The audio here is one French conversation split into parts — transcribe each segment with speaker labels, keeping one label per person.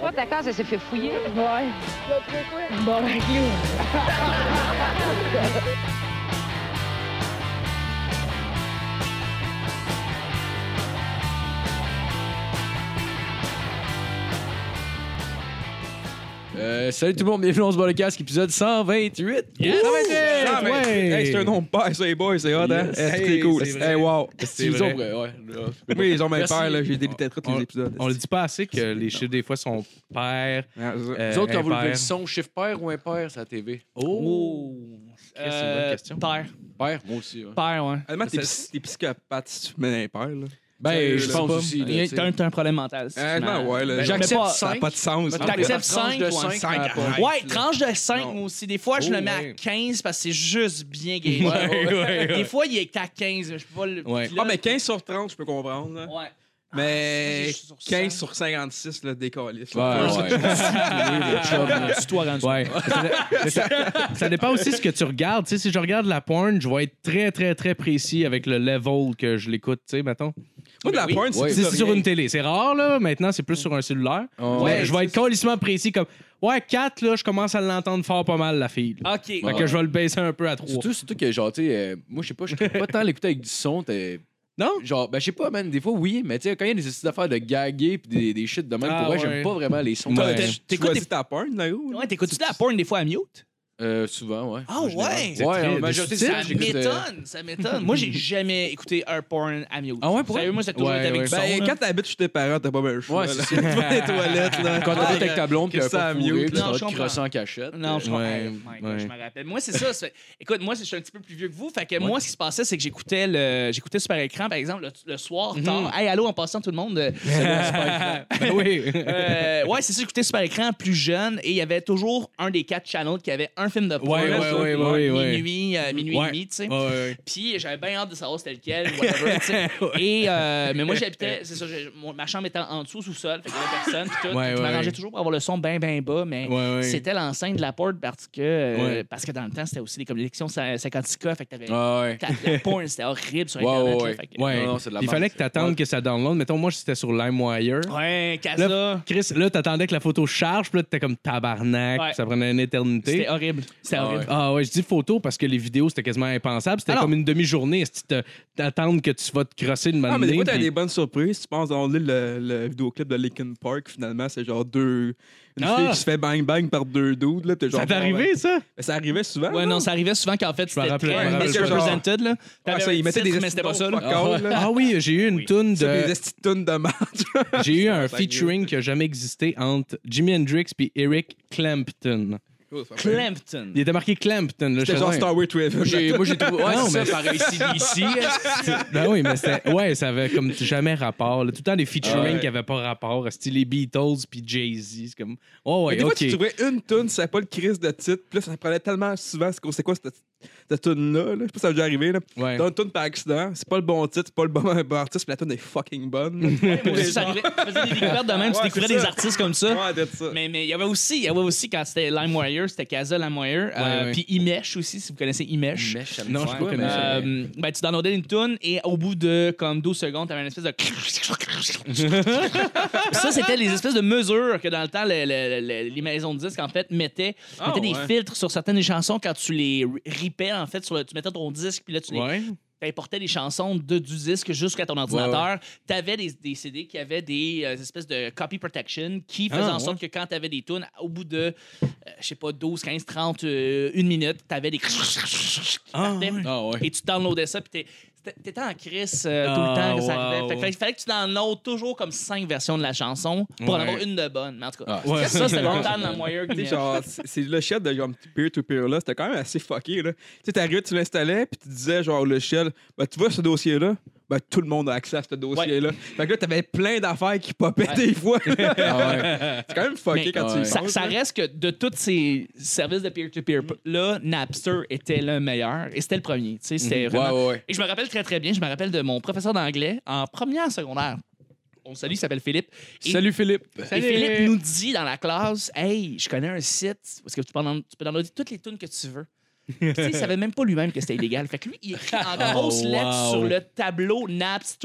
Speaker 1: Toi, ta case, elle s'est fait fouiller.
Speaker 2: Ouais. Bon, avec lui.
Speaker 3: Euh, salut tout le monde, bienvenue dans ce casque, épisode 128. Yes!
Speaker 4: Ah, mais- hey, c'est un nom de père, c'est boy, c'est hot, hein?
Speaker 3: Yes.
Speaker 4: Hey,
Speaker 3: Hey,
Speaker 4: c'est cool.
Speaker 3: c'est vrai.
Speaker 4: Hey, wow.
Speaker 3: C'est vrai. Ouais.
Speaker 4: Oui, ils ont même
Speaker 3: Merci.
Speaker 4: père, là. J'ai délité tous
Speaker 5: On-
Speaker 4: les épisodes.
Speaker 5: On le dit pas assez que les chiffres, des fois, sont pairs.
Speaker 4: Ah, c'est ça.
Speaker 5: euh,
Speaker 3: Vous autres, quand vous levez le
Speaker 5: impairs.
Speaker 3: son, chiffre pair ou impair, c'est la TV?
Speaker 5: Oh! Chris, c'est une bonne question.
Speaker 6: Père.
Speaker 3: Pair, moi aussi. ouais.
Speaker 6: Père, Euh, ouais.
Speaker 4: Honnêtement, Euh, t'es
Speaker 5: c'est-
Speaker 4: psy- t'es psychopathe si tu mets un père, là.
Speaker 3: Ben, je
Speaker 4: je
Speaker 3: pense
Speaker 5: sais pas.
Speaker 3: aussi. là,
Speaker 6: Il y a-
Speaker 3: tu sais.
Speaker 6: T'as un, t'as un problème mental. si tu
Speaker 4: Honnêtement,
Speaker 6: m'as-
Speaker 4: Euh, ouais, là.
Speaker 6: Ben,
Speaker 3: J'accepte
Speaker 6: mais pas-
Speaker 4: Ça n'a pas de sens.
Speaker 3: Mettons,
Speaker 4: là.
Speaker 6: t'acceptes
Speaker 3: les tranches de
Speaker 6: cinq, ouais.
Speaker 3: cinq,
Speaker 4: Cinq,
Speaker 3: euh,
Speaker 4: arrête.
Speaker 6: Ouais, tranche de 5,
Speaker 4: Non.
Speaker 6: moi aussi. Des fois, je
Speaker 3: Oh,
Speaker 6: le mets à
Speaker 3: ouais.
Speaker 6: 15 parce que c'est juste bien gagé.
Speaker 3: Ouais, ouais,
Speaker 6: Des fois, il est qu'à 15. mais Je peux pas le.
Speaker 5: Ouais.
Speaker 6: puis
Speaker 4: Ah,
Speaker 6: là-
Speaker 4: mais 15 sur 30, je peux comprendre, là.
Speaker 6: Ouais.
Speaker 4: Mais
Speaker 6: Ah, c'est sur
Speaker 4: 15
Speaker 6: cent.
Speaker 4: sur 56, là, décaliste.
Speaker 3: Ouais, ouais.
Speaker 5: Ouais. Mais ça, ça dépend aussi ce que tu regardes. Tu sais, si je regarde la porn, je vais être très, très, très précis avec le level que je l'écoute, tu sais, mettons.
Speaker 4: Moi, de la
Speaker 6: Oui.
Speaker 4: pointe,
Speaker 3: Ouais.
Speaker 4: c'est
Speaker 5: C'est
Speaker 4: plus
Speaker 5: sur
Speaker 4: rien.
Speaker 5: une télé. C'est rare, là. Maintenant, c'est plus sur un cellulaire.
Speaker 3: Ouais.
Speaker 5: Mais je vais être colissement précis comme... Ouais, 4, là, je commence à l'entendre fort pas mal, la fille. là.
Speaker 6: Ok.
Speaker 3: Ah.
Speaker 5: Fait que je vais le baisser un peu à 3.
Speaker 3: Surtout, surtout que, genre, tu sais, euh, moi, je sais pas, je tripe pas tant l'écouter avec du son. t'es-
Speaker 5: Non?
Speaker 3: Genre, ben, je sais pas, man, des fois, oui, mais tu sais, quand il y a des histoires d'affaires de gaguer pis des, des shit de même,
Speaker 5: Ah,
Speaker 3: pour vrai,
Speaker 5: ouais.
Speaker 3: j'aime pas vraiment les sons.
Speaker 5: Ouais.
Speaker 4: Tu- Tu
Speaker 6: T'écoutes
Speaker 4: choisis ta pointe, là, où? là?
Speaker 6: Ouais, t'écoutes-tu de la porn des fois à mute?
Speaker 3: Euh, souvent, ouais.
Speaker 6: Ah,
Speaker 3: En général.
Speaker 6: ouais?
Speaker 5: C'est
Speaker 3: Ouais,
Speaker 5: très
Speaker 3: en majorité,
Speaker 5: difficile.
Speaker 3: c'est
Speaker 6: Ça
Speaker 3: j'écoute. euh,
Speaker 6: m'étonne, ça m'étonne. Moi, j'ai jamais écouté un porn à mute.
Speaker 5: Ah ouais, pour
Speaker 6: Sérieux,
Speaker 5: vrai?
Speaker 6: moi, c'est toujours
Speaker 5: Ouais,
Speaker 6: été avec
Speaker 5: ouais.
Speaker 6: du son.
Speaker 4: Ben,
Speaker 6: là.
Speaker 4: quand t'habites chez tes parents, t'as pas bien le choix.
Speaker 3: Ouais,
Speaker 4: là.
Speaker 3: c'est ça.
Speaker 4: Tu vas dans les toilettes, là.
Speaker 3: Quand t'habites avec ta blonde, pis
Speaker 4: que
Speaker 3: un
Speaker 4: ça
Speaker 3: pas fourré,
Speaker 4: mute,
Speaker 3: pis tu
Speaker 6: non, je
Speaker 3: vas te
Speaker 6: comprends.
Speaker 3: crosser en cachette.
Speaker 6: Non, je
Speaker 5: Ouais,
Speaker 6: comprends. Hey, oh my God,
Speaker 5: ouais.
Speaker 6: Je me rappelle. Moi, c'est ça. c'est- Écoute, moi, c'est- je suis un petit peu plus vieux que vous. Fait que moi, ce qui se passait, c'est que j'écoutais le... j'écoutais Super Écran, par exemple, le, le soir,
Speaker 5: Mm-hmm.
Speaker 6: tard. Hey, allô, en passant, tout le monde. euh,
Speaker 5: Ben oui.
Speaker 6: euh, ouais, c'est ça, j'écoutais Super Écran plus jeune et il y avait toujours un des quatre channels qui avait un film de porn.
Speaker 5: Ouais, ouais,
Speaker 6: ça,
Speaker 5: ouais,
Speaker 6: genre
Speaker 5: ouais, ouais.
Speaker 6: Minuit, euh, minuit
Speaker 5: Ouais.
Speaker 6: et demi, tu sais.
Speaker 5: Ouais, ouais.
Speaker 6: Puis j'avais bien hâte de savoir c'était lequel, whatever, tu sais. Et, euh, mais moi, j'habitais, c'est ça, j'ai- mon- ma chambre était en dessous, sous-sol, fait qu'il y avait personne, puis tout.
Speaker 5: Ouais,
Speaker 6: je
Speaker 5: ouais.
Speaker 6: m'arrangeais toujours pour avoir le son bien, bien bas, mais
Speaker 5: Ouais, ouais.
Speaker 6: c'était l'enceinte de la porte parce que, euh,
Speaker 5: Ouais.
Speaker 6: parce que dans le temps, c'était aussi des collections 50K, fait que t'avais
Speaker 3: Ah, ouais.
Speaker 6: t'as- la porn, c'était horrible sur
Speaker 3: Ouais,
Speaker 6: Internet.
Speaker 3: ouais,
Speaker 6: là,
Speaker 3: ouais.
Speaker 6: fait que-
Speaker 5: Ouais.
Speaker 3: Non, non, c'est de la
Speaker 5: Il
Speaker 3: merde,
Speaker 5: fallait que
Speaker 3: ça.
Speaker 5: t'attendes
Speaker 3: Ouais.
Speaker 5: que ça download. Mettons, moi, c'était sur LimeWire.
Speaker 6: Ouais, Casa,
Speaker 5: Là, Chris, là, t'attendais que la photo charge, puis là, t'étais comme tabarnak,
Speaker 6: Ouais.
Speaker 5: puis ça prenait une éternité.
Speaker 6: c'était horrible. C'était
Speaker 3: Ah,
Speaker 6: horrible.
Speaker 5: Ah ouais, je dis photo parce que les vidéos, c'était quasiment impensable. C'était
Speaker 6: Ah non.
Speaker 5: comme une demi-journée. si tu te- T'attendre que tu vas te crosser de manière.
Speaker 4: Ah, mais des fois, t'as des bonnes surprises. Tu penses dans le, le, le vidéoclip de Linkin Park, finalement, c'est genre deux. Une
Speaker 5: Ah!
Speaker 4: fille qui se fait bang-bang par deux dudes, là. pis t'es genre,
Speaker 5: Ça t'est arrivé, ça?
Speaker 4: Ben, Ça arrivait souvent.
Speaker 6: Ouais,
Speaker 4: là.
Speaker 6: non, ça arrivait souvent qu'en fait,
Speaker 5: me
Speaker 6: c'était
Speaker 5: rappelle-
Speaker 6: très
Speaker 5: je me rappelle
Speaker 4: pas.
Speaker 6: misrepresented, là.
Speaker 4: Ah,
Speaker 6: T'avais
Speaker 4: ça,
Speaker 6: un
Speaker 4: ils mettaient
Speaker 6: titre,
Speaker 4: des
Speaker 6: mais c'était pas ça,
Speaker 4: fuck
Speaker 6: là.
Speaker 4: all, là.
Speaker 5: Ah Euh, oui, j'ai eu une toune
Speaker 4: C'est
Speaker 5: de.
Speaker 4: des estitunes de merde.
Speaker 5: J'ai eu un
Speaker 4: Ça, ça arrive.
Speaker 5: featuring qui a jamais existé entre Jimi Hendrix puis Eric Clampton.
Speaker 6: Clampton.
Speaker 5: Il était marqué Clampton. Là,
Speaker 4: C'était
Speaker 5: je
Speaker 4: genre
Speaker 5: sais-
Speaker 4: Star Wars to Heaven.
Speaker 3: J'ai- Moi, j'ai trouvé. Ouais,
Speaker 5: Non,
Speaker 3: c'est
Speaker 5: mais-
Speaker 3: ça, pareil, ici, ici.
Speaker 5: Ben oui, mais c'était. Ouais, ça avait comme jamais rapport. là. Tout le temps des featuring
Speaker 4: Ouais.
Speaker 5: qui avaient pas rapport. C'était les Beatles puis Jay-Z. C'est comme.
Speaker 4: Mais
Speaker 5: Oh, ouais,
Speaker 4: des fois,
Speaker 5: ok.
Speaker 4: tu trouvais une tune, c'est pas le crise de titre. Puis là, ça prenait tellement souvent. C'est quoi- c'est quoi cette, cette tune-là? là? Je sais pas si ça a déjà arrivé. Là.
Speaker 5: Ouais.
Speaker 4: T'as une tune par accident. C'est pas le bon titre, c'est pas le bon, bon artiste. Puis la tune est fucking bonne. ouais,
Speaker 6: Moi aussi, ça arrivait. Je faisais des découvertes de même, tu
Speaker 4: Ouais,
Speaker 6: découvrais
Speaker 4: c'est
Speaker 6: des
Speaker 4: ça.
Speaker 6: artistes comme ça.
Speaker 4: d'être ça.
Speaker 6: Mais mais il y avait aussi, il y avait aussi quand c'était LimeWire, c'était Casa LimeWire, euh,
Speaker 5: Ouais, ouais.
Speaker 6: puis Imesh aussi si vous connaissez Imesh.
Speaker 5: Non, je sais pas
Speaker 3: Ouais,
Speaker 5: comment
Speaker 3: mais-
Speaker 5: ça.
Speaker 6: Euh, ben, tu downloadais une tune et au bout de comme 12 secondes, t'avais une espèce de. ça, c'était les espèces de mesures que dans le temps, le- le- le- les maisons de disques, en fait, mettaient,
Speaker 4: Ah,
Speaker 6: mettaient des
Speaker 4: ouais.
Speaker 6: filtres sur certaines des chansons quand tu les ri- ripais, en fait. sur le- tu mettais ton disque, puis là, tu les
Speaker 5: Ouais.
Speaker 6: t'importais les chansons de, du disque jusqu'à ton ordinateur. T'avais des, des CD qui avaient des euh, espèces de copy protection qui faisaient
Speaker 5: Ah,
Speaker 6: en sorte que quand t'avais des tunes, au bout de, euh, je sais pas, 12, 15, 30, euh, une minute, t'avais des... qui partaient.
Speaker 3: Ah, ouais.
Speaker 6: Et tu downloadais ça, puis t'es- c'était- t'étais en crise euh, tout
Speaker 5: Ah,
Speaker 6: le temps que ça
Speaker 5: wow.
Speaker 6: arrivait. Fait, que- fait, que fallait que tu downloades toujours comme cinq versions de la chanson pour en
Speaker 5: Ouais.
Speaker 6: avoir une de bonne. Mais en tout cas,
Speaker 3: Ah,
Speaker 5: ouais.
Speaker 6: ça, c'est dans le temps de la moyenne.
Speaker 4: Tu sais, genre, c'est c'est le shell de genre peer-to-peer là, c'était quand même assez fucké là. Tu sais, t'arrivais, tu l'installais, puis tu disais genre le shell, ben tu vois ce dossier là, ben tout le monde a accès à ce dossier là. Fait que là, t'avais plein d'affaires qui popaient des fois. c'est
Speaker 3: Ah, ouais.
Speaker 4: quand même fucké
Speaker 6: Mais euh,
Speaker 4: quand tu
Speaker 3: ouais.
Speaker 4: y
Speaker 6: ça,
Speaker 4: penses,
Speaker 6: ça
Speaker 4: là.
Speaker 6: reste que de tous ces services de peer-to-peer, là, Napster était le meilleur et c'était le premier. Tu sais, c'était
Speaker 3: Ouais,
Speaker 6: vraiment-
Speaker 3: ouais, ouais.
Speaker 6: Et je me rappelle très, très bien, je me rappelle de mon professeur d'anglais en première secondaire. On le salue, il s'appelle Philippe. Et-
Speaker 3: Salut, Philippe.
Speaker 6: Et Philippe nous dit dans la classe Hey, je connais un site où est-ce que tu peux, en- tu peux downloader toutes les tunes que tu veux. Puis, tu sais, il savait même pas lui-même que c'était illégal. Fait que lui, il écrit en grosses
Speaker 5: Oh, wow.
Speaker 6: lettres sur le tableau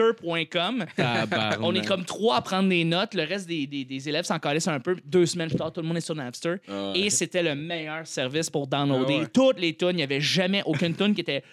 Speaker 6: napster.com.
Speaker 5: Tabarnak.
Speaker 6: On est comme trois à prendre des notes. Le reste des, des- des élèves s'en calissent un peu. Deux semaines plus tard, tout le monde est sur Napster.
Speaker 3: Ah ouais.
Speaker 6: Et c'était le meilleur service pour downloader
Speaker 4: Ah ouais.
Speaker 6: toutes les tunes. Il n'y avait jamais aucune tune qui était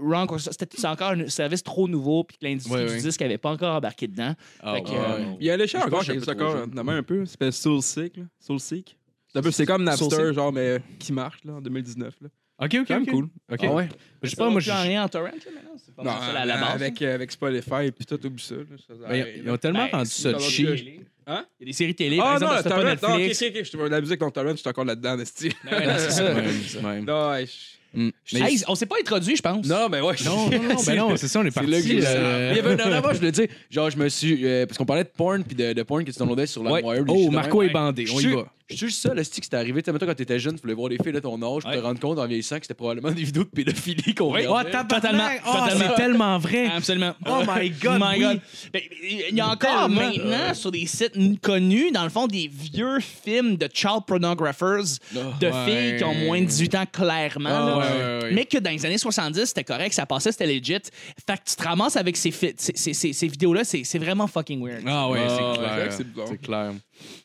Speaker 6: wrong. ou ça. C'était c'est encore un service trop nouveau. Puis que l'industrie
Speaker 5: Ouais,
Speaker 6: du
Speaker 5: ouais.
Speaker 6: disque n'avait pas encore embarqué dedans.
Speaker 5: Ah,
Speaker 6: Fait que,
Speaker 5: ouais.
Speaker 6: euh,
Speaker 4: Il y a les
Speaker 3: Je
Speaker 4: chers
Speaker 3: pense
Speaker 4: encore,
Speaker 3: que
Speaker 4: j'aime
Speaker 3: j'étais
Speaker 4: ça
Speaker 3: trop
Speaker 4: encore.
Speaker 3: jeune.
Speaker 4: La main un peu. C'est Soul Seek. là. Soul Seek. C'est un peu- C'est comme Napster,
Speaker 5: Soulseek.
Speaker 4: genre, mais qui marche là, en 2019. là.
Speaker 5: Ok, ok.
Speaker 4: Quand même
Speaker 5: ok.
Speaker 4: cool.
Speaker 5: Ok.
Speaker 3: Ah ouais?
Speaker 5: Je sais pas, moi,
Speaker 6: je
Speaker 5: je.
Speaker 6: rien en torrent, là, maintenant. C'est pas mal ça, la, la
Speaker 4: euh,
Speaker 6: base.
Speaker 4: Avec, euh, avec Spotify et puis tout, oublie ça. là. Ça, ça
Speaker 5: Ben,
Speaker 4: arrête,
Speaker 5: Ils
Speaker 4: là.
Speaker 5: ont tellement
Speaker 6: Ben,
Speaker 5: rendu
Speaker 4: c'est
Speaker 5: ça
Speaker 4: une
Speaker 5: cheap.
Speaker 4: télé. Hein?
Speaker 6: Il y a des séries télé, par
Speaker 4: Ah non,
Speaker 6: exemple,
Speaker 4: le
Speaker 6: c'était pas
Speaker 4: Torrent. Non, ok,
Speaker 6: Netflix.
Speaker 4: ok, ok. Je te vois l'abusé avec ton Torrent, je suis encore là-dedans, Nesti.
Speaker 5: Ben,
Speaker 6: Ouais, non, c'est ça.
Speaker 5: Ouais.
Speaker 4: Non, ouais, je-
Speaker 5: Mm. Mais-
Speaker 6: Hey, on s'est pas introduit, je pense.
Speaker 4: non, mais ouais. je-
Speaker 5: Non, non, non, ben non, c'est ça, on est
Speaker 3: C'est
Speaker 5: parti.
Speaker 3: là que j'ai-
Speaker 5: euh,
Speaker 3: Il y avait une dernière fois, je voulais dire, genre, je me suis. euh, parce qu'on parlait de porn puis de, de porn que tu downloadais sur la
Speaker 5: ouais.
Speaker 3: Wire. puis
Speaker 5: Oh,
Speaker 3: justement-
Speaker 5: Marco est bandé,
Speaker 3: Je
Speaker 5: on y
Speaker 3: suis-
Speaker 5: va.
Speaker 3: Je suis juste ça, le stick, c'était arrivé. Tu sais, mettons, quand t'étais jeune, tu voulais voir des filles de ton âge, pour
Speaker 6: Ouais.
Speaker 3: te rendre compte en vieillissant que c'était probablement des vidéos de pédophilie qu'on
Speaker 6: Oui.
Speaker 3: regardait.
Speaker 6: Oh, tabarnak! Totalement. Oh, Totalement. c'est
Speaker 5: tellement vrai.
Speaker 6: Absolument.
Speaker 5: Oh my
Speaker 3: Ah,
Speaker 5: God,
Speaker 6: My
Speaker 5: oui.
Speaker 6: God. Ben, Il y a encore
Speaker 5: Tellement.
Speaker 6: maintenant sur des sites n- connus, dans le fond, des vieux films de child pornographers de
Speaker 5: Ah, Ouais.
Speaker 6: filles qui ont moins de 18 ans, clairement.
Speaker 5: Ah,
Speaker 6: là.
Speaker 5: ouais, ouais, ouais.
Speaker 6: Mais que dans les années 70, c'était correct, ça passait, c'était legit. Fait que tu te ramasses avec ces, fi- ces, ces- ces- ces vidéos-là, c'est c'est vraiment fucking weird.
Speaker 5: Ah ouais,
Speaker 3: Ah,
Speaker 5: c'est
Speaker 4: ouais,
Speaker 5: clair.
Speaker 4: c'est bizarre.
Speaker 5: clair.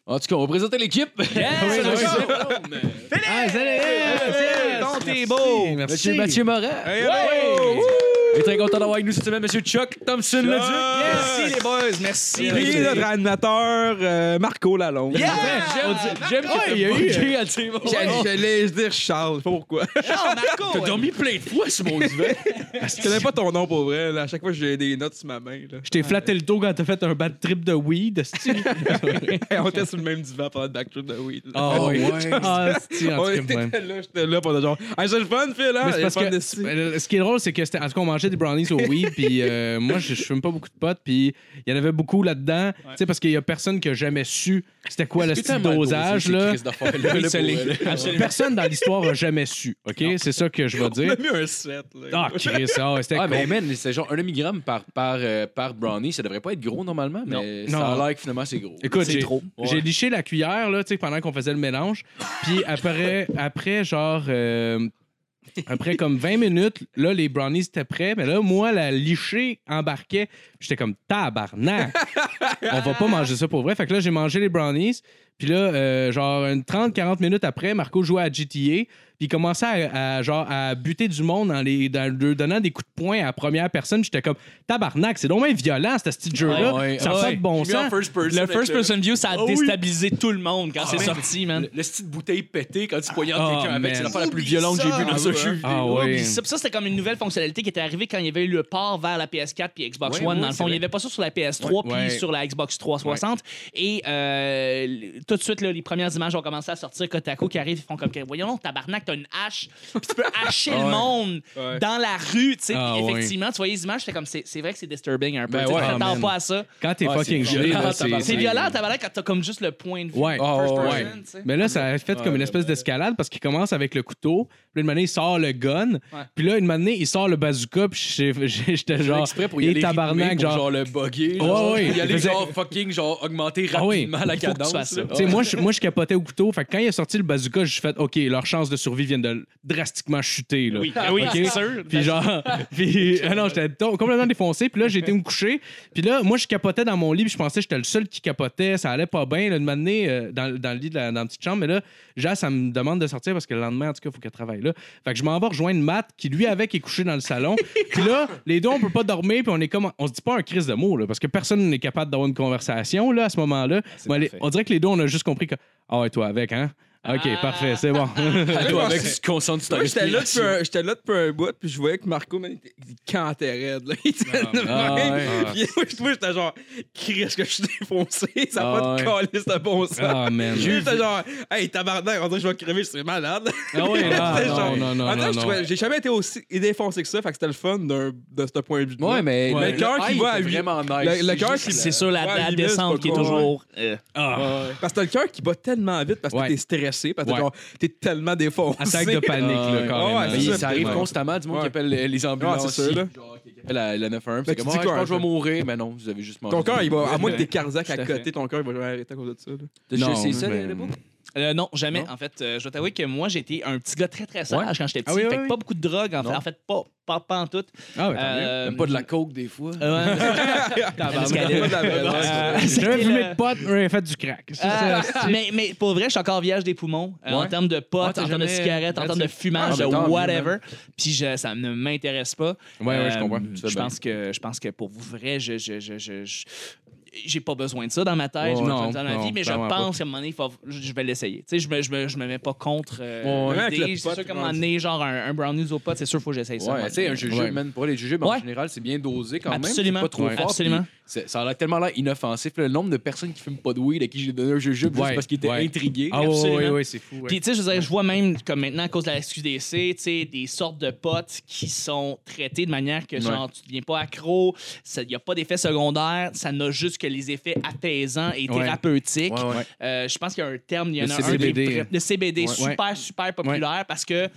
Speaker 3: En tout cas, on va présenter l'équipe.
Speaker 5: oui, oui. Ah,
Speaker 6: Donc, t'es beau.
Speaker 5: Merci.
Speaker 3: Monsieur Mathieu Morin.
Speaker 4: Hey,
Speaker 6: Ouais.
Speaker 4: oh, wouh!
Speaker 3: On est très content d'avoir avec nous cette semaine, Monsieur Chuck Thompson, le Duc.
Speaker 6: Merci les boys, merci.
Speaker 4: Puis notre animateur, euh, Marco Lalonde.
Speaker 6: Yeah!
Speaker 3: J'aime- J'aime que
Speaker 5: il y a eu,
Speaker 3: t'as à dire
Speaker 4: Je- Je l'ai dire Charles, je sais pas pourquoi.
Speaker 6: Jean Marco! euh, ouais.
Speaker 3: dormi plein de fois sur mon divan.
Speaker 4: Je connais pas ton nom pour vrai. là. À chaque fois, j'ai des notes sur ma main. Là.
Speaker 5: Je t'ai flatté le dos quand t'as fait un bad trip de weed.
Speaker 4: on était sur le même divan pendant Back Trip de Weed.
Speaker 5: Ah ouais. Ah, sti, en
Speaker 4: On
Speaker 5: tout
Speaker 4: était
Speaker 5: cas, ouais.
Speaker 4: là, j'étais là pendant genre. Hey, c'est le fun, Phil, hein?
Speaker 5: Mais c'est
Speaker 4: C'est
Speaker 5: parce
Speaker 4: fun
Speaker 5: que,
Speaker 4: de sti.
Speaker 5: euh, ce qui est drôle, c'est que c'était, en tout cas, on mangeait des brownies au weed, puis euh, moi, je fume pas beaucoup de potes, puis il y en avait beaucoup là-dedans, tu sais, parce qu'il y a personne qui a jamais su c'était quoi le style dosage, là.
Speaker 3: Il se l'est.
Speaker 5: Personne dans l'histoire a jamais su, OK? C'est ça que je veux
Speaker 4: On
Speaker 5: dire.
Speaker 4: a mis un set. Là.
Speaker 5: Ah, Chris, ah, c'était
Speaker 3: Ah,
Speaker 5: con.
Speaker 3: mais man, c'est genre 1 milligramme par, par, euh, par brownie. Ça devrait pas être gros normalement, mais
Speaker 5: Non.
Speaker 3: ça a
Speaker 5: Non.
Speaker 3: l'air que finalement c'est gros.
Speaker 5: Écoute, j'ai,
Speaker 3: Ouais.
Speaker 5: j'ai liché la cuillère là, tu sais, pendant qu'on faisait le mélange. Puis après, après genre, euh, après comme 20 minutes, là, les brownies étaient prêts. Mais là, moi, la lichée embarquait. J'étais comme tabarnak. On va pas manger ça pour vrai. Fait que là, j'ai mangé les brownies. Puis là, euh, genre, une 30-40 minutes après, Marco jouait à GTA. Puis il commençait à, à, genre, à buter du monde en, les, dans- leur donnant des coups de poing à la première personne. J'étais comme, tabarnak, c'est dommage violent, ce petit jeu-là.
Speaker 3: Ouais, ouais,
Speaker 5: ça n'a
Speaker 3: ouais.
Speaker 5: pas de bon
Speaker 3: J'ai mis en
Speaker 5: sens.
Speaker 3: first person
Speaker 6: Le
Speaker 3: avec
Speaker 6: first person view, ça a
Speaker 3: Ah oui.
Speaker 6: déstabilisé tout le monde quand c'est
Speaker 3: man.
Speaker 6: sorti, Ah, man.
Speaker 3: Le, le style de bouteille pétée quand tu poignardes
Speaker 5: Ah,
Speaker 3: quelqu'un avec,
Speaker 5: man.
Speaker 3: c'est l'affaire la plus
Speaker 6: Oublie
Speaker 3: violente que j'ai
Speaker 6: ça.
Speaker 3: vue dans
Speaker 4: Ah,
Speaker 3: un
Speaker 4: ouais.
Speaker 3: jeu vidéo.
Speaker 5: Ah ouais.
Speaker 6: Oublie Ça, Puis ça, c'était comme une nouvelle fonctionnalité qui était arrivée quand il y avait eu le port vers la PS4 puis Xbox
Speaker 3: Ouais,
Speaker 6: One.
Speaker 3: ouais,
Speaker 6: dans le
Speaker 3: c'est
Speaker 6: fond, il n'y
Speaker 3: vrai.
Speaker 6: avait pas ça sur la PS3 puis
Speaker 5: Ouais.
Speaker 6: sur la Xbox 360. Et euh, l- tout de suite, là, les premières images ont commencé à sortir. Kotaku qui arrive, ils font comme que, voyons, non, tabarnak, t'as une hache. Puis tu peux hacher le monde
Speaker 4: Ouais.
Speaker 6: dans la rue. tu sais.
Speaker 5: Ah,
Speaker 6: Puis
Speaker 5: ouais.
Speaker 6: effectivement, tu voyais les images, c'était comme, c'est c'est vrai que c'est disturbing un peu.
Speaker 3: Ben
Speaker 6: tu sais,
Speaker 3: ouais,
Speaker 6: tu t'attends
Speaker 5: man.
Speaker 6: pas à ça.
Speaker 5: Quand t'es
Speaker 3: Ah,
Speaker 5: fucking
Speaker 3: c'est
Speaker 5: gelé,
Speaker 3: violent,
Speaker 5: là, c'est.
Speaker 3: tabarnak.
Speaker 6: C'est violent, tabarnak, quand t'as comme juste le point de vue.
Speaker 5: Ouais.
Speaker 3: Oh,
Speaker 6: first
Speaker 3: ouais.
Speaker 6: person, tu sais.
Speaker 5: Mais là, ça a fait comme une espèce d'escalade parce qu'il commence avec le couteau. Puis là, une manière, il sort le gun. Puis là, une manière, il sort le bazooka. Puis j'ai- j'ai- j'étais
Speaker 3: Genre,
Speaker 5: genre.
Speaker 3: exprès pour y
Speaker 5: et
Speaker 3: aller rythmé,
Speaker 5: tabarnak,
Speaker 3: pour
Speaker 5: genre.
Speaker 3: genre le bugger.
Speaker 5: Ouais,
Speaker 3: genre,
Speaker 5: ouais.
Speaker 3: Y aller
Speaker 5: Il faisait-
Speaker 3: genre fucking, genre augmenter
Speaker 5: Ah oui.
Speaker 3: rapidement la
Speaker 6: Faut que tu
Speaker 3: cadence.
Speaker 6: fasses ça.
Speaker 3: là.
Speaker 5: Tu sais, moi, je, moi, je capotais au couteau. Fait que quand il est sorti le bazooka, j'ai fait OK, leurs chances de survie viennent de drastiquement chuter. Là.
Speaker 6: Oui, ben oui,
Speaker 5: OK?
Speaker 6: c'est sûr.
Speaker 5: Puis genre, puis, ah non, j'étais to- complètement défoncé. Puis là, j'ai été me coucher. Puis là, moi, je capotais dans mon lit. Puis je pensais que j'étais le seul qui capotait. Ça allait pas bien. Là, de m'amener euh, dans, dans le lit, de la- dans la petite chambre. Mais là, Jas, ça me demande de sortir parce que le lendemain, en tout cas, il faut qu'elle travaille là. Fait que je m'en vais rejoindre Matt, qui lui, avec, est couché dans le salon. puis là, les deux, on peut pas dormir. Puis on est comme, on se dit pas un crise de mots, là, parce que personne n'est capable d'avoir une conversation, là, à ce moment-là. Mais les- on dirait que les deux, on a juste compris que, ah ouais, toi, avec, hein? OK,
Speaker 6: Ah.
Speaker 5: parfait, c'est bon.
Speaker 3: Toi, avec, tu te concentres sur ta
Speaker 4: Moi, j'étais là, depuis
Speaker 3: respiration.
Speaker 4: un- j'étais là depuis un bout, puis je voyais que Marco, man, il était- il cantait raide. Là. Il était de
Speaker 5: Ah,
Speaker 4: même.
Speaker 5: ouais.
Speaker 4: Puis moi, je- moi, j'étais genre, Chris, que je suis défoncé, ça
Speaker 3: Ah,
Speaker 4: va pas de calice de bon sens.
Speaker 5: Ah, man.
Speaker 4: Puis J'étais genre, hey, tabarnak, on dirait que je vais crever, je serais malade.
Speaker 5: Ah ouais, ah,
Speaker 4: C'était
Speaker 5: non,
Speaker 4: genre-
Speaker 5: non, non,
Speaker 4: En même temps,
Speaker 5: non,
Speaker 4: je
Speaker 5: non.
Speaker 4: trouvais- j'ai jamais été aussi défoncé que ça, fait que c'était le fun d'un- de ce point de vue.
Speaker 3: Ouais, mais
Speaker 5: Ouais.
Speaker 3: le
Speaker 4: Le cœur qui
Speaker 3: hype
Speaker 4: va à
Speaker 3: est
Speaker 4: huit.
Speaker 3: vraiment nice.
Speaker 4: Le- le cœur
Speaker 3: juste
Speaker 4: qui-
Speaker 6: C'est sûr, la,
Speaker 4: Ouais,
Speaker 6: la
Speaker 4: limite,
Speaker 6: descente
Speaker 4: c'est pas
Speaker 6: qui est
Speaker 4: con,
Speaker 6: toujours. euh,
Speaker 5: Ah.
Speaker 4: Parce que t'as le cœur qui bat tellement vite parce que
Speaker 5: Ouais.
Speaker 4: t'es stressé, parce que
Speaker 5: Ouais.
Speaker 4: genre, t'es tellement défoncé.
Speaker 5: Attaque de panique,
Speaker 3: Ah,
Speaker 5: là,
Speaker 3: ouais.
Speaker 5: carrément.
Speaker 4: Ah, ouais,
Speaker 3: Mais
Speaker 4: c'est
Speaker 3: ça, arrive
Speaker 4: ouais.
Speaker 3: constamment, du monde qui
Speaker 4: Ouais.
Speaker 3: appelle les- les ambulances.
Speaker 4: Ouais, Ah, c'est sûr, là.
Speaker 3: Genre, qui appelle la, la 911.
Speaker 4: Mais
Speaker 3: C'est
Speaker 4: tu
Speaker 3: comme,
Speaker 4: dis
Speaker 3: ah, je
Speaker 4: quoi,
Speaker 3: pense que je vais
Speaker 4: toi?
Speaker 3: mourir. Mais non, vous avez juste mangé.
Speaker 4: Ton cœur, il va, à moins que t'aies
Speaker 3: Ouais.
Speaker 4: cardiaque
Speaker 3: Tout
Speaker 4: à
Speaker 3: à fait.
Speaker 4: côté, ton cœur, il va jamais arrêter à cause de ça. là.
Speaker 3: T'as
Speaker 5: Non,
Speaker 3: juste- C'est ça,
Speaker 5: mais-
Speaker 3: le- le bout?
Speaker 6: Euh, non, jamais. En fait, euh, je dois t'avouer que moi, j'étais un petit gars très, très sage quand j'étais petit.
Speaker 5: Ah oui, oui,
Speaker 6: fait que
Speaker 5: oui.
Speaker 6: pas beaucoup de drogue, en fait.
Speaker 3: Non.
Speaker 6: En fait, pas, pas, pas en tout.
Speaker 5: Ah, ouais, tant mieux.
Speaker 6: Euh,
Speaker 3: Même pas de la coke des fois.
Speaker 6: euh,
Speaker 5: bah,
Speaker 4: Tabarnak,
Speaker 6: Parce qu'elle-
Speaker 4: pas de la vraie drogue.
Speaker 5: Euh,
Speaker 6: c'était
Speaker 5: J'avais fumé
Speaker 6: le-
Speaker 5: de potes, mais fait du crack. C'est ça,
Speaker 6: Ah, mais, mais pour vrai, je suis encore vierge des poumons euh, en
Speaker 3: Ouais.
Speaker 6: termes de
Speaker 3: Ouais,
Speaker 6: pot,
Speaker 3: t'as
Speaker 6: en termes
Speaker 3: jamais-
Speaker 6: de cigarettes, en
Speaker 3: là,
Speaker 6: termes de
Speaker 3: tu-
Speaker 6: fumage,
Speaker 3: Ah, ben,
Speaker 6: de
Speaker 3: tant mieux,
Speaker 6: whatever. Puis je- ça ne m'intéresse pas. Euh,
Speaker 5: Ouais, ouais, je comprends.
Speaker 3: Tu fais
Speaker 6: Je
Speaker 3: bien.
Speaker 6: pense, que, je pense que pour vrai, je. je, je, je- je- j'ai pas besoin de ça dans ma tête,
Speaker 5: Ouais,
Speaker 6: j'ai pas besoin
Speaker 5: non,
Speaker 6: de ça dans ma
Speaker 5: non,
Speaker 6: vie, mais je
Speaker 5: clairement
Speaker 6: pense qu'à un moment donné, il faut- je vais l'essayer. Tu sais, je me, je, me, je me mets pas contre euh,
Speaker 4: Ouais,
Speaker 6: l'idée.
Speaker 4: avec le
Speaker 6: C'est
Speaker 4: pot,
Speaker 6: sûr qu'à un
Speaker 4: ouais.
Speaker 6: moment donné, genre un, un brownies au pot, c'est sûr qu'il faut que j'essaye ça.
Speaker 3: Ouais, tu sais, un jujube,
Speaker 5: Ouais.
Speaker 3: man, pour les jujubes,
Speaker 6: Ouais.
Speaker 3: en général, c'est bien dosé quand
Speaker 6: Absolument.
Speaker 3: même. c'est Pas trop
Speaker 5: Ouais.
Speaker 3: fort.
Speaker 6: Absolument.
Speaker 3: puis c'est- Ça a l'air tellement l'air inoffensif. Le nombre de personnes qui fument pas de weed à qui j'ai donné un jujube juste
Speaker 5: Ouais,
Speaker 3: parce qu'ils étaient
Speaker 5: ouais.
Speaker 3: intrigués.
Speaker 5: Ah, ouais,
Speaker 6: absolument.
Speaker 5: ouais, ouais, c'est fou. ouais.
Speaker 6: Puis, tu sais, je veux dire, je vois même, comme maintenant, à cause de la SQDC, tu sais, des sortes de potes qui sont traités de manière que, genre, tu deviens pas accro, il n'y a pas d'effet secondaire, ça n'a juste que les effets apaisants et
Speaker 5: Ouais.
Speaker 6: thérapeutiques.
Speaker 3: Ouais, ouais.
Speaker 6: Euh, je pense qu'il y a un terme, il y en
Speaker 5: Le
Speaker 6: a un.
Speaker 5: CBD.
Speaker 6: qui est vra- le CBD,
Speaker 5: hein. Ouais.
Speaker 6: super, super populaire parce que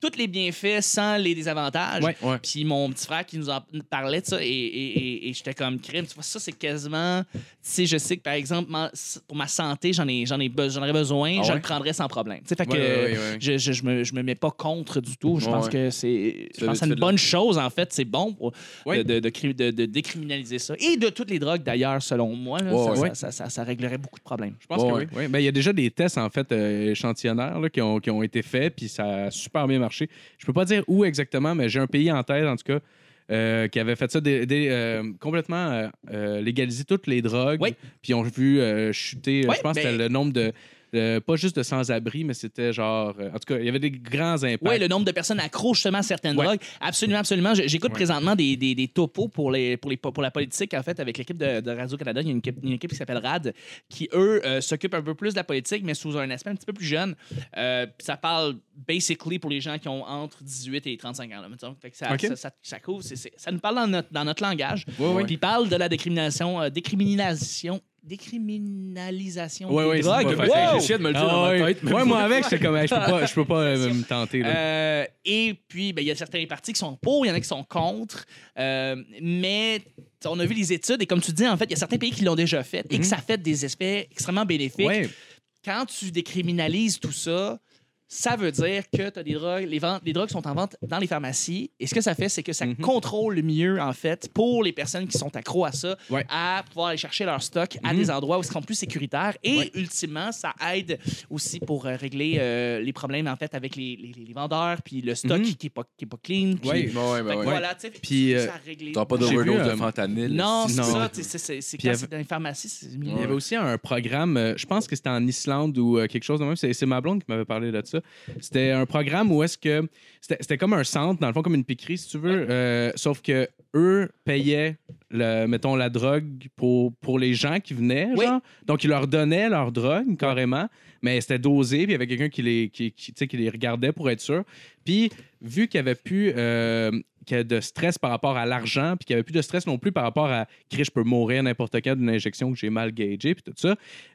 Speaker 6: tous les bienfaits sans les désavantages.
Speaker 5: Ouais, ouais.
Speaker 6: Puis mon petit frère qui nous en parlait de ça, et, et- et- et j'étais comme crime. Tu vois, ça, c'est quasiment. Tu sais, je sais que par exemple, ma- pour ma santé, j'en ai, j'en ai be- j'en aurais besoin,
Speaker 3: Ah
Speaker 6: je
Speaker 3: ouais?
Speaker 6: le prendrais sans problème. Tu sais, fait que
Speaker 5: Ouais, ouais, ouais, ouais.
Speaker 6: Je, je, je me, je me mets pas contre du tout. Je
Speaker 3: Ouais,
Speaker 6: pense
Speaker 3: ouais.
Speaker 6: que c'est je
Speaker 3: Ça
Speaker 6: pense que c'est
Speaker 3: veut
Speaker 6: une
Speaker 3: dire
Speaker 6: bonne chose, en fait. C'est bon pour-
Speaker 5: Ouais.
Speaker 6: de, de, cri- de- de décriminaliser ça. Et de toutes les drogues, d'ailleurs, selon moi, là,
Speaker 3: Ouais,
Speaker 6: ça,
Speaker 3: ouais.
Speaker 6: ça- ça- ça- ça réglerait beaucoup de problèmes.
Speaker 5: Je pense
Speaker 3: Ouais,
Speaker 5: que
Speaker 3: ouais.
Speaker 5: oui. Ouais. Ben, il y a déjà des tests, en fait, euh, échantillonnaires là, qui, ont, qui ont été faits, puis ça a super bien marché. Je peux pas dire où exactement, mais j'ai un pays en tête, en tout cas, euh, qui avait fait ça, des- des, euh, complètement euh, euh, légaliser toutes les drogues,
Speaker 6: Oui.
Speaker 5: puis ont vu euh, chuter, euh,
Speaker 6: Oui,
Speaker 5: je pense, que
Speaker 6: ben-
Speaker 5: c'était le nombre de... euh, pas juste de sans-abri, mais c'était genre... euh, en tout cas, il y avait des grands impacts.
Speaker 6: Oui, le nombre de personnes accro justement à certaines
Speaker 5: Ouais.
Speaker 6: drogues. Absolument, absolument. J- J'écoute
Speaker 5: Ouais.
Speaker 6: présentement des, des, des topos pour, les, pour, les, pour la politique, en fait, avec l'équipe de, de Radio-Canada. Il y a une équipe, une équipe qui s'appelle RAD, qui, eux, euh, s'occupe un peu plus de la politique, mais sous un aspect un petit peu plus jeune. Euh, ça parle basically pour les gens qui ont entre 18 et 35 ans. là, mettons. Fait que ça,
Speaker 5: Ok.
Speaker 6: ça, ça- ça couvre, c'est- c'est- ça nous parle dans notre, dans notre langage.
Speaker 5: Ouais, ouais.
Speaker 6: Puis il parle de la décrimination, euh, décriminalisation, décriminalisation
Speaker 5: Ouais,
Speaker 6: des
Speaker 5: ouais, c'est
Speaker 6: drogues.
Speaker 5: pas
Speaker 3: Fait que
Speaker 5: Wow!
Speaker 3: J'essayais de me le dire dans
Speaker 5: Ah,
Speaker 3: ma
Speaker 5: ouais.
Speaker 3: tête. mais
Speaker 5: Ouais, moi, avec, c'est comme... hey, je peux pas, je peux pas euh, me tenter. là.
Speaker 6: Euh, et puis, ben, il y a certains partis qui sont pour, il y en a qui sont contre. Euh, mais t- on a vu les études, et comme tu dis, en fait, il y a certains pays qui l'ont déjà fait et que ça fait des effets extrêmement bénéfiques.
Speaker 5: Mhm. Ouais.
Speaker 6: Quand tu décriminalises tout ça, ça veut dire que t'as des drogues, les, ventes, les drogues sont en vente dans les pharmacies. Et ce que ça fait, c'est que ça
Speaker 5: Mhm.
Speaker 6: contrôle mieux, en fait, pour les personnes qui sont accros à ça,
Speaker 5: Ouais.
Speaker 6: à pouvoir aller chercher leur stock à
Speaker 5: Mhm.
Speaker 6: des endroits où ils seront plus sécuritaires. Et ultimement, ça aide aussi pour euh, régler euh, les problèmes, en fait, avec les, les- les vendeurs, puis le stock
Speaker 5: Mhm.
Speaker 6: qui n'est pas, qui est pas clean. puis-
Speaker 5: Ouais.
Speaker 3: Ouais, ouais,
Speaker 6: Fait
Speaker 3: ben
Speaker 6: que
Speaker 3: ouais.
Speaker 6: voilà, tu sais,
Speaker 5: Puis,
Speaker 6: ça
Speaker 5: euh,
Speaker 6: a réglé.
Speaker 3: T'as pas
Speaker 5: J'ai vu,
Speaker 3: d'overdose
Speaker 5: euh,
Speaker 3: de fentanyl.
Speaker 6: Non, c'est
Speaker 5: Non.
Speaker 6: ça, tu sais, c'est- c'est c'est
Speaker 5: Puis
Speaker 6: quand
Speaker 5: av-
Speaker 6: c'est dans les pharmacies, c'est
Speaker 5: Il y
Speaker 6: mieux.
Speaker 5: avait aussi un programme, euh, je pense que c'était en Islande ou euh, quelque chose de même. C'est c'est ma blonde qui m'avait parlé de ça. C'était un programme où est-ce que. C'était c'était comme un centre, dans le fond, comme une piquerie, si tu veux. euh, sauf que eux payaient, le, mettons, la drogue pour, pour les gens qui venaient.
Speaker 6: Oui.
Speaker 5: Genre. Donc, ils leur donnaient leur drogue, carrément. Mais c'était dosé, puis il y avait quelqu'un qui les, qui, qui, tu sais, qui les regardait pour être sûr. Puis, vu qu'il n'y avait plus euh, qu'il y avait de stress par rapport à l'argent, puis qu'il n'y avait plus de stress non plus par rapport à Chris, je peux mourir n'importe quand d'une injection que j'ai mal gagée, puis tout ça.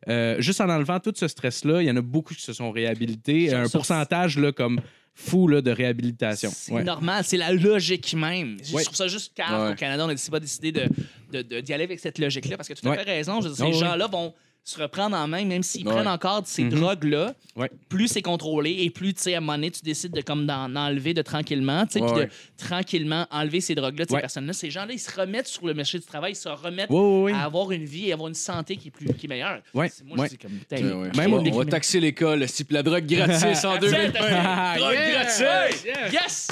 Speaker 5: Euh, juste en enlevant tout ce stress-là, il y en a beaucoup qui se sont réhabilités.
Speaker 6: Ils sont
Speaker 5: Un
Speaker 6: sortis.
Speaker 5: pourcentage là, comme fou là, de réhabilitation.
Speaker 6: C'est
Speaker 5: Ouais.
Speaker 6: normal, c'est la logique même. Je
Speaker 5: Ouais.
Speaker 6: trouve ça juste calme
Speaker 3: Ouais.
Speaker 6: au Canada. On a décidé- pas décidé de, de- de- d'y aller avec cette logique-là parce que tu as
Speaker 5: Ouais.
Speaker 6: fait raison. Je veux dire,
Speaker 5: Ouais,
Speaker 6: ces
Speaker 5: ouais.
Speaker 6: gens-là vont se reprendre en main, même s'ils
Speaker 3: Ouais.
Speaker 6: prennent encore de ces
Speaker 5: Mhm.
Speaker 6: drogues-là.
Speaker 5: Ouais.
Speaker 6: Plus c'est contrôlé et plus, tu sais, à un moment donné, tu décides de comme d'en enlever de tranquillement, tu sais,
Speaker 3: Ouais,
Speaker 6: puis de
Speaker 3: ouais.
Speaker 6: tranquillement enlever ces drogues-là, de ces
Speaker 5: Ouais.
Speaker 6: personnes-là. Ces gens-là, ils se remettent sur le marché du travail, ils se remettent
Speaker 5: Oui, oui, oui.
Speaker 6: à avoir une vie et avoir une santé qui est, plus, qui est meilleure.
Speaker 5: Ouais,
Speaker 6: C'est- Moi,
Speaker 5: ouais.
Speaker 6: je dis comme...
Speaker 3: Ouais,
Speaker 6: putain,
Speaker 3: ouais.
Speaker 5: Même
Speaker 3: on,
Speaker 5: au-
Speaker 3: on va taxer l'école. Si la drogue gratis en 2000 Ah
Speaker 6: Drogue gratuite! Yes!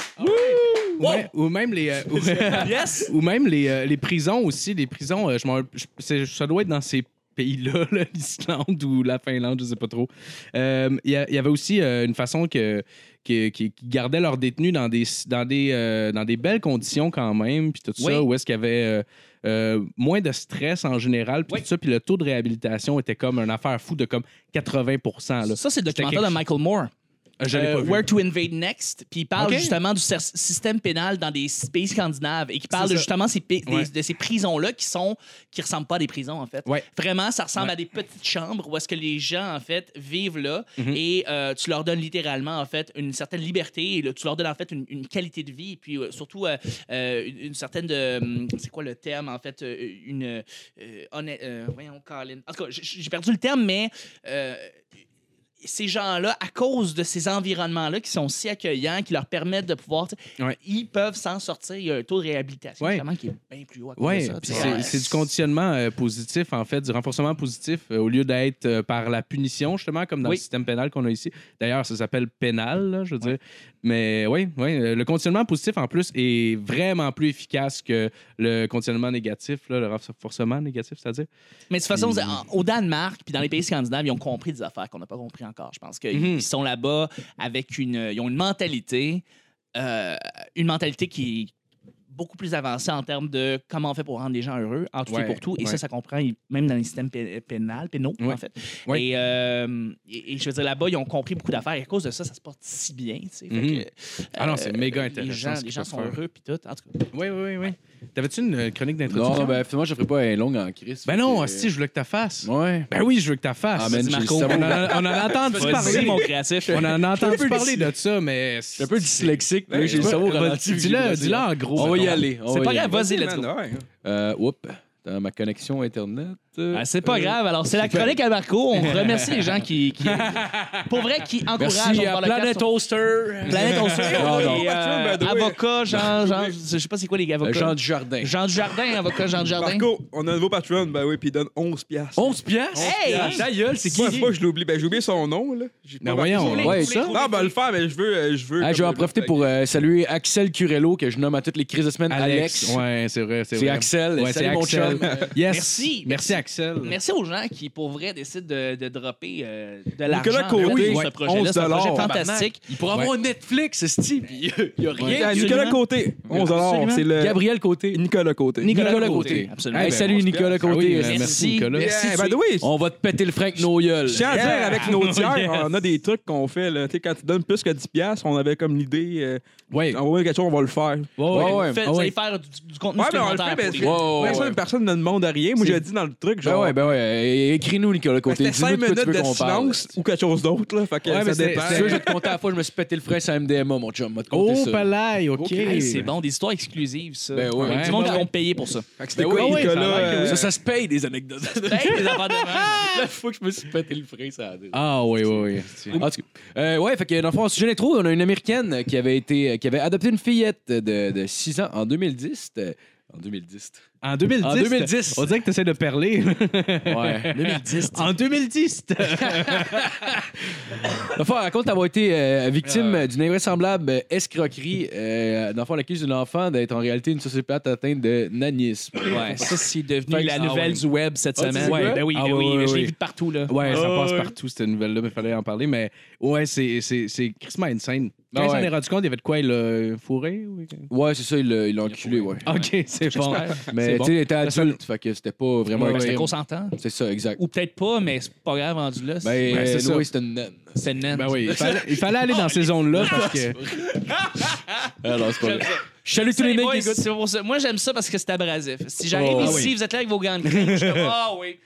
Speaker 5: Ou même- Ou même les. euh, ou-
Speaker 6: Yes!
Speaker 5: Ou même les, euh, les prisons aussi. Les prisons, euh, je m'en- je- c'est- ça doit être dans ces pays-là, là, l'Islande ou la Finlande, je sais pas trop. Euh, Il y, a- il y avait aussi euh, une façon que, que- qui, qui gardait leurs détenus dans des, dans des, euh, dans des belles conditions quand même, puis tout ça,
Speaker 6: Oui.
Speaker 5: où est-ce qu'il y avait... euh, euh, moins de stress en général, puis
Speaker 6: Oui.
Speaker 5: tout ça, puis le taux de réhabilitation était comme une affaire fou de comme 80 Ah, là.
Speaker 6: Ça, c'est le
Speaker 5: C'était
Speaker 6: documentaire
Speaker 5: quelque-
Speaker 6: de Michael Moore.
Speaker 5: Euh, je l'ai
Speaker 6: Euh,
Speaker 5: pas vu.
Speaker 6: Where to Invade Next. Puis il parle
Speaker 5: Ok.
Speaker 6: justement du ser- système pénal dans des pays scandinaves et qui parle
Speaker 5: C'est
Speaker 6: de
Speaker 5: ça.
Speaker 6: justement ces pays- des-
Speaker 5: Ouais.
Speaker 6: de ces prisons-là qui sont qui ressemblent pas à des prisons en fait.
Speaker 5: Ouais.
Speaker 6: Vraiment, ça ressemble
Speaker 5: Ouais.
Speaker 6: à des petites chambres où est-ce que les gens en fait vivent là
Speaker 5: Mhm.
Speaker 6: et euh, tu leur donnes littéralement en fait une certaine liberté et là, tu leur donnes en fait une, une qualité de vie et puis euh, surtout euh, euh, une, une certaine de hum, c'est quoi le terme en fait euh, une euh, honnête euh, voyons Colin. En tout cas, j- j'ai perdu le terme mais euh, ces gens-là, à cause de ces environnements-là qui sont si accueillants, qui leur permettent de pouvoir, tu sais,
Speaker 5: Ouais.
Speaker 6: ils peuvent s'en sortir. Il y a un taux de réhabilitation
Speaker 5: Ouais.
Speaker 6: justement, qui est bien plus haut. à cause de
Speaker 5: Oui,
Speaker 6: ça, tu sais.
Speaker 5: c'est c'est du conditionnement euh, positif, en fait, du renforcement positif, euh, au lieu d'être euh, par la punition, justement, comme dans
Speaker 6: Oui.
Speaker 5: le système pénal qu'on a ici. D'ailleurs, ça s'appelle pénal, là, je veux dire. Mais oui, oui, euh, le conditionnement positif, en plus, est vraiment plus efficace que le conditionnement négatif, là, le renforcement négatif, c'est-à-dire.
Speaker 6: Mais de toute façon, en- au Danemark, puis dans les pays scandinaves, ils ont compris des affaires qu'on n'a pas compris encore. Je pense qu'ils
Speaker 5: Mhm.
Speaker 6: sont là-bas avec une. Ils ont une mentalité, euh, une mentalité qui est beaucoup plus avancée en termes de comment on fait pour rendre les gens heureux, en tout et
Speaker 5: Ouais,
Speaker 6: pour tout. Et ça,
Speaker 5: ouais.
Speaker 6: ça comprend il- même dans les systèmes pé- pénal, pénaux, en
Speaker 5: Ouais.
Speaker 6: fait.
Speaker 5: Ouais.
Speaker 6: Et, euh, et- et je veux dire, là-bas, ils ont compris beaucoup d'affaires. Et à cause de ça, ça se porte si bien. tu sais. Fait
Speaker 5: Mhm.
Speaker 6: que,
Speaker 5: Ah non, c'est méga
Speaker 6: Les
Speaker 5: intéressant,
Speaker 6: gens,
Speaker 5: ce
Speaker 6: les
Speaker 5: qu'ils
Speaker 6: gens
Speaker 5: peuvent
Speaker 6: sont
Speaker 5: faire.
Speaker 6: heureux, puis tout. En tout cas,
Speaker 5: Oui, oui, oui. T'avais-tu une euh, chronique
Speaker 3: Non,
Speaker 5: d'introduction?
Speaker 3: ben finalement, je ferai pas un long en Chris.
Speaker 5: Ben non, hostie, je voulais que t'as fasses.
Speaker 3: Ouais.
Speaker 5: Ben oui, je veux que t'as fasses.
Speaker 3: Ah, man,
Speaker 5: Dis,
Speaker 3: j'ai
Speaker 5: Marco.
Speaker 3: le
Speaker 5: on,
Speaker 3: cerveau.
Speaker 5: en a, on en a entendu
Speaker 6: Vas-y,
Speaker 5: parler.
Speaker 6: mon créatif.
Speaker 5: On en a
Speaker 3: Je suis un
Speaker 5: entendu
Speaker 3: peu
Speaker 5: parler de ça, mais.
Speaker 3: Je suis un peu dyslexique. mais j'ai
Speaker 5: Tu
Speaker 3: le
Speaker 5: peux-
Speaker 3: cerveau
Speaker 5: vas-
Speaker 3: ralenti.
Speaker 5: Dis-le dis-le en gros.
Speaker 3: On va y
Speaker 5: mettons.
Speaker 3: aller. on
Speaker 6: C'est
Speaker 3: va
Speaker 6: pas
Speaker 3: y
Speaker 6: grave,
Speaker 3: aller.
Speaker 6: vas-y, let's
Speaker 4: Man,
Speaker 6: go.
Speaker 4: ouais.
Speaker 3: Euh, Oups. Dans ma connexion Internet. euh,
Speaker 6: Ah, c'est pas
Speaker 3: euh,
Speaker 6: grave. Alors, c'est la chronique à Marco. On remercie les gens qui, qui- pour vrai, qui encouragent.
Speaker 3: Merci
Speaker 6: on
Speaker 3: à
Speaker 6: parle de
Speaker 3: Planet
Speaker 6: quatre sur-
Speaker 3: Toaster.
Speaker 6: Planète Oster.
Speaker 3: Non, non.
Speaker 6: Et, euh,
Speaker 4: Mathieu, by the way.
Speaker 6: avocat,
Speaker 4: Ben,
Speaker 6: Jean, Jean, je sais pas c'est quoi les
Speaker 3: Euh,
Speaker 6: avocats.
Speaker 3: Jean Dujardin.
Speaker 6: Jean Dujardin, avocat Jean Dujardin.
Speaker 4: Marco, on a un nouveau patron, ben oui, puis il donne 11 piastres.
Speaker 3: 11 piastres?
Speaker 6: Hey!
Speaker 3: Ta gueule, c'est qui?
Speaker 4: Moi, moi, je l'oublie. Ben, j'ai oublié son nom, là. J'ai pas
Speaker 5: Ben
Speaker 4: marqué
Speaker 5: voyons,
Speaker 4: son nom.
Speaker 3: ouais, ça.
Speaker 4: Non, ben le faire, mais je veux. euh, je veux
Speaker 3: Ah, je vais en profiter pour euh, saluer Axel Curello, que je nomme à toutes les crises de semaine Alex.
Speaker 5: Ouais, c'est vrai.
Speaker 3: C'est
Speaker 5: vrai.
Speaker 3: Axel.
Speaker 5: Ouais, c'est
Speaker 3: Salut, mon
Speaker 5: Axel. Euh,
Speaker 3: chum. Euh,
Speaker 5: Yes.
Speaker 6: Merci, merci.
Speaker 5: Merci, Axel.
Speaker 6: Merci aux gens qui, pour vrai, décident de, de dropper euh, de
Speaker 4: Nicolas
Speaker 6: l'argent
Speaker 4: Côté,
Speaker 6: oui, ce
Speaker 4: ouais,
Speaker 6: projet-là. C'est un
Speaker 4: 11
Speaker 6: projet fantastique.
Speaker 3: Il pourrait avoir Netflix, ce type. Il n'y a
Speaker 6: Ouais.
Speaker 3: rien.
Speaker 4: Ah,
Speaker 6: Absolument.
Speaker 4: Nicolas Côté, 11
Speaker 6: Absolument.
Speaker 4: c'est le.
Speaker 3: Gabriel Côté.
Speaker 4: euh, Nicolas Côté.
Speaker 6: Nicolas
Speaker 3: Nicolas
Speaker 6: Côté.
Speaker 3: Côté.
Speaker 6: Absolument.
Speaker 5: Eh
Speaker 3: Hey,
Speaker 5: ben,
Speaker 3: salut,
Speaker 5: on se
Speaker 3: Nicolas
Speaker 5: Ah oui,
Speaker 3: Côté.
Speaker 5: euh,
Speaker 3: Esti.
Speaker 5: merci,
Speaker 6: Merci.
Speaker 5: Nicolas.
Speaker 6: Merci.
Speaker 4: Yeah, ben oui,
Speaker 3: On va te péter le frein avec nos gueules.
Speaker 4: Je tiens à dire
Speaker 6: Yeah.
Speaker 4: avec
Speaker 3: Oh,
Speaker 4: nos tiers,
Speaker 6: Yes.
Speaker 4: on a des trucs qu'on fait. Là. Tu sais, Quand tu donnes plus que 10$, piastres, on avait comme l'idée, euh,
Speaker 5: Ouais.
Speaker 4: on va quelque chose, on va le faire.
Speaker 3: Ouais, ouais.
Speaker 6: Faites-
Speaker 3: Ah
Speaker 6: Vous
Speaker 3: ouais.
Speaker 6: allez faire du, du contenu
Speaker 4: Ouais, mais on le
Speaker 6: supplémentaire
Speaker 4: fait, mais
Speaker 6: pour les-
Speaker 4: c'est-
Speaker 3: Wow,
Speaker 4: Ouais, ça,
Speaker 3: ouais.
Speaker 4: une personne ne demande à rien. Moi,
Speaker 3: C'est-
Speaker 4: j'ai dit dans le truc,
Speaker 3: Ben
Speaker 4: genre.
Speaker 3: ouais, ben ouais. euh, Écris-nous, Nicolas
Speaker 4: ben,
Speaker 3: Côté.
Speaker 4: c'était
Speaker 3: Dis-nous
Speaker 4: 5
Speaker 3: de quoi
Speaker 4: minutes
Speaker 3: tu veux
Speaker 4: de
Speaker 3: qu'on parle.
Speaker 4: silence ou quelque chose d'autre, là. Fait que
Speaker 5: Ouais, mais
Speaker 4: ça
Speaker 5: c'est-
Speaker 4: dépend.
Speaker 5: c'est-
Speaker 3: Tu veux, je vais te compter à la fois, je me suis pété le frein sur MDMA, mon chum. M'a te compter
Speaker 5: Oh,
Speaker 3: ça.
Speaker 5: palais, OK.
Speaker 3: Ok.
Speaker 6: Hey, c'est bon, des histoires exclusives, ça.
Speaker 3: Ben ouais.
Speaker 6: Avec du
Speaker 5: Ouais,
Speaker 6: monde
Speaker 5: ouais.
Speaker 6: qui vont payer pour ça.
Speaker 4: Fait que c'était
Speaker 3: Ben
Speaker 4: quoi,
Speaker 3: oui, ouais,
Speaker 4: Nicolas?
Speaker 5: ça a l'air
Speaker 4: euh,
Speaker 3: Ça, ça se paye, des anecdotes.
Speaker 4: Ben,
Speaker 6: Hey, les affaires de même.
Speaker 3: La fois que je me suis pété le frein, ça a
Speaker 5: Ah, oui, oui, oui.
Speaker 3: En tout cas, euh, ouais, fait que dans le fond, au sujet d'intro, on a une américaine qui avait été, euh, qui avait adopté une fillette de, de 6 ans en 2010. euh, en 2010.
Speaker 5: En 2010.
Speaker 3: En 2010.
Speaker 5: On dirait que t'essaies de perler.
Speaker 3: Ouais, 2010.
Speaker 5: en 2010.
Speaker 3: Dans le fond, elle raconte avoir été euh, victime
Speaker 5: Euh.
Speaker 3: d'une invraisemblable euh, escroquerie. Euh, dans le fond, elle accuse une enfant d'être en réalité une sociopathe atteinte de nanisme.
Speaker 6: Ouais, ça, c'est devenu
Speaker 3: Fait que-
Speaker 6: la
Speaker 3: ah
Speaker 6: nouvelle
Speaker 3: ouais.
Speaker 6: du web cette
Speaker 3: Ah, tu
Speaker 6: semaine.
Speaker 3: sais
Speaker 6: Ouais,
Speaker 3: quoi?
Speaker 6: ben oui,
Speaker 5: Ah
Speaker 6: ben
Speaker 5: ouais,
Speaker 6: oui,
Speaker 5: ouais,
Speaker 6: je l'ai
Speaker 5: ouais.
Speaker 6: vu de partout, là.
Speaker 5: Ouais, ça
Speaker 6: Ah
Speaker 5: passe
Speaker 6: ouais.
Speaker 5: partout, cette nouvelle-là, mais fallait en parler. Mais ouais, c'est, c'est, c'est crissement insane.
Speaker 3: Ben
Speaker 5: Quand il s'en
Speaker 3: ouais.
Speaker 5: est rendu compte, il y avait de quoi il l'a fourré ou-
Speaker 3: Ouais, c'est ça, il l'a il l'a enculé, ouais.
Speaker 5: Ok, c'est bon.
Speaker 3: Mais
Speaker 5: bon.
Speaker 3: tu sais, elle était adulte, fait que c'était pas vraiment
Speaker 5: Ouais,
Speaker 3: un
Speaker 6: Parce
Speaker 5: ouais.
Speaker 3: crime.
Speaker 6: qu'on s'entend.
Speaker 3: C'est ça, exact.
Speaker 6: Ou peut-être pas, mais c'est pas grave rendu là.
Speaker 3: Ben,
Speaker 6: c'est-
Speaker 5: Ouais, c'est ça.
Speaker 3: anyway, c'était une naine.
Speaker 6: c'est net.
Speaker 5: Ben oui, il fallait, il fallait aller
Speaker 3: Ah,
Speaker 5: dans ces zones-là parce que.
Speaker 3: Alors, Ah, c'est pas vrai. Je salue tous
Speaker 6: Tous
Speaker 3: les mecs qui
Speaker 6: mecs,
Speaker 3: écoutent.
Speaker 6: c'est pour ça. Moi, j'aime ça parce que c'est abrasif. Si j'arrive
Speaker 5: Oh, ah
Speaker 6: ici,
Speaker 5: oui.
Speaker 6: vous êtes là avec vos gants de crème, je suis comme, ah oui.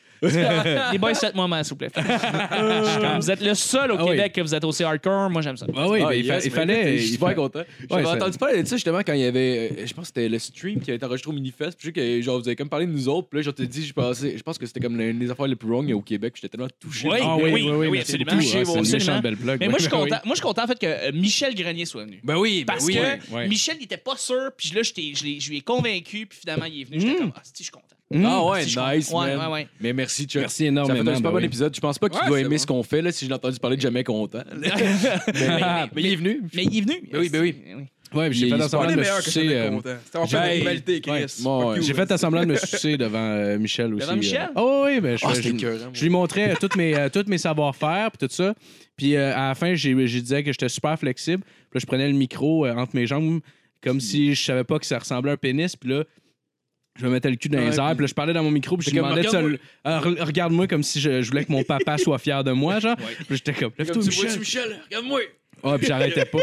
Speaker 6: Les boys, faites-moi mal, s'il vous plaît. Je suis comme, vous êtes le seul au
Speaker 5: Ah oui.
Speaker 6: Québec que vous êtes aussi hardcore. Moi, j'aime ça.
Speaker 5: Ah oui,
Speaker 3: Ah,
Speaker 5: ben, il, fa-
Speaker 3: yes,
Speaker 5: il
Speaker 3: mais
Speaker 5: fallait.
Speaker 3: écoute, Je
Speaker 5: il
Speaker 3: suis
Speaker 5: fa-
Speaker 3: pas content.
Speaker 5: Ouais,
Speaker 3: J'avais
Speaker 5: ça-
Speaker 3: entendu parler de ça justement quand il y avait. euh, Je pense que c'était le stream qui avait été enregistré au Minifest. Puis je sais que genre, vous avez comme parlé de nous autres. Puis là, genre, t'as dit, je pensais. Je pense que c'était comme l'une des affaires les plus wrong au Québec. J'étais tellement touché.
Speaker 6: Oui.
Speaker 5: Ah
Speaker 6: Ben oui, ben oui,
Speaker 5: merci
Speaker 6: absolument.
Speaker 5: beaucoup. Ah,
Speaker 6: Touché,
Speaker 5: c'est
Speaker 6: bon,
Speaker 5: une
Speaker 6: absolument.
Speaker 5: méchante belle plug.
Speaker 6: Mais
Speaker 5: ouais.
Speaker 6: moi, je suis
Speaker 5: Ben oui.
Speaker 6: content. Moi, je suis content en fait que euh, Michel Grenier soit venu.
Speaker 3: Ben oui, ben
Speaker 6: Parce
Speaker 3: oui.
Speaker 6: que
Speaker 5: Ouais.
Speaker 6: Michel n'était pas sûr, puis là, je, t'ai- je l'ai- je lui ai convaincu, puis finalement, il est venu.
Speaker 3: Hmm.
Speaker 6: J'étais comme, ah, si, je suis content.
Speaker 3: Ah ouais,
Speaker 6: Si, je
Speaker 3: nice,
Speaker 6: comprends. Ouais,
Speaker 3: man.
Speaker 6: ouais, ouais.
Speaker 3: Mais merci, Chuck.
Speaker 5: Merci
Speaker 3: Ça fait un
Speaker 5: énormément.
Speaker 3: super
Speaker 5: ben
Speaker 3: bon
Speaker 5: oui.
Speaker 3: épisode. Je pense pas que tu
Speaker 4: Ouais,
Speaker 3: dois
Speaker 4: c'est
Speaker 3: aimer
Speaker 4: bon.
Speaker 3: ce qu'on fait là si j'ai entendu parler de jamais content. mais, mais il est venu.
Speaker 6: Mais il est venu. Eh
Speaker 3: Ben oui, ben oui.
Speaker 6: oui.
Speaker 5: Ouais, puis j'ai
Speaker 3: Il-
Speaker 5: fait
Speaker 3: il se
Speaker 4: On
Speaker 5: semblant
Speaker 4: est
Speaker 5: de me
Speaker 4: meilleurs que ça, on
Speaker 5: sucer.
Speaker 4: est
Speaker 5: euh,
Speaker 4: content. C'était en fait
Speaker 3: ben,
Speaker 4: une rivalité, Chris.
Speaker 3: ouais,
Speaker 4: Fuck
Speaker 3: ouais.
Speaker 4: you,
Speaker 5: J'ai
Speaker 4: man.
Speaker 5: fait semblant de me sucer devant euh, Michel aussi.
Speaker 6: Devant Michel?
Speaker 5: euh. Oh oui, ben, je,
Speaker 3: Ah,
Speaker 5: je-
Speaker 3: c'était écœurant, moi.
Speaker 5: je lui montrais euh, toutes mes, euh, tous mes savoir-faire puis tout ça. Puis euh, à la fin, j'ai j'ai disais que j'étais super flexible. Puis là, je prenais le micro euh, entre mes jambes comme si je savais pas que ça ressemblait à un pénis. Puis là, je me mettais le cul dans les
Speaker 3: Ouais,
Speaker 5: airs.
Speaker 3: puis-
Speaker 5: Puis là, je parlais dans mon micro. Puis je
Speaker 3: Puis
Speaker 5: lui
Speaker 3: comme,
Speaker 5: demandais de se le- Ah, re- Regarde-moi comme si je, je voulais que mon papa soit fier de moi. genre. Puis j'étais comme Lève-toi,
Speaker 3: Comme tu vois-tu,
Speaker 5: Michel.
Speaker 3: Michel, regarde-moi.
Speaker 5: Ah, puis j'arrêtais pas.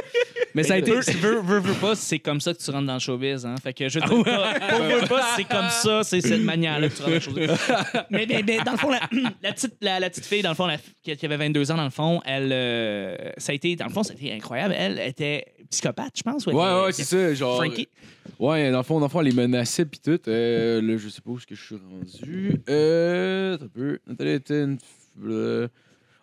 Speaker 5: Mais ça a été.
Speaker 6: Veux, veux, veux, veux pas, c'est comme ça que tu rentres dans le showbiz. Hein? Fait que je veux
Speaker 3: Ah
Speaker 6: dire, pas- pas veux pas, c'est comme ça, c'est cette manière-là que tu rentres dans le showbiz. mais, mais, mais dans le fond, la, la petite, la, la petite fille, dans le fond, la- qui qui avait 22 ans, dans le fond, elle, euh, ça a été, dans le fond, c'était incroyable. Elle était psychopathe, je pense. ou elle
Speaker 3: Ouais,
Speaker 6: était-
Speaker 3: ouais, c'est ça. Genre.
Speaker 6: euh,
Speaker 3: euh,
Speaker 6: Frankie.
Speaker 3: Ouais, dans le fond, dans le fond, elle les menaçait pis tout. Euh, là, je sais pas où est-ce que je suis rendu. Euh. Attends un peu. Nathalie était une. f- euh,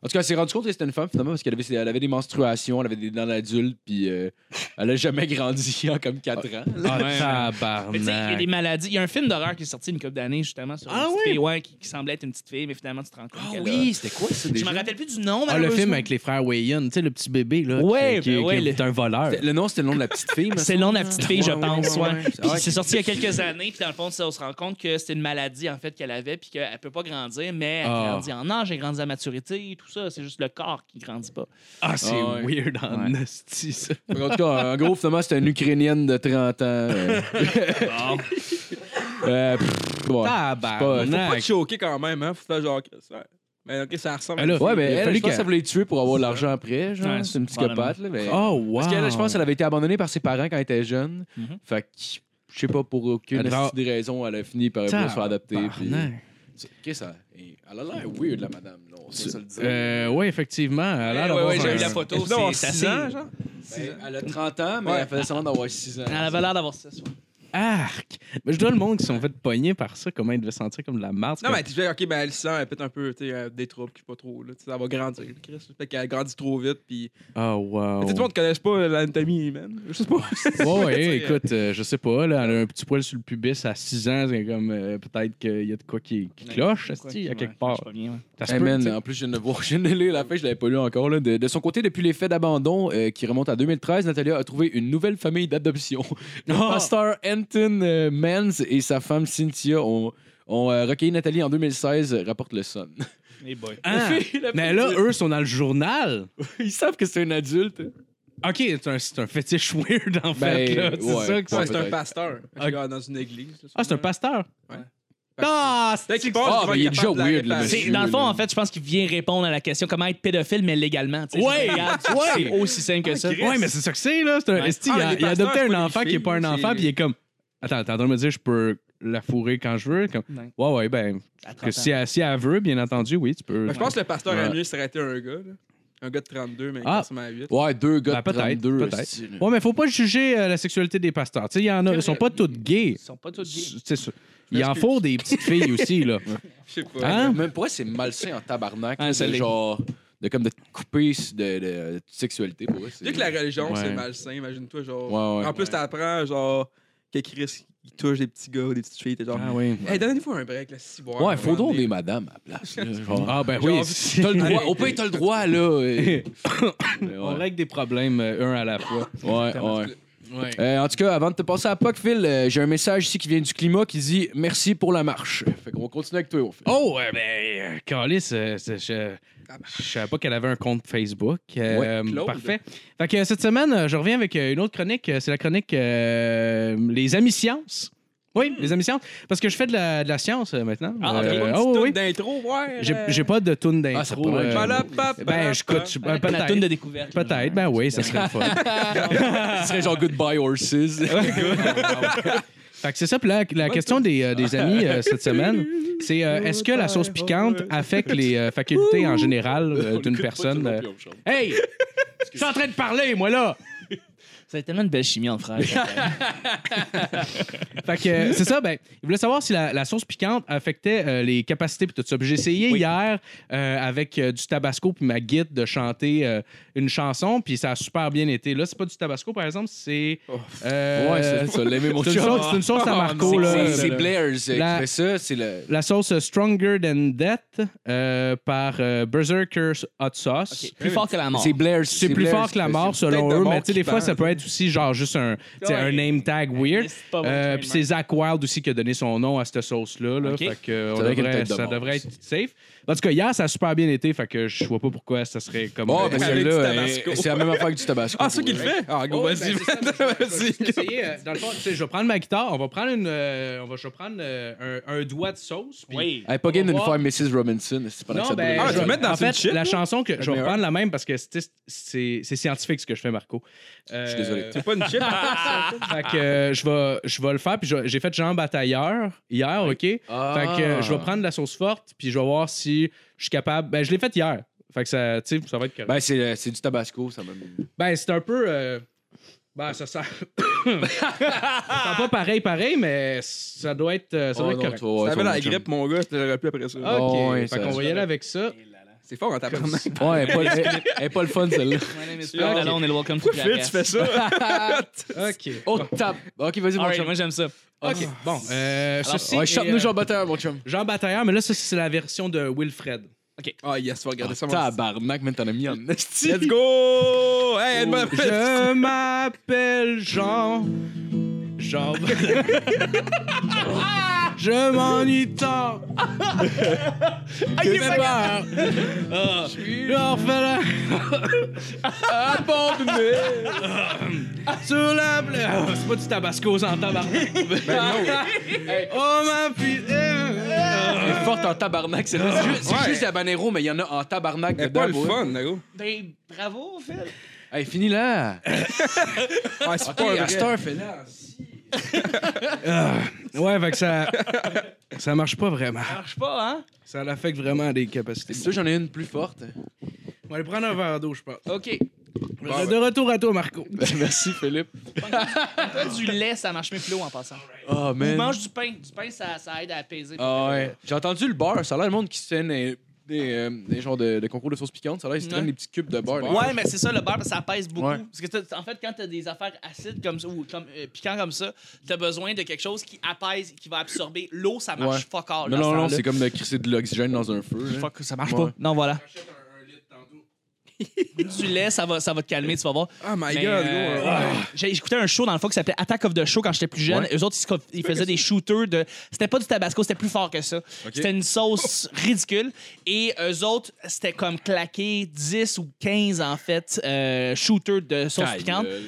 Speaker 3: En tout cas, elle s'est rendue compte que c'était une femme, finalement, parce qu'elle avait, elle avait des menstruations, elle avait des dents d'adulte, puis euh, elle a jamais grandi en comme 4 ans.
Speaker 5: Ah,
Speaker 4: Ouais.
Speaker 6: Mais tu sais, il y a
Speaker 5: tabarnak.
Speaker 6: des maladies. Il y a un film d'horreur qui est sorti une couple d'années, justement, sur
Speaker 3: Ah
Speaker 6: une petite
Speaker 3: oui?
Speaker 6: fille ouais, qui, qui semblait être une petite fille, mais finalement, tu te rends compte qu'elle a-
Speaker 3: c'était quoi ça
Speaker 6: Je me rappelle plus du nom,
Speaker 5: Ah, le
Speaker 6: malheureusement.
Speaker 5: film avec les frères Wayan, tu sais, le petit bébé, là.
Speaker 6: Ouais,
Speaker 5: qui, qui-
Speaker 6: ben ouais,
Speaker 5: qui est un voleur.
Speaker 3: Le nom, c'était le nom de la petite fille, mais
Speaker 6: C'est le nom de la petite fille, je
Speaker 3: Ouais,
Speaker 6: pense.
Speaker 3: ouais, ouais,
Speaker 6: ouais.
Speaker 3: ouais.
Speaker 6: Puis
Speaker 5: Ah,
Speaker 3: Ouais.
Speaker 6: c'est sorti il y a quelques années, puis dans le fond, ça, on se rend compte que c'est une maladie en fait qu'elle avait, puis qu'elle peut pas grandir, mais elle
Speaker 5: Ah.
Speaker 6: grandit en âge, elle grandit à maturité, et tout ça. C'est juste le corps qui grandit pas.
Speaker 5: Ah, c'est
Speaker 3: Ah, ouais.
Speaker 5: weird en hostie, ça.
Speaker 3: En tout cas, en gros, finalement, c'était une Ukrainienne de 30 ans. euh. Euh, pff, ouais.
Speaker 5: Ah,
Speaker 4: Faut pas
Speaker 5: Tabarnak.
Speaker 4: te choquer quand même, hein. Faut faire genre. ça- Mais ok, ça ressemble.
Speaker 5: ben, Elle a-
Speaker 3: Ouais, mais
Speaker 5: Il a
Speaker 3: elle,
Speaker 5: fallu
Speaker 3: je pense
Speaker 5: qu'elle-
Speaker 3: qu'elle voulait les tuer pour avoir de l'argent après. genre.
Speaker 6: Ouais,
Speaker 3: c'est une
Speaker 6: probablement.
Speaker 3: psychopathe. Là, mais...
Speaker 5: Oh, wow.
Speaker 3: Parce qu'elle, je pense, elle avait été abandonnée par ses parents quand elle était jeune.
Speaker 6: Mhm.
Speaker 3: Fait que, je sais pas, pour aucune
Speaker 5: Elle devait avoir-
Speaker 3: petite raison, elle a fini par vouloir se faire adopter. Puis...
Speaker 5: Tabarnak.
Speaker 3: Qu'est-ce ça? Elle a l'air weird, la madame. là, on sait ça le dire.
Speaker 5: Euh, ouais, effectivement. Elle a l'air
Speaker 6: Ouais,
Speaker 5: d'avoir
Speaker 6: ouais, j'ai
Speaker 5: un-
Speaker 6: eu la photo,
Speaker 4: Est-ce que d'avoir
Speaker 6: c'est
Speaker 4: six
Speaker 6: assez-
Speaker 4: ans, genre?
Speaker 3: Ben, elle a 30 ans, mais
Speaker 4: Ouais.
Speaker 3: elle faisait semblant d'avoir 6 ans.
Speaker 6: Elle avait l'air d'avoir ça. soit.
Speaker 5: Arc! Mais je dois le monde qui sont fait pogner par ça, comment ils devaient sentir comme de la marde.
Speaker 4: Non, mais tu fais, ok, ben elle sent, elle pète un peu, tu sais, euh, des troubles, qui pas trop, là. Tu sais, elle va grandir, le Chris. Fait qu'elle grandit trop vite, puis.
Speaker 5: Oh,
Speaker 4: Mais
Speaker 5: wow.
Speaker 4: Tu sais, tout le monde connaît pas l'anatomie humaine. Je sais pas.
Speaker 5: Ouais, ouais,
Speaker 4: Tu sais,
Speaker 5: écoute, euh, je sais pas, là, elle a un petit poil sur le pubis à 6 ans, c'est comme euh, peut-être qu'il y a de quoi qui, qui cloche,
Speaker 6: Ouais,
Speaker 5: esti, à
Speaker 6: ouais,
Speaker 5: quelque
Speaker 6: je
Speaker 5: part.
Speaker 6: sais pas bien, ouais.
Speaker 5: Ça se
Speaker 3: Hey,
Speaker 5: peut,
Speaker 3: man,
Speaker 5: tu sais.
Speaker 3: en plus, je viens de voir, je viens de lire la fin, je l'avais pas lu encore. là. De, de son côté, depuis les faits d'abandon euh, qui remontent à 2013, Natalia a trouvé une nouvelle famille d'adoption. Le pasteur Anton euh, Mans et sa femme Cynthia ont, ont euh, recueilli Nathalie en 2016, euh, rapporte le Sun.
Speaker 6: Hey boy.
Speaker 5: Ah! mais là, eux sont dans le journal.
Speaker 3: Ils savent que c'est un adulte.
Speaker 5: Ok, c'est un, c'est un fétiche weird, en
Speaker 3: Ben,
Speaker 5: fait. là, C'est
Speaker 3: ouais.
Speaker 5: ça que ça-
Speaker 4: Ouais, c'est un
Speaker 3: peut-être.
Speaker 4: pasteur.
Speaker 5: Ah.
Speaker 4: Genre Dans une église. là,
Speaker 5: Ah, c'est un
Speaker 4: sûrement.
Speaker 5: pasteur.
Speaker 4: Ouais.
Speaker 5: Ah,
Speaker 4: Peut-être
Speaker 5: c'est
Speaker 4: qu'il pense
Speaker 3: Ah,
Speaker 4: qu'il va
Speaker 3: ben, il est
Speaker 4: être
Speaker 3: déjà
Speaker 4: capable de la
Speaker 3: weird, le
Speaker 4: réparer.
Speaker 6: C'est-
Speaker 3: monsieur.
Speaker 6: dans le fond, en fait, je pense qu'il vient répondre à la question comment être pédophile, mais légalement. tu sais.
Speaker 5: Ouais,
Speaker 6: Regarde,
Speaker 5: ouais. Ah,
Speaker 6: C'est aussi simple que ça.
Speaker 4: Christ.
Speaker 5: Ouais, mais c'est ça que c'est, là. C'est un...
Speaker 6: Ouais.
Speaker 5: esti,
Speaker 4: Ah,
Speaker 5: il, a,
Speaker 4: les
Speaker 5: il a
Speaker 4: pasteurs,
Speaker 5: adopté
Speaker 4: c'est pas
Speaker 5: un
Speaker 4: des
Speaker 5: enfant qui est
Speaker 4: filles,
Speaker 5: pas un
Speaker 4: c'est-
Speaker 5: enfant, puis il est comme. Attends, t'es en train de me dire, je peux la fourrer quand je veux? Comme,
Speaker 6: Ouais.
Speaker 5: ouais, ouais, ben.
Speaker 6: À 30
Speaker 5: Que
Speaker 6: ans.
Speaker 5: si, elle, si elle veut, bien entendu, oui, tu peux.
Speaker 4: Ben, Je pense que le pasteur
Speaker 3: Ouais.
Speaker 4: a mieux s'arrêter un gars, là. Un gars de 32, mais
Speaker 5: Ah.
Speaker 4: quasiment à 8.
Speaker 3: Ouais, deux gars
Speaker 5: Ben,
Speaker 3: de
Speaker 5: peut-être,
Speaker 3: 32.
Speaker 5: peut-être.
Speaker 3: esti, là.
Speaker 5: Ouais, mais faut pas juger euh, la sexualité des pasteurs. Tu sais, il y en a, ils sont pas toutes gays.
Speaker 6: Ils sont pas tous gays.
Speaker 5: C'est sûr. Il en faut des petites filles aussi, là.
Speaker 4: Je sais pas.
Speaker 5: Hein?
Speaker 3: Même pour elle, c'est malsain en tabarnak.
Speaker 6: Ah,
Speaker 3: là,
Speaker 6: ça
Speaker 3: de
Speaker 6: l'est.
Speaker 3: genre, de comme de te couper de, de- de sexualité pour eux.
Speaker 4: Tu sais que la religion,
Speaker 5: Ouais.
Speaker 4: c'est malsain, imagine-toi, genre.
Speaker 3: Ouais, ouais.
Speaker 4: en plus,
Speaker 3: Ouais.
Speaker 4: t'apprends, genre, que Chris, il touche des petits gars ou des petites filles, t'es genre.
Speaker 5: oui.
Speaker 4: Hey, donnez-vous un break, là, si boire.
Speaker 3: Ah Ouais, faut donc des madames à la place. là, genre.
Speaker 5: Ah, ben
Speaker 4: Genre,
Speaker 5: oui. c'est-
Speaker 3: T'as le droit. Au pire, t'as le droit, là. euh. Mais
Speaker 5: On
Speaker 3: ouais.
Speaker 5: règle des problèmes euh, un à la fois.
Speaker 3: Ouais, ouais. Euh, en tout cas, avant de te passer à Puck, Phil, euh, j'ai un message ici qui vient du climat qui dit merci pour la marche. Fait qu'on continue avec toi, au fait.
Speaker 5: Oh, euh, ben, euh, Calice, euh, c'est- je, je savais pas qu'elle avait un compte Facebook. Euh,
Speaker 4: Ouais, Claude.
Speaker 5: parfait. Fait que euh, cette semaine, euh, je reviens avec euh, une autre chronique. Euh, C'est la chronique euh, Les amis sciences. Oui, les amis sciences. Parce que je fais de la, de la science euh, maintenant.
Speaker 6: Ah, ok.
Speaker 5: Euh,
Speaker 4: Oh,
Speaker 5: oh,
Speaker 4: oui.
Speaker 5: oui.
Speaker 4: d'intro, ouais.
Speaker 5: J'ai j'ai pas de tune
Speaker 3: Ah, ça
Speaker 5: d'intro.
Speaker 3: pourrait être
Speaker 5: euh,
Speaker 4: Voilà, papa.
Speaker 5: ben, je coûte. je- ben,
Speaker 6: Avec la toune
Speaker 5: Peut-être.
Speaker 6: de découverte.
Speaker 5: Peut-être, ben oui, ça serait le fun.
Speaker 3: Ce serait genre Goodbye Horses.
Speaker 5: Fait que c'est ça. Puis la, la question des, euh, des amis euh, cette semaine, c'est euh, est-ce que la sauce piquante affecte les euh, facultés en général euh, d'une personne? euh, Hey! Je suis en train de parler, moi, là!
Speaker 6: Ça a tellement une belle chimie en frère.
Speaker 5: Fait que euh, c'est ça, ben, il voulait savoir si la, la sauce piquante affectait euh, les capacités puis tout ça. Puis J'ai essayé
Speaker 6: Oui.
Speaker 5: hier euh, avec euh, du tabasco puis ma guide de chanter euh, une chanson, puis ça a super bien été. Là, c'est pas du tabasco, par exemple, c'est... euh,
Speaker 3: Oh. Ouais, c'est ça, l'aimer mon
Speaker 5: c'est une,
Speaker 3: chum.
Speaker 5: sauce- c'est une sauce à Marco,
Speaker 3: C'est-
Speaker 5: là.
Speaker 3: c'est- C'est Blairs euh,
Speaker 5: La-
Speaker 3: qui fait ça. C'est le.
Speaker 5: La sauce Stronger Than Death euh, par euh, Berserker's Hot Sauce.
Speaker 6: Plus fort que la mort.
Speaker 3: C'est Blairs.
Speaker 5: C'est plus fort que la mort selon
Speaker 4: tête de
Speaker 5: eux,
Speaker 4: mort
Speaker 5: mais tu sais,
Speaker 4: qui
Speaker 5: des fois,
Speaker 4: parle.
Speaker 5: ça peut être aussi genre juste un, tu sais, un
Speaker 6: Ouais.
Speaker 5: name tag weird.
Speaker 6: C'est pas vrai,
Speaker 5: Euh,
Speaker 6: vraiment.
Speaker 5: Puis c'est Zach Wild aussi qui a donné son nom à cette sauce-là. là.
Speaker 6: Ok.
Speaker 5: Fait que, euh,
Speaker 3: C'est
Speaker 5: on
Speaker 3: vrai qu'il y a une
Speaker 5: devrait-
Speaker 3: tête de
Speaker 5: ça
Speaker 3: mort
Speaker 5: devrait
Speaker 3: aussi.
Speaker 5: être safe. En tout cas, hier, ça a super bien été. Fait que je vois pas pourquoi ça serait comme.
Speaker 3: Oh,
Speaker 5: Euh,
Speaker 3: ben
Speaker 4: Avec
Speaker 3: celle-là,
Speaker 4: du
Speaker 3: euh,
Speaker 4: tabasco.
Speaker 3: c'est la même affaire que du tabasco.
Speaker 4: Ah, c'est ça qu'il
Speaker 3: Ouais.
Speaker 4: fait? Ah, go,
Speaker 5: Ouais,
Speaker 4: vas-y,
Speaker 5: ben, c'est ça, mais je vais
Speaker 4: vas-y.
Speaker 5: juste essayer, euh, dans le fond, tu sais, je vais prendre ma guitare, on va prendre une, euh, on va, je vais prendre euh, un, un doigt de sauce. puis
Speaker 6: Oui.
Speaker 3: Hey, pas game
Speaker 5: On
Speaker 3: d'une
Speaker 5: va
Speaker 3: fois Mrs. Robinson. C'est pas
Speaker 5: Non,
Speaker 3: l'accepte
Speaker 5: ben,
Speaker 3: de-
Speaker 4: Ah,
Speaker 5: je
Speaker 4: tu
Speaker 5: vais-
Speaker 4: veux mettre dans
Speaker 5: en
Speaker 4: une
Speaker 5: fait,
Speaker 4: chip,
Speaker 5: la
Speaker 4: là?
Speaker 5: chanson que je vais
Speaker 3: meilleure.
Speaker 5: reprendre la même parce que c'est c'est- c'est scientifique ce que je fais, Marco. Euh,
Speaker 3: Je suis désolé.
Speaker 4: C'est pas une chip.
Speaker 5: fait que euh, je vais je vais le faire puis je- j'ai fait Jean Batailleur hier, ok. Fait que euh, je
Speaker 3: Ah.
Speaker 5: vais prendre la sauce forte puis je vais voir si je suis capable. Ben je l'ai fait hier. Fait que ça, tu sais, ça va être correct.
Speaker 3: Ben, c'est euh, c'est du tabasco, ça même.
Speaker 5: Ben, c'est un peu. euh, Ben, ça sent. ça sent pas pareil, pareil, mais ça doit être, euh, ça doit être correct.
Speaker 4: T'avais la grippe, mon gars, je te l'aurais plus après ça.
Speaker 5: Ok,
Speaker 3: Oh, ouais,
Speaker 5: fait
Speaker 3: ça-
Speaker 5: qu'on va y aller avec Ah. ça.
Speaker 4: C'est fort en tabarnak.
Speaker 3: Ouais, elle est pas, elle- elle est pas le fun, celle-là.
Speaker 4: Doug
Speaker 6: Alone and welcome to
Speaker 4: Pourquoi Phil, tu fais ça?
Speaker 5: OK.
Speaker 3: Oh, tap. Ok, vas-y, mon
Speaker 6: Alright,
Speaker 3: chum.
Speaker 6: moi j'aime ça.
Speaker 5: OK. Bon, euh, ceci.
Speaker 3: Ouais,
Speaker 5: est,
Speaker 3: chope-nous
Speaker 5: euh,
Speaker 3: Jean Batailleur, mon chum.
Speaker 5: Jean Batailleur, mais là, ça, c'est la version de Wilfred.
Speaker 4: Ah, yes, tu vas regarder ça. mon
Speaker 3: Tabarnak, man, t'en as mis en esti. Oh,
Speaker 4: Let's go! Hey, une bonne-
Speaker 5: Je m'appelle Jean. Jean. Je m'ennuie tant. J'ai peur. Ah, Je suis orphelin.
Speaker 3: Ah,
Speaker 5: Abandonné. Sur la pla- Ah, C'est pas du tabasco, c'est en tabarnak. Oh ma putain.
Speaker 3: Elle est forte en tabarnak, c'est là. C'est juste, c'est
Speaker 4: Ouais.
Speaker 3: juste la Banero, mais il y en a en tabarnak
Speaker 4: Elle est
Speaker 3: dedans.
Speaker 4: pas le
Speaker 3: bro.
Speaker 4: fun, là, gros.
Speaker 6: Ben, bravo, Phil.
Speaker 3: Hey, finis là.
Speaker 4: Ouais, Ah, c'est
Speaker 3: Ok,
Speaker 4: pas
Speaker 3: à
Speaker 4: un
Speaker 3: cette
Speaker 4: vrai.
Speaker 3: heure, fais-la.
Speaker 5: Ah. Ouais, fait que ça. Ça marche pas vraiment.
Speaker 6: Ça marche pas, hein?
Speaker 5: Ça l'affecte vraiment à des capacités.
Speaker 3: Si tu veux, j'en ai une plus forte.
Speaker 5: On va aller prendre un verre d'eau, je pense.
Speaker 6: OK.
Speaker 5: de retour à toi, Marco.
Speaker 3: Merci, Philippe.
Speaker 6: Toi, du lait, ça marche mieux que l'eau en passant.
Speaker 3: Oh,
Speaker 6: Ou
Speaker 3: man.
Speaker 6: mange du pain. Du pain, ça, ça aide à apaiser.
Speaker 3: Ah ouais. J'ai entendu le beurre. Ça a l'air le monde qui se traîne des, des, euh, des genres de, de concours de sauce piquante. Ça a l'air qu'ils se traînent
Speaker 6: Ouais.
Speaker 3: des petits cubes de beurre. là.
Speaker 6: Ouais, mais c'est ça, le beurre, parce que ça pèse beaucoup.
Speaker 3: Ouais.
Speaker 6: Parce que, t'as- en fait, quand t'as des affaires acides comme ça, ou comme, euh, piquants comme ça, t'as besoin de quelque chose qui apaise, qui va absorber. L'eau, oh, ça marche
Speaker 3: Ouais.
Speaker 6: fuck
Speaker 3: Non,
Speaker 6: all. dans
Speaker 3: non,
Speaker 6: ce
Speaker 3: non,
Speaker 6: temps-là.
Speaker 3: c'est comme de crisser de l'oxygène dans un feu.
Speaker 4: Hein?
Speaker 3: hein. là.
Speaker 6: Fuck, ça marche
Speaker 3: Ouais.
Speaker 6: pas. Non, voilà.
Speaker 5: T'as
Speaker 6: du lait, ça va, ça va te calmer, tu vas voir.
Speaker 4: Oh my
Speaker 6: Mais,
Speaker 4: god,
Speaker 6: euh,
Speaker 4: gros. Ouais.
Speaker 6: J'ai écouté un show dans le fond qui s'appelait Attack of the Show quand j'étais plus jeune. Eux autres, ils, se co- ils faisaient des shooters de. C'était pas du tabasco, c'était plus fort que ça. C'était une sauce
Speaker 4: Oh!
Speaker 6: ridicule. Et eux autres, c'était comme claquer 10 ou 15, en fait, euh, shooters de sauce
Speaker 3: Ta
Speaker 6: piquante.
Speaker 3: gueule.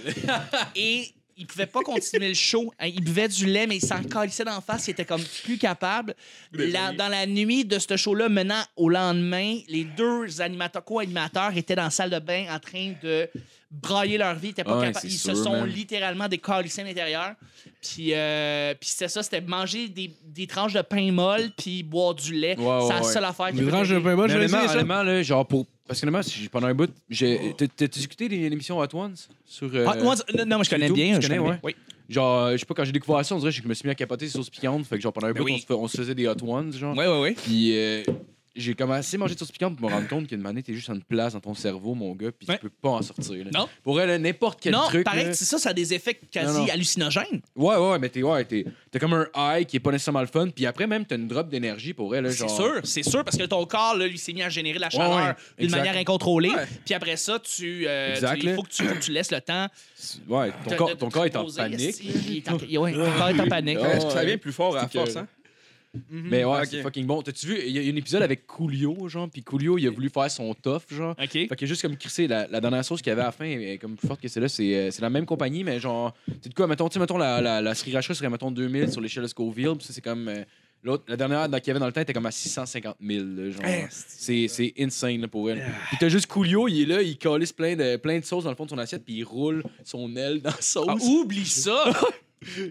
Speaker 6: Et ils pouvaient pas continuer le show. Hein, Ils buvaient du lait, mais ils s'en calissaient d'en face. Ils étaient comme plus capables. La- dans la nuit de ce show-là, menant au lendemain, les deux animateurs, co-animateurs étaient dans la salle de bain en train de brailler leur vie. Ils, étaient pas
Speaker 3: Ouais,
Speaker 6: capables.
Speaker 3: c'est
Speaker 6: ils
Speaker 3: sûr,
Speaker 6: se sont
Speaker 3: man.
Speaker 6: littéralement décalissés à l'intérieur. Puis, euh, puis c'était ça, c'était manger des, des tranches de pain molle puis boire du lait.
Speaker 3: Ouais, ouais,
Speaker 6: c'est la
Speaker 3: ouais.
Speaker 6: seule affaire qui
Speaker 5: Une
Speaker 6: peut
Speaker 5: tranche de
Speaker 6: t'aider.
Speaker 5: pain molle,
Speaker 3: Mais euh,
Speaker 5: je le dis,
Speaker 3: honnêtement,
Speaker 5: ça.
Speaker 3: honnêtement, là, genre pour. Parce que honnêtement, j'ai- pendant un bout, j'ai. t'as- T'as-tu écouté les- l'émission Hot Ones sur. euh,
Speaker 6: Ah, moi, non, non, moi, je connais
Speaker 3: YouTube,
Speaker 6: bien.
Speaker 3: tu
Speaker 6: je
Speaker 3: connais,
Speaker 6: connais
Speaker 3: ouais.
Speaker 6: bien. Oui.
Speaker 3: Genre, euh, je sais pas, quand j'ai découvert ça, on dirait que je me suis mis à capoter sur sauce piquante. Fait que genre pendant un bout,
Speaker 6: Ben oui.
Speaker 3: on, se fa- on se faisait des Hot Ones, genre.
Speaker 6: Ouais, ouais, ouais.
Speaker 3: Puis euh, j'ai commencé à manger de sauce piquante pour me rendre compte qu'une manée, t'es juste en une place dans ton cerveau, mon gars, puis
Speaker 6: Ouais.
Speaker 3: tu peux pas en sortir. là.
Speaker 6: Non.
Speaker 3: Pour elle, n'importe quel
Speaker 6: non,
Speaker 3: truc.
Speaker 6: pareil,
Speaker 3: là-
Speaker 6: c'est ça, ça a des effets quasi
Speaker 3: Non, non.
Speaker 6: hallucinogènes.
Speaker 3: Ouais, ouais, mais t'es ouais, t'es- t'as comme un high qui est pas nécessairement le fun, puis après, même, t'as une drop d'énergie pour elle. là,
Speaker 6: C'est
Speaker 3: genre...
Speaker 6: sûr, c'est sûr, parce que ton corps, là, lui, s'est mis à générer de la
Speaker 3: Ouais,
Speaker 6: chaleur
Speaker 3: ouais,
Speaker 6: d'une
Speaker 3: exact.
Speaker 6: manière incontrôlée.
Speaker 4: Ouais.
Speaker 6: Puis après ça, tu, euh,
Speaker 3: Exact,
Speaker 6: tu- il
Speaker 3: là.
Speaker 6: faut que tu, faut que tu laisses le temps.
Speaker 3: Ouais, ton,
Speaker 6: de- de-
Speaker 3: corps,
Speaker 6: de
Speaker 3: ton
Speaker 6: te
Speaker 3: corps est en
Speaker 6: reposer.
Speaker 3: panique.
Speaker 6: Il est en- ouais, ton corps est en panique.
Speaker 3: Ouais.
Speaker 4: Est-ce que ça vient plus fort à la
Speaker 3: C'est que-
Speaker 4: force, hein?
Speaker 3: Mais ouais,
Speaker 4: Ok.
Speaker 3: c'est fucking bon. T'as-tu vu, il y a un épisode avec Coolio, genre, puis Coolio,
Speaker 6: Euh.
Speaker 3: il a voulu faire son tough, genre.
Speaker 6: OK.
Speaker 3: Fait que juste comme crissé, la, la dernière sauce qu'il y avait à la fin, elle est comme plus forte que celle-là, c'est euh, c'est la même compagnie, mais genre, c'est de quoi, mettons, tu sais, mettons, la, la, la sriracha serait, mettons, 2000 sur l'échelle de Scoville, puis ça, c'est comme. euh, L'autre, la dernière dans- qu'il y avait dans le temps était comme à 650 000. là, genre.
Speaker 6: Eh,
Speaker 3: c'est c'est insane là, pour elle.
Speaker 6: Ah.
Speaker 3: Puis t'as juste Coolio, il est là, il calisse plein de, plein de sauce dans le fond de son assiette, puis il roule son aile dans la sauce.
Speaker 6: Ah, oublie ça!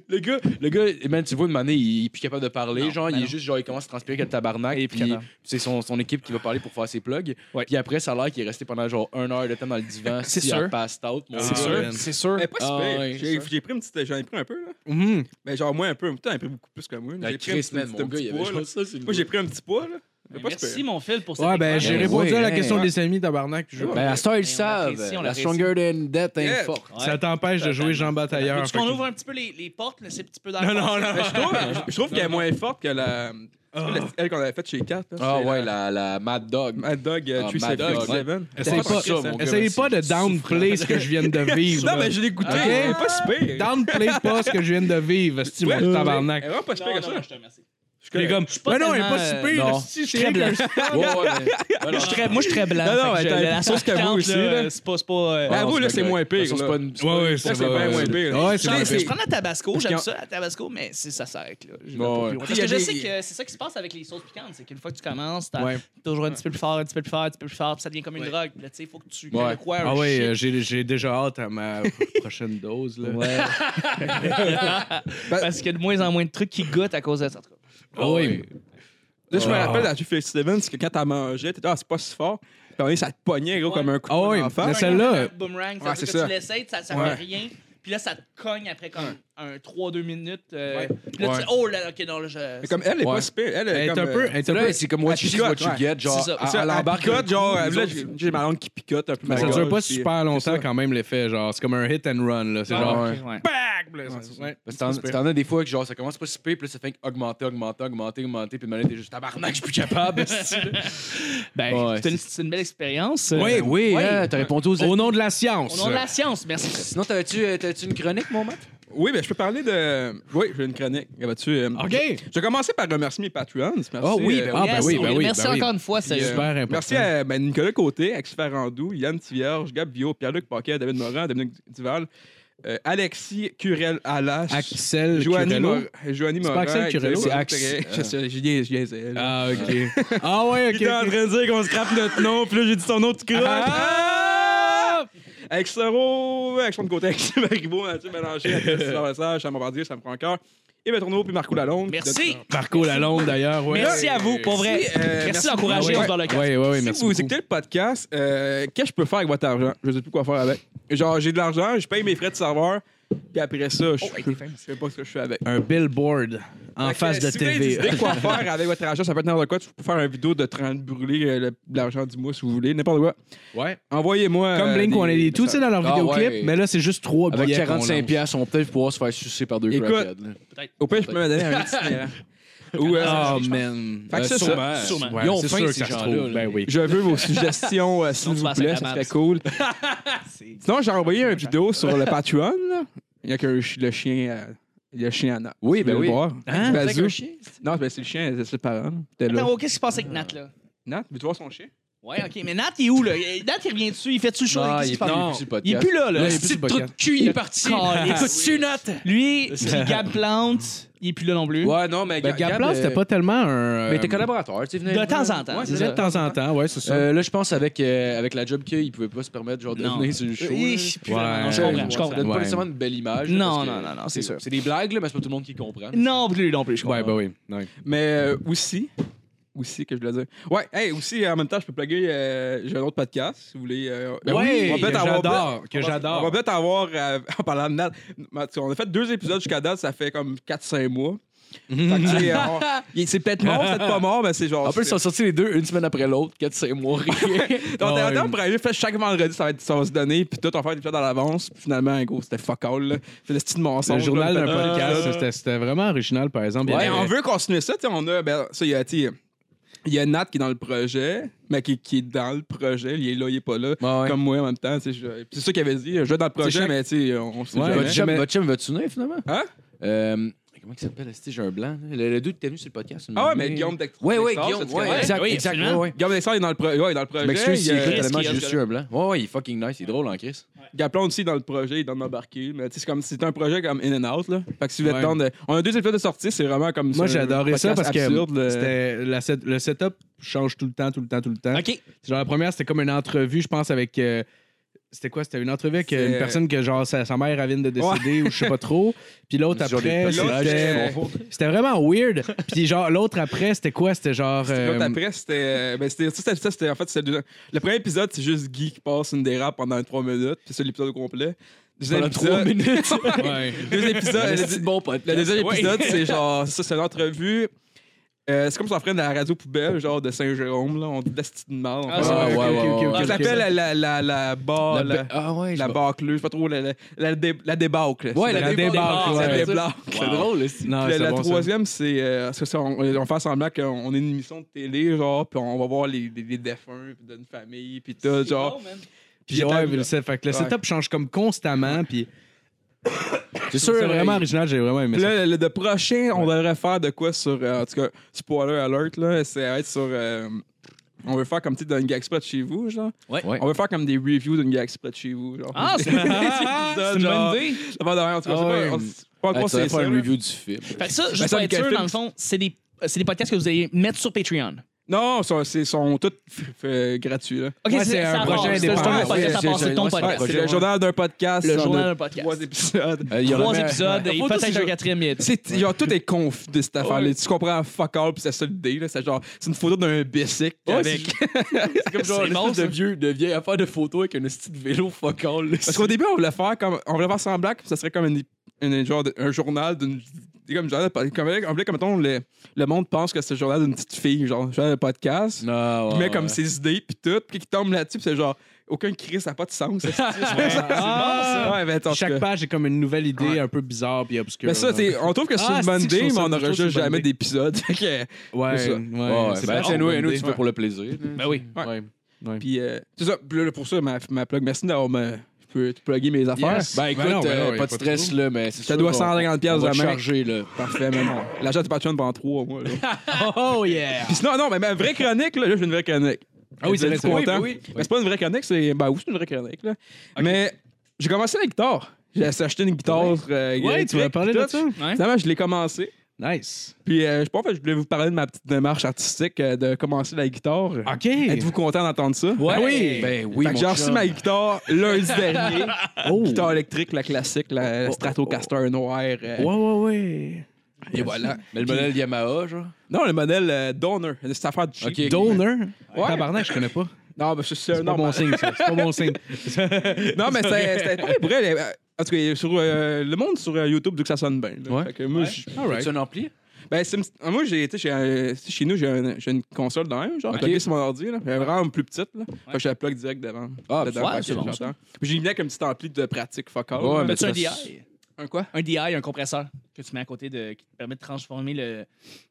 Speaker 3: Le gars, le gars, eh ben, tu vois, une manée, il il est plus capable de parler.
Speaker 6: Non,
Speaker 3: genre,
Speaker 6: ben
Speaker 3: il
Speaker 6: non.
Speaker 3: est juste, genre, il commence à transpirer comme le tabarnak.
Speaker 6: Il est
Speaker 3: Et
Speaker 6: plus
Speaker 3: puis,
Speaker 6: capable.
Speaker 3: c'est son, son équipe qui va parler pour faire ses plugs. Puis après, ça a l'air qu'il est resté pendant genre une heure de temps dans le divan.
Speaker 6: C'est
Speaker 3: si elle
Speaker 6: sûr.
Speaker 3: passe out, mon
Speaker 5: C'est
Speaker 3: gars.
Speaker 5: sûr.
Speaker 3: Ouais.
Speaker 6: c'est sûr.
Speaker 4: Mais pas si
Speaker 3: Ah,
Speaker 4: pire.
Speaker 3: ouais,
Speaker 4: J'ai-
Speaker 3: ça.
Speaker 4: J'ai pris, une petite- j'en ai pris un peu, là.
Speaker 5: Mhm.
Speaker 4: Mais Ben, genre, moi, un peu. Putain, j'en ai pris beaucoup plus que moi.
Speaker 3: La
Speaker 4: J'ai pris un
Speaker 3: crise,
Speaker 4: petit-
Speaker 3: Ben, man,
Speaker 4: petit-
Speaker 3: mon
Speaker 4: petit
Speaker 3: gars, il y avait
Speaker 4: poids, là.
Speaker 3: genre ça, c'est une
Speaker 4: Moi, j'ai pris un petit poids, là. Mais pas si
Speaker 6: Merci,
Speaker 4: pire.
Speaker 6: mon Phil, pour cette
Speaker 5: Ouais, ben j'ai
Speaker 3: Ben
Speaker 5: répondu
Speaker 3: oui,
Speaker 5: à la
Speaker 3: hein.
Speaker 5: question des amis, tabarnak. puis je-
Speaker 3: Ben, à ce temps, ils
Speaker 6: on
Speaker 3: savent.
Speaker 6: l'apprécie, on
Speaker 3: La
Speaker 6: l'apprécie.
Speaker 3: stronger than death ain't
Speaker 4: Yeah.
Speaker 3: forte.
Speaker 5: Ça t'empêche de jouer Jean Batailleur.
Speaker 6: Est-ce
Speaker 5: fait
Speaker 6: qu'on
Speaker 5: que-
Speaker 6: ouvre un petit peu les, les portes, là, c'est un petit peu dans
Speaker 5: Non, non, non.
Speaker 4: Mais je trouve, je trouve qu'elle est moins forte que la. c'est pas la- Elle qu'on avait faite chez Kat. là,
Speaker 3: Ah
Speaker 4: c'est
Speaker 3: ouais, la, la Mad Dog.
Speaker 4: Mad Dog euh,
Speaker 3: Ah,
Speaker 4: 377.
Speaker 3: Mad Dog,
Speaker 5: Essayez
Speaker 3: Fuck
Speaker 5: pas,
Speaker 3: ça, mon gars,
Speaker 5: essayez
Speaker 3: merci.
Speaker 5: pas de downplay ce que je viens de vivre.
Speaker 4: Non,
Speaker 5: là.
Speaker 4: mais je l'ai goûté.
Speaker 5: Ok.
Speaker 4: Elle est pas si pire.
Speaker 5: Downplay pas ce que je viens de vivre, c'est mon
Speaker 4: Elle est
Speaker 5: tabarnak.
Speaker 4: vraiment pas si pire que ça.
Speaker 6: je te remercie.
Speaker 4: Je suis
Speaker 5: Les
Speaker 4: correct.
Speaker 5: comme,
Speaker 6: pas
Speaker 5: mais non, elle est
Speaker 6: tellement,
Speaker 5: pas si pire,
Speaker 3: euh, non.
Speaker 5: hostie, c'est
Speaker 6: très
Speaker 5: rien
Speaker 6: blanc.
Speaker 5: qu'un-
Speaker 3: Ouais, ouais, mais-
Speaker 6: Moi, je suis très- moi, je suis très blanc.
Speaker 4: Non, non,
Speaker 6: fait que
Speaker 4: mais
Speaker 6: je-
Speaker 4: t'as-
Speaker 6: la sauce
Speaker 4: t'as
Speaker 6: piquante,
Speaker 4: vous aussi,
Speaker 6: là,
Speaker 4: là.
Speaker 6: c'est pas... c'est pas, euh,
Speaker 4: Ah, vous, là, c'est
Speaker 3: correct.
Speaker 4: moins pire,
Speaker 3: De toute façon,
Speaker 4: là.
Speaker 3: c'est pas une-
Speaker 5: Ouais, ouais,
Speaker 4: Ça,
Speaker 5: ça
Speaker 4: c'est
Speaker 5: va,
Speaker 4: bien
Speaker 5: ouais.
Speaker 4: moins pire.
Speaker 5: Ouais, c'est
Speaker 6: Non,
Speaker 5: moins
Speaker 6: je,
Speaker 5: pire.
Speaker 6: je prends la tabasco, j'aime
Speaker 4: Parce
Speaker 6: ça, la tabasco, mais c'est, ça s'arrête là. Je vais
Speaker 3: Ouais,
Speaker 6: pas
Speaker 3: ouais.
Speaker 6: plus loin.
Speaker 4: Il
Speaker 6: Parce
Speaker 4: y a
Speaker 6: que je
Speaker 4: des-
Speaker 6: sais que c'est ça qui se passe avec les sauces piquantes, c'est qu'une fois que tu commences, t'as
Speaker 3: Ouais.
Speaker 6: toujours un petit peu plus fort, un petit peu plus fort, un petit peu plus fort, puis ça devient comme une
Speaker 4: Ouais.
Speaker 6: drogue. Puis là, tu sais, il faut que tu
Speaker 3: Ouais.
Speaker 6: le quoi, un
Speaker 5: Ah ouais, euh,
Speaker 6: shit.
Speaker 5: j'ai j'ai déjà hâte à ma prochaine dose. Là.
Speaker 6: Parce qu'il y a de moins en moins de trucs qui goûtent à cause de ça. en tout cas.
Speaker 5: Ah ouais.
Speaker 4: Là, je me
Speaker 5: Ah.
Speaker 4: rappelle dans Jeffrey Stevens que quand t'as mangé, t'étais ah, c'est pas si fort. Puis on dit, ça te pognait, gros,
Speaker 6: Ouais.
Speaker 4: comme un coup
Speaker 5: Ah oui,
Speaker 4: de poing en face.
Speaker 5: mais celle-là- euh,
Speaker 6: Un boomerang,
Speaker 4: Ouais,
Speaker 6: c'est
Speaker 4: c'est
Speaker 6: que
Speaker 4: ça.
Speaker 6: tu l'essayes, ça, ça
Speaker 4: Ouais.
Speaker 6: fait rien. Puis là, ça te cogne après comme un 3-2 minutes. euh,
Speaker 4: Ouais.
Speaker 6: puis là, tu
Speaker 3: Ouais.
Speaker 6: dis, oh là, là, ok, non, là, je.
Speaker 4: Mais comme elle, elle est
Speaker 3: Ouais.
Speaker 4: pas si pire. Elle, elle
Speaker 5: Elle est
Speaker 4: comme,
Speaker 5: un peu.
Speaker 4: euh,
Speaker 5: elle est un
Speaker 3: Là,
Speaker 5: peu-
Speaker 3: c'est comme what you see, what you
Speaker 4: ouais.
Speaker 3: get. Genre,
Speaker 6: C'est ça.
Speaker 5: Ah,
Speaker 3: à-
Speaker 4: tu sais,
Speaker 3: à
Speaker 4: elle
Speaker 3: l'embarque.
Speaker 4: picote, genre,
Speaker 3: les
Speaker 4: là,
Speaker 3: autres-
Speaker 4: j'ai j'ai ma langue qui picote un peu.
Speaker 5: Mais ça
Speaker 4: ma
Speaker 5: dure
Speaker 4: gorge,
Speaker 5: pas
Speaker 4: puis-
Speaker 5: super longtemps
Speaker 4: c'est ça.
Speaker 5: quand même l'effet, genre c'est comme un hit and run là, c'est
Speaker 6: Ah,
Speaker 5: genre
Speaker 6: ok, ouais.
Speaker 5: Pac! Puis là, ça- ouais.
Speaker 3: Parce que t'en- t'en as des fois que genre ça commence pas si pire, puis là ça fait augmenter, augmenter, augmenter, augmenter, puis de manière t'es juste tabarnak, je suis plus capable.
Speaker 6: Ben,
Speaker 3: Ouais,
Speaker 6: c'est une, c'est une belle expérience.
Speaker 5: Oui,
Speaker 6: Euh,
Speaker 5: oui,
Speaker 6: ouais.
Speaker 3: hein, t'as répondu aux.
Speaker 5: Au nom de la science.
Speaker 6: Au nom de la science, merci.
Speaker 3: Sinon, t'avais-tu euh, t'avais-tu une chronique, mon Matt?
Speaker 4: Oui, mais je peux parler de. Oui, j'ai une chronique. là-dessus. Euh,
Speaker 5: OK.
Speaker 4: Je je vais commencer par remercier mes Patreons. Merci,
Speaker 5: Ah oui,
Speaker 4: euh,
Speaker 5: ben oui, ben
Speaker 6: Yes,
Speaker 5: oui, ben oui.
Speaker 6: Merci
Speaker 5: ben oui.
Speaker 6: encore une fois,
Speaker 5: C'est
Speaker 6: sérieux.
Speaker 5: super important.
Speaker 4: Merci à ben, Nicolas Côté, Axel Ferrandou, Yann Tivierge, Gab Bio, Pierre-Luc Paquet, David Morin, Dominique Duval, euh, Alexis Curel Alash,
Speaker 5: Axel
Speaker 4: Joanie
Speaker 5: Curello.
Speaker 4: Mor- Joanie
Speaker 5: pas
Speaker 4: Morin.
Speaker 5: Axel Curello,
Speaker 4: Xavier
Speaker 5: c'est Ax-
Speaker 4: Morin. Je sais, je niaise, je niaise. là.
Speaker 5: Ah OK. ah ouais,
Speaker 4: Il
Speaker 5: OK.
Speaker 4: était en train de dire qu'on scrape notre nom, puis là j'ai dit son nom, tu croches. Ah! Avec Soro, avec de côté, avec Maribou, Mathieu Mélanger, Alexis Lavassage, Sam Bombardier, Sam Francoeur, et Bertrand puis Marco Lalonde.
Speaker 6: Merci.
Speaker 5: Marco Lalonde d'ailleurs, ouais.
Speaker 6: Merci à vous, pour vrai.
Speaker 4: Merci, euh,
Speaker 6: merci
Speaker 4: merci
Speaker 6: d'encourager
Speaker 5: ouais.
Speaker 6: on se dans le cas.
Speaker 5: Ouais, ouais, ouais,
Speaker 4: Si
Speaker 5: merci.
Speaker 4: vous
Speaker 5: beaucoup.
Speaker 4: écoutez le podcast, euh, qu'est-ce que je peux faire avec votre argent? Je sais plus quoi faire avec. Genre, j'ai de l'argent, je paye mes frais de serveur, puis après
Speaker 5: Oh,
Speaker 4: ça, je je sais pas ce que je fais avec.
Speaker 5: un billboard en
Speaker 4: Fait que,
Speaker 5: face de
Speaker 4: si Vous avez
Speaker 5: TV.
Speaker 4: des idées quoi faire avec votre argent, ça peut être n'importe quoi. Tu peux faire une vidéo de train de brûler euh, le- l'argent du mois si vous voulez, n'importe quoi.
Speaker 5: Ouais.
Speaker 4: Envoyez-moi.
Speaker 5: Comme Blink,
Speaker 4: euh,
Speaker 5: on a des tout, tu sais, dans leur
Speaker 3: Ah
Speaker 5: vidéoclip,
Speaker 3: ouais.
Speaker 5: mais là, c'est juste trois
Speaker 3: Avec
Speaker 5: billets. qu'on
Speaker 3: 45
Speaker 5: lance.
Speaker 3: piastres, on va peut-être pouvoir se faire sucer par deux
Speaker 4: Écoute,
Speaker 3: crackheads. là.
Speaker 4: Au pire, je peux me donner un itinéraire. Ou, euh,
Speaker 5: Oh, man.
Speaker 4: Fait que c'est
Speaker 3: Euh, sûrement.
Speaker 5: ça.
Speaker 6: Sûrement.
Speaker 5: Ouais,
Speaker 3: Ils ont
Speaker 5: c'est
Speaker 3: faim,
Speaker 5: sûr que
Speaker 3: ces
Speaker 5: ça se
Speaker 3: gens-là,
Speaker 5: trouve.
Speaker 3: là.
Speaker 5: Ben oui.
Speaker 4: Je veux vos suggestions, euh, s'il
Speaker 6: Sinon, tu
Speaker 4: vous
Speaker 6: vas
Speaker 4: plaît,
Speaker 6: à
Speaker 4: ça
Speaker 6: Saint-Amand.
Speaker 4: serait cool. Sinon, j'ai envoyé une vidéo sur le Patreon. là. Il y a que le chi- le chien, euh, il y a le chien Anna.
Speaker 3: Oui,
Speaker 4: Tu
Speaker 3: ben
Speaker 4: veux
Speaker 3: oui.
Speaker 4: le voir?
Speaker 5: Hein?
Speaker 4: Bazou.
Speaker 6: Avec un chien?
Speaker 4: Non, ben, c'est le chien, c'est ses parents. T'es là.
Speaker 6: Attends, oh, qu'est-ce qui se passe avec Nat, là?
Speaker 4: Nat, veux-tu voir son chien?
Speaker 6: Ouais, ok, mais Nat, il est où, là? Euh, Nat, il revient dessus, il fait tout le show.
Speaker 3: Non,
Speaker 6: qu'est-ce
Speaker 3: il est
Speaker 6: qu'il fait?
Speaker 3: plus- il est plus sur le
Speaker 6: Il est
Speaker 3: podcast.
Speaker 6: plus là,
Speaker 5: Là,
Speaker 6: là.
Speaker 5: il est plus sur le
Speaker 3: Trou de
Speaker 5: podcast.
Speaker 3: cul, il est parti.
Speaker 6: Caliste.
Speaker 3: Écoute-tu, Nat?
Speaker 6: Lui, puis Gab Plante, il est plus là non plus.
Speaker 3: Ouais, non, mais
Speaker 5: Ben, Gaplan,
Speaker 4: euh,
Speaker 5: c'était pas tellement un. euh,
Speaker 3: Mais t'es collaborateur, tu sais, venez-
Speaker 6: De temps en temps.
Speaker 3: Ouais, c'est
Speaker 5: c'est
Speaker 3: ça.
Speaker 5: de temps en temps, ouais, c'est ça.
Speaker 3: Euh, là, je pense avec, euh, avec la job qu'il pouvait pas se permettre genre, de
Speaker 6: Non.
Speaker 3: venir sur le show.
Speaker 6: Hi,
Speaker 3: là.
Speaker 6: puis là, non,
Speaker 5: Ouais.
Speaker 6: je comprends, je
Speaker 3: Ça
Speaker 6: comprends.
Speaker 3: donne
Speaker 5: Ouais.
Speaker 3: pas nécessairement une belle image. là,
Speaker 6: Non,
Speaker 3: parce que
Speaker 6: non, non, non, c'est sûr.
Speaker 3: C'est des blagues, là, mais c'est pas tout le monde qui comprend.
Speaker 6: Non plus, non plus, je comprends.
Speaker 5: ouais, ben oui. ouais.
Speaker 4: Mais euh, aussi, aussi que je voulais dire. Ouais, hey, aussi, en même temps, je peux plugger, euh, j'ai un autre podcast, si vous voulez. euh,
Speaker 5: Ben
Speaker 4: on
Speaker 5: oui,
Speaker 4: va
Speaker 5: que
Speaker 4: peut-être avoir-
Speaker 5: j'adore, que
Speaker 4: on va- On va
Speaker 5: j'adore.
Speaker 4: peut-être avoir, euh, en parlant de Nat, en tout cas, on a fait deux épisodes jusqu'à date, ça fait comme 4-5 mois. Fait
Speaker 5: Mhm.
Speaker 4: que, tu sais, euh, on- il- c'est peut-être mort, c'est peut-être pas mort, mais c'est genre...
Speaker 3: En plus, ils sont sortis les deux une semaine après l'autre, 4-5 mois, rien.
Speaker 4: Donc,
Speaker 5: Ah ouais.
Speaker 4: on pourrait faire chaque vendredi, ça va, être, ça va se donner, puis tout, on va faire des épisodes à l'avance. Puis Finalement, gros, c'était fuck all. là. C'est le style de
Speaker 5: Le
Speaker 4: mensonge.
Speaker 5: journal
Speaker 4: là,
Speaker 5: d'un
Speaker 4: le
Speaker 5: podcast, c'était- c'était vraiment original, par exemple. Il y
Speaker 4: Ouais,
Speaker 5: avait-
Speaker 4: on veut continuer ça. tu sais, On a, ben, ça, il y a, tu sais, il y a Nat qui est dans le projet, mais qui, qui est dans le projet. Il est là, il est pas là. Comme moi en même temps. tu sais, je- puis C'est ça qu'il avait dit. Je vais dans le projet,
Speaker 5: chaque-
Speaker 4: mais tu sais, on sait
Speaker 5: Ouais.
Speaker 4: jamais.
Speaker 3: Votre chum, votre chum va-tu venir, finalement?
Speaker 4: Hein?
Speaker 3: Euh, comment il s'appelle? esti, J'ai un blanc. là. Le, le dude qui est venu sur le podcast.
Speaker 4: Ah ouais, mais Guillaume Dex-
Speaker 3: Mmh. Ouais, ouais,
Speaker 4: Dexter,
Speaker 3: Guillaume.
Speaker 4: ça, tu
Speaker 3: Ouais,
Speaker 4: connais.
Speaker 3: exact,
Speaker 6: Oui,
Speaker 3: exact.
Speaker 6: absolument.
Speaker 3: ouais, ouais.
Speaker 4: Guillaume Dexter est dans le, pro- ouais, il est dans le projet.
Speaker 3: Je m'excuse si
Speaker 4: il y a-
Speaker 3: écoute,
Speaker 6: Chris
Speaker 3: tellement j'ai
Speaker 6: qui
Speaker 3: juste
Speaker 6: a-
Speaker 3: eu un blanc. Ouais, ouais, il est fucking nice, il est drôle en Chris.
Speaker 4: Gaplon aussi dans le projet, il donne embarqué. Mais tu sais, c'est comme c'est un projet comme in and out là. Fait que si vous êtes
Speaker 5: Ouais.
Speaker 4: dans de- on a deux épisodes de sortie, c'est vraiment comme
Speaker 5: Moi,
Speaker 4: c'est
Speaker 5: j'ai
Speaker 4: un
Speaker 5: adoré ça parce
Speaker 4: podcast
Speaker 5: que
Speaker 4: absurde, là.
Speaker 5: c'était la set- le setup change tout le temps, tout le temps, tout le temps.
Speaker 6: OK.
Speaker 5: C'est Genre, la première, c'était comme une entrevue, je pense, avec. euh, c'était quoi? C'était une entrevue avec
Speaker 4: C'est-
Speaker 5: euh, une personne que, genre, sa, sa mère vient de décéder ou je sais pas trop. Puis l'autre
Speaker 3: C'est genre des
Speaker 5: après,
Speaker 3: personnages qui
Speaker 5: c'était.
Speaker 3: font-
Speaker 5: C'était vraiment weird. Puis, genre, l'autre après, c'était quoi? C'était genre.
Speaker 4: Puis l'autre
Speaker 5: euh,
Speaker 4: après, c'était. euh, ben, c'était- ça, c'était- ça, c'était- En fait, c'était deux- Le premier épisode, c'est juste Guy qui passe une dérape pendant 3 minutes. Puis c'est l'épisode au complet. Deuxième
Speaker 3: Pendant
Speaker 4: épisode-
Speaker 3: trois minutes.
Speaker 5: ouais.
Speaker 4: Deux épisodes.
Speaker 3: C'est bon podcast.
Speaker 4: Le deuxième épisode, c'est genre, ça, c'est une entrevue. Euh, c'est comme si on ferait de la radio poubelle, genre de Saint-Jérôme, là. On dit de la petite de mal. on
Speaker 6: Ah,
Speaker 4: fait
Speaker 6: c'est
Speaker 4: ça.
Speaker 6: vrai.
Speaker 5: ok,
Speaker 3: ouais,
Speaker 5: ok,
Speaker 3: ouais,
Speaker 5: ok,
Speaker 3: ouais.
Speaker 5: ok,
Speaker 4: Ça
Speaker 5: ok.
Speaker 4: s'appelle la, la, la, la
Speaker 3: La-
Speaker 4: barre, la,
Speaker 3: Ah ouais,
Speaker 4: la
Speaker 3: je-
Speaker 4: bâcle, je sais pas trop, la, la, la, dé- la débâcle.
Speaker 3: Ouais,
Speaker 4: C'est
Speaker 3: la
Speaker 5: La
Speaker 3: débâcle.
Speaker 5: débâcle,
Speaker 4: la
Speaker 5: ouais.
Speaker 4: débâcle.
Speaker 3: C'est drôle, aussi.
Speaker 5: Non,
Speaker 4: Puis la,
Speaker 5: c'est
Speaker 4: la
Speaker 5: bon, ça.
Speaker 4: troisième, c'est. euh, c'est ça, on, on fait semblant qu'on est une émission de télé, genre, puis on va voir les, les, les défunts, puis d'une famille, puis tout, genre.
Speaker 5: Puis,
Speaker 4: j'étais-
Speaker 5: ouais, le, set- fait que le
Speaker 4: Ouais.
Speaker 5: setup change comme constamment. Puis,
Speaker 3: C'est
Speaker 5: c'est
Speaker 3: sûr,
Speaker 5: vraiment original, j'ai vraiment aimé
Speaker 4: Puis
Speaker 5: ça.
Speaker 4: là, le, le prochain, on devrait faire de quoi sur. euh, en tout cas, spoiler alert, là, c'est être sur. euh, on veut faire comme, tu sais, d'une gag spot chez vous, genre.
Speaker 6: Ouais.
Speaker 3: Ouais.
Speaker 4: On veut faire comme des reviews d'une gag spot chez vous, genre.
Speaker 6: Ah, c'est
Speaker 4: c'est
Speaker 5: idée.
Speaker 4: Avant d'avoir, en tout cas,
Speaker 5: Ah
Speaker 4: on sait
Speaker 5: ouais.
Speaker 4: pas- on sait
Speaker 3: Ah,
Speaker 4: pas. encore
Speaker 3: tu
Speaker 4: c'est
Speaker 3: vas
Speaker 4: ça.
Speaker 3: faire une
Speaker 4: là.
Speaker 3: review du film.
Speaker 6: Fait que ça,
Speaker 4: Ben,
Speaker 6: juste
Speaker 4: ça,
Speaker 6: pour être
Speaker 4: Michael
Speaker 6: sûr,
Speaker 4: Phelps.
Speaker 6: dans le fond, c'est des, euh, c'est des podcasts que vous allez mettre sur Patreon.
Speaker 4: Non, ils sont- c'est- ils sont tous f- f- gratuits, là.
Speaker 6: OK,
Speaker 5: Ouais, c'est un
Speaker 6: ça
Speaker 5: projet
Speaker 6: part, Ah, C'est un
Speaker 5: indépendant.
Speaker 6: podcast
Speaker 3: Ouais,
Speaker 6: à
Speaker 3: c'est-
Speaker 6: part,
Speaker 3: c'est-
Speaker 6: c'est ton
Speaker 3: ouais, c'est-
Speaker 6: podcast.
Speaker 4: C'est le journal d'un podcast.
Speaker 6: Le
Speaker 4: on a
Speaker 6: journal d'un podcast.
Speaker 4: Trois épisodes.
Speaker 3: Euh, il y en a
Speaker 6: Trois
Speaker 3: même-
Speaker 6: épisodes et
Speaker 4: Faut tout
Speaker 6: peut-être
Speaker 4: se-
Speaker 6: un quatrième hit.
Speaker 4: C'est genre tout est conf de cette affaire là tu comprends fuck all puis c'est ça l'idée là c'est genre c'est une photo d'un bicycle
Speaker 3: Ouais,
Speaker 4: avec
Speaker 3: C'est comme genre
Speaker 6: C'est
Speaker 3: une
Speaker 6: bon,
Speaker 3: espèce
Speaker 6: ça.
Speaker 3: de vieux, de vieille affaire de photo avec un petit vélo focal.
Speaker 4: parce qu'au début on voulait faire comme on voulait faire semblant que ça serait comme une une- genre de- un journal d'une. Comme, genre, comme, comme, comme, mettons, le, le monde pense que c'est le journal d'une petite fille, genre, genre un podcast.
Speaker 3: Non,
Speaker 4: qui met comme ses idées, puis tout, puis qui tombe là-dessus, puis c'est genre, aucun cri, ça n'a pas de sens. c'est- c'est- c'est- c'est-
Speaker 5: Ah!
Speaker 4: Ouais, ben, en tout
Speaker 5: Chaque
Speaker 4: cas.
Speaker 5: page est comme une nouvelle idée un peu bizarre puis obscure.
Speaker 4: Mais Ben ça,
Speaker 5: là.
Speaker 4: t'sais, on trouve que c'est
Speaker 5: Ah,
Speaker 4: une
Speaker 5: c'est-tu
Speaker 4: bonne
Speaker 5: que
Speaker 4: idée,
Speaker 5: je
Speaker 4: mais
Speaker 5: trouve
Speaker 4: on
Speaker 5: ça- je
Speaker 4: n'aura
Speaker 5: trouve que
Speaker 4: juste
Speaker 5: c'est une bonne
Speaker 4: jamais
Speaker 5: idée.
Speaker 4: d'épisode. Fait que- c'est
Speaker 5: Ouais,
Speaker 4: ça.
Speaker 5: ouais.
Speaker 3: c'est
Speaker 5: c'est
Speaker 3: ben,
Speaker 5: pas
Speaker 3: c'est
Speaker 5: une
Speaker 3: nous,
Speaker 5: bonne
Speaker 3: nous,
Speaker 5: idée.
Speaker 3: tu fais pour le plaisir.
Speaker 6: Ben oui.
Speaker 5: Ouais. Ouais.
Speaker 4: Puis, euh, c'est ça, Puis là, pour ça, ma, ma plug, merci d'avoir me je peux te plugger mes affaires.
Speaker 5: Yes.
Speaker 3: Ben écoute,
Speaker 5: Ben non, ben non,
Speaker 3: euh,
Speaker 5: y a
Speaker 3: pas de
Speaker 5: pas de
Speaker 3: stress
Speaker 5: trouble.
Speaker 3: là, mais c'est
Speaker 4: Je te
Speaker 3: sûr
Speaker 4: dois
Speaker 3: qu'on-
Speaker 4: 150
Speaker 3: on
Speaker 4: pièces
Speaker 3: va
Speaker 4: de
Speaker 3: te
Speaker 4: la main.
Speaker 3: charger là.
Speaker 4: Parfait, mais bon. L'argent du Patreon pendant trois mois. Là.
Speaker 6: Oh yeah!
Speaker 4: Puis sinon, non, mais ma vraie chronique, là, là j'ai une vraie chronique.
Speaker 5: Ah oui, c'est vrai,
Speaker 4: Êtes-vous
Speaker 5: c'est vrai.
Speaker 4: content?
Speaker 5: Oui, oui.
Speaker 4: Mais c'est pas une vraie chronique, c'est. Ben oui, c'est une vraie chronique, là. Mais j'ai commencé la guitare. J'ai acheté une guitare. euh,
Speaker 5: Ouais,
Speaker 4: électrique,
Speaker 5: tu vas parler
Speaker 4: tout.
Speaker 5: de ça.
Speaker 6: Ouais.
Speaker 4: Finalement, je l'ai commencé.
Speaker 5: Nice.
Speaker 4: Puis euh, je pense que je voulais vous parler de ma petite démarche artistique euh, de commencer la guitare.
Speaker 5: OK.
Speaker 4: Êtes-vous content d'entendre ça?
Speaker 6: Ouais.
Speaker 3: Ben oui,
Speaker 4: Fait que
Speaker 3: mon
Speaker 4: j'ai reçu
Speaker 3: chum.
Speaker 4: ma guitare lundi dernier. Guitare électrique, la classique, la
Speaker 5: oh,
Speaker 4: Stratocaster noire. euh,
Speaker 5: Ouais, ouais, ouais.
Speaker 4: Et voilà.
Speaker 3: Mais le modèle Yamaha genre.
Speaker 4: Non, le modèle euh, Donner. C'est affaire du
Speaker 3: Ok.
Speaker 5: Donor?
Speaker 4: Ouais.
Speaker 5: Tabarnak, je connais pas.
Speaker 4: Non, mais c'est- c'est
Speaker 5: C'est pas
Speaker 4: normal.
Speaker 5: bon signe, ça. C'est pas bon signe.
Speaker 4: Non, mais c'était c'était- ouais, pour elle, euh, En tout cas, sur, euh, le monde sur euh, YouTube dit que ça sonne bien. là.
Speaker 3: Ouais.
Speaker 4: Fait que moi, j-
Speaker 5: All right.
Speaker 3: C'est un ampli
Speaker 4: ben, c'est une petite- moi, j'ai, tu sais, j'ai un- tu sais, chez nous, j'ai, un- j'ai une console dans même, genre,
Speaker 3: Ok.
Speaker 4: plugée sur mon ordi, là. Elle est vraiment plus petite, là. Fait que je la plug direct devant.
Speaker 3: Ah,
Speaker 4: dedans,
Speaker 6: ouais,
Speaker 4: fait que
Speaker 6: c'est bon,
Speaker 4: j'entends. Puis j'ai mis avec un petit ampli de pratique, fuck all,
Speaker 3: Ouais,
Speaker 5: ben,
Speaker 4: là.
Speaker 3: mais
Speaker 6: As-tu un
Speaker 3: ça,
Speaker 6: DI?
Speaker 4: Un quoi?
Speaker 6: Un DI, un compresseur que tu mets à côté de, qui te permet de transformer le.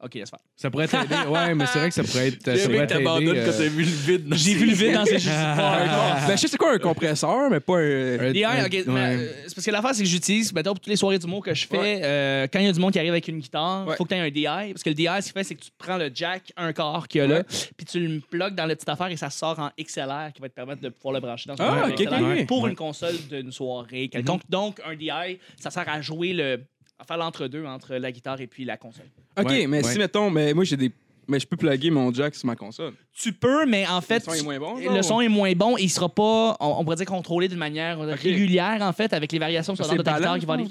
Speaker 6: Ok, laisse faire.
Speaker 5: Ça pourrait t'aider. Ouais, mais c'est vrai que ça pourrait être. ça pourrait t'aider, euh,
Speaker 3: vu le vide.
Speaker 6: J'ai vu le vide dans ses
Speaker 5: Ah.
Speaker 4: Ben, je sais c'est quoi un compresseur, mais pas un.
Speaker 5: un-
Speaker 6: DI,
Speaker 5: un-
Speaker 6: ok.
Speaker 5: ouais.
Speaker 6: mais, euh, c'est parce que l'affaire, c'est que j'utilise, mettons, pour toutes les soirées d'humour que je fais,
Speaker 4: Ouais.
Speaker 6: euh, quand il y a du monde qui arrive avec une guitare,
Speaker 4: Ouais.
Speaker 6: faut que tu aies un DI. Parce que le DI, ce qu'il fait, c'est que tu prends le jack, un quart qu'il y a là,
Speaker 4: Ouais.
Speaker 6: puis tu le plugues dans la petite affaire et ça sort en XLR qui va te permettre de pouvoir le brancher dans son
Speaker 4: Ah,
Speaker 6: câble
Speaker 4: ok,
Speaker 6: XLR
Speaker 4: ok, Mhm. ok.
Speaker 6: pour
Speaker 5: Ouais.
Speaker 6: une console d'une soirée quelconque. Donc, un DI, ça sert à jouer le. à faire l'entre-deux entre la guitare et puis la console.
Speaker 4: Ok,
Speaker 5: Ouais,
Speaker 4: mais
Speaker 5: ouais.
Speaker 4: si, mettons, mais moi, j'ai des. Mais je peux plugger mon jack sur ma console.
Speaker 6: Tu peux, mais en fait.
Speaker 4: Le son est moins bon, genre,
Speaker 6: Le son est moins bon et il sera pas, on, on pourrait dire, contrôlé d'une manière régulière, en fait, avec les variations sonores de ta guitare qui vont aller.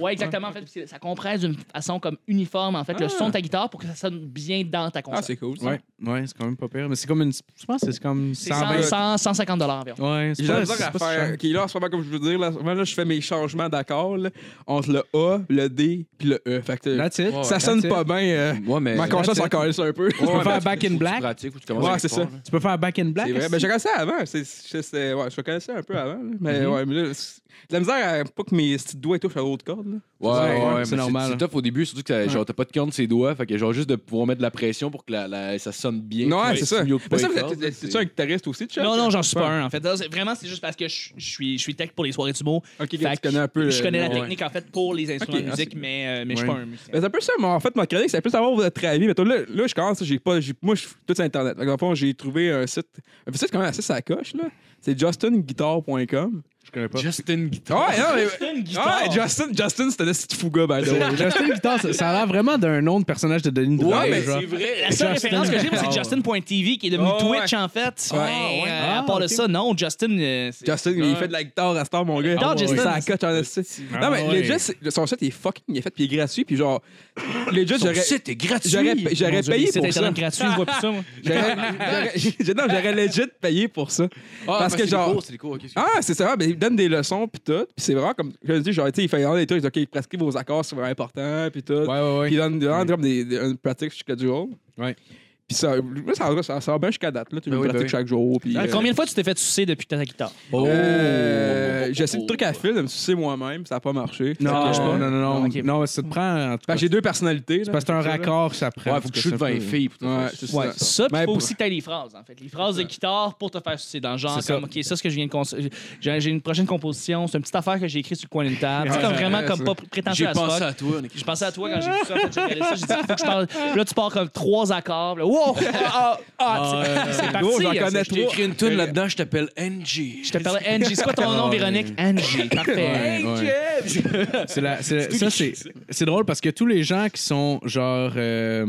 Speaker 6: Ouais, exactement. En fait, c'est- ça compresse d'une façon comme uniforme, en fait, le
Speaker 4: Ah.
Speaker 6: son de ta guitare pour que ça sonne bien dans ta
Speaker 4: Ah,
Speaker 6: console.
Speaker 4: c'est cool. ça.
Speaker 5: Ouais, ouais, c'est quand même pas pire. Mais c'est comme une. Je pense que c'est comme
Speaker 4: Ah,
Speaker 6: c'est 100,
Speaker 5: 120.
Speaker 6: 100, 150 dollars environ.
Speaker 5: Ouais,
Speaker 4: J'ai
Speaker 5: c'est
Speaker 4: de la
Speaker 5: pas,
Speaker 4: misère
Speaker 5: c'est
Speaker 4: à
Speaker 5: pas si
Speaker 4: faire.
Speaker 5: cher.
Speaker 4: Ok, là, en ce moment, comme je vous dis, là, en ce moment, là, je fais mes changements d'accord là, entre le A, le D, puis le E. Fait que,
Speaker 5: That's it.
Speaker 4: ça
Speaker 5: That's
Speaker 4: sonne
Speaker 5: it.
Speaker 4: pas bien. euh,
Speaker 3: Moi mais
Speaker 4: ma conscience
Speaker 5: that's
Speaker 4: s'en
Speaker 5: it.
Speaker 4: calisse un peu.
Speaker 5: Tu peux
Speaker 4: Ouais,
Speaker 5: faire Back in Black.
Speaker 3: pratique ou tu
Speaker 4: Ouais,
Speaker 3: commences
Speaker 4: c'est ça.
Speaker 5: Tu peux faire Back in Black.
Speaker 4: C'est vrai. Ben, j'ai commencé avant. C'est- c'est- c'est- ouais, je connaissais un peu avant. là. Mais ouais, mais là, c'est- de la misère à pas que mes petits doigts touchent à l'autre corde. là.
Speaker 3: Ouais,
Speaker 5: Ouais,
Speaker 3: ouais,
Speaker 5: ouais,
Speaker 3: mais
Speaker 5: c'est
Speaker 3: c'est normal.
Speaker 5: normal.
Speaker 3: C'est tough au début, surtout que t'as- genre, t'as pas de corne de ses doigts, fait que genre juste de pouvoir mettre de la pression pour que la, la- ça sonne bien.
Speaker 4: Non,
Speaker 3: que
Speaker 4: ouais,
Speaker 3: le
Speaker 4: c'est ça.
Speaker 3: signal
Speaker 4: Mais ça,
Speaker 3: pas
Speaker 4: vous
Speaker 3: est fort,
Speaker 4: êtes-
Speaker 3: là,
Speaker 4: c'est-tu un guitariste aussi, Chuck?
Speaker 6: Non, non, j'en suis pas un, en fait. Non, c'est- Vraiment, c'est juste parce que je, je suis, je suis tech pour les soirées du mot.
Speaker 4: Ok, tu connais un peu.
Speaker 6: Je
Speaker 4: le-
Speaker 6: connais la
Speaker 4: ouais.
Speaker 6: technique, en fait, pour les instruments
Speaker 4: Ok,
Speaker 6: de
Speaker 4: ah,
Speaker 6: musique,
Speaker 4: c'est-
Speaker 6: mais, euh, mais je suis
Speaker 5: Ouais.
Speaker 6: pas un musicien.
Speaker 4: Ben, c'est un peu ça, moi, en fait, ma chronique, c'est plus avoir votre avis. Mais toi, là, là, je commence, j'ai pas, j'ai, moi, je suis tout sur Internet. Donc, dans le fond, j'ai trouvé un site, un site quand même assez sacoche, là. C'est justinguitar.com.
Speaker 5: Je connais pas.
Speaker 3: Justin
Speaker 4: Ouais,
Speaker 3: Guitar.
Speaker 4: non, mais.
Speaker 6: Une guitare.
Speaker 4: Ouais, Justin, Justin, c'était le petit fouga, by the way.
Speaker 5: Justin Guitar, ça, ça a l'air vraiment d'un nom de personnage de Denis Drolet,
Speaker 4: mais
Speaker 5: genre.
Speaker 4: c'est vrai.
Speaker 6: La seule
Speaker 5: Justin.
Speaker 6: référence que j'ai, moi, c'est
Speaker 5: Ah, ouais.
Speaker 6: Justin.tv qui est devenu
Speaker 4: Ah, ouais.
Speaker 6: Twitch, en fait.
Speaker 4: Ouais.
Speaker 6: Mais,
Speaker 4: Ah, ouais.
Speaker 6: euh, à
Speaker 5: Ah,
Speaker 6: part de
Speaker 5: ok.
Speaker 6: ça, non, Justin. euh, c'est-
Speaker 4: Justin, il fait de la guitare à Star, mon gars.
Speaker 6: Guitare,
Speaker 4: C'est
Speaker 6: Justin.
Speaker 4: la coche en esti. Non, mais
Speaker 5: Ah, ouais.
Speaker 4: le juste, son site est fucking, il est fait, puis il est gratuit, puis genre, le juste, j'aurais.
Speaker 3: est gratuit.
Speaker 4: J'aurais,
Speaker 6: Mon
Speaker 4: j'aurais
Speaker 6: Dieu,
Speaker 4: payé
Speaker 6: les sites
Speaker 4: pour ça.
Speaker 6: internet gratuits, je vois plus ça, moi.
Speaker 4: J'aurais, j'aurais- non, j'aurais legit payé pour ça. parce que genre-
Speaker 3: C'est des cours, ok, excuse.
Speaker 4: Ah, c'est ça, mais il donne des leçons puis tout. Puis c'est vraiment comme je dis, genre, tu sais, il fait vraiment des trucs, ok, prescrit vos accords, c'est vraiment important puis tout.
Speaker 5: Ouais, ouais,
Speaker 4: Puis
Speaker 5: ouais.
Speaker 4: il donne vraiment comme des, des- une pratique jusqu'à du jour.
Speaker 5: Ouais.
Speaker 4: Puis ça, moi, ça, va- ça, ça va bien jusqu'à date, là, tu
Speaker 3: Ben
Speaker 4: le
Speaker 3: oui, ben
Speaker 4: pratiques
Speaker 3: oui.
Speaker 4: chaque jour. Puis,
Speaker 6: Ah,
Speaker 4: euh,
Speaker 6: Combien de fois tu t'es fait sucer depuis que t'as ta guitare?
Speaker 5: Oh.
Speaker 4: euh,
Speaker 3: Oh.
Speaker 4: J'essaie le truc à fil de me sucer moi-même, ça n'a pas marché.
Speaker 5: Non,
Speaker 4: Fait que, euh,
Speaker 5: non, non, non.
Speaker 6: Non, ok.
Speaker 5: Non, ça te
Speaker 4: fait
Speaker 5: prend. en tout cas,
Speaker 4: que Ben, j'ai deux personnalités. là,
Speaker 5: Parce que c'est un
Speaker 4: ça, là.
Speaker 5: raccord, ça prend.
Speaker 3: Ouais, faut que je
Speaker 5: C'est
Speaker 3: chute
Speaker 5: un
Speaker 3: 20
Speaker 5: peu-
Speaker 3: filles pour te
Speaker 4: Ouais,
Speaker 3: faire
Speaker 4: c'est
Speaker 3: ça.
Speaker 4: ça.
Speaker 5: Ouais.
Speaker 6: Ça, puis
Speaker 4: Mais
Speaker 6: il faut
Speaker 4: pour-
Speaker 6: aussi que tu les phrases, en fait. Les phrases de guitare pour te faire sucer dans le genre.
Speaker 5: C'est ça.
Speaker 6: Comme, OK, ça, ce que je viens de. cons- J'ai j'ai une prochaine composition. C'est une petite affaire que j'ai écrite sur le coin d'une table. C'est comme vraiment
Speaker 4: ouais,
Speaker 6: comme
Speaker 4: ça.
Speaker 6: pas prétentieux
Speaker 3: J'ai
Speaker 6: à ce
Speaker 3: pensé
Speaker 6: fuck.
Speaker 3: à toi, Nick.
Speaker 6: Je pensais à toi quand j'ai vu ça. en fait, J'ai regardé ça. J'ai dit, faut que je parle. Puis là, tu pars comme trois accords. puis Là, wow! Ah, ah,
Speaker 5: Ah,
Speaker 6: c'est-
Speaker 5: ouais.
Speaker 6: c'est parti.
Speaker 4: Gros, j'en
Speaker 6: hein,
Speaker 4: connais
Speaker 6: ça,
Speaker 4: trois.
Speaker 6: je t'ai-
Speaker 3: J'ai une tune là-dedans, je t'appelle Angie.
Speaker 6: Je te parlais Angie. C'est quoi ton
Speaker 5: Ah,
Speaker 6: nom,
Speaker 5: ouais.
Speaker 6: Véronique? Angie. Parfait.
Speaker 5: Ouais, ouais. C'est la- c'est- ça, c'est, c'est drôle parce que tous les gens qui sont genre. euh,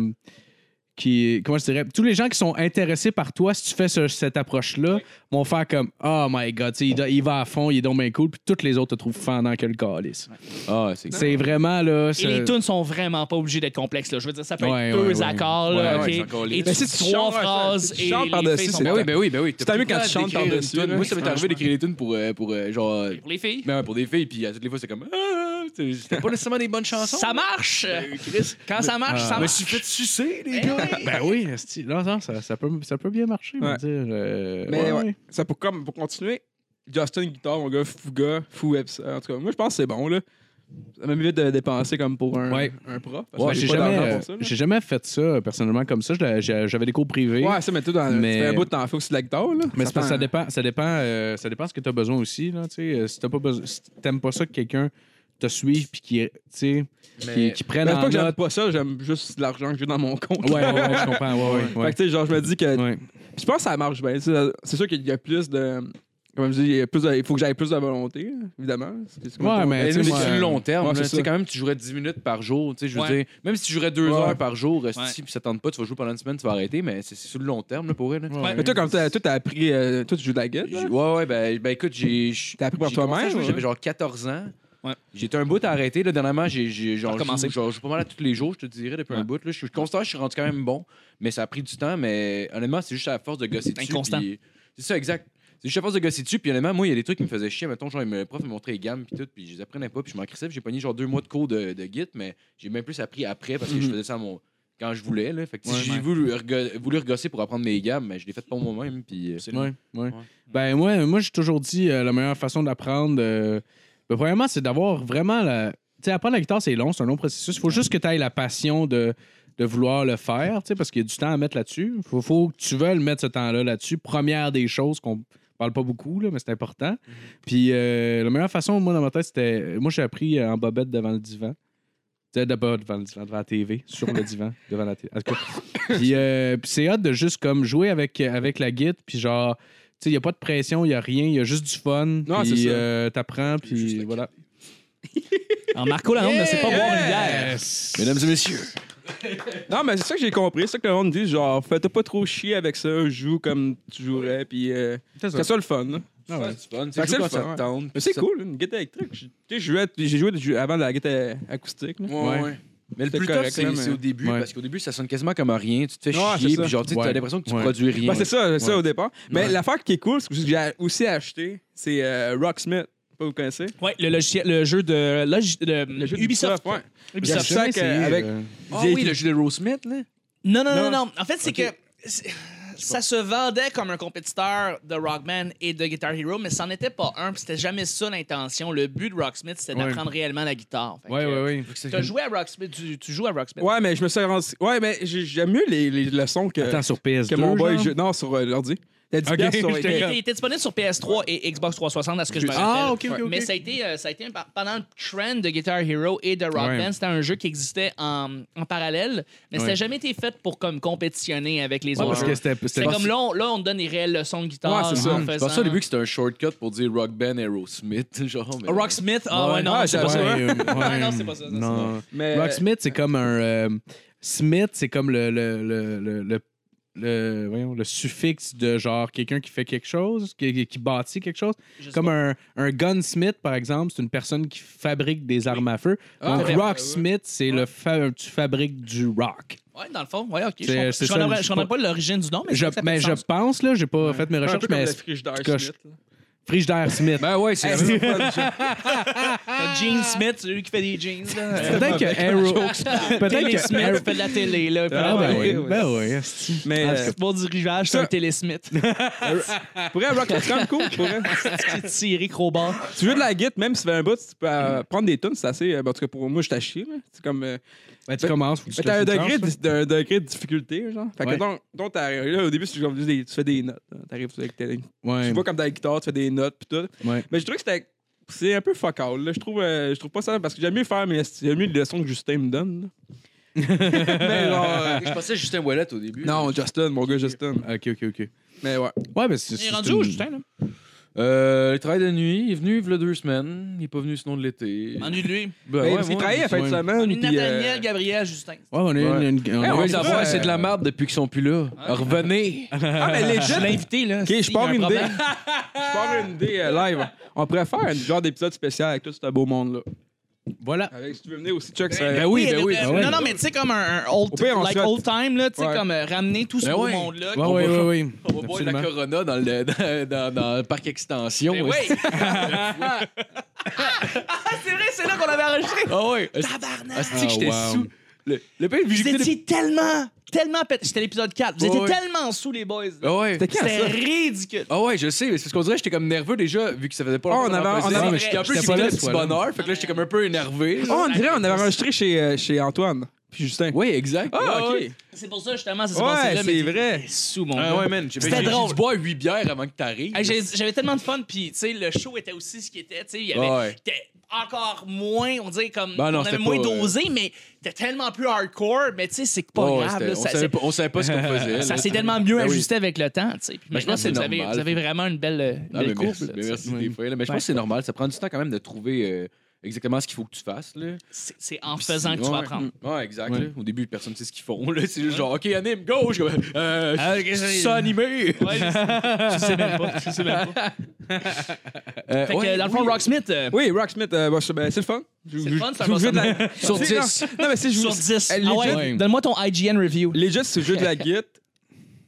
Speaker 5: qui, comment je dirais, tous les gens qui sont intéressés par toi, si tu fais ce- cette approche-là, vont faire comme Oh my god, tu sais, il, do- il va à fond, il est donc bien cool, puis toutes les autres te trouvent fendant que le calice.
Speaker 3: Ah, c'est
Speaker 5: C'est vraiment là.
Speaker 6: Et
Speaker 5: c'est-
Speaker 6: les tunes sont vraiment pas obligées d'être complexes. Là. Je veux dire, ça peut
Speaker 5: Euh, Ouais,
Speaker 6: être
Speaker 5: ouais,
Speaker 6: deux
Speaker 5: ouais.
Speaker 6: accords.
Speaker 3: Ouais,
Speaker 6: Là,
Speaker 3: ouais,
Speaker 6: ok?
Speaker 3: c'est encore
Speaker 6: Et
Speaker 3: les-
Speaker 4: Mais si tu
Speaker 6: trois
Speaker 4: chantes, ouais, si
Speaker 6: phrases
Speaker 4: tu
Speaker 6: et
Speaker 4: chantes
Speaker 6: les
Speaker 4: par-dessus,
Speaker 6: filles sont
Speaker 4: c'est
Speaker 3: Ben
Speaker 6: pas-
Speaker 3: oui, ben oui, ben oui.
Speaker 4: C'est mieux quand tu chantes
Speaker 3: d'écrire
Speaker 4: par-dessus,
Speaker 3: une tune.
Speaker 4: là.
Speaker 3: Moi, ça m'est arrivé d'écrire des tunes pour, euh, pour euh, genre,
Speaker 6: Pour les filles.
Speaker 3: Ben ouais, pour des filles, puis à toutes les fois, c'est comme. Ah, tu sais, C'était c'était pas nécessairement des bonnes chansons.
Speaker 6: Ça marche!
Speaker 3: Chris,
Speaker 6: Quand ça marche,
Speaker 5: Ah,
Speaker 3: je
Speaker 6: ça
Speaker 3: me
Speaker 6: marche.
Speaker 3: suis fait sucer, les
Speaker 6: Eh
Speaker 3: gars.
Speaker 6: oui.
Speaker 5: Ben oui, esti. non, non, ça, ça, peut, ça peut bien marcher,
Speaker 4: Ouais.
Speaker 5: me dire. euh,
Speaker 4: Mais
Speaker 5: ouais,
Speaker 4: ouais,
Speaker 5: ouais.
Speaker 4: Ça pour, comme, pour continuer, Justin Guitar, mon gars, fou gars, fou web. En tout cas, moi, je pense que c'est bon, là. Ça m'a évité de dépenser comme pour un,
Speaker 5: Ouais.
Speaker 4: un prof. parce que
Speaker 5: Ouais,
Speaker 4: j'ai
Speaker 5: j'ai
Speaker 4: pas
Speaker 5: jamais,
Speaker 4: d'argent
Speaker 5: euh,
Speaker 4: pour ça, là.
Speaker 5: j'ai jamais fait ça euh, personnellement comme ça. Je l'ai- j'ai- J'avais des cours privés.
Speaker 4: Ouais, ça, mais tout dans
Speaker 5: Mais-
Speaker 4: tu fais un bout de temps fais aussi de la guitare, là.
Speaker 5: Mais c'est parce que
Speaker 4: prend-
Speaker 5: ça dépend, ça dépend, euh, ça dépend ce que tu as besoin aussi. Là, tu sais. Euh, si t'as pas besoin, si t'aimes pas ça que quelqu'un te suive puis qui, tu sais, qui, qui
Speaker 4: Mais
Speaker 5: prenne
Speaker 4: ben, c'est
Speaker 5: en
Speaker 4: pas que j'aime
Speaker 5: note.
Speaker 4: pas ça, j'aime juste l'argent que j'ai dans mon compte.
Speaker 5: Ouais, ouais, ouais, je comprends. Ouais, ouais,
Speaker 4: Fait que, tu sais, genre, je me dis que.
Speaker 5: ouais. ouais.
Speaker 4: Je pense que ça marche bien. tu sais, C'est sûr qu'il y a plus de. Comme je dis, il, y a plus de- il faut que j'aille plus de volonté, là, évidemment. C'est- c'est comme
Speaker 5: Ouais,
Speaker 4: tout.
Speaker 5: mais
Speaker 3: Mais
Speaker 5: tu sais,
Speaker 3: c'est
Speaker 5: moi,
Speaker 3: du long terme.
Speaker 4: ouais,
Speaker 3: là.
Speaker 4: c'est
Speaker 3: Tu sais,
Speaker 4: ça.
Speaker 3: quand même, tu jouerais 10 minutes par jour. tu sais, Je veux
Speaker 6: Ouais.
Speaker 3: dire, même si tu jouerais 2
Speaker 4: Ouais.
Speaker 3: heures par jour, euh, si
Speaker 6: Ouais.
Speaker 3: ça tente pas, tu vas jouer pendant une semaine, tu vas arrêter, mais c'est c'est sur le long terme là, pour elle. là.
Speaker 5: Ouais.
Speaker 4: Mais toi, comme t'as- toi, t'as appris. euh, toi, tu joues de la guitare.
Speaker 3: J'ai- Ouais, ouais, ben, ben écoute, j'ai. j'-
Speaker 4: T'as appris par
Speaker 3: j'ai commencé à
Speaker 4: toi-même,
Speaker 3: jouer,
Speaker 4: ouais.
Speaker 3: J'avais genre 14 ans.
Speaker 6: Ouais.
Speaker 3: J'étais un bout à arrêter. Là, dernièrement, j'ai j'ai- genre,
Speaker 6: recommencé.
Speaker 3: joue, genre, je joue pas mal à tous les jours, je te dirais, depuis un
Speaker 6: Ouais.
Speaker 3: bout. Là. Je, suis- je constate que je suis rendu quand même bon, mais ça a pris du temps. Mais honnêtement, c'est juste à la force de gosser dessus.
Speaker 6: inconstant.
Speaker 3: puis- C'est ça, exact. C'est juste à force de gosser dessus. Puis honnêtement, moi, il y a des trucs qui me faisaient chier. Mettons, genre, il me- le prof me montrait les gammes, puis tout, puis je les apprenais pas, puis je m'en crissais. puis J'ai pogné genre deux mois de cours de, de Git, mais j'ai même plus appris après parce que je
Speaker 4: Mhm.
Speaker 3: faisais ça à mon. Quand je voulais, là. Fait que si
Speaker 5: Ouais,
Speaker 3: j'ai
Speaker 5: ouais.
Speaker 3: voulu, rego- voulu regosser pour apprendre mes gammes, mais je l'ai fait pour moi-même, puis. euh,
Speaker 5: Ouais, ouais.
Speaker 3: Ouais.
Speaker 5: Ben moi, moi j'ai toujours dit euh, la meilleure façon d'apprendre, euh, ben, premièrement, c'est d'avoir vraiment la. Tu sais, apprendre la guitare, c'est long, c'est un long processus. Il faut juste que tu aies la passion de, de vouloir le faire, tu sais, parce qu'il y a du temps à mettre là-dessus. Il faut, faut que tu veuilles mettre ce temps-là là-dessus. Première des choses qu'on parle pas beaucoup, là, mais c'est important.
Speaker 4: Mhm.
Speaker 5: Puis euh, la meilleure façon, moi, dans ma tête, c'était. Moi, j'ai appris euh, en bobette devant le divan. Tu sais, D'abord devant le divan, devant la TV, sur le divan, devant la télé. En tout cas. Puis, euh, puis c'est hot de juste comme jouer avec, euh, avec la guide, puis genre, tu sais, il n'y a pas de pression, il n'y a rien, il y a juste du fun.
Speaker 4: Non, c'est
Speaker 5: puis
Speaker 4: ça.
Speaker 5: euh, t'apprends,
Speaker 4: Juste
Speaker 5: puis
Speaker 4: la
Speaker 5: voilà.
Speaker 6: En Marco Lalonde ne sait pas boire une bière.
Speaker 3: Mesdames et messieurs,
Speaker 4: Non, mais c'est ça que j'ai compris. C'est ça que le monde dit, genre, fais-toi pas trop chier avec ça, joue comme tu jouerais, puis euh,
Speaker 5: C'est ça.
Speaker 4: c'est ça le fun. là.
Speaker 5: Ah ouais.
Speaker 3: c'est fun.
Speaker 4: Fait
Speaker 3: C'est
Speaker 4: que c'est
Speaker 3: quand
Speaker 4: le fun,
Speaker 3: ça te
Speaker 4: ouais.
Speaker 3: tente.
Speaker 4: Mais
Speaker 3: puis
Speaker 4: c'est
Speaker 3: ça-
Speaker 4: cool, une guitare électrique. Tu sais, je jouais- j'ai joué, du- avant de la guitare acoustique. là.
Speaker 3: Ouais, ouais. Mais le
Speaker 4: C'est
Speaker 3: plus
Speaker 4: correct,
Speaker 3: tough, c'est
Speaker 4: là, mais-
Speaker 3: c'est au début,
Speaker 5: Ouais.
Speaker 3: parce qu'au début, ça sonne quasiment comme à rien. Tu te fais
Speaker 4: Ouais, c'est
Speaker 3: chier,
Speaker 4: ça.
Speaker 3: puis genre, tu as
Speaker 5: Ouais.
Speaker 3: l'impression que tu
Speaker 5: Ouais.
Speaker 3: produis rien.
Speaker 4: Ouais, Ben, c'est ça, ça
Speaker 5: Ouais.
Speaker 4: au départ. Mais
Speaker 5: Ouais.
Speaker 4: l'affaire qui est cool, c'est que j'ai aussi acheté, c'est euh, Rocksmith. Pas vous connaissez?
Speaker 6: Ouais, le logiciel, le jeu de, logi- de
Speaker 4: Le jeu
Speaker 6: Ubisoft.
Speaker 4: d'Ubisoft, ouais.
Speaker 5: J'ai
Speaker 4: Ubisoft.
Speaker 5: jamais
Speaker 4: Sac,
Speaker 5: essayé,
Speaker 4: euh, avec-
Speaker 5: euh,
Speaker 3: Ah oui, le jeu de Rose Smith, là.
Speaker 6: Non, non, non,
Speaker 4: Non.
Speaker 6: non. En fait, c'est que c'est- ça se vendait comme un compétiteur de Rockman et de Guitar Hero, mais c'en était pas un. puis C'était jamais ça l'intention. Le but de Rocksmith, c'était
Speaker 5: Ouais.
Speaker 6: d'apprendre réellement la guitare. Fait que,
Speaker 5: Ouais, ouais, ouais.
Speaker 6: euh, T'as joué à Rocksmith, tu, tu joues à Rocksmith.
Speaker 4: Ouais, mais je me suis rendu. Ouais, mais j'ai- j'aime mieux les, les leçons que,
Speaker 5: Attends, sur PS2.
Speaker 4: euh, que mon boy.
Speaker 5: genre?
Speaker 4: joue- Non, sur euh, l'ordi. T'as 10
Speaker 5: Ok,
Speaker 4: piastres sur
Speaker 5: j'étais
Speaker 4: était-
Speaker 6: Il était- il était disponible sur PS3 et Xbox 360, à ce que je me rappelle.
Speaker 5: Ah, ok, ok, ok.
Speaker 6: Mais ça a été, euh, ça a été un- pendant le trend de Guitar Hero et de Rock
Speaker 5: Ouais.
Speaker 6: Band, c'était un jeu qui existait en, en parallèle, mais ça n'a
Speaker 5: Ouais.
Speaker 6: jamais été fait pour comme compétitionner avec les
Speaker 5: Ouais,
Speaker 6: autres.
Speaker 5: parce
Speaker 6: jeux.
Speaker 5: que c'était.
Speaker 6: C'est
Speaker 5: c'était-
Speaker 6: comme là on, là, on te donne des réelles leçons de guitare.
Speaker 4: Ouais, c'est ça.
Speaker 6: en
Speaker 4: Je
Speaker 3: Je
Speaker 6: faisant-
Speaker 3: pensais au début que c'était un shortcut pour dire Rock Band et Rose Smith. Genre, mais...
Speaker 6: Rocksmith, ah ouais,
Speaker 4: Ouais,
Speaker 6: non,
Speaker 4: ouais,
Speaker 6: c'est
Speaker 4: ça-
Speaker 6: pas
Speaker 5: Ouais,
Speaker 6: ça.
Speaker 5: euh, ouais.
Speaker 6: non, c'est pas ça, ça,
Speaker 5: Non.
Speaker 4: Mais,
Speaker 5: Rocksmith, c'est comme un. euh, Smith, c'est comme le. le, le, le, le- le- voyons, le suffixe de genre quelqu'un qui fait quelque chose, qui, qui bâtit quelque chose.
Speaker 6: Je sais
Speaker 5: Comme
Speaker 6: pas.
Speaker 5: un, un gunsmith, par exemple, c'est une personne qui fabrique des armes à feu.
Speaker 4: Ah,
Speaker 5: Donc,
Speaker 4: ouais.
Speaker 5: rocksmith, c'est le fa- tu fabriques du rock.
Speaker 6: Ouais, dans le fond, ouais, ok. Je
Speaker 5: C'est-
Speaker 6: comprends-
Speaker 5: c'est
Speaker 6: je
Speaker 5: ça,
Speaker 6: comprends-
Speaker 5: je
Speaker 6: je comprends
Speaker 5: sais
Speaker 6: pas l'origine du nom, mais
Speaker 5: Je,
Speaker 6: ça fait
Speaker 5: mais
Speaker 6: du
Speaker 5: je
Speaker 6: sens.
Speaker 5: pense, là, j'ai pas fait mes
Speaker 4: un peu
Speaker 5: recherches,
Speaker 4: comme
Speaker 5: mais
Speaker 4: le frigidaire
Speaker 5: coche.
Speaker 4: Smith, là.
Speaker 5: Frigidaire Smith.
Speaker 3: Ben ouais, c'est la même affaire.
Speaker 6: T'as
Speaker 5: Ah.
Speaker 6: Gene Smith, c'est lui qui fait des jeans. là.
Speaker 4: ben,
Speaker 5: Peut-être que Arrow. Peut-être
Speaker 6: Télé
Speaker 5: que
Speaker 6: Smith
Speaker 5: Arrow.
Speaker 6: fait de la télé, là. puis-
Speaker 5: Ah, ben oui,
Speaker 4: Ouais, ouais.
Speaker 5: ben oui. esti.
Speaker 4: Mais
Speaker 6: Ah,
Speaker 4: euh,
Speaker 6: c'est bon dirigeage, c'est
Speaker 4: ça-
Speaker 6: un télésmith.
Speaker 4: pour vrai, Rocksmith, c'est quand même cool. pour vrai.
Speaker 6: C'est tiré crowbar.
Speaker 4: Tu veux de la guitare, même si tu fais un bout, tu peux euh, prendre des tunes, c'est assez. euh, ben, en tout cas, pour moi, je t'ai chier. là. C'est comme. euh,
Speaker 5: Ben, tu commences. faut que tu
Speaker 4: Mais
Speaker 5: te
Speaker 4: t'as un
Speaker 5: laisses une
Speaker 4: degré,
Speaker 5: chance, là.
Speaker 4: de, un degré de difficulté, genre. Fait que
Speaker 5: Ouais.
Speaker 4: donc, donc t'arrives- là, au début, c'est genre, des- tu fais des notes. là. T'arrives avec tes- Tu
Speaker 5: Ouais.
Speaker 4: vois comme dans la guitare, tu fais des notes pis tout.
Speaker 5: Ouais.
Speaker 4: Mais je trouve que c'était. C'est un peu fuck all, là. Je trouve, euh, je trouve pas ça. Parce que j'aime mieux faire mes. J'aime mieux les leçons que Justin me donne. là. mais genre. euh,
Speaker 3: Je pensais à Justin Wallet au début.
Speaker 4: non, Justin, mon gars, Justin.
Speaker 5: Ok, ok, ok.
Speaker 4: Mais ouais.
Speaker 5: Ouais, ben c'est.
Speaker 6: Il est
Speaker 5: c'est
Speaker 6: rendu
Speaker 5: une-
Speaker 6: où, Justin, là?
Speaker 3: Euh, il travaille de nuit. Il est venu il y a deux semaines. Il est pas venu sinon de l'été.
Speaker 6: Ennuie de lui.
Speaker 3: Ben
Speaker 4: Mais
Speaker 3: ouais,
Speaker 4: parce qu'il
Speaker 3: ouais.
Speaker 4: travaillait à la fin de
Speaker 5: ouais.
Speaker 4: semaine.
Speaker 6: Ennuie de
Speaker 4: Puis, euh,
Speaker 6: Nathaniel, Gabriel, Justin.
Speaker 5: Ouais, on a
Speaker 3: Ouais.
Speaker 5: une. une- on a
Speaker 3: On
Speaker 4: Hey,
Speaker 5: une-
Speaker 3: veut
Speaker 4: Ouais,
Speaker 3: savoir,
Speaker 4: ouais.
Speaker 3: c'est de la merde depuis qu'ils sont plus là. Revenez!
Speaker 4: ah, mais legit.
Speaker 6: ben, Je l'ai invité, là.
Speaker 4: Ok, je pars
Speaker 6: Il y a
Speaker 4: une
Speaker 6: un
Speaker 4: idée.
Speaker 6: problème.
Speaker 4: Je pars une idée euh, live. On pourrait faire un genre d'épisode spécial avec tout ce beau monde-là.
Speaker 5: Voilà.
Speaker 4: Avec, si tu veux venir aussi, Chuck, ça.
Speaker 5: Ben oui,
Speaker 6: Oui,
Speaker 5: ben oui.
Speaker 6: euh,
Speaker 5: ben oui.
Speaker 6: Non, non, mais tu sais, comme un, un old,
Speaker 4: Au pire, on
Speaker 6: like
Speaker 4: shot.
Speaker 6: old time, là, tu sais,
Speaker 4: Ouais.
Speaker 6: comme euh, ramener tout ce
Speaker 3: Ben
Speaker 6: beau
Speaker 3: ouais.
Speaker 6: monde-là.
Speaker 5: Ouais, ouais, ouais, ouais.
Speaker 3: On va boire de la
Speaker 5: Absolument.
Speaker 3: Corona dans le, dans, dans- dans le parc extension.
Speaker 6: Ben oui. Ah, c'est vrai, c'est là qu'on l'avait enregistré.
Speaker 3: Ah ouais. asti-
Speaker 6: Tabarnak!
Speaker 3: Asti, que
Speaker 5: Ah,
Speaker 3: j'étais
Speaker 5: wow.
Speaker 3: sous. Le, le pire,
Speaker 6: Vous
Speaker 3: j'écoutais
Speaker 6: étiez tellement, tellement pété. C'était l'épisode 4. Vous
Speaker 3: Ouais,
Speaker 6: étiez
Speaker 3: ouais.
Speaker 6: tellement sous les boys.
Speaker 3: des- Ah ouais.
Speaker 4: C'était quand
Speaker 6: C'était
Speaker 4: ça?
Speaker 6: ridicule.
Speaker 3: Ah ouais, je sais, mais c'est parce qu'on dirait que j'étais comme nerveux déjà, vu que ça faisait pas longtemps
Speaker 4: on
Speaker 3: qu'on en
Speaker 4: avait- on
Speaker 3: faisait.
Speaker 6: avait-
Speaker 3: mais j'étais un peu
Speaker 5: J'étais pas
Speaker 3: j'écoutais
Speaker 5: là,
Speaker 3: le petit
Speaker 5: ce soir-là.
Speaker 3: bonheur, fait que là, j'étais comme un peu énervé.
Speaker 6: Ah
Speaker 4: Oh, on dirait on avait enregistré chez, euh, chez Antoine puis Justin.
Speaker 3: Oui, exact.
Speaker 4: Ah,
Speaker 3: Ouais,
Speaker 4: ok.
Speaker 3: ouais.
Speaker 6: C'est pour ça, justement, ça s'est
Speaker 4: Ouais,
Speaker 6: passé là. mais
Speaker 4: c'est
Speaker 6: t'es-
Speaker 4: vrai.
Speaker 6: t'es Sous mon
Speaker 3: Ah
Speaker 6: gars.
Speaker 3: ouais, man. j'ai-
Speaker 6: C'était
Speaker 3: j'ai-
Speaker 6: drôle.
Speaker 3: J'ai dû boire 8 bières avant que t'arrives.
Speaker 6: Hey, j'ai- J'avais tellement de fun, puis tu sais, le show était aussi ce qu'il était. Tu sais, il y avait
Speaker 3: Ouais.
Speaker 6: t'es encore moins, on dirait comme.
Speaker 3: Ben non,
Speaker 6: on avait
Speaker 3: c'était
Speaker 6: moins
Speaker 3: pas, euh,
Speaker 6: dosé, mais t'es tellement plus hardcore, mais tu sais, c'est pas
Speaker 3: Ouais, ouais,
Speaker 6: grave.
Speaker 3: c'était-
Speaker 6: là,
Speaker 3: on,
Speaker 6: ça-
Speaker 3: savait
Speaker 6: c'est-
Speaker 3: pas, on savait pas ce qu'on faisait.
Speaker 6: Ça
Speaker 3: là.
Speaker 6: s'est tellement mieux
Speaker 3: Ben oui.
Speaker 6: ajusté avec le temps, tu sais. Puis
Speaker 3: Ben, je
Speaker 6: maintenant,
Speaker 3: pense que
Speaker 6: vous,
Speaker 3: c'est
Speaker 6: avez,
Speaker 3: normal.
Speaker 6: vous avez vraiment une belle, euh,
Speaker 3: Non,
Speaker 6: belle
Speaker 3: mais
Speaker 6: courbe.
Speaker 3: Ah merci,
Speaker 6: là,
Speaker 3: mais
Speaker 6: tu sais.
Speaker 3: merci
Speaker 6: Ouais.
Speaker 3: des fois. là. Mais je pense
Speaker 6: Ouais.
Speaker 3: que c'est normal. Ça prend du temps quand même de trouver euh, exactement ce qu'il faut que tu fasses. Là.
Speaker 6: C'est c'est en faisant que tu
Speaker 3: Ouais.
Speaker 6: vas apprendre.
Speaker 3: Ouais, exact.
Speaker 5: Ouais.
Speaker 3: là. Au début, personne ne sait ce qu'ils font. là. C'est juste genre, OK, anime, go! Je suis comme, euh,
Speaker 6: Ah, ok,
Speaker 3: c'est
Speaker 6: ça-
Speaker 3: animé!
Speaker 6: Ouais, je je sais même pas. Je sais même pas.
Speaker 3: Euh,
Speaker 6: Fait que,
Speaker 3: ouais,
Speaker 6: dans le fond,
Speaker 3: oui.
Speaker 6: Rocksmith, euh,
Speaker 4: Oui, Rocksmith, euh, bah, c'est ben, c'est le fun. Je- je-
Speaker 6: C'est le fun, c'est un
Speaker 4: je vous
Speaker 6: bon
Speaker 4: jure de la-
Speaker 3: Sur
Speaker 4: Tu sais,
Speaker 3: 10.
Speaker 4: Non, non, mais si je
Speaker 6: sur
Speaker 4: vous.
Speaker 6: 10.
Speaker 4: Euh, les
Speaker 6: Ah ouais?
Speaker 4: jeux-
Speaker 6: Donne-moi ton IGN review.
Speaker 4: Les jeux, c'est le jeu de la guide.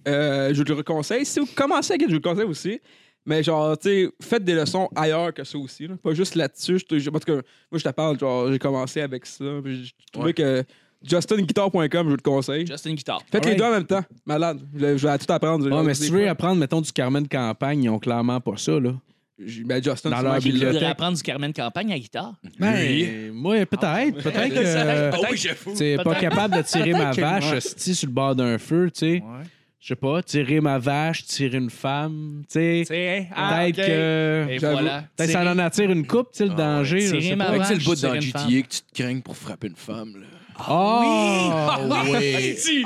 Speaker 4: Euh, je te le conseille. Si vous commencez à guide, je vous le conseille aussi. Mais genre, tu sais, faites des leçons ailleurs que ça aussi. là. Pas juste là-dessus. Je te- je- En tout cas, moi, je te parle, genre, j'ai commencé avec ça. Puis je trouvais
Speaker 3: Ouais.
Speaker 4: que justinguitar.com, je vous le conseille.
Speaker 6: Juste une guitare.
Speaker 4: Faites les
Speaker 5: Alright.
Speaker 4: deux en même temps. Malade. Je vais, je vais tout apprendre.
Speaker 5: Ouais, mais
Speaker 4: Des
Speaker 5: si tu
Speaker 4: fois,
Speaker 5: veux apprendre, mettons, du Carmen Campagne, ils ont clairement pas ça, là.
Speaker 4: j- ben, Justin,
Speaker 5: dans
Speaker 4: c'est
Speaker 5: leur
Speaker 4: moi qui l'ai.
Speaker 6: Je
Speaker 5: bibliothèque.
Speaker 6: voudrais apprendre du Carmen Campagne à guitare.
Speaker 5: Ben, moi, peut-être. Peut-être que.
Speaker 3: Ah oui, j'avoue.
Speaker 5: T'es pas
Speaker 6: Peut-être-
Speaker 5: capable de tirer ma
Speaker 6: peut-être que-
Speaker 5: vache hostie, sur le bord d'un feu, tu sais. Je sais pas, tirer ma vache, tirer une femme, tu sais. Ah, Peut-être
Speaker 6: Peut-être
Speaker 5: que.
Speaker 6: Ah, Et
Speaker 4: J'avoue.
Speaker 6: voilà.
Speaker 5: Peut-être Ben, ça en attire une coupe, tu sais, le danger.
Speaker 6: tirer
Speaker 5: je sais
Speaker 6: ma
Speaker 5: pas.
Speaker 3: Fait que c'est le bout
Speaker 6: je
Speaker 3: dans
Speaker 6: serais une
Speaker 3: GTA
Speaker 6: femme.
Speaker 3: que tu te craignes pour frapper une femme. Là.
Speaker 5: Oh,
Speaker 3: ouais.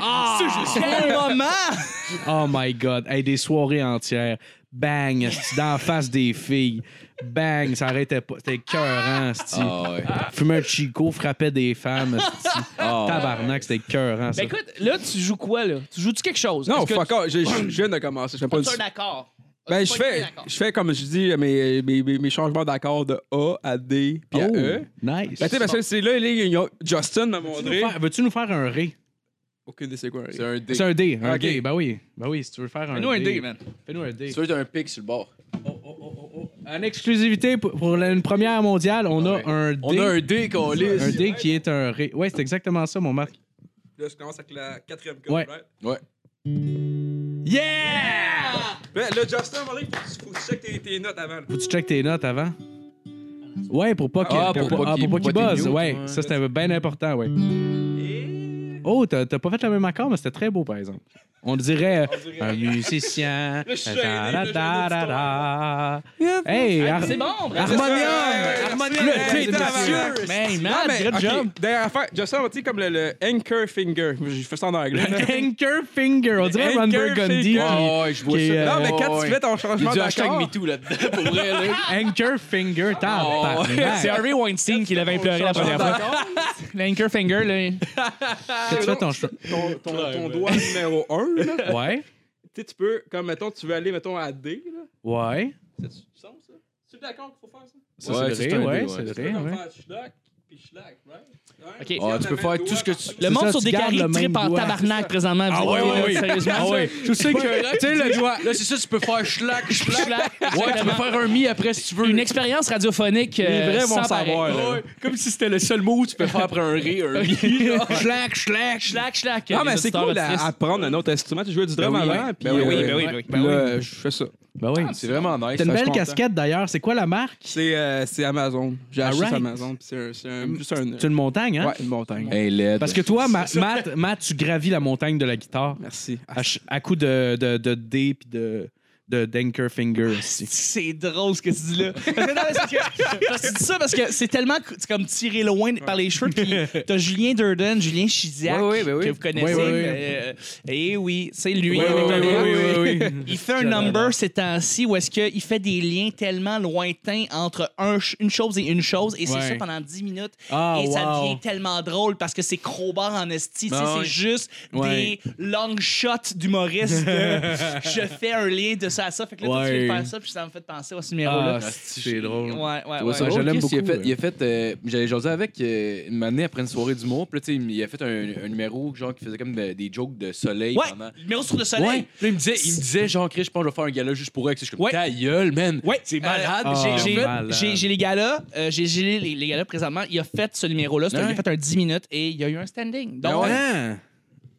Speaker 6: Ah, quel moment!
Speaker 5: oh my God. Hey, des soirées entières. Bang, esti, dans la face des filles. Bang, ça arrêtait pas. C'était écœurant, esti.
Speaker 4: Oh.
Speaker 3: Ah ouais. Ah,
Speaker 5: Fumait un chico, frappait des femmes, esti.
Speaker 4: Oh.
Speaker 5: Tabarnak, c'était écœurant, ça.
Speaker 6: Ben écoute, là, tu joues quoi, là? Tu joues-tu quelque chose?
Speaker 4: Non,
Speaker 6: Est-ce que
Speaker 4: fuck off. Je je- je viens de commencer. Je fais pas
Speaker 6: tu
Speaker 4: du-
Speaker 6: as un accord.
Speaker 4: Ben,
Speaker 6: As-tu
Speaker 4: je
Speaker 6: pas un
Speaker 4: fais,
Speaker 6: accord?
Speaker 4: je fais, comme je dis, euh, mes, mes, mes- mes changements d'accord de A à D puis à
Speaker 5: Oh,
Speaker 4: E.
Speaker 5: Nice.
Speaker 4: Ben, tu sais, parce que c'est là, les- ils ont- Justin m'a
Speaker 5: Veux-tu nous
Speaker 4: montré.
Speaker 5: faire- Veux-tu nous faire un ré?
Speaker 4: Aucune idée c'est quoi un ré.
Speaker 3: C'est un dé.
Speaker 5: C'est un dé, un
Speaker 4: Ok.
Speaker 5: dé. Ben oui. Ben oui, si tu veux faire un
Speaker 6: Fais-nous un
Speaker 5: dé.
Speaker 6: dé, man.
Speaker 5: Fais-nous un dé.
Speaker 3: Tu veux, t'as un pic sur le bord.
Speaker 5: En exclusivité pour- pour la- une première mondiale, on
Speaker 3: Ouais.
Speaker 5: a un dé.
Speaker 3: On a un dé qu'on lisse.
Speaker 5: un dé qui est un ré. Ouais, c'est exactement ça, mon Marc.
Speaker 4: Là, je commence avec la quatrième
Speaker 5: Ouais.
Speaker 4: right?
Speaker 3: Ouais.
Speaker 5: Yeah!
Speaker 4: Ben, là, Justin m'a dit qu'il faut checker tes, tes notes avant.
Speaker 5: Faut que tu checkes tes notes avant. Ouais, pour pas qu'il
Speaker 3: Ah,
Speaker 5: pour,
Speaker 3: pour pas
Speaker 5: pas- ah,
Speaker 3: qu'il-
Speaker 5: pour pas
Speaker 3: pour
Speaker 5: qu'il
Speaker 3: pas
Speaker 5: buzz.
Speaker 3: t'es mute,
Speaker 5: Ouais,
Speaker 3: ouais.
Speaker 5: ça c'était bien important, ouais. Oh, t'as t'as pas fait le même accord, mais c'était très beau, par exemple. On dirait euh,
Speaker 4: dirait-
Speaker 5: un musicien.
Speaker 4: je suis gêné, là, j'ai une
Speaker 5: da-da-da-da-da. Hey, Ar-
Speaker 6: C'est bon, bravo.
Speaker 4: Ouais,
Speaker 5: Harmonium!
Speaker 4: ouais,
Speaker 5: Harmonium!
Speaker 4: ouais, ouais,
Speaker 5: mesdames et
Speaker 4: ouais,
Speaker 5: messieurs.
Speaker 6: Man, man,
Speaker 4: Ah, mais,
Speaker 6: great
Speaker 4: ok,
Speaker 6: job.
Speaker 4: Dernière affaire, Justin m'a dit comme le, le anchor finger. J'ai fait ça en anglais. là.
Speaker 5: Anchor Finger, on dirait
Speaker 4: Anchor
Speaker 5: Ron Burgundy.
Speaker 4: Finger.
Speaker 5: qui-
Speaker 3: Ah ouais, je vois
Speaker 5: qui est,
Speaker 3: ça.
Speaker 5: euh,
Speaker 4: non, mais quand
Speaker 3: Ouais,
Speaker 4: tu
Speaker 3: ouais.
Speaker 4: fais ton
Speaker 3: Il y
Speaker 4: changement
Speaker 3: a du hashtag
Speaker 4: d'accord...
Speaker 3: MeToo là-dedans, pour vrai. Là.
Speaker 5: Anchor Finger,
Speaker 3: Oh,
Speaker 5: tabarnak.
Speaker 6: C'est Harvey Weinstein qui l'avait imploré la première fois. L'anchor finger, là.
Speaker 5: Que tu fais ton choix.
Speaker 4: Ton, ton, ton doigt numéro 1, là.
Speaker 5: Ouais.
Speaker 4: Tu sais, tu peux, comme, mettons, tu veux aller, mettons, à D, là.
Speaker 5: Ouais.
Speaker 4: C'est du sens, ça? Tu d'accord qu'il faut faire ça?
Speaker 5: Ça,
Speaker 3: Ouais,
Speaker 5: c'est
Speaker 3: c'est
Speaker 5: vrai,
Speaker 3: un
Speaker 5: ouais,
Speaker 3: dé,
Speaker 5: c'est
Speaker 3: ouais.
Speaker 5: vrai, ouais.
Speaker 4: schlock, puis schlock, right?
Speaker 6: Ok.
Speaker 3: Ah, tu peux faire tout ce que tu...
Speaker 6: Le monde
Speaker 5: ça,
Speaker 6: sur
Speaker 5: tu
Speaker 6: des
Speaker 5: gardes
Speaker 6: carrés
Speaker 5: le même
Speaker 6: trip en
Speaker 5: doigt.
Speaker 6: tabarnak présentement.
Speaker 5: Ah
Speaker 6: Vous
Speaker 5: ouais,
Speaker 6: dites,
Speaker 5: ouais,
Speaker 6: euh,
Speaker 5: ouais.
Speaker 6: Sérieusement.
Speaker 5: Ah ouais.
Speaker 3: Je sais que... Tu sais, le doigt... Là, c'est ça, tu peux faire schlac, schlac. Ouais, tu peux faire un mi après, si tu veux.
Speaker 6: Une expérience radiophonique. euh,
Speaker 4: Les vrais vont
Speaker 6: sans pareil.
Speaker 4: savoir, là.
Speaker 3: Ouais, comme si c'était le seul mot que tu peux faire après un ré, un mi.
Speaker 5: Schlack, schlack,
Speaker 6: Schlac, schlac.
Speaker 4: Non,
Speaker 6: les
Speaker 4: mais c'est
Speaker 6: auditeurs,
Speaker 4: cool
Speaker 6: auditrices.
Speaker 4: d'apprendre un autre instrument. Tu jouais du drum
Speaker 3: Ben oui,
Speaker 4: avant,
Speaker 3: ouais.
Speaker 4: puis...
Speaker 3: Ben oui, oui,
Speaker 4: euh,
Speaker 3: ben oui,
Speaker 4: ouais.
Speaker 6: oui,
Speaker 4: Puis
Speaker 6: ben
Speaker 4: là, je fais ça.
Speaker 5: Ben oui.
Speaker 3: C'est vraiment nice. ça,
Speaker 5: T'as une
Speaker 3: je
Speaker 5: belle
Speaker 3: suis content.
Speaker 5: casquette d'ailleurs. C'est quoi la marque?
Speaker 4: C'est euh, c'est Amazon. J'ai acheté
Speaker 5: Alright.
Speaker 4: sur Amazon, puis c'est un... C'est un... juste un...
Speaker 5: C'est une montagne, hein?
Speaker 4: Ouais, une montagne.
Speaker 3: Hey, LED.
Speaker 5: Parce que toi, Ma- Matt, Matt, tu gravis la montagne de la guitare
Speaker 4: Merci.
Speaker 5: à, ch- à coup de, de, de dé puis de, de d'anchor finger aussi.
Speaker 6: C'est drôle ce que tu dis là. Parce que, non, parce que- parce que tu dis ça parce que c'est tellement cou- c'est comme tiré loin par les cheveux. Puis t'as Julien Durden, Julien Chiziac,
Speaker 3: Ouais, ouais, ben oui.
Speaker 6: que vous connaissez.
Speaker 5: Ouais, ouais, ouais.
Speaker 6: euh, et oui, c'est lui.
Speaker 5: Ouais, ouais,
Speaker 6: avec le-
Speaker 5: ouais, ouais, ouais, ouais.
Speaker 6: Il fait un
Speaker 5: Je l'adore.
Speaker 6: number ces temps-ci où est-ce qu'il fait des liens tellement lointains entre un ch- une chose et une chose. Et c'est
Speaker 5: Ouais.
Speaker 6: ça pendant 10 minutes.
Speaker 5: Ah,
Speaker 6: et ça
Speaker 5: wow.
Speaker 6: devient tellement drôle parce que c'est crowbar en esti. tu sais,
Speaker 3: Ah, ouais.
Speaker 6: C'est juste
Speaker 5: Ouais.
Speaker 6: des long shots d'humoristes. de- je fais un lien de ce pensé à ça. Fait que là, tu
Speaker 5: Ouais.
Speaker 6: viens de faire ça, puis ça me fait penser à ce numéro-là.
Speaker 5: Ah, c'est drôle.
Speaker 6: ouais, ouais,
Speaker 3: Tu
Speaker 6: ouais.
Speaker 3: vois ça,
Speaker 5: ouais.
Speaker 3: je
Speaker 5: Ouais,
Speaker 3: l'aime
Speaker 5: Chris,
Speaker 3: beaucoup.
Speaker 5: il a fait-
Speaker 3: euh.
Speaker 5: il
Speaker 3: Euh, J'avais jasé avec euh, une année après une soirée d'humour. Puis là, tu sais, il a fait un, un numéro genre, qui faisait comme de- des jokes de soleil
Speaker 6: Ouais,
Speaker 3: pendant.
Speaker 6: numéro sur le
Speaker 3: Ouais.
Speaker 6: soleil.
Speaker 3: Puis là, il me disait, il me disait genre, Chris, je pense que je vais faire un gala juste pour eux. Je suis comme,
Speaker 6: Ouais.
Speaker 3: ta gueule, man.
Speaker 6: Ouais,
Speaker 3: C'est
Speaker 6: euh,
Speaker 3: malade.
Speaker 5: Ah,
Speaker 6: j'ai- j'ai-
Speaker 5: malade.
Speaker 6: j'ai j'ai les gars là, euh, j'ai j'ai les, les gars là présentement. Il a fait ce numéro-là, c'est un- il
Speaker 3: Ouais. Ben
Speaker 6: a fait un 10 minutes et il y a eu un standing. Donc,
Speaker 5: Ah.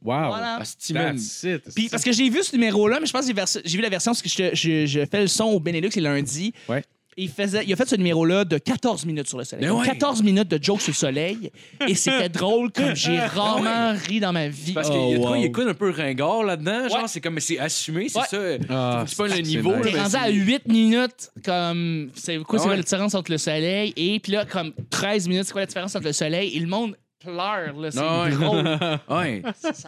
Speaker 5: Wow.
Speaker 6: voilà.
Speaker 3: Ah, c'est man.
Speaker 5: That's it.
Speaker 6: Puis parce que j'ai vu ce numéro-là, mais je pense que j'ai vers- j'ai vu la version parce que je, je, je fais le son au Benelux et lundi.
Speaker 5: Ouais.
Speaker 6: Il, faisait, il a fait ce numéro-là de 14 minutes sur le soleil.
Speaker 3: Mais
Speaker 6: Donc,
Speaker 3: ouais.
Speaker 6: 14 minutes de jokes sur le soleil. et c'était drôle comme j'ai rarement ri dans ma vie.
Speaker 3: Ah Parce
Speaker 5: Oh,
Speaker 3: qu'il y a de quoi, il y a
Speaker 5: wow.
Speaker 3: quoi d'un peu ringard là-dedans.
Speaker 6: Ouais.
Speaker 3: Genre, c'est comme, mais c'est assumé, c'est
Speaker 6: Ouais.
Speaker 3: ça.
Speaker 5: Ah,
Speaker 3: tu pas le
Speaker 5: c'est
Speaker 3: niveau.
Speaker 5: nice.
Speaker 3: là,
Speaker 6: T'es
Speaker 3: mais
Speaker 6: rendu
Speaker 3: c'est-
Speaker 6: à 8 minutes, comme. C'est quoi,
Speaker 3: Ah
Speaker 6: c'est quoi
Speaker 3: ouais.
Speaker 6: la différence entre le soleil? Et puis là, comme 13 minutes, c'est quoi la différence entre le soleil? Et le monde pleure, là. C'est
Speaker 3: Ah ouais.
Speaker 6: drôle.
Speaker 3: Ouais.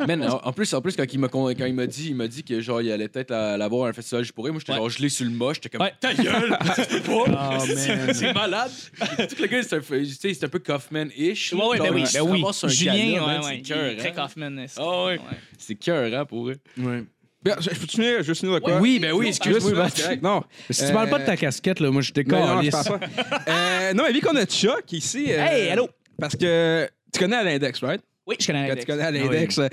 Speaker 3: Man, en en plus, en plus quand, il m'a, con- quand il m'a dit, il m'a dit que genre il allait peut-être la- l'avoir à un festival je pourrais, moi j'étais
Speaker 6: Ouais.
Speaker 3: genre gelé sur le moche, j'étais comme
Speaker 6: Ouais.
Speaker 3: ta gueule, ça se peut pas.
Speaker 5: Oh, man.
Speaker 3: c'est, c'est malade. Tout le gars c'est un, tu sais, c'est un peu Kaufman-ish.
Speaker 6: Ouais, ouais,
Speaker 3: Genre,
Speaker 6: ben oui,
Speaker 3: il se
Speaker 6: ben oui.
Speaker 3: ramasse sur un
Speaker 6: Julien,
Speaker 3: gala, man,
Speaker 6: ouais, ouais.
Speaker 3: c'est cœur.
Speaker 6: Très Kaufman.
Speaker 3: Ah ouais. C'est cœur hein, pour eux.
Speaker 5: Ouais.
Speaker 4: Ben, je, je peux finir, juste finir de quoi?
Speaker 3: Oui, ben oui,
Speaker 4: Juste,
Speaker 3: excuse-moi.
Speaker 4: non, c'est correct. Non,
Speaker 5: Si
Speaker 4: Euh,
Speaker 5: tu parles pas de ta casquette, là, moi, je
Speaker 4: non,
Speaker 5: décore.
Speaker 4: non, je parle pas. Euh, non, mais vu qu'on a Chuck ici. euh,
Speaker 6: Hey, allô?
Speaker 4: Parce que tu connais à l'index, right?
Speaker 6: Oui, je connais
Speaker 4: Quand
Speaker 6: l'index.
Speaker 4: tu connais à l'index. euh,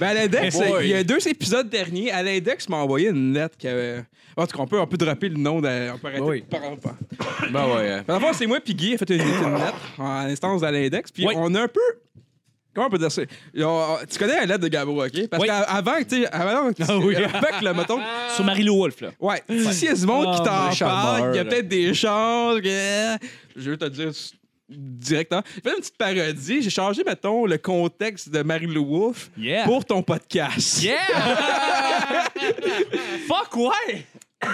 Speaker 4: Ben, à l'index,
Speaker 3: Boy.
Speaker 4: euh, il y a deux épisodes derniers, à l'index m'a envoyé une lettre qui avait. En tout cas, on peut, on peut dropper le nom. de- On peut arrêter.
Speaker 5: Oui.
Speaker 4: par- par-
Speaker 3: Ben ouais. hein.
Speaker 4: Par rapport, c'est moi puis Guy, a fait une, une lettre en instance dans l'index, puis
Speaker 6: Oui.
Speaker 4: on a un peu. Comment on peut dire ça? On- tu connais la lettre de Gabo, OK? Parce
Speaker 6: Oui.
Speaker 4: qu'avant, tu sais, avant, que tu-
Speaker 5: Ah oui.
Speaker 4: avant que, là, mettons,
Speaker 6: Sur Marie-Lou Wolf, là.
Speaker 4: ouais, si il y a du monde qui
Speaker 5: Oh,
Speaker 4: t'en
Speaker 5: le
Speaker 4: parle, il y a
Speaker 3: charmeur,
Speaker 4: peut-être des chances que. Je veux te dire s- directement. J'ai fait une petite parodie, j'ai changé, mettons, le contexte de Marie-Lou Wolfe
Speaker 6: Yeah.
Speaker 4: pour ton podcast.
Speaker 6: Yeah! Fuck, ouais!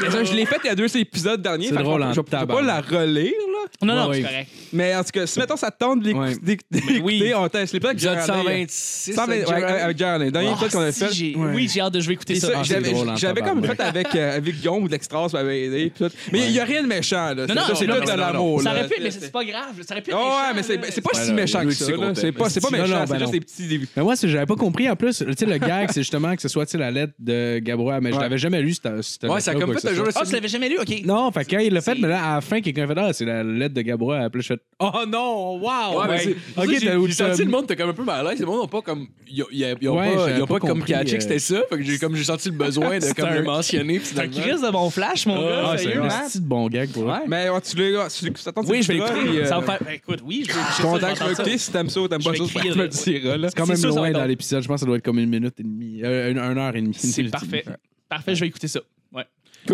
Speaker 4: Mais ça, Je l'ai fait il y a deux épisodes derniers.
Speaker 5: C'est
Speaker 4: fait que
Speaker 5: drôle
Speaker 4: je-
Speaker 5: en
Speaker 4: Je peux pas
Speaker 5: tabarnak.
Speaker 4: la relire, là.
Speaker 6: Non, non,
Speaker 5: Ouais,
Speaker 6: c'est
Speaker 5: ouais.
Speaker 6: correct.
Speaker 4: Mais en tout cas, si mettons ça te tente de l'écou-
Speaker 5: Ouais.
Speaker 4: d'éc- d'écouter, on teste l'épisode. que
Speaker 3: Épisode
Speaker 4: j'ai regardé,
Speaker 3: 126.
Speaker 4: Ça, mais-
Speaker 3: avec
Speaker 4: ouais,
Speaker 3: Gerard.
Speaker 4: avec Jared Lane. Dernier
Speaker 6: Ah,
Speaker 4: épisode qu'on a
Speaker 6: si,
Speaker 4: fait.
Speaker 6: j'ai-
Speaker 5: Ouais.
Speaker 6: Oui, j'ai hâte de, je vais écouter
Speaker 4: Puis
Speaker 6: ça.
Speaker 4: ça,
Speaker 5: Ah, c'est
Speaker 4: j'avais-
Speaker 5: drôle en
Speaker 4: J'avais comme
Speaker 5: tabarnak.
Speaker 4: fait avec, euh, avec Guillaume ou de l'extras, ça m'avait aidé. puis tout. Mais il n'y a rien de méchant, là.
Speaker 6: Non,
Speaker 4: C'est
Speaker 6: non,
Speaker 4: ça, c'est
Speaker 6: non,
Speaker 4: tout
Speaker 6: mais
Speaker 4: de
Speaker 6: non, non.
Speaker 4: l'amour,
Speaker 6: Ça
Speaker 4: là.
Speaker 6: aurait pu être, mais c'est pas grave. Ça aurait pu
Speaker 4: Ouais,
Speaker 6: être méchant,
Speaker 4: mais
Speaker 6: là.
Speaker 4: c'est c'est pas
Speaker 3: Ouais,
Speaker 4: si
Speaker 3: non,
Speaker 4: méchant que
Speaker 3: lui,
Speaker 4: ça.
Speaker 3: c'est
Speaker 4: là.
Speaker 3: content.
Speaker 4: C'est pas, c'est pas
Speaker 5: Non, non,
Speaker 4: méchant,
Speaker 5: ben
Speaker 4: c'est juste
Speaker 5: non.
Speaker 4: des petits.
Speaker 5: Mais moi, c'est- j'avais pas compris en plus. Tu sais, le gag, c'est justement que ce soit tu sais, la lettre de Gabriel, mais je
Speaker 4: Ouais.
Speaker 5: l'avais jamais lu. Cette, cette
Speaker 3: Ouais, ça a
Speaker 5: lettre-là,
Speaker 3: comme
Speaker 5: quoi
Speaker 3: fait
Speaker 5: que
Speaker 3: un
Speaker 5: ce
Speaker 3: jour
Speaker 5: soit.
Speaker 6: Ah, tu l'avais jamais lu? OK.
Speaker 5: Non, fait quand il l'a fait,
Speaker 6: C'est-
Speaker 5: mais là, à la fin, quelqu'un fait Ah, c'est la lettre de Gabriel. Après, je fais Oh non, wow!
Speaker 3: Ouais, mais Ah, c'est-
Speaker 5: Ok,
Speaker 3: j'ai-
Speaker 5: t'as-
Speaker 3: j'ai
Speaker 5: t'as-
Speaker 3: senti le monde t'es comme un peu mal à l'aise. Le monde n'a pas comme. Ils ont- ils ont ils ont
Speaker 5: Ouais,
Speaker 3: pas,
Speaker 5: j'avais
Speaker 3: ils ont
Speaker 5: pas
Speaker 3: pas, comme
Speaker 5: compris,
Speaker 3: catché
Speaker 5: euh.
Speaker 3: que c'était ça. Fait que j'ai comme j'ai senti le besoin de
Speaker 5: C'est
Speaker 3: comme
Speaker 5: un-
Speaker 3: le mentionner. puis
Speaker 6: C'est un hein.
Speaker 3: finalement-
Speaker 6: Chris de bon flash, mon
Speaker 5: Ah,
Speaker 6: gars.
Speaker 5: c'est
Speaker 6: Sérieux,
Speaker 5: un
Speaker 6: man.
Speaker 5: petit bon gag pour
Speaker 6: Ouais.
Speaker 4: Mais ouais, tu l'as. tu- Ça tente
Speaker 6: Oui, je vais
Speaker 4: euh,
Speaker 6: écouter. Ça va faire. Ben, Écoute, oui, je vais écouter.
Speaker 4: Je
Speaker 6: ça,
Speaker 4: suis
Speaker 6: je
Speaker 4: content
Speaker 6: vais
Speaker 4: que tu l'as
Speaker 6: entendre
Speaker 4: écouté. Si t'aimes ça ou t'aimes
Speaker 6: Je
Speaker 4: pas
Speaker 6: vais
Speaker 4: ça, tu
Speaker 6: écrire,
Speaker 4: me le
Speaker 6: là.
Speaker 4: diras, là.
Speaker 5: C'est quand
Speaker 6: C'est
Speaker 5: même
Speaker 6: sûr, ça va
Speaker 5: loin
Speaker 6: être
Speaker 5: dans
Speaker 6: drôle.
Speaker 5: l'épisode. Je pense que ça doit être comme une minute et demie. euh, une, une heure et demie.
Speaker 6: ça. C'est parfait. Parfait, je vais écouter ça. Ouais.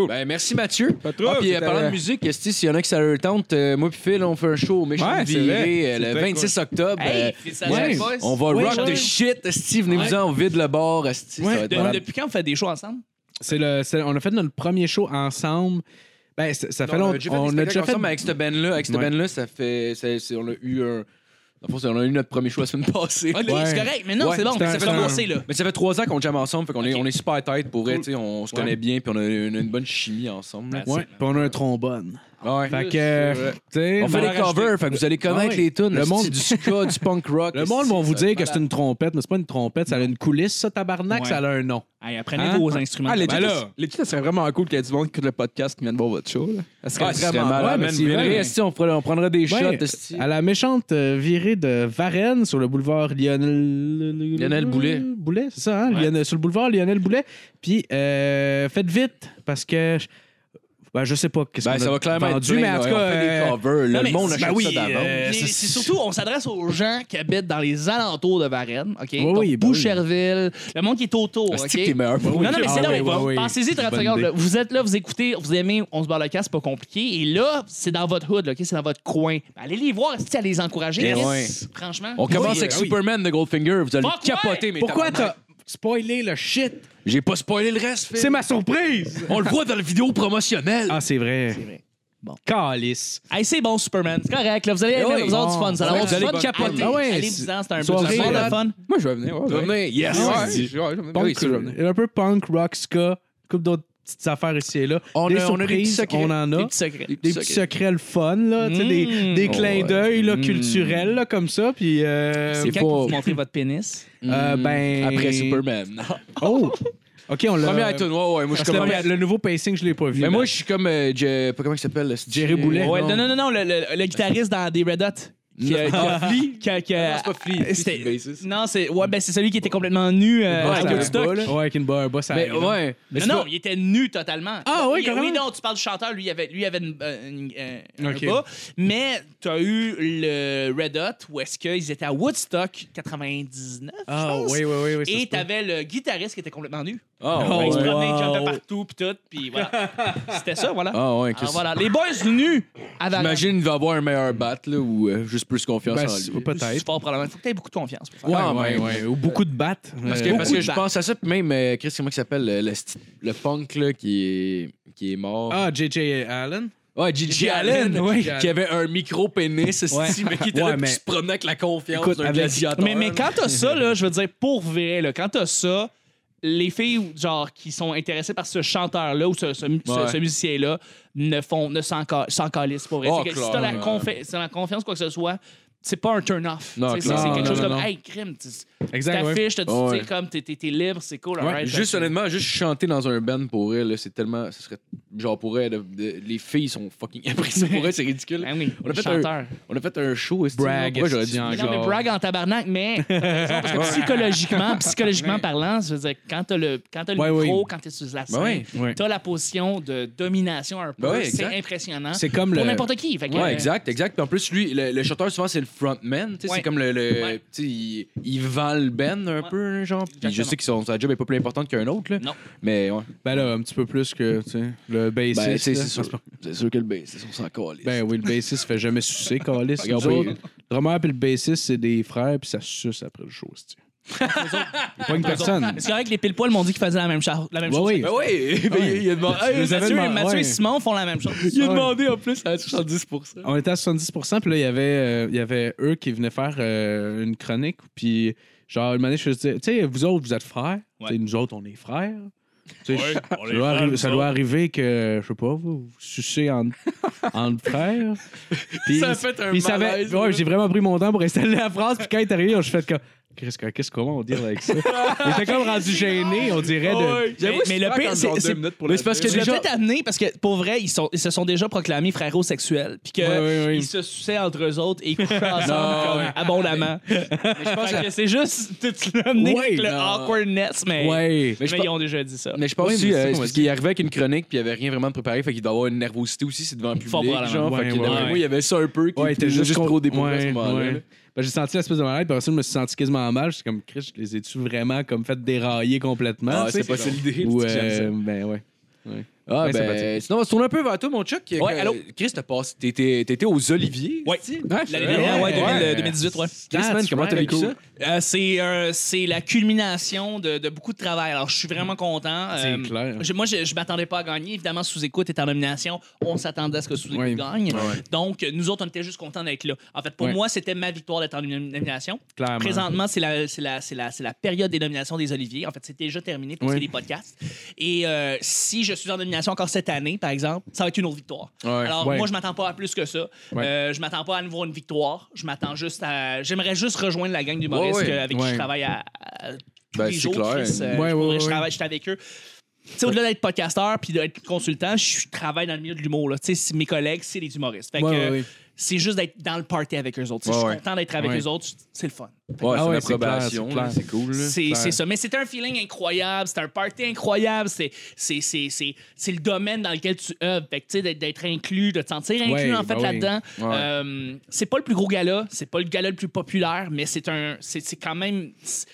Speaker 3: Ben, merci Mathieu.
Speaker 4: Pas trop,
Speaker 3: Ah, puis euh,
Speaker 4: c'était-
Speaker 3: parlant de musique, si s'il y en a qui ça leur tente, euh, moi puis Phil, on fait un show au Méchant
Speaker 4: Ouais, c'est vrai.
Speaker 3: Viré euh,
Speaker 4: C'est
Speaker 3: le
Speaker 4: très
Speaker 3: 26 octobre. euh,
Speaker 6: Hey,
Speaker 5: ouais.
Speaker 6: félicitations, boys.
Speaker 3: on va
Speaker 5: Ouais,
Speaker 3: rock
Speaker 5: ouais.
Speaker 3: the shit, Esti. Venez-vous-en, on vide le bar, Esti.
Speaker 5: Ouais,
Speaker 3: ça va être
Speaker 6: De-
Speaker 3: malade.
Speaker 6: Depuis quand on fait des shows ensemble?
Speaker 5: C'est le, c'est- on a fait notre premier show ensemble. Ben, c'est- ça fait
Speaker 3: Non,
Speaker 5: longtemps.
Speaker 3: On a déjà fait, des spectacles ensemble, mais
Speaker 5: Ouais,
Speaker 3: avec cette band-là. Avec cette
Speaker 5: Ouais.
Speaker 3: band-là, ça fait. c'est- c'est- on a eu un. dans le fond, c'est- on a eu notre premier choix la semaine passée.
Speaker 6: Ok,
Speaker 5: Ouais.
Speaker 6: c'est correct. Mais Ah, non,
Speaker 3: Ouais,
Speaker 6: c'est bon,
Speaker 5: c'était
Speaker 6: ça
Speaker 5: un-
Speaker 6: fait
Speaker 5: c'était un-
Speaker 6: commencer, là.
Speaker 3: Mais ça fait trois ans qu'on jamme ensemble, fait qu'on est,
Speaker 6: Ok.
Speaker 3: on est super tête pour vrai, tu sais, on se
Speaker 5: Ouais.
Speaker 3: connaît bien, puis on a une, une bonne chimie ensemble. là.
Speaker 6: Ouais.
Speaker 5: puis on a un trombone.
Speaker 3: Ouais.
Speaker 5: Fait que.
Speaker 4: c'est
Speaker 5: euh,
Speaker 4: vrai.
Speaker 5: tu sais,
Speaker 3: On fait
Speaker 5: le-
Speaker 3: des covers, fait que vous allez connaître
Speaker 5: ouais.
Speaker 3: les tunes.
Speaker 5: Le
Speaker 3: Le monde
Speaker 5: monde-
Speaker 3: du ska, du punk rock.
Speaker 5: Le monde
Speaker 3: esti,
Speaker 5: va vous
Speaker 3: ça va
Speaker 5: dire
Speaker 3: être
Speaker 5: que c'est une trompette, mais c'est pas une trompette, ça a une coulisse, ça, tabarnak,
Speaker 6: Ouais.
Speaker 5: ça a un nom.
Speaker 6: Hey, apprenez
Speaker 5: Hein?
Speaker 6: vos instruments.
Speaker 4: Ah, legit,
Speaker 5: Ben là.
Speaker 4: legit, ça serait vraiment cool qu'il y ait du monde qui écoute le podcast qui vienne voir votre show, là. Ça
Speaker 3: Ah,
Speaker 4: serait
Speaker 3: c'est
Speaker 4: vraiment
Speaker 3: malade,
Speaker 5: ouais, mais
Speaker 3: man.
Speaker 5: c'est
Speaker 3: Venez,
Speaker 5: vrai.
Speaker 3: esti, on, fera- on prendra des shots.
Speaker 5: Ouais,
Speaker 3: esti.
Speaker 5: à la méchante euh, virée de Varennes sur le boulevard Lionel.
Speaker 3: Lionel Boulet.
Speaker 5: Boulet, c'est ça, hein?
Speaker 6: Ouais.
Speaker 5: Lionel- Sur le boulevard Lionel Boulet. Puis, euh, faites vite, parce que. je- Ben, je sais pas qu'est-ce
Speaker 3: Ben,
Speaker 5: qu'on
Speaker 3: ça
Speaker 5: a
Speaker 3: va clairement être
Speaker 5: vendu,
Speaker 3: plein,
Speaker 5: mais en
Speaker 3: là.
Speaker 5: tout
Speaker 3: on
Speaker 5: cas.
Speaker 3: fait des
Speaker 5: euh,
Speaker 3: covers, là.
Speaker 6: non, mais-
Speaker 3: le monde
Speaker 6: ben
Speaker 3: achète
Speaker 5: oui,
Speaker 3: ça d'avant.
Speaker 5: euh,
Speaker 6: Mais
Speaker 5: c'est-
Speaker 6: c'est surtout, on s'adresse aux gens qui habitent dans les alentours de Varennes, OK?
Speaker 5: Oui,
Speaker 6: Donc,
Speaker 5: oui, ben oui.
Speaker 6: Boucherville, le monde qui est autour, OK?
Speaker 3: Esti Ah, que t'es meilleur pour
Speaker 6: Non, non, mais c'est
Speaker 5: Ah
Speaker 6: là,
Speaker 5: oui,
Speaker 6: mais va-
Speaker 5: oui, oui.
Speaker 6: pensez-y 30
Speaker 5: Bonne
Speaker 6: secondes.
Speaker 5: idée.
Speaker 6: là. Vous êtes là, vous écoutez, vous aimez, on se barre le casque, c'est pas compliqué. Et là, c'est dans votre hood, là, OK? C'est dans votre coin. Ben, allez les voir, si allez les encourager.
Speaker 3: Eh
Speaker 6: Yes.
Speaker 3: ouais.
Speaker 6: Franchement.
Speaker 3: On commence
Speaker 5: Oui,
Speaker 3: avec
Speaker 5: ah oui.
Speaker 3: Superman de Goldfinger. Vous allez
Speaker 6: Fuck ouais!
Speaker 3: capoter, mais
Speaker 5: Pourquoi
Speaker 3: tabarnak.
Speaker 5: t'as spoilé le shit?
Speaker 3: J'ai pas spoilé le reste, Phil.
Speaker 5: C'est ma surprise!
Speaker 3: On le voit dans la vidéo promotionnelle.
Speaker 5: Ah, c'est vrai.
Speaker 6: vrai.
Speaker 5: Calice.
Speaker 6: Hey, c'est bon, Superman. C'est correct. Là, vous allez
Speaker 3: Eh
Speaker 6: aimer,
Speaker 3: oui.
Speaker 6: vous allez avoir du fun. Ça va
Speaker 3: Ouais,
Speaker 6: avoir du
Speaker 3: vous
Speaker 6: fun
Speaker 3: allez
Speaker 6: capoter.
Speaker 5: Ah ouais,
Speaker 6: Allez-vous-en, c'est un
Speaker 5: c'est- soirée,
Speaker 6: peu
Speaker 5: là.
Speaker 6: de fun.
Speaker 4: Moi, je vais venir. ouais, ouais.
Speaker 3: Venez, yes.
Speaker 4: Ah Ouais,
Speaker 3: Esti.
Speaker 4: je vais- je vais-
Speaker 5: Punk,
Speaker 4: oui, ça, je vais venir.
Speaker 5: un peu punk, rock, ska, couple d'autres petites affaires ici et là.
Speaker 3: On
Speaker 5: des
Speaker 3: a- on a des petits
Speaker 5: surprises,
Speaker 3: secrets.
Speaker 5: on en a.
Speaker 6: Des petits secrets.
Speaker 5: des petits secrets le fun, là, tu sais, des,
Speaker 6: Mm.
Speaker 5: des
Speaker 3: Oh,
Speaker 5: clins
Speaker 3: ouais.
Speaker 5: d'œil là,
Speaker 6: Mm.
Speaker 5: culturels là, comme ça. Puis, euh,
Speaker 3: C'est mmh.
Speaker 6: C'est quand que
Speaker 3: pas-
Speaker 5: Mm.
Speaker 6: vous montrez votre pénis.
Speaker 5: euh, ben...
Speaker 3: Après Superman.
Speaker 5: Oh! Ok, on l'a.
Speaker 3: Premier item, ouais, ouais. Moi, je
Speaker 5: Parce
Speaker 3: suis
Speaker 5: que
Speaker 3: comme.
Speaker 5: le, le nouveau pacing, je l'ai pas vu. Ben,
Speaker 3: Mais moi, je suis comme. euh, Je- pas comment il s'appelle
Speaker 5: Jerry Boulet.
Speaker 6: Ouais,
Speaker 5: non.
Speaker 6: non, non, non, non, le, le- le guitariste dans des Red Hot. Qui, euh, qui a- qui a- qui a-
Speaker 3: C'est pas Flea. Flea, c'est
Speaker 6: C'était-
Speaker 3: le bassiste.
Speaker 6: Non, c'est ouais, ben, c'est celui qui était complètement nu euh,
Speaker 3: Ouais,
Speaker 6: avec
Speaker 3: ça-
Speaker 6: Woodstock.
Speaker 3: Ball.
Speaker 5: Ouais, avec une barre, boss à
Speaker 3: Mais Ben, ouais. Mais
Speaker 6: Non,
Speaker 3: c'est
Speaker 6: non,
Speaker 3: pas-
Speaker 6: il était nu totalement.
Speaker 5: Ah, ouais,
Speaker 6: oui,
Speaker 5: quand
Speaker 6: Oui,
Speaker 5: même.
Speaker 6: non, tu parles du chanteur, lui, il avait, lui, il avait une, euh, une- euh,
Speaker 5: Ok.
Speaker 6: un bas. Mais tu as eu le Red Hot où est-ce qu'ils étaient à Woodstock 99, je
Speaker 5: Ah,
Speaker 6: pense.
Speaker 5: oui, oui, oui. oui, ça Ben, se
Speaker 6: Et
Speaker 5: peut.
Speaker 6: t'avais le guitariste qui était complètement nu.
Speaker 3: Ah,
Speaker 6: Fait
Speaker 3: ouais.
Speaker 6: qu'il se promenait, il
Speaker 5: Wow.
Speaker 6: jumpait partout, pis tout, pis voilà. C'était ça, voilà.
Speaker 3: Ah, ouais.
Speaker 6: Alors
Speaker 3: qu'est-ce-
Speaker 6: voilà, les boys nus avaient
Speaker 3: J'imagine il va avoir un meilleur bat, là, ou euh, juste plus confiance
Speaker 5: Ben,
Speaker 3: en
Speaker 5: c'est-
Speaker 3: lui.
Speaker 5: peut-être.
Speaker 6: Fort probablement. Faut que t'aies beaucoup de confiance pour faire
Speaker 5: Ouais,
Speaker 6: ça.
Speaker 3: Ah,
Speaker 5: ouais,
Speaker 3: ben,
Speaker 5: ouais. Ou beaucoup de battes.
Speaker 3: Parce
Speaker 5: Euh,
Speaker 3: que, parce
Speaker 6: beaucoup
Speaker 3: que
Speaker 6: de
Speaker 3: je
Speaker 6: battes.
Speaker 3: pense à ça, puis même, euh, Chris, comment il s'appelle, le, le, sti- le punk là, qui, est, qui est mort.
Speaker 5: Ah, JJ Allen.
Speaker 3: ouais, Gigi
Speaker 5: Gigi
Speaker 3: Allen,
Speaker 5: Allen, ouais.
Speaker 3: qui avait un micro-pénis, esti, mais qui était
Speaker 5: Ouais,
Speaker 3: là, puis
Speaker 5: mais-
Speaker 3: qui se promenait avec la confiance
Speaker 5: Écoute,
Speaker 3: d'un
Speaker 5: avec-
Speaker 3: gladiateur.
Speaker 6: Mais, mais quand t'as ça, là, je veux dire, pour vrai, là, quand t'as ça, les filles genre, qui sont intéressées par ce chanteur-là ou ce, ce- ce-
Speaker 3: Ouais.
Speaker 6: ce musicien-là ne, font, ne s'en, ca- s'en calissent pour vrai.
Speaker 3: Oh,
Speaker 6: C'est que si
Speaker 3: clairement.
Speaker 6: t'as la, confi- si t'as la confiance, quoi que ce soit, c'est pas un turn-off.
Speaker 3: Non,
Speaker 6: Tu sais, c'est,
Speaker 3: clairement.
Speaker 6: c'est quelque
Speaker 3: Non,
Speaker 6: chose
Speaker 5: non,
Speaker 6: comme,
Speaker 5: non.
Speaker 6: hey, crime, tu
Speaker 5: Exact, ouais.
Speaker 6: t'affiches, t'as du-
Speaker 3: Ouais.
Speaker 6: tu sais, comme, t'es, t'es- t'es libre, c'est cool,
Speaker 3: Ouais,
Speaker 6: alright,
Speaker 3: juste
Speaker 6: ça-
Speaker 3: honnêtement, juste chanter dans un band pour elle, là, c'est tellement. Ce serait, genre pour elle, de- de- les filles sont fucking appréciées pour elle, c'est ridicule.
Speaker 6: Ben oui,
Speaker 3: On a
Speaker 6: le
Speaker 3: fait
Speaker 6: chanteur.
Speaker 3: On a fait un show, est-ce
Speaker 5: Brag,
Speaker 3: j'aurais
Speaker 5: esti,
Speaker 3: dit
Speaker 5: non,
Speaker 6: Mais Non, mais
Speaker 5: Genre-
Speaker 6: brag en tabarnak, mais t'as raison, parce que psychologiquement, psychologiquement parlant, je veux dire, quand t'as le, quand t'as le
Speaker 5: Ouais, ouais.
Speaker 6: micro, quand t'es sur la scène,
Speaker 3: ouais,
Speaker 5: ouais.
Speaker 6: t'as la position de domination un peu.
Speaker 3: Ben ouais, exact.
Speaker 6: c'est impressionnant.
Speaker 5: C'est comme
Speaker 6: Pour
Speaker 5: le.
Speaker 6: n'importe qui. Fait que, euh,
Speaker 3: Ouais, exact, exact. Puis en plus, lui, le, le chanteur, souvent, c'est le frontman. tu sais,
Speaker 6: Ouais.
Speaker 3: C'est comme le. le
Speaker 6: Ouais.
Speaker 3: tu sais, Il, il vend le ben un
Speaker 6: Ouais.
Speaker 3: peu, hein, genre. Puis je
Speaker 6: Exactement.
Speaker 3: sais que son, sa job est pas plus importante qu'un autre, là.
Speaker 6: euh, Non.
Speaker 3: Mais ouais.
Speaker 5: Ben là, un petit peu plus que tu sais, le bassiste.
Speaker 3: Ben, tu sais,
Speaker 5: là.
Speaker 3: c'est sûr. C'est sûr que le bassiste, on s'en calisse.
Speaker 5: Ben oui, le bassiste fait jamais sucer, Calis.
Speaker 3: Regarde,
Speaker 5: Nous autres,
Speaker 3: oui.
Speaker 5: Le drummer puis le bassiste, c'est des frères, puis ça suce après le show, c'est-tu. Pas une personne.
Speaker 6: C'est correct que les pile poils m'ont dit qu'ils faisaient la même, char- la même
Speaker 5: Ouais,
Speaker 6: chose.
Speaker 5: oui.
Speaker 3: Ben oui, ben, il- il a demandé.
Speaker 5: Je les avais
Speaker 6: Mathieu,
Speaker 5: demandé-
Speaker 6: Mathieu
Speaker 5: ouais.
Speaker 6: et Simon font la même chose.
Speaker 3: Il a demandé en plus à 70%.
Speaker 5: On était à 70%, puis là, il y, avait, euh, il y avait eux qui venaient faire euh, une chronique, puis genre, une manière, je disais, tu sais, vous autres, vous êtes frères.
Speaker 6: Ouais.
Speaker 5: Tu sais, Nous autres, on est frères. Tu sais, je- ça, doit arriver, ça doit arriver que, je sais pas, vous, vous sucez en, en frères. Puis
Speaker 3: Ça a fait un
Speaker 5: Puis ça avait-
Speaker 3: malaise,
Speaker 5: ouais,
Speaker 3: là.
Speaker 5: j'ai vraiment pris mon temps pour installer la phrase. Puis quand il est arrivé, je fait comme. Qu'est-ce que- qu'est-ce qu'on va dire avec ça? Il était comme rendu gêné, on dirait. De...
Speaker 6: J'avoue,
Speaker 4: mais
Speaker 6: c'est
Speaker 4: le
Speaker 6: pas
Speaker 4: pire,
Speaker 6: comme
Speaker 4: c'est.
Speaker 6: genre deux
Speaker 4: minutes pour
Speaker 3: mais c'est parce que
Speaker 6: Je l'ai
Speaker 3: déjà-
Speaker 6: peut-être amené parce que pour vrai, ils, sont, ils se sont déjà proclamés frérots sexuels. Puis qu'ils
Speaker 5: Ouais, ouais, ouais.
Speaker 6: se suçaient entre eux autres et ils couchaient ensemble comme
Speaker 3: ouais.
Speaker 6: abondamment. je pense que c'est juste. Tu l'as amené
Speaker 5: Ouais,
Speaker 6: avec le
Speaker 3: non.
Speaker 6: awkwardness, mais,
Speaker 5: Ouais.
Speaker 6: mais
Speaker 3: je
Speaker 6: ils ont déjà dit ça.
Speaker 3: Mais je pense
Speaker 5: Oui, mais
Speaker 3: aussi, euh,
Speaker 5: c'est ça,
Speaker 3: c'est
Speaker 5: moi
Speaker 3: parce
Speaker 5: aussi.
Speaker 3: qu'il arrivait avec une chronique puis il avait rien vraiment préparé, fait qu'il doit avoir une nervosité aussi, c'est devant le public.
Speaker 6: Fort probablement.
Speaker 3: Genre, fait
Speaker 5: Ouais,
Speaker 3: que
Speaker 5: ouais,
Speaker 3: d'après
Speaker 6: ouais.
Speaker 3: moi, il y avait ça un peu, qui
Speaker 5: Ouais, il était juste, con-
Speaker 3: trop dépourvu à ce
Speaker 5: Ouais,
Speaker 3: moment-là.
Speaker 5: ouais. Ben, j'ai senti l'espèce de malaise, puis après ça, je me suis senti quasiment mal. J'étais comme, Chris, je les ai-tu vraiment comme fait dérailler complètement?
Speaker 3: Ah,
Speaker 5: tu
Speaker 3: c'est
Speaker 5: sais?
Speaker 3: pas ça l'idée.
Speaker 5: Ou,
Speaker 3: c'est que j'aime ça.
Speaker 5: euh, ben ouais.
Speaker 3: Ah,
Speaker 5: Ouais, c'est
Speaker 3: ben,
Speaker 5: pratique.
Speaker 3: sinon, on va se tourner un peu vers toi, mon Chuck.
Speaker 6: Ouais,
Speaker 3: Euh,
Speaker 6: allô?
Speaker 3: Chris, t'as passé. T'étais t'étais aux Oliviers.
Speaker 6: Ouais.
Speaker 3: c'est-tu?
Speaker 6: L'année
Speaker 5: Ouais,
Speaker 6: dernière, ouais,
Speaker 5: ouais.
Speaker 6: 2000, euh, 2018, ouais.
Speaker 3: Chris, man,
Speaker 5: That's
Speaker 3: comment t'as
Speaker 5: right,
Speaker 3: vécu
Speaker 5: cool.
Speaker 3: ça?
Speaker 6: Euh, c'est un- c'est la culmination de, de beaucoup de travail. Alors, je suis vraiment content. Euh,
Speaker 5: C'est clair.
Speaker 6: je- moi, je ne m'attendais pas à gagner. Évidemment, Sous-Écoute est en nomination. On s'attendait à ce que Sous-Écoute
Speaker 5: Ouais.
Speaker 6: gagne.
Speaker 5: Ouais.
Speaker 6: Donc, nous autres, on était juste contents d'être là. En fait, pour
Speaker 5: Ouais.
Speaker 6: moi, c'était ma victoire d'être en nom- nomination.
Speaker 5: Clairement.
Speaker 6: Présentement, c'est la, c'est la, c'est la, c'est la période des nominations des Oliviers. En fait, c'est déjà terminé pour ce
Speaker 5: Ouais.
Speaker 6: qui est des podcasts. Et euh, si je suis en nomination encore cette année, par exemple, ça va être une autre victoire.
Speaker 5: Ouais.
Speaker 6: Alors,
Speaker 5: Ouais.
Speaker 6: moi, je m'attends pas à plus que ça.
Speaker 5: Ouais.
Speaker 6: Euh, je m'attends pas à nouveau à une victoire. Je m'attends juste à. J'aimerais juste rejoindre la gang d'humoristes
Speaker 3: Ouais, ouais.
Speaker 6: que- avec qui
Speaker 5: Ouais.
Speaker 6: je travaille à, à- tous
Speaker 3: Ben,
Speaker 6: les
Speaker 3: c'est
Speaker 6: jours.
Speaker 3: clair.
Speaker 6: Chris,
Speaker 5: Ouais,
Speaker 6: euh, je,
Speaker 5: ouais,
Speaker 6: pourrais- je
Speaker 5: ouais.
Speaker 6: travaille, j'étais avec eux. Tu sais, au-delà d'être podcasteur puis d'être consultant, je travaille dans le milieu de l'humour. là. Tu sais, c'est mes collègues, c'est les humoristes. Fait que,
Speaker 5: Ouais, ouais, ouais.
Speaker 6: c'est juste d'être dans le party avec eux autres. Tu sais,
Speaker 3: Ouais,
Speaker 6: je
Speaker 3: ouais.
Speaker 6: suis content d'être avec
Speaker 5: Ouais.
Speaker 6: eux autres. C'est le fun.
Speaker 3: Ouais,
Speaker 5: Ah
Speaker 3: c'est
Speaker 5: ouais,
Speaker 3: une
Speaker 5: c'est clair,
Speaker 3: approbation,
Speaker 5: c'est
Speaker 3: là,
Speaker 5: clair.
Speaker 3: c'est cool. là.
Speaker 6: C'est
Speaker 5: Claire.
Speaker 6: c'est ça. Mais c'était un feeling incroyable. C'était un party incroyable. C'est- c'est- C'est c'est- c'est le domaine dans lequel tu œuvres. Fait que, tu sais, d'être- d'être inclus, de te sentir inclus,
Speaker 5: Ouais,
Speaker 6: en
Speaker 5: bah
Speaker 6: fait,
Speaker 5: oui.
Speaker 6: là-dedans.
Speaker 3: Ouais.
Speaker 6: Euh, c'est pas le plus gros gala. C'est pas le gala le plus populaire, mais c'est un. C'est c'est quand même. c'est-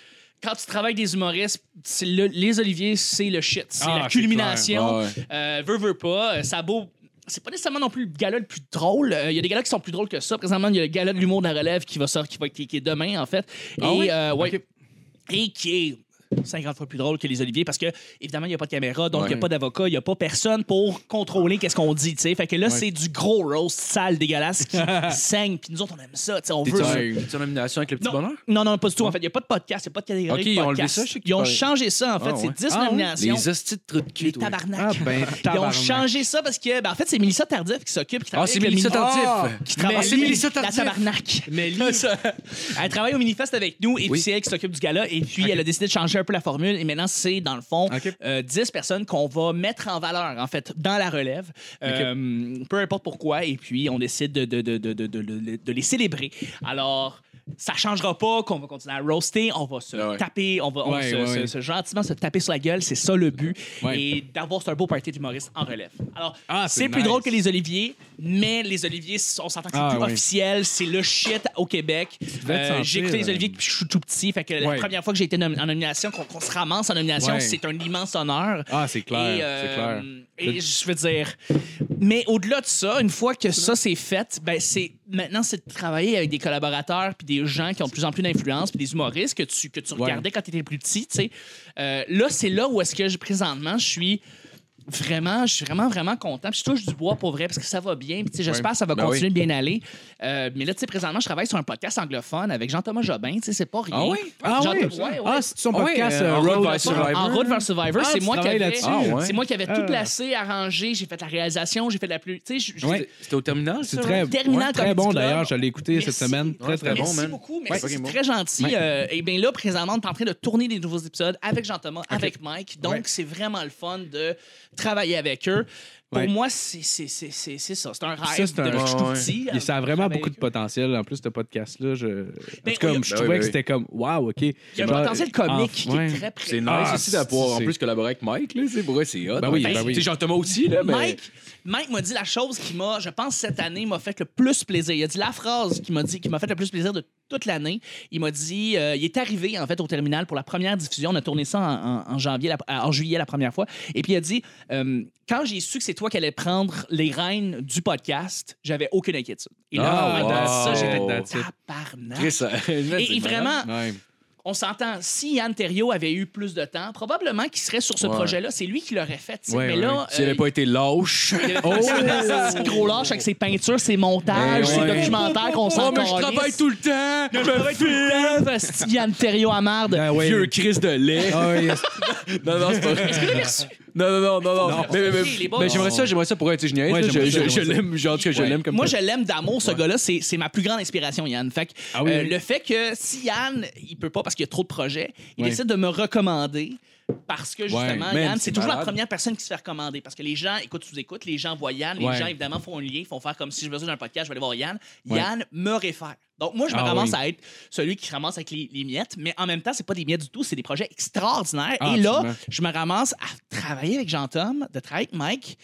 Speaker 6: Quand tu travailles avec des humoristes, c'est le- les Oliviers, c'est le shit. C'est
Speaker 5: Ah,
Speaker 6: la
Speaker 5: c'est Ah,
Speaker 6: culmination.
Speaker 3: clair.
Speaker 6: Euh, veux, veux pas. euh, Ça a beau. C'est pas nécessairement non plus le gala le plus drôle. Euh, Il y a des galas qui sont plus drôles que ça. Présentement, il y a le gala de l'humour de la relève qui va sortir, qui, va, qui, qui est demain, en fait.
Speaker 5: Ah
Speaker 6: Et,
Speaker 5: oui?
Speaker 6: euh, ouais. Et qui est 50 fois plus drôle que les Oliviers parce que, évidemment, il n'y a pas de caméra, donc il n'y a
Speaker 3: Ouais.
Speaker 6: pas d'avocat, il n'y a pas personne pour contrôler qu'est-ce qu'on dit, tu sais. Fait que là, c'est du gros roast sale, dégueulasse, qui saigne. Puis nous autres, on aime ça, tu sais, on veut
Speaker 3: T'es-tu
Speaker 6: ça.
Speaker 3: en- t'es-tu en nomination avec le petit
Speaker 6: Non,
Speaker 3: bonheur?
Speaker 6: non, non, pas du tout. En fait, il n'y a pas de podcast, il n'y a pas de catégorie.
Speaker 3: Ok,
Speaker 6: de
Speaker 3: ils ont enlevé
Speaker 6: podcast.
Speaker 3: ça, je sais que
Speaker 6: Ils ont
Speaker 3: tu parlais.
Speaker 6: changé ça, en fait.
Speaker 3: Ah, ouais.
Speaker 6: c'est 10
Speaker 5: Ah, ouais.
Speaker 6: nominations.
Speaker 3: Les hosties de trous de cul.
Speaker 6: Les
Speaker 3: toi.
Speaker 6: tabarnak.
Speaker 5: Ah, ben,
Speaker 6: Ils ont
Speaker 5: tabarnak.
Speaker 6: changé ça parce que, ben, en fait, c'est Mélissa Tardif qui s'occupe. qui
Speaker 3: Ah,
Speaker 6: travaille
Speaker 3: c'est
Speaker 6: avec le
Speaker 3: Mélissa
Speaker 6: mini-
Speaker 3: Tardif.
Speaker 6: qui travaille
Speaker 3: c'est Mélissa
Speaker 6: La
Speaker 3: Tardif.
Speaker 6: tabarnak. Elle travaille au Minifest avec nous et puis
Speaker 3: Oui.
Speaker 6: c'est elle qui s'occupe du gala. Et puis elle a décidé de changer un peu la formule et maintenant, c'est dans le fond
Speaker 5: OK.
Speaker 6: euh, 10 personnes qu'on va mettre en valeur, en fait, dans la relève, Euh, peu importe pourquoi, et puis on décide de, de, de, de, de, de- de les célébrer. Alors, ça changera pas qu'on va continuer à roaster, on va se
Speaker 3: Ah ouais.
Speaker 6: taper, on va on
Speaker 5: Ouais,
Speaker 6: se,
Speaker 5: ouais,
Speaker 6: se-
Speaker 5: ouais.
Speaker 6: se gentiment se taper sur la gueule, c'est ça le but,
Speaker 5: Ouais.
Speaker 6: et d'avoir ce beau party d'humoristes en relève. Alors,
Speaker 5: Ah, c'est
Speaker 6: c'est plus
Speaker 5: nice.
Speaker 6: drôle que les Oliviers, mais les Oliviers, on s'entend que c'est
Speaker 5: Ah,
Speaker 6: plus
Speaker 5: ouais.
Speaker 6: officiel, c'est le shit au Québec.
Speaker 5: devais te
Speaker 6: Euh,
Speaker 5: sentir,
Speaker 6: j'ai écouté les
Speaker 5: euh,
Speaker 6: Oliviers depuis que je suis tout petit, fait que la
Speaker 5: Ouais.
Speaker 6: première fois que j'ai été nom- en nomination, qu'on qu'on se ramasse en nomination,
Speaker 5: Ouais.
Speaker 6: c'est un immense honneur.
Speaker 5: Ah, c'est clair,
Speaker 6: Et, euh,
Speaker 5: c'est clair.
Speaker 6: Et je veux dire, mais au-delà de ça, une fois que ça c'est fait, ben c'est maintenant c'est de travailler avec des collaborateurs puis des gens qui ont de plus en plus d'influence puis des humoristes que tu que tu regardais quand tu étais plus petit, tu sais. Euh, là, c'est là où est-ce que je, présentement je suis vraiment, je suis vraiment vraiment content. Puis je touche du bois pour vrai parce que ça va bien. Puis tu sais, j'espère que ça va
Speaker 3: Ben oui.
Speaker 6: continuer de bien aller. Euh, mais là, tu sais, présentement, je travaille sur un podcast anglophone avec Jean-Thomas Jobin. Tu sais, c'est pas rien.
Speaker 5: Ah oui? Ah
Speaker 6: Jean-
Speaker 5: oui?
Speaker 6: Ouais, ouais.
Speaker 5: Ah, c'est son
Speaker 3: Ah ouais,
Speaker 5: podcast
Speaker 3: euh,
Speaker 5: euh,
Speaker 3: en route
Speaker 5: Road
Speaker 3: vers
Speaker 5: by
Speaker 3: Survivor.
Speaker 5: Survivor.
Speaker 6: En route vers Survivor,
Speaker 5: Ah,
Speaker 6: c'est
Speaker 5: tu
Speaker 6: moi qui
Speaker 5: travailles
Speaker 6: avais,
Speaker 5: là-dessus.
Speaker 3: Ah ouais.
Speaker 6: c'est moi qui avais
Speaker 5: Ah.
Speaker 6: tout placé, arrangé, j'ai fait la réalisation, j'ai fait la plus, tu sais, je- je-
Speaker 5: Ouais.
Speaker 3: C'était au terminal,
Speaker 5: C'est
Speaker 3: c'est
Speaker 5: très,
Speaker 6: Terminal
Speaker 5: ouais, très
Speaker 6: Comedy
Speaker 5: bon
Speaker 6: Club.
Speaker 5: d'ailleurs, je l'ai écouté cette
Speaker 6: Merci.
Speaker 5: semaine.
Speaker 3: Ouais,
Speaker 5: Très, très
Speaker 3: c'est
Speaker 5: bon.
Speaker 6: Merci
Speaker 3: man.
Speaker 6: beaucoup,
Speaker 3: Ouais,
Speaker 6: merci, c'est
Speaker 3: Pokémon.
Speaker 6: très gentil.
Speaker 5: Ouais.
Speaker 6: Euh, et bien là, présentement, on est en train de tourner des nouveaux épisodes avec Jean-Thomas, avec Mike. Donc,
Speaker 5: Ouais.
Speaker 6: c'est vraiment le fun de travailler avec eux. Pour
Speaker 5: Ouais.
Speaker 6: moi, c'est c'est- c'est- c'est- c'est ça. C'est un rêve
Speaker 5: Ça, c'est un-
Speaker 6: de je suis tout
Speaker 3: ouais, ouais.
Speaker 6: petit.
Speaker 5: Et ça a vraiment
Speaker 6: Travailler
Speaker 5: beaucoup de
Speaker 6: avec eux.
Speaker 5: potentiel. En plus, ce podcast-là, je, en
Speaker 6: Ben,
Speaker 5: tout cas,
Speaker 6: il y a-
Speaker 5: je
Speaker 3: Ben
Speaker 5: trouvais
Speaker 3: oui, ben
Speaker 5: que
Speaker 3: oui.
Speaker 5: c'était comme, waouh, OK.
Speaker 6: Il y a un potentiel comique qui est très présent.
Speaker 3: C'est nice
Speaker 5: Ah,
Speaker 3: aussi d'avoir en
Speaker 5: c'est-
Speaker 3: plus collaborer avec Mike, là, c'est pour vrai, c'est hot.
Speaker 5: Ben oui,
Speaker 3: Ouais.
Speaker 5: ben oui.
Speaker 3: Tu sais, Jean-Thomas aussi, là, mais.
Speaker 6: Mike, Mike m'a dit la chose qui m'a, je pense, cette année, m'a fait le plus plaisir. Il a dit la phrase qui m'a dit, qui m'a fait le plus plaisir de toute l'année. Il m'a dit, euh, il est arrivé, en fait, au terminal pour la première diffusion. On a tourné ça en, en- en janvier, la- euh, en juillet, la première fois. Et puis, il a dit, euh, quand j'ai su que c'est toi qui allais prendre les rênes du podcast, j'avais aucune inquiétude. Et là,
Speaker 5: Ah,
Speaker 6: en
Speaker 5: ouais,
Speaker 6: entendant ça,
Speaker 5: that's
Speaker 6: j'ai
Speaker 5: it,
Speaker 6: fait
Speaker 5: that's it.
Speaker 6: tabarnak.
Speaker 3: Chris, euh, c'est
Speaker 6: Et,
Speaker 3: malade.
Speaker 6: et vraiment,
Speaker 5: Ouais.
Speaker 6: on s'entend, si Yann Terriot avait eu plus de temps, probablement qu'il serait sur ce
Speaker 3: Ouais.
Speaker 6: projet-là. C'est lui qui l'aurait fait. tu sais.
Speaker 5: Ouais,
Speaker 6: Mais
Speaker 5: ouais,
Speaker 6: là,
Speaker 3: S'il
Speaker 6: euh, Oh,
Speaker 3: n'avait pas été lâche. Oh,
Speaker 6: il y
Speaker 5: Oh
Speaker 6: avait pas ce petit gros lâche avec ses peintures, ses montages,
Speaker 5: Eh
Speaker 3: Ben
Speaker 6: ses
Speaker 3: ouais.
Speaker 6: documentaires qu'on s'en
Speaker 3: Oh, mais je travaille tout le temps! Je travaille tout le temps!
Speaker 6: le Yann Terriot à merde.
Speaker 5: Ben ouais.
Speaker 3: Vieux Chris de lait!
Speaker 5: Ah oui,
Speaker 3: Non, non, c'est pas vrai. Non, non, non, non, non. Mais, mais, mais,
Speaker 6: Ok, les boys.
Speaker 3: mais j'aimerais ça, j'aimerais ça pour être génial.
Speaker 5: Ouais,
Speaker 3: je
Speaker 5: j'aimerais ça,
Speaker 3: je- je
Speaker 5: j'aimerais ça.
Speaker 3: l'aime, genre, en tout cas, je
Speaker 5: Ouais.
Speaker 3: l'aime comme
Speaker 6: Moi,
Speaker 3: ça.
Speaker 6: je l'aime d'amour, ce gars-là. C'est c'est ma plus grande inspiration, Yann. Fait que,
Speaker 5: Ah oui,
Speaker 6: euh,
Speaker 5: oui.
Speaker 6: le fait que si Yann, il peut pas parce qu'il y a trop de projets, il
Speaker 5: Ouais.
Speaker 6: décide de me recommander parce que justement,
Speaker 3: man,
Speaker 6: Yann,
Speaker 3: c'est
Speaker 6: c'est toujours la
Speaker 3: malade.
Speaker 6: première personne qui se fait recommander parce que les gens écoutent sous-écoute, les gens voient Yann, les
Speaker 5: Ouais.
Speaker 6: gens évidemment font un lien, font faire comme si je besoin d'un podcast, je vais aller voir Yann.
Speaker 5: Ouais.
Speaker 6: Yann me réfère. Donc, moi, je me
Speaker 5: Ah
Speaker 6: ramasse
Speaker 5: oui.
Speaker 6: à être celui qui ramasse avec les, les miettes, mais en même temps, c'est pas des miettes du tout, c'est des projets extraordinaires.
Speaker 5: Ah,
Speaker 6: Et là,
Speaker 5: absolument.
Speaker 6: je me ramasse à travailler avec Jean-Tom, de travailler avec Mike,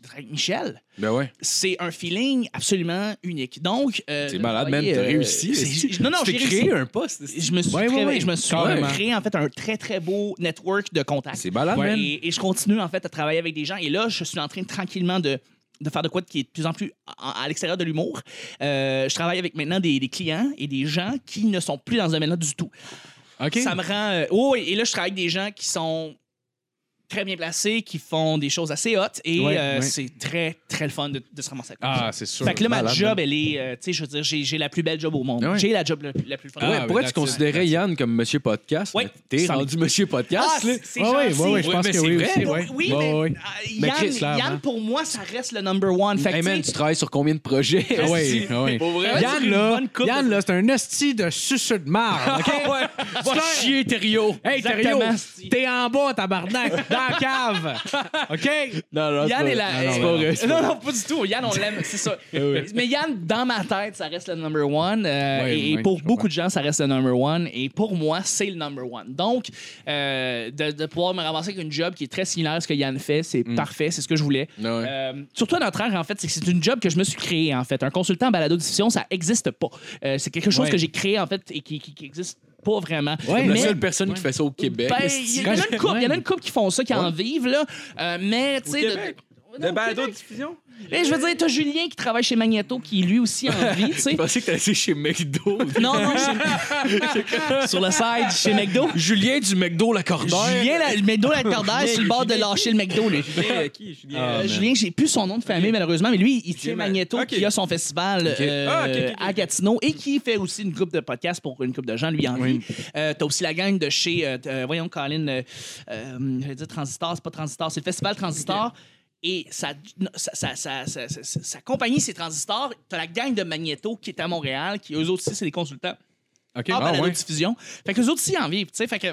Speaker 6: de travailler avec Michel
Speaker 3: Ben ouais.
Speaker 6: c'est un feeling absolument unique. Donc, euh,
Speaker 3: C'est
Speaker 6: de
Speaker 3: malade, man.
Speaker 6: travailler,
Speaker 3: T'as
Speaker 6: euh,
Speaker 3: réussi.
Speaker 6: c'est-
Speaker 3: est-ce que
Speaker 6: Non, non,
Speaker 3: tu
Speaker 6: j'ai
Speaker 3: t'es
Speaker 6: réussi.
Speaker 3: créé un poste.
Speaker 6: Je me suis,
Speaker 5: Ouais, ouais,
Speaker 6: créé,
Speaker 5: ouais,
Speaker 6: je me suis
Speaker 5: carrément.
Speaker 6: créé en fait un très très beau network de contacts.
Speaker 3: C'est malade, man.
Speaker 6: Et, et je continue en fait à travailler avec des gens. Et là, je suis en train de, tranquillement de de faire de quoi de- qui est de plus en plus à, à l'extérieur de l'humour. Euh, je travaille avec maintenant des, des clients et des gens qui ne sont plus dans ce domaine-là du tout.
Speaker 5: OK.
Speaker 6: Ça me rend. euh, oh, oui, et là, je travaille avec des gens qui sont très bien placés, qui font des choses assez hautes. Et
Speaker 5: Ouais,
Speaker 6: euh,
Speaker 5: ouais.
Speaker 6: c'est très, très le fun de, de se ramasser avec ça.
Speaker 5: Ah, c'est sûr.
Speaker 6: Fait que là, ma
Speaker 5: Malade,
Speaker 6: job, elle est. euh, tu sais, je veux dire, j'ai j'ai la plus belle job au monde.
Speaker 3: Ah ouais.
Speaker 6: J'ai la job la, la plus fun.
Speaker 5: Ah,
Speaker 3: Ouais,
Speaker 5: ben,
Speaker 3: pourquoi
Speaker 5: that's
Speaker 3: tu
Speaker 5: it,
Speaker 3: considérais
Speaker 5: that's it.
Speaker 3: Yann comme Monsieur Podcast?
Speaker 6: Ouais,
Speaker 3: mais T'es
Speaker 6: ça me-
Speaker 3: rendu Monsieur
Speaker 6: Ah,
Speaker 3: Podcast, là.
Speaker 6: c'est c'est
Speaker 5: Ouais, ouais,
Speaker 6: gentil.
Speaker 5: ouais, ouais, je
Speaker 3: Ouais,
Speaker 5: pense
Speaker 3: mais
Speaker 5: que
Speaker 3: c'est
Speaker 5: oui.
Speaker 3: vrai.
Speaker 5: aussi,
Speaker 6: Pour-
Speaker 5: ouais.
Speaker 6: Oui,
Speaker 5: Ouais,
Speaker 6: mais,
Speaker 5: ouais.
Speaker 6: euh,
Speaker 5: Mais
Speaker 6: Yann,
Speaker 5: Chris, clairement.
Speaker 6: Yann, pour moi, ça reste le number one. Fait que,
Speaker 3: Hey, man,
Speaker 6: tu
Speaker 3: tu
Speaker 6: sais,
Speaker 3: travailles sur combien de projets?
Speaker 5: Ah ouais, ah ouais.
Speaker 3: Pour vrai.
Speaker 6: Ouais,
Speaker 5: Yann,
Speaker 6: c'est une
Speaker 5: là,
Speaker 6: bonne coupe
Speaker 5: Yann,
Speaker 6: de-
Speaker 5: là, c'est un hostie de suceux de marde, OK?
Speaker 3: Ah ouais. Va
Speaker 5: clair.
Speaker 3: chier, Thériault.
Speaker 5: Hey, Thériault,
Speaker 6: Exactement.
Speaker 5: t'es en bas, tabarnak, dans la cave, OK?
Speaker 3: Non, non, c'est
Speaker 6: Yann
Speaker 3: pas
Speaker 6: est la.
Speaker 3: vrai. Non,
Speaker 6: euh,
Speaker 3: c'est pas vrai, c'est
Speaker 6: non,
Speaker 3: pas
Speaker 6: non, pas du tout. Yann, on l'aime, c'est ça. Mais Yann, dans ma tête, ça reste le number one. euh,
Speaker 5: Ouais,
Speaker 6: et
Speaker 5: ouais,
Speaker 6: pour
Speaker 5: je
Speaker 6: beaucoup de gens, ça reste le number one. Et pour moi, c'est le number one. Donc, euh, de, de pouvoir me ramasser avec une job qui est très similaire à ce que Yann fait, c'est parfait. C'est ce que je voulais.
Speaker 3: Non, Mm. ouais.
Speaker 6: Euh, surtout à notre ère, en fait, c'est que c'est une job que je me suis créée, en fait. Un consultant en balado-diffusion, ça n'existe pas. Euh, c'est quelque chose
Speaker 5: Ouais.
Speaker 6: que j'ai créé, en fait, et qui n'existe pas vraiment.
Speaker 5: Ouais,
Speaker 3: La
Speaker 5: mais-
Speaker 3: seule personne qui fait ça au Québec.
Speaker 6: Ben,
Speaker 3: c'est-
Speaker 6: il y, en a une couple, il y en a une couple qui font ça, qui en vivent, là. Euh, mais, tu sais, de-
Speaker 4: Québec?
Speaker 6: Non,
Speaker 4: De
Speaker 6: au
Speaker 4: balado
Speaker 6: Québec.
Speaker 4: diffusion?
Speaker 6: Mais je veux dire, t'as Julien qui travaille chez Magneto, qui lui aussi en vit, tu sais.
Speaker 3: Je pensais que t'allais chez McDo.
Speaker 6: Non, non, chez- sur le side, chez McDo.
Speaker 3: Julien du McDo Lacordaire.
Speaker 6: Julien, la, le McDo la Cordaire, sur le bord de lâcher le McDo, lui.
Speaker 4: Julien, qui? Julien.
Speaker 6: Euh,
Speaker 5: Ah, man.
Speaker 6: Julien, j'ai plus son nom de famille malheureusement, mais lui, il tient
Speaker 4: Jim-
Speaker 6: Magneto
Speaker 4: Ok.
Speaker 6: qui a son festival euh,
Speaker 4: Ah, ok, ok, ok.
Speaker 6: à Gatineau et qui fait aussi une coupe de podcasts pour une coupe de gens, lui en vie. Euh, T'as aussi la gang de chez, euh, euh, voyons, Colin, euh, euh, j'allais dire Transistor, c'est pas Transistor, c'est le festival Transistor. Et sa, sa, sa- sa- sa- sa- sa- sa compagnie, c'est Transistor. T'as la gang de Magneto qui est à Montréal, qui eux aussi, c'est des consultants
Speaker 5: OK,
Speaker 6: ah,
Speaker 5: ah,
Speaker 6: balado
Speaker 5: ouais.
Speaker 6: diffusion. Fait que les autres aussi en vivent, tu sais. Fait que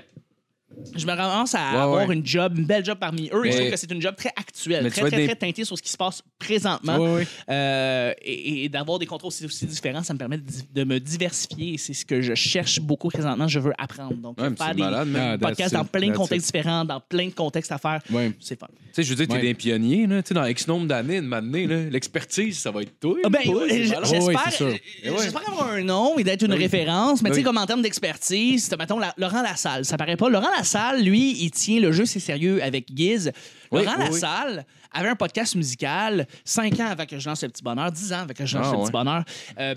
Speaker 6: je me commence à
Speaker 3: Ouais,
Speaker 6: avoir
Speaker 3: ouais.
Speaker 6: une job, une belle job parmi eux. Et
Speaker 3: Mais-
Speaker 6: je trouve que c'est une job très actuelle,
Speaker 3: Mais
Speaker 6: très,
Speaker 3: tu vas
Speaker 6: très,
Speaker 3: être des-
Speaker 6: très teintée sur ce qui se passe présentement.
Speaker 5: Ouais, ouais.
Speaker 6: Euh, et et d'avoir des contrats aussi, aussi différents, ça me permet de, di- de me diversifier. Et C'est ce que je cherche beaucoup présentement. Je veux apprendre. Donc,
Speaker 3: Ouais, mais
Speaker 6: faire
Speaker 3: c'est
Speaker 6: des
Speaker 3: malade, man.
Speaker 5: Ah, that's
Speaker 6: podcasts
Speaker 5: it,
Speaker 6: dans plein de
Speaker 5: that's
Speaker 6: contextes différents, dans plein de contextes à faire.
Speaker 5: Ouais.
Speaker 6: C'est fun.
Speaker 3: Tu sais, je veux dire, t'es
Speaker 5: Ouais.
Speaker 3: des pionniers, là. Tu sais, dans X nombre d'années, une matinée, là, l'expertise, ça va être toi.
Speaker 6: Ah, ben,
Speaker 3: pas,
Speaker 6: euh,
Speaker 3: c'est
Speaker 6: j-
Speaker 3: malade.
Speaker 5: Ouais, ouais,
Speaker 6: j'espère
Speaker 5: c'est sûr.
Speaker 3: Eh ouais.
Speaker 6: j'espère avoir un nom et d'être une référence, mais tu sais, comme en termes d'expertise, c'est, mettons, la- Laurent Lassalle, ça paraît pas. Laurent Lassalle, lui, il tient le jeu, c'est sérieux avec Guise.
Speaker 3: Oui,
Speaker 6: Laurent
Speaker 3: oui, oui.
Speaker 6: Lassalle avait un podcast musical 5 ans avant que je lance le petit bonheur, 10 ans avant que je lance
Speaker 3: Ah,
Speaker 6: le
Speaker 3: ouais.
Speaker 6: petit bonheur. Euh,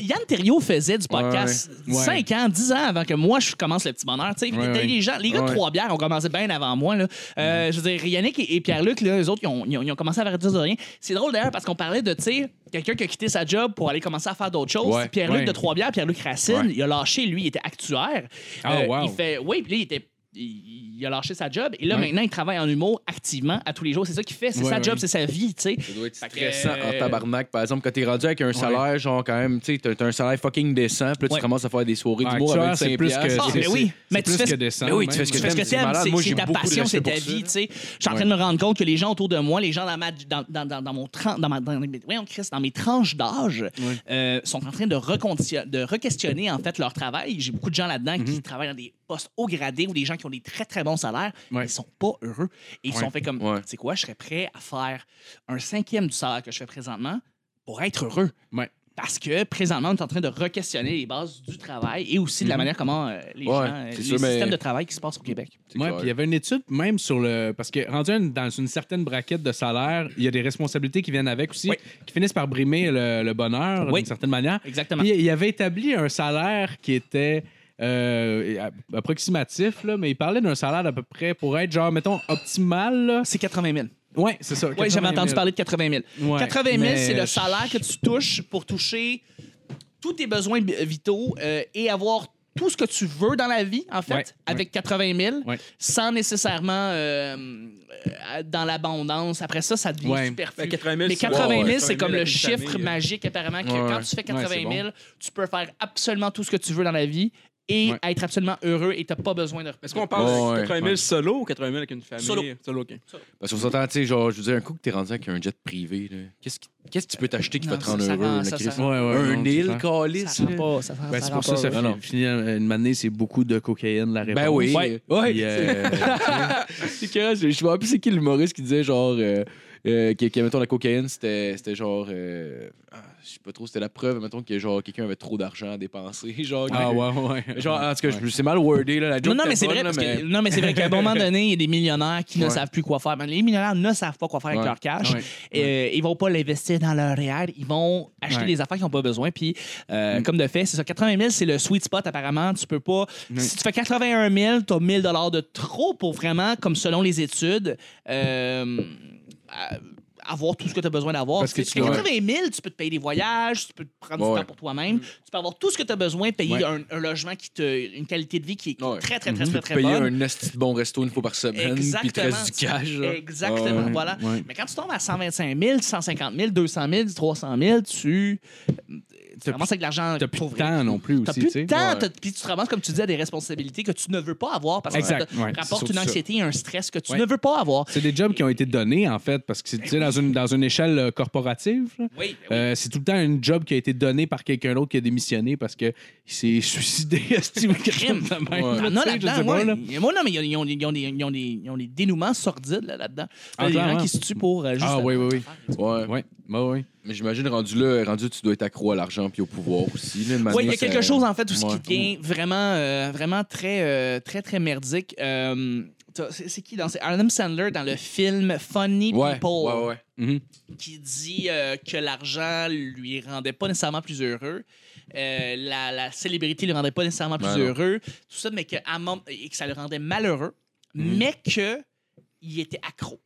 Speaker 6: Yann Thériault faisait du podcast
Speaker 5: Ouais, ouais.
Speaker 6: 5 ans, 10 ans avant que moi je commence le petit bonheur. Tu sais,
Speaker 5: Ouais,
Speaker 6: t'as
Speaker 5: ouais. Mm-hmm.
Speaker 6: les gens, les gars de
Speaker 3: Ouais.
Speaker 6: Trois Bières ont commencé bien avant moi. Là. Euh, Je veux dire, Yannick et, et Pierre-Luc, là, eux autres, ils ont, ils ont- ils ont commencé à faire dire de rien. C'est drôle d'ailleurs parce qu'on parlait de, tu sais, quelqu'un qui a quitté sa job pour aller commencer à faire d'autres choses.
Speaker 5: Ouais,
Speaker 6: Pierre-Luc
Speaker 5: ouais.
Speaker 6: de Trois Bières, Pierre-Luc Racine,
Speaker 3: Ouais.
Speaker 6: il a lâché, lui, il était actuaire. Euh,
Speaker 5: Ah, wow.
Speaker 6: Il fait, oui, puis là, il était. Il il a lâché sa job et là
Speaker 5: Ouais.
Speaker 6: maintenant il travaille en humour activement à tous les jours. C'est ça qu'il fait, c'est
Speaker 5: Ouais,
Speaker 6: sa
Speaker 5: ouais.
Speaker 6: job, c'est sa vie, tu sais.
Speaker 3: Ça doit être
Speaker 6: Fait que-
Speaker 3: stressant en Ah, tabarnak. Par exemple, quand t'es rendu avec un salaire, genre, quand même, tu sais, t'as t'as un salaire fucking décent, puis là, tu
Speaker 6: Ouais.
Speaker 3: commences à faire des soirées
Speaker 5: Ouais,
Speaker 3: d'humour
Speaker 5: actuaire,
Speaker 3: avec
Speaker 5: c'est
Speaker 3: 5
Speaker 5: plus
Speaker 3: piastres.
Speaker 5: que-
Speaker 6: Ah,
Speaker 5: c'est-
Speaker 6: mais oui, mais tu
Speaker 5: plus
Speaker 6: fais
Speaker 5: que descendre.
Speaker 3: Mais oui, tu fais ce que
Speaker 6: tu fais ce que
Speaker 3: t'aimes, c'est
Speaker 6: t'aimes,
Speaker 3: malade.
Speaker 6: c'est
Speaker 3: Moi,
Speaker 6: c'est
Speaker 3: j'ai
Speaker 6: ta
Speaker 3: beaucoup de
Speaker 6: passion,
Speaker 3: respect
Speaker 6: c'est ta
Speaker 3: pour ça.
Speaker 6: vie, tu sais. Je suis en train de me rendre compte que les gens autour de moi, les gens dans ma dans, dans, dans, dans mon tran- dans, ma- dans, mes- voyons, Chris, dans mes tranches d'âge, euh, sont en train de recondition- de requestionner en fait leur travail. J'ai beaucoup de gens là-dedans
Speaker 3: Mm-hmm.
Speaker 6: qui travaillent dans des postes haut gradés ou des gens qui ont des très très bons salaires, mais
Speaker 5: Ouais.
Speaker 6: ils sont pas heureux. Et ils se
Speaker 5: Ouais.
Speaker 6: sont fait comme,
Speaker 3: Ouais.
Speaker 6: tu sais quoi, je serais prêt à faire un cinquième du salaire que je fais présentement pour être heureux.
Speaker 5: Ouais.
Speaker 6: Parce que présentement, on est en train de re-questionner les bases du travail et aussi de la manière comment euh, les
Speaker 3: Ouais,
Speaker 6: gens, euh,
Speaker 3: c'est
Speaker 6: les
Speaker 3: sûr, mais-
Speaker 6: systèmes de travail qui se passent au Québec.
Speaker 3: C'est
Speaker 5: Ouais,
Speaker 3: clair.
Speaker 5: puis il y avait une étude même sur le. Parce que rendu à une- dans une certaine braquette de salaire, il y a des responsabilités qui viennent avec aussi,
Speaker 6: Oui.
Speaker 5: qui finissent par brimer le, le bonheur
Speaker 6: Oui.
Speaker 5: d'une certaine manière.
Speaker 6: Exactement.
Speaker 5: Puis il y avait établi un salaire qui était euh, a- approximatif, là, mais il parlait d'un salaire d'à peu près pour être, genre, mettons, optimal. là.
Speaker 6: C'est 80 000.
Speaker 5: Ouais, c'est ça.
Speaker 6: Oui,
Speaker 5: 80
Speaker 6: j'avais
Speaker 5: 000.
Speaker 6: entendu parler de 80 000.
Speaker 5: Ouais,
Speaker 6: 80 000,
Speaker 5: mais-
Speaker 6: c'est le salaire que tu touches pour toucher tous tes besoins bi- vitaux euh, et avoir tout ce que tu veux dans la vie, en fait,
Speaker 5: Ouais,
Speaker 6: avec 80 000,
Speaker 5: Ouais.
Speaker 6: sans nécessairement euh, euh, dans l'abondance. Après ça, ça devient
Speaker 5: Ouais.
Speaker 6: superflu.
Speaker 4: Ben, 80 000,
Speaker 6: Mais
Speaker 4: c'est-
Speaker 6: 80 000,
Speaker 4: ouais,
Speaker 6: c'est
Speaker 4: 80 000
Speaker 6: comme le
Speaker 4: avec une
Speaker 6: chiffre
Speaker 4: famille, euh.
Speaker 6: magique, apparemment, que
Speaker 3: Ouais,
Speaker 6: quand
Speaker 3: ouais.
Speaker 6: tu fais
Speaker 5: Ouais,
Speaker 6: 80
Speaker 5: c'est
Speaker 6: 000,
Speaker 5: bon.
Speaker 6: tu peux faire absolument tout ce que tu veux dans la vie et
Speaker 5: Ouais.
Speaker 6: être absolument heureux et t'as pas besoin de...
Speaker 4: Est-ce qu'on parle
Speaker 3: Ouais,
Speaker 4: de 80
Speaker 3: ouais.
Speaker 4: 000 solo ou 80 000 avec une famille?
Speaker 6: Solo.
Speaker 4: OK.
Speaker 3: Parce qu'on s'entend, tu sais, genre, je veux dire, un coup que t'es rendu avec un jet privé, là, qu'est-ce qui- qu'est-ce que tu peux t'acheter qui
Speaker 6: Non,
Speaker 3: va te rendre
Speaker 6: ça, ça
Speaker 3: heureux,
Speaker 6: rend-
Speaker 3: là,
Speaker 6: ça,
Speaker 3: Chris?
Speaker 6: ça
Speaker 5: Ouais, ouais, non,
Speaker 3: Un
Speaker 5: c'est
Speaker 3: île,
Speaker 5: clair.
Speaker 3: calice,
Speaker 6: Ça
Speaker 3: là.
Speaker 6: rend pas- ça rend-
Speaker 5: Ben,
Speaker 6: ça
Speaker 5: c'est
Speaker 6: rend
Speaker 5: pour ça
Speaker 6: pas
Speaker 5: ça
Speaker 6: heureux.
Speaker 5: finit, finit euh, une année, c'est beaucoup de cocaïne la réponse.
Speaker 3: Ben oui.
Speaker 6: Ouais.
Speaker 3: Ouais.
Speaker 5: Puis, euh,
Speaker 3: C'est que je, je me rappelle plus c'est qui l'humoriste qui disait genre euh, euh, que, que, mettons la cocaïne c'était c'était genre euh, ah, je sais pas trop c'était la preuve mettons que genre quelqu'un avait trop d'argent à dépenser genre
Speaker 5: ah
Speaker 3: que-
Speaker 5: ouais, ouais.
Speaker 3: genre en tout cas je- c'est mal wordé là la
Speaker 6: Non,
Speaker 3: joke
Speaker 6: non, mais
Speaker 3: était
Speaker 6: c'est vrai.
Speaker 3: bonne, là,
Speaker 6: parce
Speaker 3: mais-
Speaker 6: que- non, mais c'est vrai qu'à un moment donné, il y a des millionnaires qui ne
Speaker 3: Ouais.
Speaker 6: savent plus quoi faire. Mais Les millionnaires ne savent pas quoi faire avec
Speaker 3: Ouais.
Speaker 6: leur cash.
Speaker 5: Ouais.
Speaker 6: Euh, ils vont pas l'investir dans leur réel. Ils vont acheter
Speaker 5: Ouais.
Speaker 6: des affaires qu'ils n'ont pas besoin. Puis,
Speaker 3: Mm.
Speaker 6: euh, comme de fait, c'est ça. 80 000, c'est le sweet spot, apparemment. Tu peux pas.
Speaker 3: Mm.
Speaker 6: Si tu fais 81 000, tu as 1 000 de trop pour vraiment, comme selon les études, euh, à- avoir tout ce que tu as besoin d'avoir.
Speaker 5: Parce que
Speaker 6: Jusqu'à
Speaker 5: tu dois-
Speaker 6: 80 000, tu peux te payer des voyages, tu peux te prendre
Speaker 3: Ouais, Mm.
Speaker 6: du
Speaker 3: ouais.
Speaker 6: temps pour toi-même, tu peux avoir tout ce que tu as besoin, payer
Speaker 5: Ouais.
Speaker 6: un, un logement qui te. une qualité de vie qui est qui est
Speaker 3: Ouais.
Speaker 6: très, très, très,
Speaker 3: tu
Speaker 6: très,
Speaker 3: peux
Speaker 6: très
Speaker 3: payer
Speaker 6: bonne.
Speaker 3: un esti de bon resto une fois par semaine puis te reste du cash genre.
Speaker 6: Exactement,
Speaker 5: Ouais.
Speaker 6: voilà.
Speaker 5: Ouais.
Speaker 6: Mais quand tu tombes à 125 000, 150 000, 200 000, 300 000, tu, tu
Speaker 5: T'as
Speaker 6: ramasses avec de l'argent
Speaker 5: T'as plus
Speaker 6: pour
Speaker 5: de
Speaker 6: vrai.
Speaker 5: temps non plus aussi.
Speaker 6: T'as
Speaker 5: tu
Speaker 6: plus
Speaker 5: sais.
Speaker 6: de temps,
Speaker 3: Ouais.
Speaker 6: t'as- puis tu te ramasses, comme tu dis, à des responsabilités que tu ne veux pas avoir parce que ça
Speaker 5: Exact,
Speaker 6: te
Speaker 5: ouais, c'est
Speaker 6: rapporte
Speaker 5: surtout
Speaker 6: une
Speaker 5: ça.
Speaker 6: anxiété et un stress que tu
Speaker 5: Ouais.
Speaker 6: ne veux pas avoir.
Speaker 5: C'est des jobs qui ont été donnés, en fait, parce que c'est tu sais, dans une, dans une échelle euh, corporative. là,
Speaker 6: Oui,
Speaker 5: euh, c'est tout le temps un job qui a été donné par quelqu'un d'autre qui a démissionné parce qu'il s'est suicidé. esti, ou quelque
Speaker 6: Crime.
Speaker 5: chose de même,
Speaker 3: Ouais.
Speaker 5: là,
Speaker 6: T'en as
Speaker 5: tu sais, je sais
Speaker 6: Ah, là-dedans,
Speaker 5: pas,
Speaker 6: ouais.
Speaker 5: là.
Speaker 6: Il y a- moi, non, mais ils ont- ils ont, ils ont des, ils ont des- ils ont des dénouements sordides là, là-dedans.
Speaker 5: Ah,
Speaker 6: des gens
Speaker 5: clairement.
Speaker 6: qui se tuent pour euh, juste.
Speaker 5: Ah oui, oui, oui.
Speaker 3: ouais
Speaker 5: Ouais, bah oui.
Speaker 3: mais j'imagine rendu là rendu tu dois être accro à l'argent puis au pouvoir aussi là, une
Speaker 6: Oui, il y
Speaker 3: manière,
Speaker 6: a
Speaker 3: ça-
Speaker 6: quelque chose, en fait, tout ce
Speaker 3: Ouais.
Speaker 6: qui devient vraiment, euh, vraiment très, euh, très, très merdique. Euh, t'as- c'est c'est qui dans c'est Adam Sandler dans le film Funny
Speaker 3: ouais
Speaker 6: People
Speaker 3: ouais ouais
Speaker 5: Mhm.
Speaker 6: qui dit euh, que l'argent lui rendait pas nécessairement plus heureux. Euh, la, la célébrité le rendait pas nécessairement plus
Speaker 3: Ben non.
Speaker 6: heureux. Tout ça, mais que, à mon- et que ça le rendait malheureux,
Speaker 3: Hmm.
Speaker 6: mais que il était accro.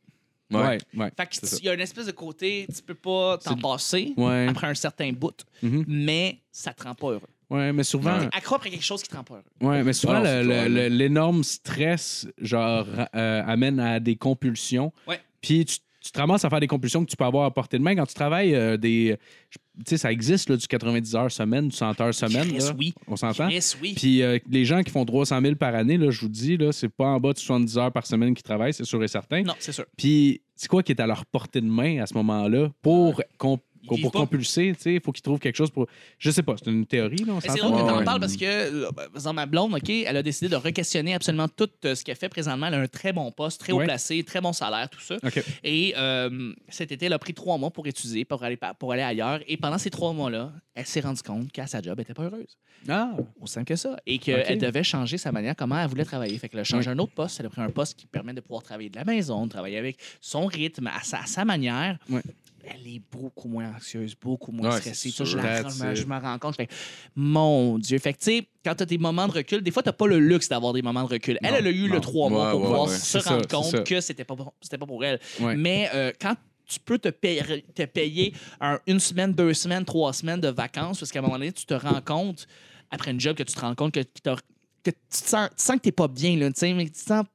Speaker 3: Ouais.
Speaker 5: Ouais, ouais.
Speaker 6: Fait
Speaker 5: C'est ça.
Speaker 6: qu'il y a une espèce de côté, tu peux pas t'en passer
Speaker 5: Ouais.
Speaker 6: après un certain bout,
Speaker 5: Mhm.
Speaker 6: mais ça te rend pas heureux.
Speaker 5: Ouais, mais souvent,
Speaker 3: Mm-hmm. Ouais.
Speaker 6: Accro après quelque chose qui te rend pas heureux.
Speaker 5: ouais, mais souvent
Speaker 3: Ah non, c'est
Speaker 5: le-
Speaker 3: clair,
Speaker 5: le-
Speaker 3: là.
Speaker 5: le- l'énorme stress genre, euh, amène à des compulsions.
Speaker 6: Ouais.
Speaker 5: Puis tu, tu te ramasses à faire des compulsions que tu peux avoir à portée de main. Quand tu travailles euh, des. je- Tu sais, ça existe là, du 90 heures semaine, du 100 heures semaine.
Speaker 6: Chris,
Speaker 5: là.
Speaker 6: oui.
Speaker 5: On s'entend?
Speaker 6: Yes, oui.
Speaker 5: Puis euh, les gens qui font 300 000 par année, là, je vous dis, là, c'est pas en bas de 70 heures par semaine qu'ils travaillent, c'est sûr et certain.
Speaker 6: Non, c'est sûr.
Speaker 5: Puis c'est quoi qui est à leur portée de main à ce moment-là pour, com-
Speaker 6: Ils
Speaker 5: pour
Speaker 6: vivent pas.
Speaker 5: compulser? tu sais, Il faut qu'ils trouvent quelque chose pour. Je sais pas, c'est une théorie. Là, on
Speaker 6: Mais C'est
Speaker 5: s'entend?
Speaker 6: drôle que t'en
Speaker 5: Ouais.
Speaker 6: parles parce que, là, ben, dans ma blonde, OK, elle a décidé de re-questionner absolument tout euh, ce qu'elle fait présentement. Elle a un très bon poste, très haut
Speaker 5: Ouais.
Speaker 6: placé, très bon salaire, tout ça.
Speaker 5: OK.
Speaker 6: Et euh, cet été, elle a pris trois mois pour étudier, pour aller, pa- pour aller ailleurs. Et pendant ces trois mois-là, elle s'est rendue compte qu'à sa job, elle n'était pas heureuse.
Speaker 5: Ah,
Speaker 6: Aussi simple que ça. Et qu'elle
Speaker 5: Ok.
Speaker 6: devait changer sa manière, comment elle voulait travailler. Fait qu'elle a changé un autre poste. Elle a pris un poste qui permet de pouvoir travailler de la maison, de travailler avec son rythme, à sa, à sa manière.
Speaker 5: Ouais.
Speaker 6: Elle est beaucoup moins anxieuse, beaucoup moins
Speaker 5: Ouais,
Speaker 6: stressée.
Speaker 5: c'est
Speaker 6: Ça, je,
Speaker 5: sûr.
Speaker 6: la-
Speaker 5: That's
Speaker 6: je me-
Speaker 5: it.
Speaker 6: je m'en rends compte. Fait que, mon Dieu. Fait que, tu sais, quand tu as des moments de recul, des fois, tu pas le luxe d'avoir des moments de recul. Elle,
Speaker 5: Non,
Speaker 6: elle a eu
Speaker 5: non.
Speaker 6: le trois mois
Speaker 3: Ouais,
Speaker 6: pour
Speaker 3: ouais,
Speaker 6: pouvoir
Speaker 3: ouais.
Speaker 6: se
Speaker 5: C'est ça,
Speaker 6: rendre
Speaker 5: c'est
Speaker 6: compte
Speaker 5: ça.
Speaker 6: que c'était pas, pour- c'était pas pour elle.
Speaker 5: Ouais.
Speaker 6: Mais euh, quand tu peux te payer, te payer un- une semaine, deux semaines, trois semaines de vacances, parce qu'à un moment donné, tu te rends compte, après une job, que tu te rends compte que, t'as- que tu, te sens, tu sens que t'es pas bien, là, tu sais, mais tu te sens...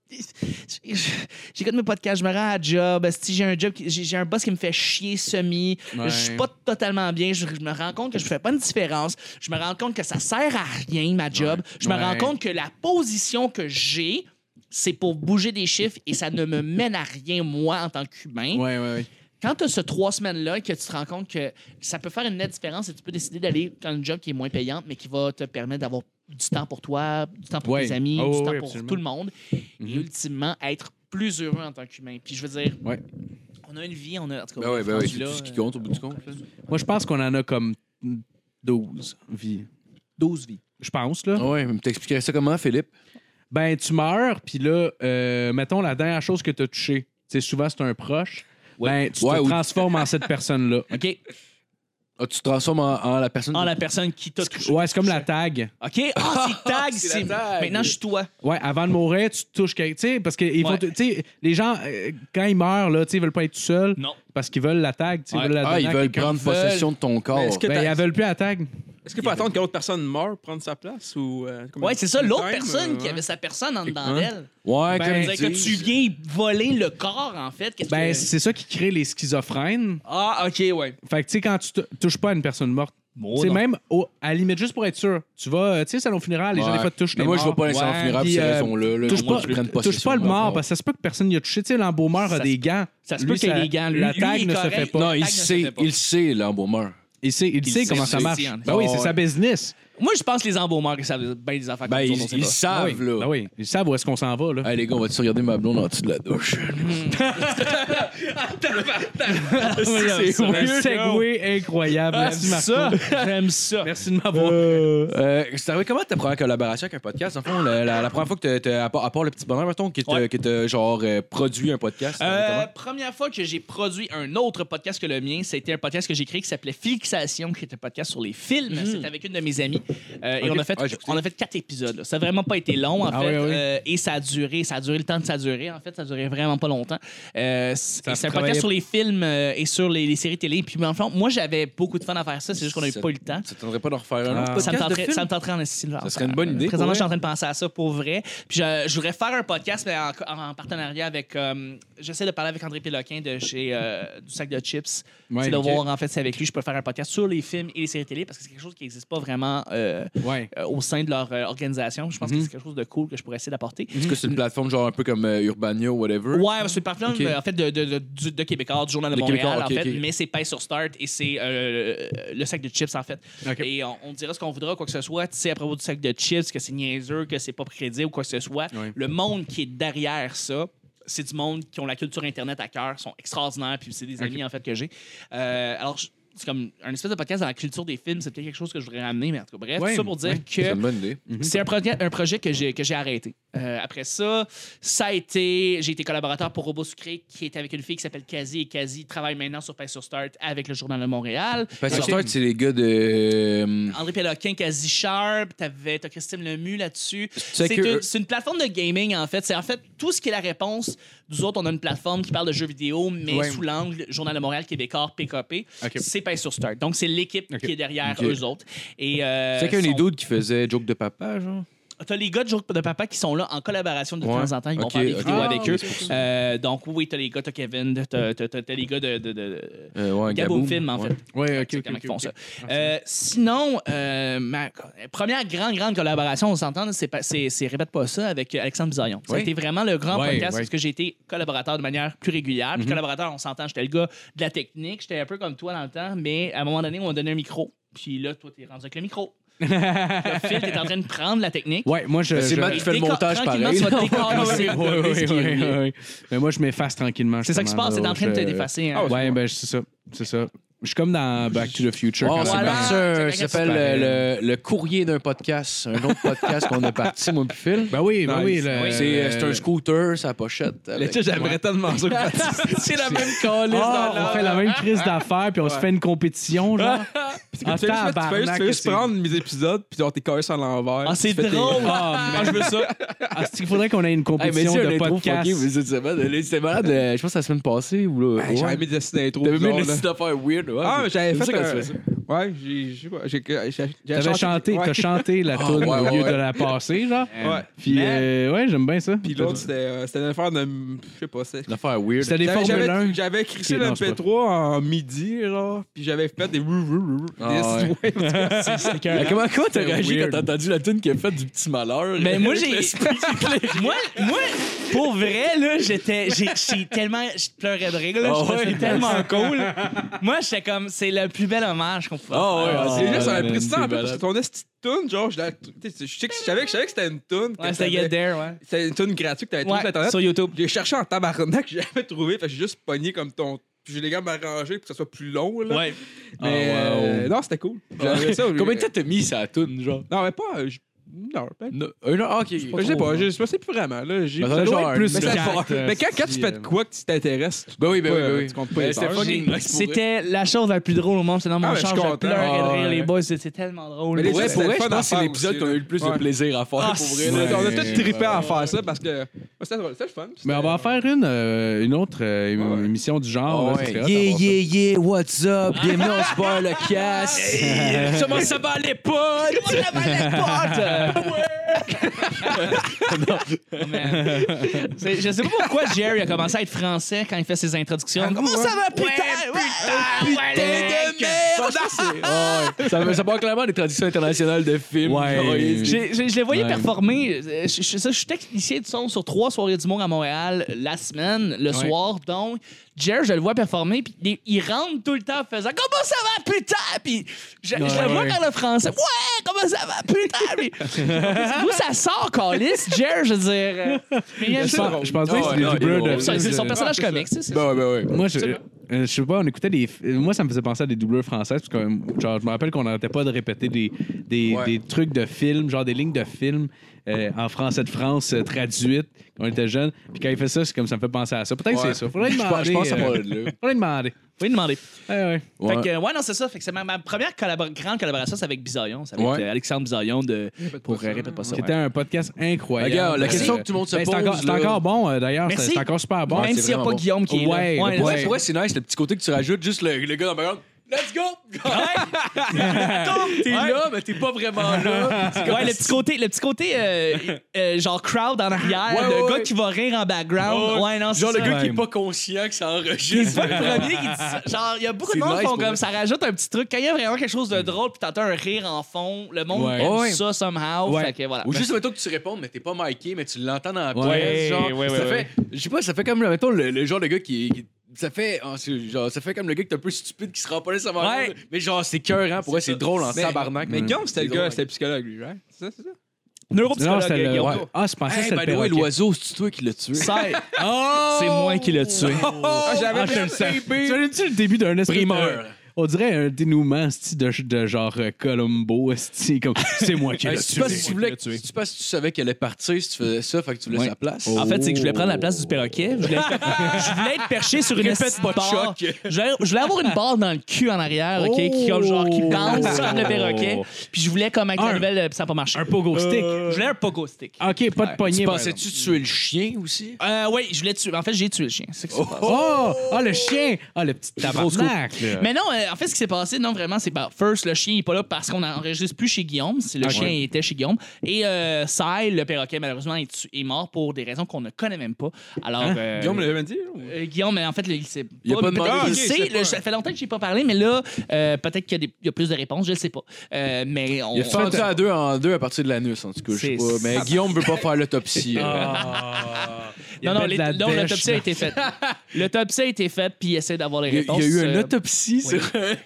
Speaker 6: J'écoute mes podcasts, je me rends à job, si j'ai un job, qui- j'ai j'ai un boss qui me fait chier semi,
Speaker 5: Ouais.
Speaker 6: je suis pas totalement bien, je, je me rends compte que je fais pas une différence, je me rends compte que ça sert à rien, ma job, je me
Speaker 5: Ouais.
Speaker 6: rends compte que la position que j'ai, c'est pour bouger des chiffres et ça ne me mène à rien, moi, en tant qu'humain.
Speaker 5: ouais, ouais, ouais.
Speaker 6: Quand tu as ce trois semaines-là et que tu te rends compte que ça peut faire une nette différence et tu peux décider d'aller dans une job qui est moins payante, mais qui va te permettre d'avoir du temps pour toi, du temps pour
Speaker 5: Ouais.
Speaker 6: tes amis,
Speaker 5: Ah
Speaker 6: du
Speaker 5: ouais,
Speaker 6: temps
Speaker 5: ouais,
Speaker 6: pour
Speaker 5: absolument.
Speaker 6: tout le monde, et
Speaker 5: Mhm.
Speaker 6: ultimement être plus heureux en tant qu'humain. Puis je veux dire,
Speaker 5: Ouais.
Speaker 6: on a une vie, on a. En tout cas,
Speaker 3: Ben ouais, ben ouais,
Speaker 6: rendu
Speaker 3: c'est
Speaker 6: là,
Speaker 3: tout ce qui
Speaker 6: euh,
Speaker 3: compte au bout du compte. là.
Speaker 5: Moi, je pense qu'on en a comme 12 vies.
Speaker 6: 12 vies.
Speaker 5: Je pense, là.
Speaker 3: Ah Ouais, mais t'expliquerais ça comment, Philippe?
Speaker 5: Ben, tu meurs, puis là, euh, mettons la dernière chose que tu as touchée. Tu sais, souvent, c'est un proche. Ben, tu
Speaker 3: Ouais,
Speaker 5: te
Speaker 3: ou-
Speaker 5: transformes en cette personne-là.
Speaker 6: OK.
Speaker 3: Ah, tu te transformes en, en la personne.
Speaker 6: En la personne qui t'a touché.
Speaker 5: Ouais, c'est comme la tag.
Speaker 6: OK. Ah, c'est tag. c'est- Maintenant, je suis toi.
Speaker 5: Ouais, avant de mourir, tu te touches quelqu'un. Tu sais, parce que ils vont
Speaker 6: Ouais.
Speaker 5: te- tu sais, les gens, euh, quand ils meurent, là, tu sais, ils veulent pas être tout seuls
Speaker 6: Non.
Speaker 5: parce qu'ils veulent la tag. tu sais, Ils
Speaker 6: Ouais.
Speaker 5: veulent la
Speaker 3: Ah,
Speaker 5: donner
Speaker 3: ils
Speaker 5: à
Speaker 3: veulent
Speaker 5: quelqu'un.
Speaker 3: prendre possession de ton corps.
Speaker 4: Mais est-ce que
Speaker 5: Ben,
Speaker 4: t'as-
Speaker 5: ils veulent plus la tag.
Speaker 4: Est-ce qu'il faut attendre que l'autre personne meure, prendre sa place ou. euh, comme
Speaker 6: Ouais,
Speaker 4: une-
Speaker 6: c'est ça.
Speaker 4: une
Speaker 6: L'autre
Speaker 4: time,
Speaker 6: personne
Speaker 4: euh,
Speaker 6: qui
Speaker 4: ouais.
Speaker 6: avait sa personne en dedans
Speaker 4: Ouais.
Speaker 6: d'elle.
Speaker 3: Ouais,
Speaker 5: Ben,
Speaker 3: comme
Speaker 6: cest dire que tu viens voler le corps, en fait. Qu'est-ce
Speaker 5: Ben,
Speaker 6: que-
Speaker 5: c'est ça qui crée les schizophrènes.
Speaker 6: Ah, OK, ouais.
Speaker 5: Fait que, tu sais, quand tu te- touches pas à une personne morte,
Speaker 6: Bon,
Speaker 5: tu sais,
Speaker 6: Oh, non.
Speaker 5: même au- à la limite, juste pour être sûr, tu vas, euh, tu sais, salon funéraire, les gens, des
Speaker 3: Ouais.
Speaker 5: fois, touchent
Speaker 3: Mais
Speaker 5: les
Speaker 3: moi, je
Speaker 5: morts.
Speaker 3: vois pas les salons
Speaker 5: Ouais,
Speaker 3: funéraires pour
Speaker 5: puis,
Speaker 3: ces
Speaker 5: euh,
Speaker 3: raisons-là. là,
Speaker 5: touche
Speaker 3: au moins,
Speaker 5: pas,
Speaker 3: qu'ils prennent
Speaker 5: touche
Speaker 3: possession
Speaker 5: pas le
Speaker 3: de leur
Speaker 5: mort
Speaker 3: corps.
Speaker 5: parce que ça se peut que personne n'y a touché. Tu sais, l'embaumeur a
Speaker 6: Ça
Speaker 5: des
Speaker 6: se-
Speaker 5: gants.
Speaker 6: ça se
Speaker 5: Lui,
Speaker 6: peut qu'il y ait
Speaker 5: ça-
Speaker 6: des gants. Lui,
Speaker 5: La
Speaker 6: lui,
Speaker 5: tag
Speaker 6: il
Speaker 5: ne se
Speaker 6: correct.
Speaker 5: fait pas.
Speaker 3: Non,
Speaker 6: Le
Speaker 3: il
Speaker 6: tag ne se
Speaker 3: sait,
Speaker 6: fait pas.
Speaker 3: il sait, l'embaumeur.
Speaker 5: Il sait, il sait
Speaker 6: sait,
Speaker 5: comment ça
Speaker 6: c'est- hein.
Speaker 5: marche.
Speaker 6: c'est- c'est-
Speaker 5: Ben oui, c'est sa business.
Speaker 6: Moi, je pense que les embaumeurs, ils savent bien des affaires
Speaker 3: Ben,
Speaker 6: comme
Speaker 3: ils,
Speaker 6: ça. on sait
Speaker 3: ils
Speaker 6: pas.
Speaker 5: Ah
Speaker 3: savent,
Speaker 5: oui,
Speaker 3: là. Euh,
Speaker 5: Ben oui, ils savent où est-ce qu'on s'en va, là.
Speaker 3: Hey, les gars, on va-tu regarder ma blonde en dessous de la douche?
Speaker 5: C'est
Speaker 6: ça.
Speaker 5: un segway incroyable. Merci, Marco.
Speaker 6: J'aime ça.
Speaker 5: Merci de m'avoir.
Speaker 3: Euh, c'est arrivé comment ta première collaboration avec un podcast? En fond, la, la- la première fois que t'as, à, part, à part le petit bonheur, mettons, qui t'a,
Speaker 6: Ouais.
Speaker 3: qui t'a, genre, euh, produit un podcast.
Speaker 6: Euh,
Speaker 3: comment?
Speaker 6: première fois que j'ai produit un autre podcast que le mien, c'était un podcast que j'ai créé qui s'appelait Fixation, qui était un podcast sur les films. C'était avec une de mes amies. Euh, Et
Speaker 3: Ok.
Speaker 6: on a fait,
Speaker 3: Ouais, j'ai écouté.
Speaker 6: on a fait quatre épisodes. là. Ça n'a vraiment pas été long, en
Speaker 5: Ah ouais,
Speaker 6: fait.
Speaker 5: ouais.
Speaker 6: Euh, et ça a duré, ça a duré le temps de ça durer. En fait, ça a duré vraiment pas longtemps. Euh, c'est
Speaker 5: Ça
Speaker 6: et c'est un
Speaker 5: travaillait-
Speaker 6: podcast sur les films euh, et sur les, les séries télé. Et puis, en fait, moi, j'avais beaucoup de fun à faire ça. C'est juste qu'on n'avait
Speaker 3: Ça-
Speaker 6: pas eu le temps.
Speaker 3: Ça tenterait pas d'en refaire un
Speaker 5: Ah.
Speaker 3: autre
Speaker 6: Euh, Ça me,
Speaker 3: podcast de
Speaker 6: tenterait,
Speaker 3: film?
Speaker 6: ça me tenterait en esti, là.
Speaker 3: Ça serait une bonne idée,
Speaker 6: Euh, Présentement,
Speaker 3: pour
Speaker 6: je suis en train de penser à ça pour vrai. Puis je, je voudrais faire un podcast mais en, en partenariat avec. euh, J'essaie de parler avec André Péloquin de chez euh, du sac de chips.
Speaker 5: Ouais,
Speaker 6: c'est de
Speaker 5: ok.
Speaker 6: voir en fait si avec lui je peux faire un podcast sur les films et les séries télé parce que c'est quelque chose qui n'existe pas vraiment euh,
Speaker 5: Ouais.
Speaker 6: euh, au sein de leur euh, organisation. Je
Speaker 3: Mhm.
Speaker 6: pense que c'est quelque chose de cool que je pourrais essayer d'apporter.
Speaker 3: Est-ce que c'est une plateforme, genre, un peu comme euh, Urbania ou whatever?
Speaker 6: Ouais, c'est le partenaire
Speaker 3: Ok.
Speaker 6: euh, en fait, de, de, de, du- de Québécois, du Journal de
Speaker 3: De
Speaker 6: Montréal,
Speaker 3: Québécois, ok,
Speaker 6: en fait,
Speaker 3: ok.
Speaker 6: mais c'est Paye sur Start et c'est euh, le sac de chips, en fait.
Speaker 5: Ok.
Speaker 6: Et on, on dira ce qu'on voudra, quoi que ce soit, tu sais, à propos du sac de chips, que c'est niaiseux, que c'est pas prédit ou quoi que ce soit.
Speaker 5: Ouais.
Speaker 6: Le monde qui est derrière ça, c'est du monde qui ont la culture Internet à cœur, sont extraordinaires, puis c'est des amis, en fait, que j'ai. Euh, alors, je- c'est comme un espèce de podcast dans la culture des films, c'est peut-être quelque chose que je voudrais ramener, mais en tout cas, bref,
Speaker 5: Ouais,
Speaker 6: tout ça pour dire
Speaker 5: ouais.
Speaker 6: que.
Speaker 3: C'est une bonne idée.
Speaker 6: C'est un projet, un projet que j'ai que j'ai arrêté. Euh, après ça, ça a été, j'ai été collaborateur pour Robot Sucré, qui est avec une fille qui s'appelle Kazi et Kazi travaille maintenant sur Pace sur Start avec le Journal de Montréal.
Speaker 3: Parce que
Speaker 6: Alors,
Speaker 3: Start, c'est les gars de. euh,
Speaker 6: André Péloquin, Kazi Sharp, t'avais t'as Christine Lemu là-dessus.
Speaker 3: sais
Speaker 6: C'est
Speaker 3: que-
Speaker 6: une, c'est une plateforme de gaming en fait. C'est en fait tout ce qui est la réponse. Nous autres, on a une plateforme qui parle de jeux vidéo, mais
Speaker 5: Ouais.
Speaker 6: sous l'angle Journal de Montréal, Québécois, PKP.
Speaker 5: Ok.
Speaker 6: C'est Pace sur Start. Donc c'est l'équipe
Speaker 5: Ok.
Speaker 6: qui est derrière
Speaker 3: Ok.
Speaker 6: eux autres. Et euh,
Speaker 3: c'est qu'il y a un des
Speaker 6: sont-
Speaker 3: dudes qui faisait joke de papa, genre.
Speaker 6: t'as les gars de Jour de Papa qui sont là en collaboration de
Speaker 3: Ouais.
Speaker 6: temps en temps. Ils vont
Speaker 3: Ok,
Speaker 6: faire des
Speaker 3: ok.
Speaker 6: vidéos
Speaker 5: Ah,
Speaker 6: avec
Speaker 5: oui,
Speaker 6: eux.
Speaker 5: c'est pour
Speaker 6: Euh, donc, oui, t'as les gars, t'as Kevin, t'as, t'as- t'as- t'as les gars de, de, de-
Speaker 3: Euh, ouais,
Speaker 6: Gaboum
Speaker 3: Gaboum,
Speaker 6: Film, en
Speaker 3: ouais.
Speaker 6: fait.
Speaker 5: Ouais,
Speaker 6: C'est
Speaker 5: ok,
Speaker 6: comment
Speaker 5: ok.
Speaker 6: ils font
Speaker 5: ok, Ah,
Speaker 6: ça.
Speaker 5: ok.
Speaker 6: Euh, sinon, euh, ma première grande, grande collaboration, on s'entend, là, c'est, pas- c'est, c'est Répète pas ça avec Alexandre Bisaillon. Ça a
Speaker 3: Oui.
Speaker 6: été vraiment le grand
Speaker 5: Ouais,
Speaker 6: podcast
Speaker 5: ouais. Mm-hmm.
Speaker 6: parce que j'ai été collaborateur de manière plus régulière. Puis collaborateur, on s'entend, j'étais le gars de la technique, j'étais un peu comme toi dans le temps, mais à un moment donné, on m'a donné un micro. Puis là, toi, t'es rendu avec le micro. le fil, t'es en train de prendre la technique.
Speaker 5: Ouais, moi, je.
Speaker 3: Ben, c'est
Speaker 5: je-
Speaker 3: Matt qui fait le
Speaker 6: Déco-
Speaker 3: montage
Speaker 6: tranquillement,
Speaker 3: pareil.
Speaker 6: tu vas te décalisser.
Speaker 5: Ouais, ouais, ouais, ouais, ouais. Mais moi, je m'efface tranquillement.
Speaker 6: C'est ça qui se
Speaker 5: justement,
Speaker 6: passe,
Speaker 5: là,
Speaker 6: c'est en train de te
Speaker 5: je-
Speaker 6: dépasser. hein.
Speaker 4: Ah
Speaker 5: Ouais, ben, c'est ça. C'est ça. Je suis comme dans Back to the Future.
Speaker 3: Oh,
Speaker 5: quand
Speaker 3: c'est
Speaker 5: c'est
Speaker 6: Voilà.
Speaker 3: comme
Speaker 5: dans-
Speaker 3: ça, euh,
Speaker 6: c'est
Speaker 3: ça s'appelle
Speaker 5: pareil.
Speaker 3: euh, le, le courrier d'un podcast, un autre podcast qu'on a parti, mon Phil.
Speaker 5: Ben oui, ben
Speaker 4: Nice.
Speaker 5: oui. le-
Speaker 3: c'est euh, c'est un
Speaker 5: le-
Speaker 3: scooter, sa pochette. avec-
Speaker 4: j'aimerais tellement ça que
Speaker 6: c'est la même calice
Speaker 5: Ah, on fait la même crise d'affaires puis on se fait une compétition genre.
Speaker 4: C'est comme ça, là, tu fais juste- tu fais juste prendre mes épisodes, puis genre, t'es collé sur l'envers.
Speaker 6: Ah, c'est
Speaker 4: Tu fais tes-
Speaker 6: drôle!
Speaker 5: Ah,
Speaker 6: Ah, je veux ça!
Speaker 5: Ah, c'est qu'il faudrait qu'on ait
Speaker 3: Hey,
Speaker 5: une
Speaker 3: mais
Speaker 5: compétition
Speaker 3: dis, un
Speaker 5: de
Speaker 3: intro
Speaker 5: podcast.
Speaker 3: fucké, vous êtes semaine. Elle- C'était malade, euh, je pense, la semaine passée. Ou là,
Speaker 4: Ben, J'avais mis des intros.
Speaker 3: T'avais mis
Speaker 4: bizarres,
Speaker 3: une
Speaker 4: là.
Speaker 3: petite affaire weird. ouais.
Speaker 4: Ah, mais j'avais
Speaker 3: C'est
Speaker 4: fait
Speaker 3: ça quand
Speaker 4: un-
Speaker 3: tu fais ça.
Speaker 4: Ouais, j'ai- j'ai pas- j'ai- j'ai- j'ai- j'avais
Speaker 5: T'avais chanté,
Speaker 4: ouais.
Speaker 5: t'as chanté la
Speaker 3: Ah,
Speaker 5: toune
Speaker 3: ouais,
Speaker 5: au
Speaker 3: ouais,
Speaker 5: lieu
Speaker 3: ouais.
Speaker 5: de la passer genre.
Speaker 4: Ouais.
Speaker 5: Puis
Speaker 6: Mais-
Speaker 5: euh, ouais, j'aime bien ça.
Speaker 4: Puis l'autre, c'était euh, c'était une affaire de. Je sais pas. c'est-
Speaker 3: Une affaire weird.
Speaker 5: C'était des
Speaker 4: J'avais-
Speaker 5: Formule
Speaker 4: j'avais-
Speaker 5: 1.
Speaker 4: J'avais crissé
Speaker 5: Ok,
Speaker 4: le
Speaker 5: non, c'est
Speaker 4: MP3 en midi, genre, puis j'avais fait des. rou, rou, rou, rou,
Speaker 3: Ah,
Speaker 4: des-
Speaker 3: Mais Ah, comment comment t'as
Speaker 5: C'est
Speaker 3: réagi
Speaker 5: weird.
Speaker 3: quand t'as entendu la tune qui a fait du petit malheur?
Speaker 6: Mais moi, j'ai.
Speaker 3: Le
Speaker 6: moi, moi, pour vrai, là, j'étais. j'ai- J'ai tellement. Je pleurais de rire,
Speaker 3: Ah
Speaker 6: là. je trouvais
Speaker 3: ouais.
Speaker 6: ça tellement cool. Moi, j'étais comme. C'est le plus bel hommage qu'on pouvait
Speaker 3: Ah ouais,
Speaker 6: faire.
Speaker 3: ah,
Speaker 4: C'est
Speaker 3: Ah,
Speaker 4: juste, ça a
Speaker 3: man,
Speaker 4: pris
Speaker 3: t'es
Speaker 4: ça un peu
Speaker 3: malade.
Speaker 4: parce que ton esti de tune, genre, je la- tu sais, je sais que- je savais je savais que c'était une tune. que
Speaker 6: Ouais, c'était
Speaker 4: t'avais-
Speaker 6: Get There, ouais.
Speaker 4: C'était une tune gratuite que t'avais trouvée
Speaker 6: Ouais,
Speaker 4: sur Internet.
Speaker 6: sur YouTube.
Speaker 4: J'ai cherché en tabarnak, j'ai jamais trouvé, fait que j'ai juste pogné comme ton. Puis j'ai les gars m'arranger pour que ça soit plus long, là.
Speaker 6: Ouais.
Speaker 4: Mais
Speaker 5: Ah, wow.
Speaker 4: euh, non, c'était cool.
Speaker 3: Ah,
Speaker 4: J'avais ça.
Speaker 3: Combien de temps t'as mis ça tune, genre?
Speaker 4: Non, mais pas. euh, j- Une heure, peut-être.
Speaker 3: Ne- Un an? Ah, ok.
Speaker 4: Je sais pas, je je sais plus vraiment. Là, j'ai
Speaker 3: Mais ça doit être plus
Speaker 4: mais, ça-
Speaker 5: quatre, euh,
Speaker 4: mais quand, quand tu
Speaker 5: si,
Speaker 4: fais
Speaker 5: euh,
Speaker 4: de quoi que tu t'intéresses, tu-
Speaker 3: Ben oui, ben oui,
Speaker 4: Ouais,
Speaker 3: ben oui.
Speaker 4: tu comptes pas
Speaker 3: Ben,
Speaker 4: les
Speaker 3: c'était
Speaker 4: heures.
Speaker 3: fucking nice pour vrai.
Speaker 6: C'était la chose la plus drôle au monde. C'est dans mon
Speaker 4: Ah, mais je
Speaker 6: char,
Speaker 4: suis
Speaker 6: je
Speaker 4: content.
Speaker 6: pleurais de rire,
Speaker 3: Ah,
Speaker 6: les
Speaker 3: ouais.
Speaker 6: boys. C'était tellement drôle.
Speaker 4: Mais les
Speaker 3: Pour vrai,
Speaker 4: c'était
Speaker 3: pour
Speaker 4: le
Speaker 3: vrai, je
Speaker 4: fun
Speaker 3: pense que
Speaker 4: à
Speaker 3: c'est
Speaker 4: faire
Speaker 3: l'épisode
Speaker 4: aussi,
Speaker 3: qu'on a eu le plus de
Speaker 4: Ouais.
Speaker 3: plaisir à faire
Speaker 6: Ah,
Speaker 3: pour
Speaker 6: c'est-
Speaker 3: vrai. là.
Speaker 4: Ouais, On a
Speaker 5: Ouais.
Speaker 4: tous trippé à faire ça parce que. Ouais, C'était drôle, c'était le fun.
Speaker 5: Mais on va en faire une, euh, une autre euh,
Speaker 4: Ouais, ouais.
Speaker 5: émission du
Speaker 3: Ah,
Speaker 5: genre. là,
Speaker 3: ouais.
Speaker 5: c'est hot,
Speaker 3: Yeah,
Speaker 5: d'avoir ça.
Speaker 3: yeah, yeah, what's up? Bienvenue, on se barre le casse.
Speaker 6: Comment ça va les potes? Comment ça va les potes? Oh, man. C'est- Je sais pas pourquoi Jerry a commencé à être français quand il fait ses introductions. Ah, Comment ça va, putain? putain, de
Speaker 3: Ah, ouais. Ça, ça parle clairement des traditions internationales de films.
Speaker 5: Ouais.
Speaker 3: Genre, il-
Speaker 6: J'ai- j'ai- Je les voyais
Speaker 5: Ouais.
Speaker 6: performer. Euh, Je, je- ça, je suis technicien de son sur trois soirées d'humour à Montréal euh, la semaine, le soir. Donc, Jerry, je le vois performer, puis il- il rentre tout le temps en faisant Comment ça va, putain Puis je, je
Speaker 5: Ouais,
Speaker 6: le vois
Speaker 5: ouais.
Speaker 6: quand le français Ouais, comment ça va, putain Puis D'où ça sort, Calis Jerry, je veux dire. euh, mais il aime
Speaker 5: Je
Speaker 6: ça.
Speaker 5: pense- Je pense pas
Speaker 3: Ah,
Speaker 5: que c'est
Speaker 3: ouais,
Speaker 5: des
Speaker 3: non, il est
Speaker 5: doubleurs de
Speaker 3: drôle.
Speaker 6: Son- C'est son
Speaker 5: de-
Speaker 6: personnage comique, c'est ça.
Speaker 3: Ben ouais, ben ouais.
Speaker 5: Moi, je, euh, je sais pas, on écoutait des. f- euh, Moi, ça me faisait penser à des doubleurs françaises. Parce que, euh, genre, je me rappelle qu'on n'arrêtait pas de répéter des, des,
Speaker 3: Ouais.
Speaker 5: des trucs de films, genre des lignes de films euh, en français de France euh, traduites quand on était jeunes. Puis quand il fait ça, c'est comme ça me fait penser à ça. Peut-être que
Speaker 3: Ouais.
Speaker 5: c'est ça. Faudrait
Speaker 3: Je pense-
Speaker 5: demander.
Speaker 3: je pense que ça
Speaker 5: euh,
Speaker 3: parle de là.
Speaker 5: faudrait demander.
Speaker 6: Faut lui demander.
Speaker 5: Ouais, ouais.
Speaker 3: Ouais.
Speaker 6: Fait que, euh, ouais, non, c'est ça. Fait que c'est ma, ma première collabor- grande collaboration, c'est avec Bisaillon. C'est avec
Speaker 3: Ouais.
Speaker 6: euh, Alexandre Bisaillon de. Pour
Speaker 4: pas ça.
Speaker 6: euh, répète pas ça.
Speaker 5: C'était
Speaker 6: ouais.
Speaker 5: un podcast incroyable.
Speaker 3: Regarde, la question
Speaker 5: Euh,
Speaker 3: que tout le monde se
Speaker 5: ben, c'est
Speaker 3: pose,
Speaker 5: encore- C'est
Speaker 3: là.
Speaker 5: encore bon, euh, d'ailleurs. C'est
Speaker 6: Merci.
Speaker 5: c'est encore super bon.
Speaker 6: Même
Speaker 3: c'est
Speaker 6: s'il n'y a
Speaker 3: vraiment
Speaker 6: pas
Speaker 3: bon.
Speaker 6: Guillaume qui est là.
Speaker 5: Ouais,
Speaker 3: Pour vrai,
Speaker 5: ouais.
Speaker 3: pour vrai, c'est nice, le petit côté que tu rajoutes, juste le, le gars dans le background. Let's go! T'es là, mais t'es pas vraiment là. C'est comme-
Speaker 6: Ouais, le petit côté, le petit côté euh, euh, genre crowd en arrière,
Speaker 3: Ouais,
Speaker 6: le
Speaker 3: ouais,
Speaker 6: gars
Speaker 3: ouais.
Speaker 6: qui va rire en background.
Speaker 3: Oh,
Speaker 6: ouais, non, c'est
Speaker 3: Genre le
Speaker 6: ça.
Speaker 3: gars qui
Speaker 5: Ouais.
Speaker 3: est pas conscient que ça
Speaker 6: Il
Speaker 3: enregistre.
Speaker 6: est pas le premier qui dit ça. Genre, il y a beaucoup de
Speaker 3: C'est
Speaker 6: monde qui
Speaker 3: nice
Speaker 6: font
Speaker 3: pour
Speaker 6: comme
Speaker 3: vrai.
Speaker 6: ça rajoute un petit truc. Quand il y a vraiment quelque chose de drôle, puis t'entends un rire en fond, le monde
Speaker 5: Ouais.
Speaker 6: aime
Speaker 3: Ouais.
Speaker 6: ça somehow.
Speaker 5: Ouais.
Speaker 6: Fait que voilà.
Speaker 3: Ou juste, mettons que tu réponds, mais t'es pas miké, mais tu l'entends dans la pièce.
Speaker 5: Ouais,
Speaker 3: genre,
Speaker 6: ouais,
Speaker 3: ça
Speaker 6: ouais, ouais.
Speaker 3: fait, je sais pas, ça fait comme, mettons, le, le genre de gars qui. qui- ça fait, oh, c'est- genre, ça fait comme le gars qui est un peu stupide, qui se rend pas nécessairement
Speaker 6: Ouais.
Speaker 3: compte, Mais genre, c'est cœur, hein, pour vrai, c'est drôle en
Speaker 4: Mais-
Speaker 3: tabarnak.
Speaker 4: Mais
Speaker 3: Ouais.
Speaker 4: Guillaume, c'était
Speaker 3: C'est
Speaker 4: le gars,
Speaker 3: drôle.
Speaker 4: c'était le psychologue, lui, hein? C'est ça, c'est ça?
Speaker 5: Non,
Speaker 6: Neuropsychologue,
Speaker 5: c'était le.
Speaker 6: Guillaume.
Speaker 5: ouais. Ah, je pensais que
Speaker 3: Hey,
Speaker 5: c'était
Speaker 3: by
Speaker 5: le
Speaker 3: the way, oh,
Speaker 5: perroquet.
Speaker 3: l'oiseau, c'est toi qui l'as tué.
Speaker 6: C'est- C'est moi qui l'ai tué.
Speaker 3: oh,
Speaker 4: Ah,
Speaker 5: Ah,
Speaker 4: j'avais
Speaker 5: je le
Speaker 4: fait
Speaker 5: sens. Tu imagines-tu le début d'un esprit
Speaker 3: Primeur.
Speaker 5: On dirait un dénouement esti, de, de genre euh, Columbo, esti, comme c'est moi qui l'ai
Speaker 3: Hey, si tu
Speaker 5: tué.
Speaker 3: penses que tu voulais, si tu penses que tu savais qu'elle allait partir, si tu faisais ça, fait que tu voulais
Speaker 6: Ouais.
Speaker 3: sa place.
Speaker 6: En fait, c'est que je voulais prendre la place du perroquet. Je voulais, je voulais être perché sur une espèce de barre. Je voulais, je voulais avoir une barre dans le cul en arrière, OK, qui, comme, genre, qui bounce comme le perroquet. Puis je voulais, comme avec la
Speaker 5: Un-
Speaker 6: nouvelle, euh, ça n'a pas marché.
Speaker 5: Un pogo stick.
Speaker 6: Je voulais un pogo stick.
Speaker 5: Ok, pas de poignée.
Speaker 3: Euh, Tu
Speaker 5: par
Speaker 3: pensais-tu tuer le chien aussi?
Speaker 6: Euh, oui, je voulais tuer. En fait, j'ai tué le chien. C'est ça que ça passe.
Speaker 5: exemple. Oh, ah, le chien. Ah, le petit
Speaker 6: Grosse
Speaker 5: tabarnak. là.
Speaker 6: Mais non, euh, en fait, ce qui s'est passé, non, vraiment, c'est pas. First, le chien n'est pas là parce qu'on n'enregistre plus chez Guillaume. C'est le
Speaker 3: Ah,
Speaker 6: chien
Speaker 3: ouais.
Speaker 6: était chez Guillaume. Et euh, Sai, le perroquet, malheureusement, est, tu- est mort pour des raisons qu'on ne connaît même pas. Alors. euh,
Speaker 4: Guillaume l'avait dit. là, ou-
Speaker 6: euh, Guillaume, mais en fait, là, il sait
Speaker 3: Il a pas
Speaker 6: mais peut-être
Speaker 4: demandé.
Speaker 6: qu'il
Speaker 4: Ah, ok, je
Speaker 6: sait,
Speaker 4: sais
Speaker 6: là,
Speaker 4: pas.
Speaker 6: ça fait longtemps que j'ai pas parlé, mais là, euh, peut-être qu'il y, a des- il y a plus de réponses, je le sais pas. Euh, mais on.
Speaker 3: Il a fendu à deux en deux à partir de l'anus, en tout cas. Je sais
Speaker 6: C'est-
Speaker 3: pas. Mais Guillaume veut pas faire l'autopsie. là.
Speaker 6: non, non, les- non, l'autopsie a été faite. L'autopsie a été faite, puis il essaie d'avoir les
Speaker 3: Il y a-
Speaker 6: réponses.
Speaker 3: il y a eu une
Speaker 6: euh,
Speaker 3: autopsie
Speaker 6: oui.
Speaker 3: sur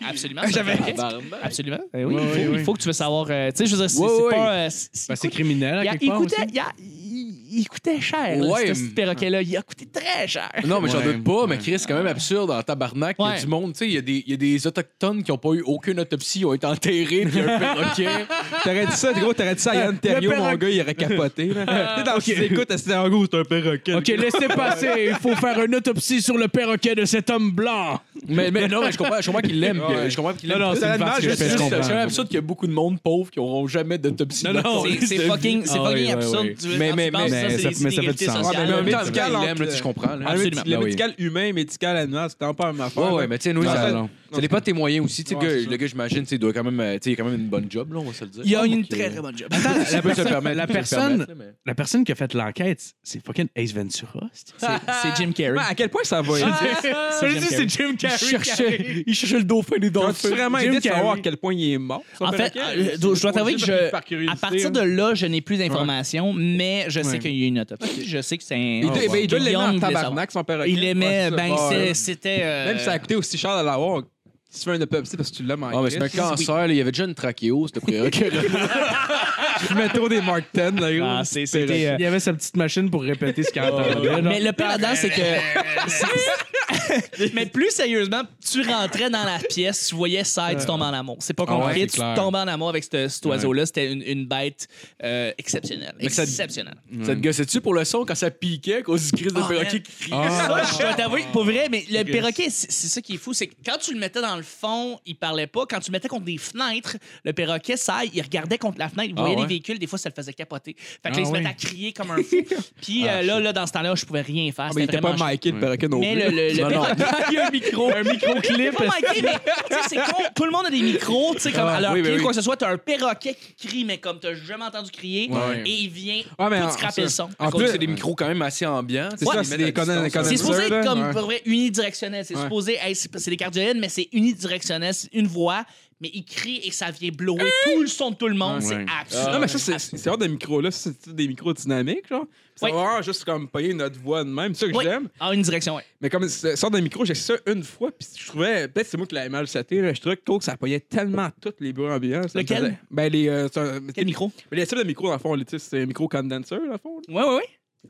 Speaker 6: Absolument. sur
Speaker 4: J'avais-
Speaker 6: le risque. Absolument. Eh oui,
Speaker 5: Ouais,
Speaker 6: il, faut,
Speaker 5: ouais,
Speaker 6: il
Speaker 5: ouais.
Speaker 6: faut que tu veux savoir. euh, tu sais, je veux dire, c'est
Speaker 3: Ouais,
Speaker 6: c'est
Speaker 3: ouais.
Speaker 6: pas. euh, c'est- c'est-
Speaker 5: Ben, c'est
Speaker 6: écoute,
Speaker 5: criminel à
Speaker 6: il a-
Speaker 5: quelque
Speaker 6: il
Speaker 5: part. aussi.
Speaker 6: coûtait, il a- il- il coûtait cher, là,
Speaker 3: Ouais,
Speaker 6: ce-
Speaker 3: mais-
Speaker 6: ce perroquet-là. Il a coûté très cher.
Speaker 3: Non, mais j'en
Speaker 5: Ouais.
Speaker 3: doute pas, mais Chris, c'est quand même absurde en tabarnak. Il y
Speaker 6: Ouais.
Speaker 3: a du monde, tu sais, il y, a des- il y a des Autochtones qui n'ont pas eu aucune autopsie, ils ont été enterrés, puis il y a un perroquet.
Speaker 4: T'aurais dit ça, gros, t'aurais dit ça à Yann Terriot,
Speaker 5: Le
Speaker 4: mon
Speaker 5: perroquet.
Speaker 4: gars, il aurait capoté.
Speaker 3: Euh,
Speaker 4: là. Tu sais, dans écoute, c'était en gros, c'est un perroquet.
Speaker 5: OK, laissez passer. Il faut faire une autopsie sur le perroquet de cet homme blanc.
Speaker 3: mais, mais non, mais je comprends, je comprends qu'il l'aime. que- Je comprends qu'il
Speaker 5: Non,
Speaker 3: l'aime.
Speaker 5: non,
Speaker 4: Ça
Speaker 5: c'est une
Speaker 4: a de mal,
Speaker 5: partie que
Speaker 3: C'est
Speaker 4: je
Speaker 5: je fais, je
Speaker 3: juste- c'est quand
Speaker 5: comprends.
Speaker 3: même absurde qu'il y a beaucoup de monde pauvre qui n'auront jamais d'autopsie.
Speaker 5: Non,
Speaker 4: Oh,
Speaker 5: non,
Speaker 6: C'est- C'est fucking, c'est
Speaker 5: Ah,
Speaker 6: fucking
Speaker 5: ouais, ouais,
Speaker 6: absurde.
Speaker 5: ouais.
Speaker 6: Tu veux-
Speaker 3: Mais-
Speaker 6: quand
Speaker 3: mais-
Speaker 6: tu penses
Speaker 3: mais-
Speaker 6: ça,
Speaker 5: mais ça-
Speaker 6: c'est des
Speaker 5: mais ça fait du
Speaker 6: inégalités
Speaker 5: sens.
Speaker 6: sociales.
Speaker 4: Ouais, mais en
Speaker 3: en
Speaker 4: même
Speaker 3: même
Speaker 4: temps, médical
Speaker 3: il
Speaker 4: entre-
Speaker 3: l'aime, là, tu sais, je comprends. là.
Speaker 4: Ah, mais tu-
Speaker 6: Absolument.
Speaker 4: Le
Speaker 5: Ben oui.
Speaker 4: médical humain, médical animal, c'est un peu la même affaire.
Speaker 3: Ouais, ouais,
Speaker 4: là.
Speaker 3: mais tu sais, nous,
Speaker 4: Non,
Speaker 3: ça,
Speaker 4: ça-
Speaker 3: ça,
Speaker 4: non,
Speaker 3: dépend de tes moyens aussi. Tu sais,
Speaker 4: Ouais,
Speaker 3: le gars-
Speaker 4: c'est ça.
Speaker 3: le gars, j'imagine, tu sais, il doit quand même, euh, tu sais, il a quand même une bonne job, là, on va se le dire.
Speaker 6: Il y a une
Speaker 3: Donc, euh,
Speaker 6: très très bonne job.
Speaker 3: tu peux se le permettre, tu
Speaker 5: la
Speaker 3: peux le permettre,
Speaker 5: personne-
Speaker 3: là, mais-
Speaker 5: La personne qui a fait l'enquête, c'est fucking Ace Ventura.
Speaker 6: C'est c'est Jim Carrey.
Speaker 4: Mais à quel point ça
Speaker 6: Ah.
Speaker 4: va aider?
Speaker 6: C'est Jim Carrey.
Speaker 5: Ah, Jim
Speaker 3: Il cherchait, il cherchait le dauphin des
Speaker 4: T'as-tu
Speaker 3: dauphins.
Speaker 4: vraiment
Speaker 5: Jim
Speaker 4: aidé de savoir
Speaker 5: Carrey.
Speaker 4: à quel point il est mort? ça,
Speaker 6: En fait,
Speaker 4: perroquet?
Speaker 6: euh, je dois
Speaker 4: C'est
Speaker 6: t'avouer
Speaker 4: juste
Speaker 6: que je-
Speaker 4: par curiosité,
Speaker 6: À partir de
Speaker 4: hein.
Speaker 6: là, je n'ai plus d'informations, mais je sais
Speaker 5: Ouais.
Speaker 6: qu'il y a une autopsie. Je sais que c'est un.
Speaker 4: Il doit- ben, Il doit
Speaker 6: Guillaume
Speaker 4: l'aimer en
Speaker 6: voulait savoir.
Speaker 4: tabarnak, son perroquet.
Speaker 6: Il aimait,
Speaker 4: Ouais, c'est ça.
Speaker 6: ben,
Speaker 4: Ouais.
Speaker 6: c'est- c'était. euh,
Speaker 4: Même si ça a coûté aussi cher à l'avoir, si tu fais un autopsie parce que tu l'aimes en
Speaker 3: Ah, mais c'est un
Speaker 4: Christ.
Speaker 3: cancer, là, il y avait déjà une trachéo, c'était préoccupé.
Speaker 4: Je mets trop des Mark 10, là, gros.
Speaker 6: Ah, c'est- c'était, euh,
Speaker 5: Il y avait sa petite machine pour répéter ce qu'il entendait.
Speaker 6: Mais le pire là-dedans, c'est que. mais plus sérieusement, tu rentrais dans la pièce, tu voyais ça et tu tombes en amour. C'est pas
Speaker 5: Ah ouais,
Speaker 6: compliqué,
Speaker 5: c'est
Speaker 6: tu
Speaker 5: clair.
Speaker 6: tombes en amour avec ce- cet oiseau-là. C'était une, une bête euh, exceptionnelle.
Speaker 3: ça-
Speaker 6: Exceptionnelle.
Speaker 3: Ça te gossait-tu pour le son quand ça piquait, qu'au cause du crise de
Speaker 6: Ah,
Speaker 3: perroquet
Speaker 6: man.
Speaker 3: qui crie?
Speaker 6: Ça, je dois t'avouer que pour vrai, mais le perroquet, c'est c'est ça qui est fou, c'est que quand tu le mettais dans le fond, il parlait pas. Quand tu le mettais contre des fenêtres, le perroquet, ça, il regardait contre la fenêtre, il
Speaker 3: Ah
Speaker 6: voyait
Speaker 3: ouais?
Speaker 6: les véhicules, des fois, ça le faisait capoter. Fait que là,
Speaker 5: Ah
Speaker 6: il se mettait
Speaker 5: ouais.
Speaker 6: à crier comme un fou. Puis euh, là, là, dans ce temps-là, je pouvais rien faire.
Speaker 4: Ah, mais il
Speaker 6: c'était
Speaker 4: était pas
Speaker 6: vraiment
Speaker 4: Mikey, le perroquet, non
Speaker 6: Mais
Speaker 4: plus.
Speaker 6: le, le, le
Speaker 3: Non, non.
Speaker 6: perroquet-
Speaker 5: Il y a un micro. Un micro-clip.
Speaker 6: Pas Mikey, mais tu sais, c'est con. Tout le monde a des micros, tu sais, comme
Speaker 3: Ah,
Speaker 6: à leur
Speaker 3: oui, oui,
Speaker 6: pied,
Speaker 3: oui.
Speaker 6: quoi que ce soit. T'as un perroquet qui crie, mais comme t'as jamais entendu crier,
Speaker 3: Ouais.
Speaker 6: et il vient
Speaker 4: Ah, mais
Speaker 6: tout
Speaker 4: en-
Speaker 6: scraper le son.
Speaker 4: en
Speaker 6: À cause
Speaker 4: plus,
Speaker 6: de
Speaker 3: C'est des micros quand même assez ambiants.
Speaker 4: C'est ça, c'est des Conan- Conan
Speaker 6: C'est supposé
Speaker 4: là,
Speaker 6: être comme
Speaker 4: ouais.
Speaker 6: pour vrai, unidirectionnel. C'est
Speaker 4: Ouais.
Speaker 6: supposé être- c'est c'est des cardiologues, mais c'est unidirectionnel, c'est une voix, mais il crie et ça vient blower tout le son de tout le monde.
Speaker 5: Ouais.
Speaker 6: C'est
Speaker 5: Ouais.
Speaker 6: absurde.
Speaker 4: Ah. Non, mais ça, c'est- c'est hors des micros, là. Ça, C'est des micros dynamiques, genre. Ça
Speaker 6: Oui.
Speaker 4: va avoir juste comme payer notre voix de même. C'est ça que
Speaker 6: Oui.
Speaker 4: j'aime.
Speaker 6: En Ah, une direction, ouais.
Speaker 4: Mais comme ça sort d'un micro, j'ai essayé ça une fois, puis je trouvais, peut-être c'est moi qui l'avais mal sauté, là, je trouvais que ça payait tellement toutes les bruits ambiants. ça me
Speaker 6: Lequel?
Speaker 4: faisait- Ben, les. euh, c'est un-
Speaker 6: Quel micro?
Speaker 4: Mais les de micro, dans le fond, là, tu sais, c'est un micro condenser, dans le fond. là.
Speaker 6: Ouais, ouais, ouais.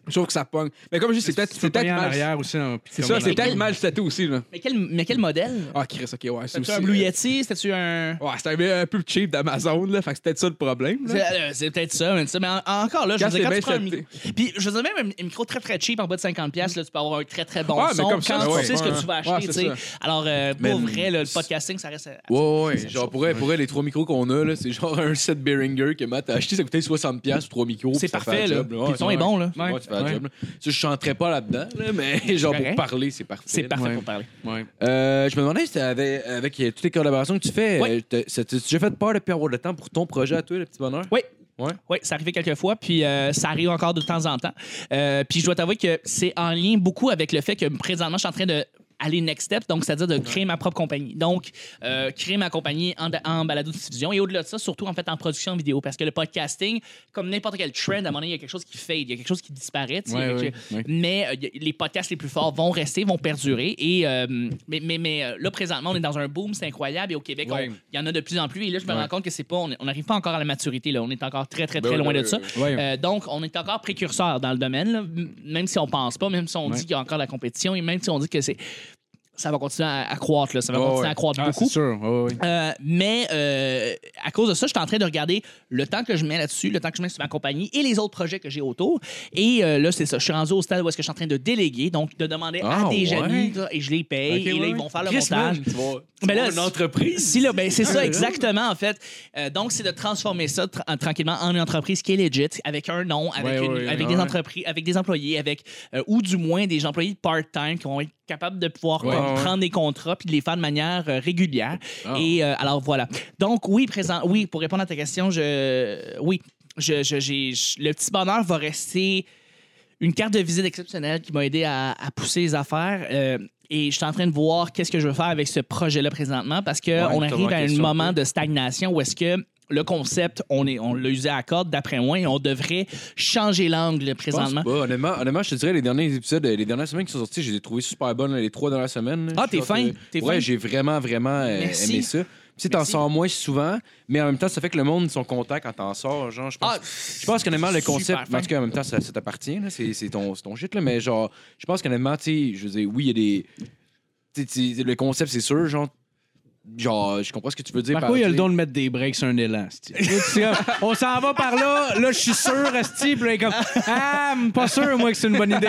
Speaker 4: Je trouve que ça pogne. Mais comme je dis, c'est peut-être c'est peut-être
Speaker 5: en
Speaker 4: mal.
Speaker 5: arrière aussi. dans- puis
Speaker 4: C'est
Speaker 5: comme
Speaker 4: ça,
Speaker 5: dans-
Speaker 4: c'est peut-être mal sauté aussi, là.
Speaker 6: Mais quel, mais quel modèle?
Speaker 4: Ah, Chris, ok, ouais. C'est
Speaker 6: C'était-tu
Speaker 4: aussi- euh,
Speaker 6: un Blue Yeti? C'était-tu un.
Speaker 4: Ouais, c'était un peu cheap d'Amazon, là. Fait que c'était peut-être ça le problème. là.
Speaker 6: C'est euh, c'est peut-être ça, mais, ça, mais en- encore là, je
Speaker 4: Quand
Speaker 6: veux dire,
Speaker 4: c'est
Speaker 6: quand tu
Speaker 4: bien
Speaker 6: prends
Speaker 4: seté.
Speaker 6: un micro. Puis je veux dire, même un, un micro très très cheap en bas de 50$, là, tu peux avoir un très très bon
Speaker 4: Ouais, mais
Speaker 6: son
Speaker 4: comme ça,
Speaker 6: quand
Speaker 4: ouais,
Speaker 6: tu sais ce
Speaker 4: ouais.
Speaker 6: que tu vas acheter.
Speaker 4: Ouais, c'est
Speaker 6: tu sais. Alors, euh,
Speaker 3: Mais-
Speaker 6: pour vrai, là, le podcasting, ça reste.
Speaker 3: Ouais, ouais, ouais. Genre, pour elle, pour elle, les trois micros qu'on a, là, c'est genre un set Behringer que Matt a acheté, ça coûtait 60$ pour trois micros.
Speaker 6: C'est
Speaker 3: puis ça fait
Speaker 6: parfait,
Speaker 3: la
Speaker 6: là.
Speaker 3: job,
Speaker 6: Puis le
Speaker 3: Ouais,
Speaker 6: son
Speaker 3: ouais.
Speaker 6: est bon, hein. là.
Speaker 3: Ouais, tu fais la
Speaker 5: Ouais.
Speaker 3: job, là. Ça, je chanterais pas là-dedans, là, mais genre pour
Speaker 6: Correct.
Speaker 3: parler, c'est parfait.
Speaker 6: C'est
Speaker 3: là.
Speaker 6: parfait
Speaker 5: Ouais.
Speaker 6: pour parler.
Speaker 5: Ouais.
Speaker 3: Euh, je me demandais, si avec, avec euh, toutes les collaborations que tu fais,
Speaker 6: Ouais.
Speaker 3: euh, t'as- t'as- t'as déjà fait peur de plus avoir le temps pour ton projet à toi, le petit bonheur?
Speaker 6: Oui.
Speaker 3: Ouais.
Speaker 6: Oui, ça arrivait quelques fois, puis euh, ça arrive encore de temps en temps. Euh, puis je dois t'avouer que c'est en lien beaucoup avec le fait que présentement, je suis en train de aller next step, donc c'est-à-dire de créer ma propre compagnie. Donc, euh, créer ma compagnie en, en balado-diffusion et au-delà de ça, surtout en fait en production vidéo, parce que le podcasting, comme n'importe quel trend, à un moment donné, il y a quelque chose qui fade, il y a quelque chose qui disparaît. tu sais,
Speaker 5: Ouais,
Speaker 6: il y a quelque-
Speaker 5: ouais, ouais.
Speaker 6: Mais euh, y a- les podcasts les plus forts vont rester, vont perdurer. Et, euh, mais mais, mais euh, là, présentement, on est dans un boom, c'est incroyable. Et au Québec, on-
Speaker 5: Ouais.
Speaker 6: il y en a de plus en plus. Et là, je me rends compte que c'est pas, on on n'arrive pas encore à la maturité. Là. On est encore très, très, très
Speaker 3: Ben,
Speaker 6: loin
Speaker 3: euh,
Speaker 6: de ça.
Speaker 5: Ouais.
Speaker 6: Euh, donc, on est encore précurseur dans le domaine, là. M- même si on pense pas, même si on dit qu'il y a encore de la compétition et même si on dit que c'est. Ça va continuer à, à croître, là. ça va
Speaker 3: Ouais,
Speaker 6: continuer
Speaker 3: ouais.
Speaker 6: à croître
Speaker 5: Ah,
Speaker 6: beaucoup.
Speaker 5: c'est sûr. ouais, ouais, ouais.
Speaker 6: Euh, mais euh, à cause de ça, je suis en train de regarder le temps que je mets là-dessus, le temps que je mets sur ma compagnie et les autres projets que j'ai autour. Et euh, là, c'est ça. Je suis rendu au stade où est-ce que je suis en train de déléguer, donc de demander
Speaker 3: Ah,
Speaker 6: à des gens
Speaker 3: ouais.
Speaker 6: et je les paye.
Speaker 3: Ok,
Speaker 6: et là,
Speaker 3: ouais,
Speaker 6: ils vont
Speaker 3: ouais.
Speaker 6: faire le
Speaker 3: Chris,
Speaker 6: montage.
Speaker 3: man, tu vas- tu
Speaker 6: Ben
Speaker 3: vas
Speaker 6: là,
Speaker 3: une entreprise.
Speaker 6: Si, là, ben, c'est ça, exactement, en fait. Euh, donc, c'est de transformer ça tra- euh, tranquillement en une entreprise qui est legit, avec un nom, avec,
Speaker 3: Ouais,
Speaker 6: une-
Speaker 3: ouais,
Speaker 6: avec
Speaker 3: ouais.
Speaker 6: des entreprises, avec des employés, avec, euh, ou du moins des employés part-time qui vont être capables de pouvoir
Speaker 3: Ouais,
Speaker 6: comme,
Speaker 3: ouais.
Speaker 6: prendre des contrats puis de les faire de manière euh, régulière.
Speaker 3: Ah.
Speaker 6: Et euh, alors, voilà. Donc, oui, présent, oui, pour répondre à ta question, je, oui, je, je- j'ai- je- le petit bonheur va rester une carte de visite exceptionnelle qui m'a aidé à, à pousser les affaires. euh, et je suis en train de voir qu'est-ce que je veux faire avec ce projet-là présentement parce
Speaker 4: Ouais,
Speaker 6: qu'on
Speaker 4: t'as
Speaker 6: arrive à
Speaker 4: manqué
Speaker 6: un
Speaker 4: ça,
Speaker 6: moment
Speaker 4: ouais.
Speaker 6: de stagnation où est-ce que le concept, on, est, on l'a usé à la corde, d'après moi, et on devrait changer l'angle
Speaker 3: Je pense
Speaker 6: présentement.
Speaker 3: pas. Honnêtement, honnêtement, je te dirais, les derniers épisodes, euh, les dernières semaines qui sont sorties, je les ai trouvées super bonnes, là, les trois dernières semaines. là.
Speaker 6: Ah,
Speaker 3: Je
Speaker 6: t'es
Speaker 3: pense
Speaker 6: fin,
Speaker 3: que-
Speaker 6: t'es fin.
Speaker 3: Ouais, j'ai vraiment, vraiment euh,
Speaker 6: Merci.
Speaker 3: aimé ça. Tu sais, t'en
Speaker 6: Merci.
Speaker 3: sors moins souvent, mais en même temps, ça fait que le monde, ils sont contents quand t'en sors. Genre, je pense,
Speaker 6: Ah,
Speaker 3: je pense qu'honnêtement, le
Speaker 6: super
Speaker 3: concept,
Speaker 6: fin.
Speaker 3: en tout cas, en même temps, ça, ça t'appartient, là, c'est c'est ton, c'est ton shit, là, mais genre, je pense qu'honnêtement, tu sais, je veux dire, oui, il y a des. tu sais, tu- le concept, c'est sûr, genre, genre, je comprends ce que tu veux dire.
Speaker 5: Marco, il a
Speaker 3: tu
Speaker 5: le
Speaker 3: sais,
Speaker 5: don de mettre des breaks sur un élan. c'ti. Là, tu sais, on s'en va par là, là, je suis sûr, Asti. Puis là, il est comme, ah, pas sûr, moi, que c'est une bonne idée.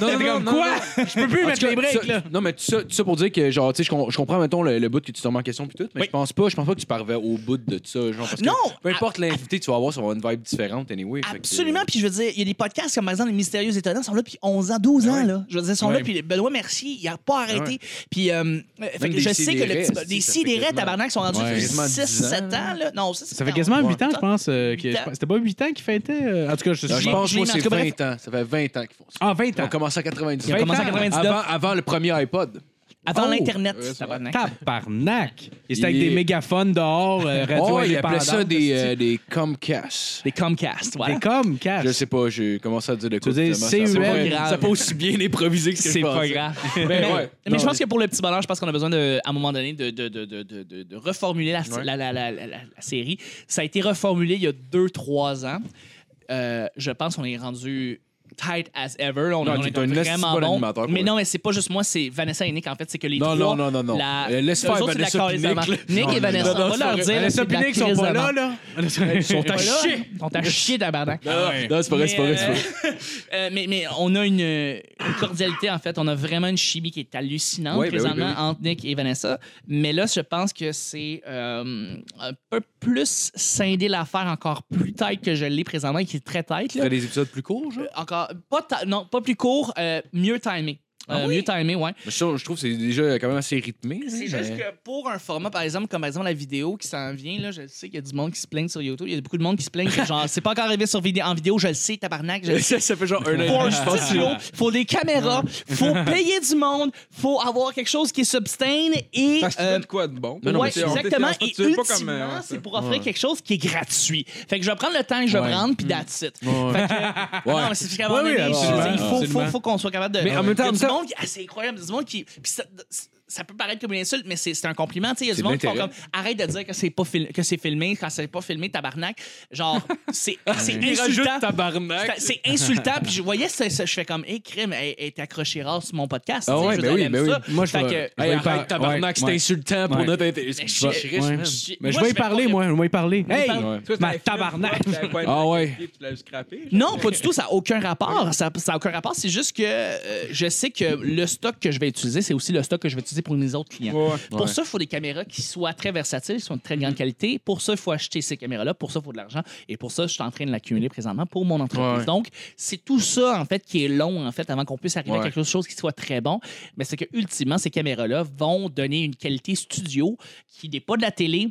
Speaker 3: Non,
Speaker 5: T'es
Speaker 3: non,
Speaker 5: comme,
Speaker 3: non,
Speaker 5: quoi?
Speaker 3: non.
Speaker 5: Je peux plus
Speaker 3: En
Speaker 5: mettre
Speaker 3: tout cas,
Speaker 5: les breaks,
Speaker 3: ça-
Speaker 5: là.
Speaker 3: Non, mais tout ça, tout ça pour dire que, genre, tu sais, je com- je comprends, mettons, le, le bout que tu te remets en question, puis tout, mais
Speaker 6: Oui.
Speaker 3: je pense pas, je pense pas que tu parvais au bout de ça, genre, parce que
Speaker 6: Non! ah,
Speaker 3: peu importe l'invité, tu vas avoir, ça va avoir une vibe différente, anyway. fait que-
Speaker 6: Absolument. Puis je veux dire, il y a des podcasts comme par exemple Les Mystérieux Étonnants, ils sont là depuis 11 ans, 12 ans. Là. Je veux dire, ils sont là.
Speaker 3: Ouais.
Speaker 6: Puis Benoît Mercier, il n'a pas
Speaker 3: ouais.
Speaker 6: arrêté. Puis euh, euh, fait que
Speaker 3: des
Speaker 6: je sais que le
Speaker 3: sidérés,
Speaker 6: petit. Des
Speaker 3: ça fait
Speaker 6: sidérés,
Speaker 3: quasiment-
Speaker 6: tabarnak, sont rendus
Speaker 5: Ouais.
Speaker 3: Quasiment
Speaker 6: 6,
Speaker 3: 10 ans,
Speaker 6: 7 ans. Là. Non, ça, c'est
Speaker 5: Ça fait
Speaker 6: pas-
Speaker 5: quasiment
Speaker 6: Ouais.
Speaker 5: 8 ans, je pense. euh, que-
Speaker 6: Huit
Speaker 5: je
Speaker 6: ans.
Speaker 5: pense- C'était pas 8 ans qu'il fêtait. euh, En tout cas, je
Speaker 3: Non, je
Speaker 5: suis.
Speaker 3: pense
Speaker 6: Je l'ai
Speaker 3: moi,
Speaker 6: mis
Speaker 3: c'est
Speaker 6: en tout cas,
Speaker 3: 20 ans. Ça fait 20 ans qu'ils font ça.
Speaker 5: Ah, 20
Speaker 3: On
Speaker 5: ans.
Speaker 3: commencé en 90.
Speaker 6: Ils ont commencé en 99
Speaker 3: Avant, avant le premier iPod.
Speaker 6: avant
Speaker 5: Oh!
Speaker 6: l'Internet.
Speaker 3: Ouais, ça
Speaker 6: tabarnak.
Speaker 5: Tabarnak. Il était avec
Speaker 3: Il-
Speaker 5: des mégaphones dehors, euh, radio
Speaker 3: Oh, ils appelaient
Speaker 5: indépendante.
Speaker 3: ça des, euh, des Comcast.
Speaker 6: Des Comcast, voilà.
Speaker 5: Des comme,
Speaker 3: Je sais pas, j'ai commencé à dire de quoi.
Speaker 5: veux dire,
Speaker 3: finalement,
Speaker 5: c'est
Speaker 3: ça-
Speaker 5: UL.
Speaker 3: ça- Ça pas aussi bien improvisé que ce que je
Speaker 6: C'est pas
Speaker 3: pensais.
Speaker 6: grave.
Speaker 3: Ben
Speaker 6: Mais,
Speaker 3: ouais.
Speaker 6: mais je pense que pour le petit bonheur, je pense qu'on a besoin, de, à un moment donné, de, de, de, de, de- de- de reformuler la,
Speaker 3: Ouais.
Speaker 6: la, la- la- la- la- la série. Ça a été reformulé il y a 2-3 ans. Euh, je pense qu'on est rendu tight as ever. On,
Speaker 3: Non,
Speaker 6: on
Speaker 3: t'es
Speaker 6: est comme
Speaker 3: un esti
Speaker 6: vraiment
Speaker 3: bon
Speaker 6: bon.
Speaker 3: animateur, pour
Speaker 6: mais
Speaker 3: vrai.
Speaker 6: non, mais c'est pas juste moi, c'est Vanessa et Nick, en fait. C'est que les
Speaker 3: Non,
Speaker 6: trois...
Speaker 3: non, non, non, non.
Speaker 6: la-
Speaker 3: Euh, laisse
Speaker 6: eux
Speaker 3: faire
Speaker 6: autres, c'est de la
Speaker 3: Vanessa
Speaker 6: calice
Speaker 3: puis Nick,
Speaker 6: d'avant.
Speaker 3: là.
Speaker 6: Nick
Speaker 3: Non,
Speaker 6: et
Speaker 3: non,
Speaker 6: Vanessa,
Speaker 3: non,
Speaker 6: on va leur
Speaker 3: c'est
Speaker 6: dire... là, c'est
Speaker 5: Vanessa
Speaker 6: de la
Speaker 5: Pinique sont
Speaker 6: crise
Speaker 5: pas
Speaker 6: d'avant.
Speaker 5: là, là.
Speaker 3: Ils sont à
Speaker 6: Ils sont
Speaker 3: chier. Ben
Speaker 6: Ils sont à chier, tabarnak.
Speaker 3: Non, c'est pas vrai, c'est pas vrai, c'est pas
Speaker 6: Mais,
Speaker 3: vrai.
Speaker 6: euh, euh, mais, mais on a une, euh, une cordialité, en fait. On a vraiment une chimie qui est hallucinante
Speaker 3: Ouais, ben oui, ben
Speaker 6: présentement entre Nick et Vanessa. Mais là, je pense que c'est euh, un peu plus scindé l'affaire, encore plus tête que je l'ai présentement, et qui est très tête. là.
Speaker 3: T'as euh, des épisodes plus courts, genre?
Speaker 6: Encore, pas, ta- non, pas plus court, euh, mieux timé.
Speaker 3: Ah
Speaker 6: Euh,
Speaker 3: oui?
Speaker 6: Mieux timé, ouais.
Speaker 3: Mais Je je trouve que c'est déjà quand même assez rythmé. là,
Speaker 6: C'est juste
Speaker 3: mais-
Speaker 6: que pour un format, par exemple, comme par exemple la vidéo qui s'en vient, là, je sais qu'il y a du monde qui se plaigne sur YouTube. Il y a beaucoup de monde qui se plaigne. que genre, c'est pas encore arrivé sur vidéo, en vidéo, je le sais, tabarnak, je le sais.
Speaker 3: ça fait genre un an et
Speaker 6: Faut un
Speaker 3: demi, je pense.
Speaker 6: studio, faut des caméras, faut payer du monde, faut avoir quelque chose qui substane et.
Speaker 4: Parce que
Speaker 6: euh,
Speaker 4: c'est de quoi de bon.
Speaker 3: non,
Speaker 6: ouais,
Speaker 3: mais c'est- on
Speaker 6: exactement.
Speaker 4: t'essaie- on
Speaker 6: Et
Speaker 4: se tue pas comme,
Speaker 6: ultimement,
Speaker 4: euh, ouais,
Speaker 6: c'est
Speaker 4: ça.
Speaker 6: pour offrir quelque chose qui est gratuit. Fait que je vais prendre le temps que je vais
Speaker 5: Ouais.
Speaker 6: prendre,
Speaker 3: Mm.
Speaker 6: puis that's it.
Speaker 3: Ouais.
Speaker 6: Fait que,
Speaker 3: Ouais.
Speaker 6: Non, mais c'est parce qu'à un moment
Speaker 5: Ouais, oui,
Speaker 6: donné, je veux dire, il faut,
Speaker 5: absolument.
Speaker 6: faut, faut qu'on soit capable de.
Speaker 3: Mais en même temps,
Speaker 6: il y a du
Speaker 3: en même temps-
Speaker 6: monde qui- ah, c'est incroyable, il y a du monde qui. puis ça, ça peut paraître comme une insulte, mais c'est c'est un compliment. tu sais, Il y a
Speaker 3: C'est
Speaker 6: du
Speaker 3: de
Speaker 6: monde qui font comme
Speaker 3: l'intérêt.
Speaker 6: arrête de dire que c'est pas fil- que c'est filmé quand c'est pas filmé, tabarnak. Genre, c'est c'est
Speaker 3: Il rajoute
Speaker 6: insultant.
Speaker 3: Ah, tabarnak.
Speaker 6: C'est- C'est insultant. Puis je voyais ça, ça, je fais comme, hé, crime, elle elle est accrochée rare sur mon podcast.
Speaker 3: Ah
Speaker 6: tu sais,
Speaker 3: ouais,
Speaker 6: je veux
Speaker 3: ben
Speaker 6: dire,
Speaker 3: oui,
Speaker 6: elle
Speaker 3: ben
Speaker 6: aime
Speaker 3: oui.
Speaker 6: ça.
Speaker 5: Moi, je
Speaker 6: Fait
Speaker 5: vais-
Speaker 6: que-
Speaker 5: je vais y par-
Speaker 3: arrête, tabarnak,
Speaker 5: ouais,
Speaker 3: c'est
Speaker 5: ouais.
Speaker 3: insultant pour
Speaker 5: Ouais.
Speaker 3: notre intérêt.
Speaker 6: je-
Speaker 3: Je suis riche,
Speaker 5: Ouais.
Speaker 3: man.
Speaker 5: Mais je
Speaker 6: moi,
Speaker 5: vais
Speaker 6: je
Speaker 5: y
Speaker 6: vais
Speaker 5: parler,
Speaker 6: pas-
Speaker 5: moi. Je vais y parler. Hey!
Speaker 6: parle-
Speaker 3: Ouais.
Speaker 4: Toi,
Speaker 5: Ma
Speaker 4: t'avais
Speaker 5: tabarnak.
Speaker 4: filmé, t'avais pas été
Speaker 3: Ah ouais.
Speaker 4: actif, tu l'avais scrappé, genre.
Speaker 6: Non, pas du tout, ça n'a aucun rapport. Ça n'a aucun rapport. C'est juste que euh, je sais que le stock que je vais utiliser, c'est aussi le stock que je vais utiliser pour mes autres clients.
Speaker 4: Ouais.
Speaker 6: Pour ça, il faut des caméras qui soient très versatiles, qui soient de très
Speaker 3: Mm.
Speaker 6: grande qualité. Pour ça, il faut acheter ces caméras-là. Pour ça, il faut de l'argent. Et pour ça, je suis en train de l'accumuler présentement pour mon entreprise.
Speaker 3: Ouais.
Speaker 6: Donc, c'est tout ça, en fait, qui est long, en fait, avant qu'on puisse arriver à
Speaker 3: Ouais.
Speaker 6: quelque chose qui soit très bon. Mais c'est que, ultimement, ces caméras-là vont donner une qualité studio qui n'est pas de la télé,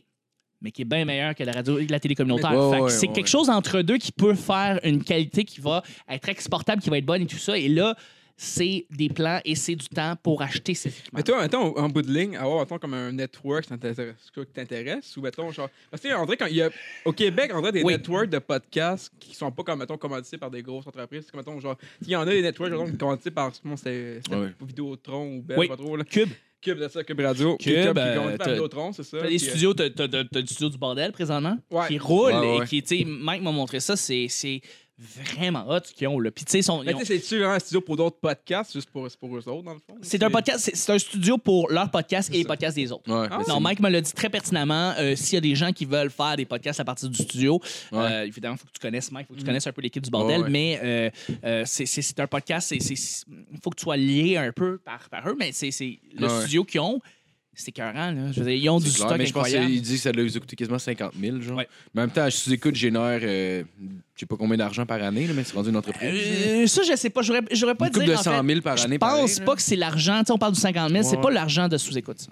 Speaker 6: mais qui est bien meilleure que la radio et la télé communautaire.
Speaker 3: Ouais,
Speaker 6: Fait que
Speaker 3: ouais,
Speaker 6: c'est
Speaker 3: ouais.
Speaker 6: quelque chose entre deux qui peut faire une qualité qui va être exportable, qui va être bonne et tout ça. Et là, c'est des plans et c'est du temps pour acheter ces équipements.
Speaker 4: Mais toi, mettons, en bout de ligne, avoir, mettons, comme un network ça t'intéresse- quoi qui t'intéresse, ou mettons, genre. Parce que, tu sais, on dirait, quand il y a. Au Québec, on dirait des
Speaker 6: Oui.
Speaker 4: networks de podcasts qui sont pas, comme, mettons, commandités par des grosses entreprises. C'est comme, mettons, genre. Il y en a des networks, genre, commandités par. Comment c'était c'était
Speaker 3: Ouais.
Speaker 4: Vidéotron ou Bell,
Speaker 6: Oui.
Speaker 4: pas trop, là.
Speaker 6: Cube.
Speaker 4: Cube, c'est ça, Cube Radio.
Speaker 6: Cube,
Speaker 4: qui
Speaker 6: euh,
Speaker 4: est commandité par
Speaker 6: t'as-
Speaker 4: Vidéotron, c'est ça.
Speaker 6: T'as
Speaker 4: puis, euh,
Speaker 6: des studios, t'as, t'as- t'as- t'as du studio du bordel présentement
Speaker 4: Ouais.
Speaker 6: qui roule
Speaker 3: Ouais, ouais,
Speaker 6: et qui, tu sais, Mike m'a montré ça, c'est, c'est vraiment hot qu'ils ont. Là. Puis, tu sais, ils sont-
Speaker 4: Mais
Speaker 6: ils ont-
Speaker 4: tu sais, c'est-tu vraiment un studio pour d'autres podcasts, juste pour, c'est pour eux autres, dans le fond?
Speaker 6: c'est un podcast, c'est- c'est un studio pour leur podcast et les podcasts des autres.
Speaker 3: Ouais, mais
Speaker 6: Non, Mike me l'a dit très pertinemment. euh, S'il y a des gens qui veulent faire des podcasts à partir du studio, euh, évidemment, il faut que tu connaisses Mike, il faut que
Speaker 4: Mm.
Speaker 6: tu connaisses un peu l'équipe du bordel,
Speaker 3: Ouais, ouais.
Speaker 6: mais euh, euh, c'est- c'est c'est un podcast, il faut que tu sois lié un peu par, par eux, mais c'est c'est le
Speaker 3: Ouais.
Speaker 6: studio qu'ils ont, c'est écœurant. Là. Je veux dire, ils ont du
Speaker 3: C'est clair,
Speaker 6: stock
Speaker 3: mais je pense
Speaker 6: incroyable.
Speaker 3: qu'il dit que ça lui a coûté quasiment 50 000. Genre.
Speaker 6: Ouais.
Speaker 3: Mais en même temps, je sous-écoute génère, euh, je sais pas combien d'argent par année, là, mais c'est rendu une entreprise.
Speaker 6: Euh, ça, je sais pas. J'aurais j'aurais pas
Speaker 3: Ah une coupe
Speaker 6: dire,
Speaker 3: de
Speaker 6: en
Speaker 3: 100
Speaker 6: fait.
Speaker 3: 000 par
Speaker 6: Je
Speaker 3: année.
Speaker 6: pense
Speaker 3: pareil,
Speaker 6: pas
Speaker 3: là.
Speaker 6: que c'est l'argent. Tu sais, on parle du 50 000, c'est
Speaker 3: Ouais.
Speaker 6: pas l'argent de sous-écoute, ça.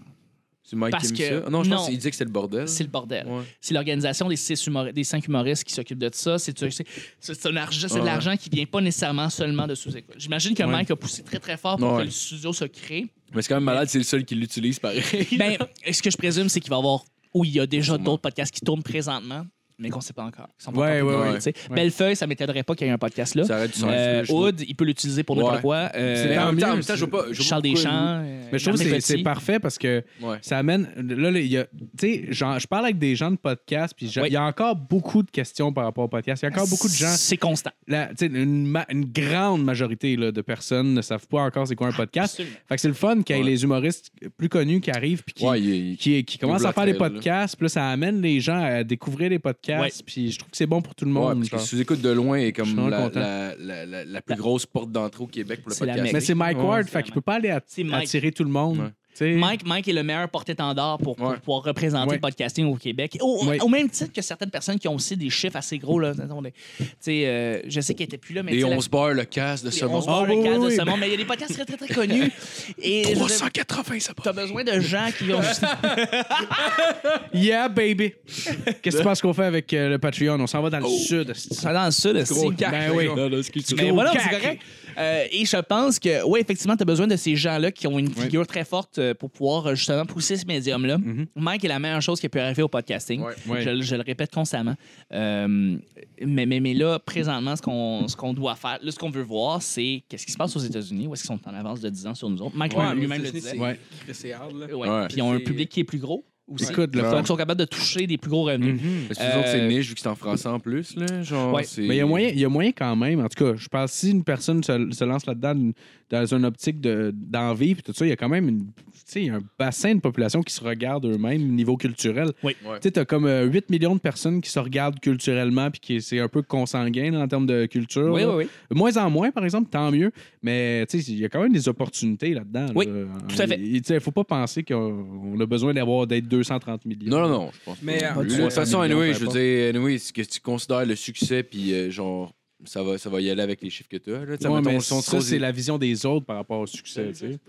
Speaker 3: C'est Mike
Speaker 6: parce
Speaker 3: qui me dit
Speaker 6: que-
Speaker 3: ça. Ah Non, je pense
Speaker 6: non.
Speaker 3: qu'il dit que c'est le bordel.
Speaker 6: C'est le bordel.
Speaker 3: Ouais.
Speaker 6: C'est l'organisation des, six humor- des cinq humoristes qui s'occupe de ça. C'est c'est- c'est un argent- c'est de
Speaker 3: Ouais.
Speaker 6: l'argent qui vient pas nécessairement seulement de sous-écoute. J'imagine que Mike a poussé très, très fort pour
Speaker 3: Ouais.
Speaker 6: que le studio se crée.
Speaker 3: Mais c'est quand même malade, c'est le seul qui l'utilise pareil.
Speaker 6: Ben, ce que je présume, c'est qu'il va y avoir, ou il y a déjà
Speaker 3: Sûrement.
Speaker 6: d'autres podcasts qui tournent présentement, mais qu'on sait pas encore. Ils sont pas
Speaker 5: Ouais,
Speaker 6: encore
Speaker 5: ouais,
Speaker 6: publiés,
Speaker 3: ouais.
Speaker 6: tu sais. Bellefeuille, ça m'étonnerait pas qu'il y ait un podcast là.
Speaker 3: ça aurait du sens.
Speaker 6: Euh,
Speaker 3: là, je trouve.
Speaker 6: Oud, il peut l'utiliser pour n'importe
Speaker 3: Ouais.
Speaker 6: quoi. Euh,
Speaker 5: C'est
Speaker 3: Mais en
Speaker 5: tant
Speaker 3: même temps, en
Speaker 5: mieux,
Speaker 3: même temps, je vois
Speaker 5: Euh,
Speaker 3: pas. je vois
Speaker 6: Charles
Speaker 3: pas pourquoi-
Speaker 6: Deschamps. euh,
Speaker 5: Mais je trouve que c'est- c'est parfait parce que
Speaker 3: Ouais.
Speaker 5: ça amène. Là, là, il y a. Tu sais, genre, je parle avec des gens de podcast, puis je-
Speaker 6: Oui.
Speaker 5: il y a encore beaucoup de questions par rapport au podcast. Il y a encore beaucoup de gens.
Speaker 6: C'est constant.
Speaker 5: la- tu sais, une, ma- une grande majorité là, de personnes ne savent pas encore c'est quoi un podcast.
Speaker 6: absolument.
Speaker 5: Fait que c'est le fun qu'il y ait
Speaker 3: Ouais.
Speaker 5: les humoristes plus connus qui arrivent puis qui,
Speaker 3: Ouais, il- il-
Speaker 5: qui, qui commencent à faire des
Speaker 3: Double appel, là.
Speaker 5: podcasts. Puis là, ça amène les gens à découvrir les podcasts.
Speaker 6: Ouais.
Speaker 5: Puis je trouve que c'est bon pour tout le
Speaker 3: Ouais,
Speaker 5: monde.
Speaker 3: parce que
Speaker 5: genre.
Speaker 3: sous-écoute de loin est
Speaker 5: Je suis
Speaker 3: comme
Speaker 5: vraiment
Speaker 3: la,
Speaker 5: content.
Speaker 3: la, la, la- la plus grosse porte d'entrée au Québec pour le
Speaker 6: C'est la
Speaker 3: podcast.
Speaker 5: Mais
Speaker 6: mecque.
Speaker 5: c'est Mike
Speaker 6: Ouais,
Speaker 5: Ward,
Speaker 6: c'est
Speaker 5: fait que je peux pas aller
Speaker 6: C'est
Speaker 5: at-
Speaker 6: Mike.
Speaker 5: attirer tout le monde.
Speaker 3: Ouais.
Speaker 5: tu sais.
Speaker 6: Mike, Mike est le meilleur porte-étendard pour, pour
Speaker 3: Ouais.
Speaker 6: pouvoir représenter
Speaker 5: Ouais.
Speaker 6: le podcasting au Québec. Au,
Speaker 5: Ouais.
Speaker 6: au même titre que certaines personnes qui ont aussi des chiffres assez gros. Là. On est- tu sais, euh, je sais qu'elle était plus là, mais
Speaker 3: Et
Speaker 6: tu sais, la-
Speaker 3: on se barre le casse de
Speaker 6: les
Speaker 3: ce monde.
Speaker 6: 11
Speaker 5: barre
Speaker 6: bars, le
Speaker 5: Ah oui,
Speaker 6: cas de
Speaker 5: oui,
Speaker 6: ce
Speaker 5: oui.
Speaker 6: monde. Mais il y a des podcasts très, très, très connus. Et je veux dire,
Speaker 3: 380, ça
Speaker 6: t'as besoin de gens qui ont...
Speaker 5: Yeah, baby! Qu'est-ce que tu penses qu'on fait avec euh, le Patreon? On s'en va dans le sud.
Speaker 6: Ça dans le sud,
Speaker 4: Gros
Speaker 6: aussi.
Speaker 4: cac,
Speaker 5: Ben
Speaker 4: là,
Speaker 5: oui.
Speaker 4: genre.
Speaker 3: Oh. Non, non, excuse-moi.
Speaker 6: Mais voilà,
Speaker 5: Gros
Speaker 6: c'est
Speaker 5: cac.
Speaker 6: correct. Euh, et je pense que, oui, effectivement, tu as besoin de ces gens-là qui ont une figure très forte euh, pour pouvoir euh, justement pousser ce médium-là. Mike est la meilleure chose qui a pu arriver au podcasting.
Speaker 3: Ouais,
Speaker 5: Mm-hmm. ouais.
Speaker 6: Je, le- je le répète constamment. Euh, mais, mais, mais là, présentement, ce qu'on ce qu'on doit faire, là, ce qu'on veut voir, c'est qu'est-ce qui se passe aux États-Unis, où est-ce qu'ils sont en avance de 10 ans sur nous autres. Mike
Speaker 4: Ouais,
Speaker 6: lui-même le
Speaker 4: c'est-
Speaker 6: disait.
Speaker 4: c'est-
Speaker 5: Ouais.
Speaker 4: C'est hard, là.
Speaker 6: Ouais.
Speaker 3: Ouais.
Speaker 6: Puis ils ont un
Speaker 4: C'est-
Speaker 6: public qui est plus gros aussi.
Speaker 5: Écoute, Mm-hmm. le
Speaker 3: Ouais.
Speaker 5: fun.
Speaker 6: Donc, ils sont capables de toucher des plus gros revenus.
Speaker 3: Parce que les autres,
Speaker 6: Euh,
Speaker 3: c'est niche vu que c'est en français en plus. Là, genre,
Speaker 6: Ouais.
Speaker 3: c'est-
Speaker 5: Mais il y a moyen, il y a moyen quand même. En tout cas, je pense que si une personne se, se lance là-dedans d'une- dans une optique de- d'envie puis tout ça, il y a quand même une- tu sais, il y a un bassin de population qui se regarde eux-mêmes au niveau culturel.
Speaker 6: Oui.
Speaker 3: Ouais.
Speaker 5: Tu sais, t'as comme euh, 8 millions de personnes qui se regardent culturellement puis qui c'est un peu consanguin là, en termes de culture.
Speaker 6: Oui,
Speaker 5: là.
Speaker 6: oui, oui.
Speaker 5: Moins en moins, par exemple, tant mieux. Mais tu sais, il y a quand même des opportunités là-dedans.
Speaker 6: Oui,
Speaker 5: là.
Speaker 6: tout à fait.
Speaker 5: Il- tu sais, faut pas penser qu'on on a besoin d'avoir d'être 230 millions.
Speaker 3: Non, non, non, je pense pas.
Speaker 4: Mais,
Speaker 3: non plus.
Speaker 4: euh, pas de
Speaker 3: de toute
Speaker 5: 300
Speaker 3: façon, anyway,
Speaker 5: millions,
Speaker 3: je veux
Speaker 5: peu
Speaker 3: dire, anyway, ce que tu considères le succès, puis euh, genre, ça va, ça va y aller avec les chiffres que tu as. Là, Tu sais,
Speaker 5: Ouais,
Speaker 3: mettons,
Speaker 5: mais
Speaker 3: si on se
Speaker 5: ça,
Speaker 3: rose-
Speaker 5: c'est la vision des autres par rapport au succès. tu sais.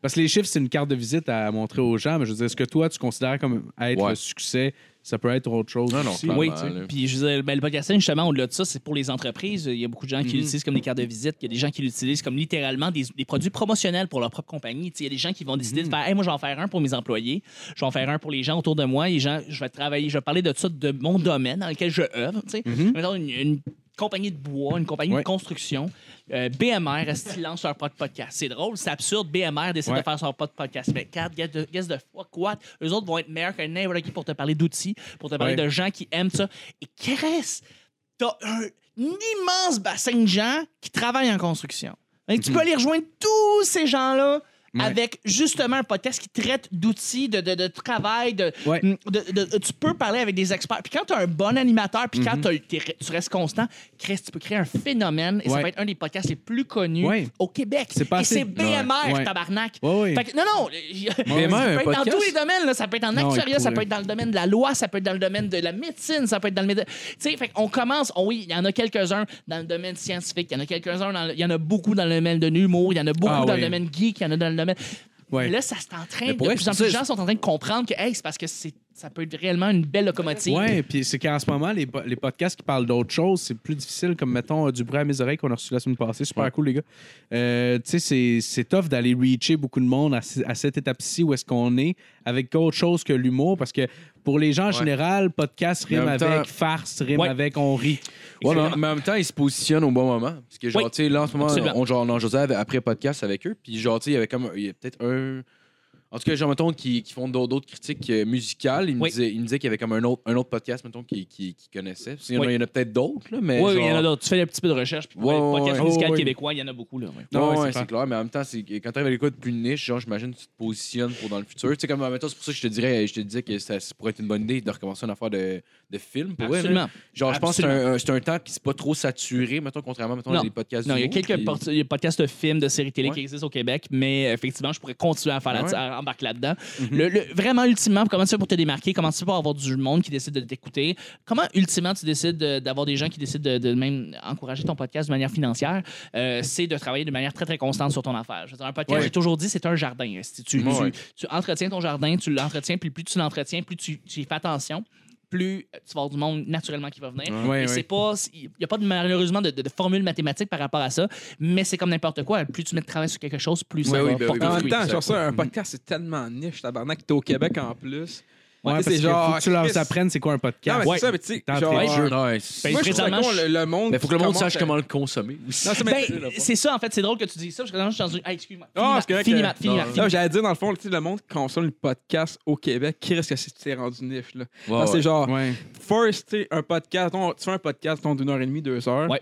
Speaker 5: Parce que les chiffres, c'est une carte de visite à montrer aux gens, mais je veux dire, ce que toi, tu considères comme être
Speaker 3: Ouais.
Speaker 5: le succès, ça peut être autre chose.
Speaker 3: Non, non,
Speaker 5: aussi.
Speaker 3: clairement.
Speaker 6: Oui,
Speaker 3: mal,
Speaker 6: tu sais.
Speaker 3: là.
Speaker 6: puis je veux dire, ben, le podcasting, justement, au-delà de ça, c'est pour les entreprises. Il y a beaucoup de gens qui
Speaker 5: Mhm.
Speaker 6: l'utilisent comme des cartes de visite. Il y a des gens qui l'utilisent comme littéralement des, des produits promotionnels pour leur propre compagnie. Tu sais, Il y a des gens qui vont décider de faire Hey, moi, je vais en faire un pour mes employés, je vais en faire un pour les gens autour de moi, les gens, je vais travailler, je vais parler de ça, de mon domaine dans lequel je œuvre. tu sais. Mettons, une, une compagnie de bois, une compagnie
Speaker 5: Mhm. Ouais.
Speaker 6: de construction. Euh, BMR, est-ce qu'ils lancent leur propre podcast? C'est drôle, c'est absurde. BMR décide
Speaker 5: Ouais.
Speaker 6: de faire son propre podcast. Mais quatre, guess the, guess the fuck what? Eux autres vont être meilleurs que n'importe qui pour te parler d'outils, pour te parler
Speaker 5: Ouais.
Speaker 6: de gens qui aiment ça. Et Chris, t'as un immense bassin de gens qui travaillent en construction. Et tu peux aller rejoindre tous ces gens-là
Speaker 5: Mhm. Ouais.
Speaker 6: avec justement un podcast qui traite d'outils, de, de, de travail, de,
Speaker 5: Ouais.
Speaker 6: de- de- tu peux parler avec des experts. Puis quand tu as un bon animateur, puis
Speaker 5: Mhm.
Speaker 6: quand t'as- t'es- tu restes constant, Chris, tu peux créer un phénomène et ça
Speaker 5: Ouais.
Speaker 6: va être un des podcasts les plus connus
Speaker 5: Ouais.
Speaker 6: au Québec.
Speaker 5: C'est pas
Speaker 6: et
Speaker 5: assez-
Speaker 6: c'est BMR,
Speaker 5: Ouais.
Speaker 6: tabarnak.
Speaker 5: Ouais, ouais.
Speaker 6: Fait que- non, non,
Speaker 3: BMR, un
Speaker 6: ça peut être dans
Speaker 3: podcast?
Speaker 6: tous les domaines. là. Ça peut être en
Speaker 5: Non, il
Speaker 6: actuariat, ça
Speaker 5: pourrait.
Speaker 6: peut être dans le domaine de la loi, ça peut être dans le domaine de la médecine, ça peut être dans le méde- Tu sais, fait qu'on commence, on- oui, il y en a quelques-uns dans le domaine scientifique, il y en a quelques-uns, dans le- il y en a beaucoup dans le domaine de l'humour, il y en a beaucoup
Speaker 5: Ah
Speaker 6: dans
Speaker 5: oui.
Speaker 6: le domaine geek, il y en a dans le domaine.
Speaker 5: Ouais.
Speaker 6: Mais Là, ça s'entraîne.
Speaker 3: pour
Speaker 6: De
Speaker 3: vrai,
Speaker 6: plus en
Speaker 3: c'est
Speaker 6: plus de
Speaker 3: ça,
Speaker 6: gens sont en train de comprendre que hey, c'est parce que c'est- ça peut être réellement une belle locomotive.
Speaker 5: Ouais, puis c'est qu'en ce moment, les, po- les podcasts qui parlent d'autres choses, c'est plus difficile. Comme, mettons, euh, du bruit à mes oreilles qu'on a reçu la semaine passée. Super cool, les gars. Euh, tu sais, c'est- c'est tough d'aller reacher beaucoup de monde à, ce- à cette étape-ci où est-ce qu'on est avec autre chose que l'humour. Parce que pour les gens en général, podcast
Speaker 3: Mais en
Speaker 5: rime
Speaker 3: même
Speaker 5: avec,
Speaker 3: temps-
Speaker 5: farce rime
Speaker 6: Ouais.
Speaker 5: avec, on rit.
Speaker 3: Ouais, mais en- mais en même temps, ils se positionnent au bon moment. Parce que, genre,
Speaker 6: Oui.
Speaker 3: tu sais, là, en ce moment,
Speaker 6: Absolument.
Speaker 3: on, genre, on en jasait avec- après podcast avec eux. Puis, genre, tu sais, il y avait comme, il y a peut-être un. En tout cas, genre, mettons, qui, qui font d'autres d'autres critiques euh, musicales, il me
Speaker 6: Oui.
Speaker 3: disait, il me disait qu'il y avait comme un autre, un autre podcast, mettons, qu'il qui, qui connaissait. Parce qu'il y en a-
Speaker 6: Oui.
Speaker 3: Il y en a, peut-être d'autres, là, mais.
Speaker 6: Oui,
Speaker 3: genre-
Speaker 6: il y en a d'autres. Tu fais un petit peu de recherche. Puis pour
Speaker 3: Ouais,
Speaker 6: les
Speaker 3: ouais,
Speaker 6: podcasts
Speaker 3: ouais.
Speaker 6: musicaux
Speaker 3: Oh, oui.
Speaker 6: québécois, il y en a beaucoup. Là, ouais.
Speaker 3: Ouais,
Speaker 5: Ouais,
Speaker 3: ouais,
Speaker 5: c'est
Speaker 3: c'est
Speaker 5: clair.
Speaker 3: clair, mais en même temps, c'est quand tu avec quoi de plus niche, genre, j'imagine que tu te positionnes pour dans le futur. Tu sais, comme en même temps, c'est pour ça que je te dirais, je te disais que ça, ça pourrait être une bonne idée de recommencer une affaire de, de film pour elle, là.
Speaker 6: Absolument.
Speaker 3: Genre, je pense que c'est
Speaker 6: Absolument.
Speaker 3: un, un- c'est un temps qui c'est pas trop saturé, mettons, contrairement mettons,
Speaker 6: Non.
Speaker 3: à des podcasts
Speaker 6: Non, il y a
Speaker 3: d'humour,
Speaker 6: quelques
Speaker 3: puis-
Speaker 6: por- il y a podcasts de films, de séries télé
Speaker 3: Ouais.
Speaker 6: qui existent au Québec, mais euh, effectivement, je pourrais continuer à faire
Speaker 3: Ah
Speaker 6: là-
Speaker 3: ouais? Mhm.
Speaker 6: à embarquer là-dedans. Le- le- vraiment, ultimement, comment tu fais pour te démarquer? Comment tu fais pour avoir du monde qui décide de t'écouter? Comment, ultimement, tu décides de- d'avoir des gens qui décident de, de même encourager ton podcast de manière financière? Euh, c'est de travailler de manière très, très constante sur ton affaire. Je veux dire, un podcast,
Speaker 3: Ouais.
Speaker 6: j'ai toujours dit, c'est un jardin. hein. Si tu,
Speaker 3: Ouais,
Speaker 6: tu-
Speaker 3: ouais.
Speaker 6: tu entretiens ton jardin, tu l'entretiens, puis plus tu l'entretiens, plus tu, tu y fais attention, plus euh, tu vas avoir du monde naturellement qui va venir.
Speaker 5: Ouais,
Speaker 6: Et
Speaker 5: ouais.
Speaker 6: c'est pas, il n'y a pas de, malheureusement de, de- de formule mathématique par rapport à ça, mais c'est comme n'importe quoi. Plus tu mets de travail sur quelque chose, plus
Speaker 3: Ouais,
Speaker 6: ça
Speaker 3: oui,
Speaker 6: va
Speaker 3: ben oui,
Speaker 6: porter
Speaker 3: ben
Speaker 4: En
Speaker 3: oui.
Speaker 6: fruit.
Speaker 4: même temps,
Speaker 3: ça-
Speaker 4: sur ça, un podcast, c'est tellement niche, tabarnak, que t'es au Québec en plus.
Speaker 5: Ouais,
Speaker 4: Tu sais,
Speaker 5: parce que faut que tu leur
Speaker 4: Chris.
Speaker 5: apprennes c'est quoi un
Speaker 4: Non,
Speaker 5: podcast.
Speaker 4: mais
Speaker 6: Ouais.
Speaker 4: c'est ça, mais tu sais,
Speaker 5: Dans
Speaker 4: genre.
Speaker 5: tes
Speaker 3: Ouais,
Speaker 5: jeux.
Speaker 3: ouais, c'est-
Speaker 6: Ben,
Speaker 4: Moi, je trouve ça
Speaker 6: Présentement,
Speaker 4: con, le, le monde.
Speaker 3: Mais faut que le monde sache
Speaker 4: à-
Speaker 3: comment le consommer aussi.
Speaker 4: Non, ça, mais-
Speaker 6: Ben, c'est ça, en fait. C'est drôle que tu dises ça, parce que vraiment, je suis dans une. Hey, excuse-moi.
Speaker 4: Ah, c'est correct,
Speaker 6: Fini,
Speaker 4: euh,
Speaker 6: Matt, fini, Matt,
Speaker 3: non,
Speaker 6: fini,
Speaker 4: Non,
Speaker 6: Matt.
Speaker 4: j'allais dire, dans le fond, tu sais, le monde qui consomme le podcast au Québec, qui risque que c'est- c'est rendu niche, là?
Speaker 3: Ouais,
Speaker 4: Parce que
Speaker 3: Ah, ouais.
Speaker 4: c'est genre,
Speaker 5: Ouais.
Speaker 4: first, tu sais, un podcast, on- tu fais un podcast, on d'une heure et demie, deux heures.
Speaker 6: Ouais.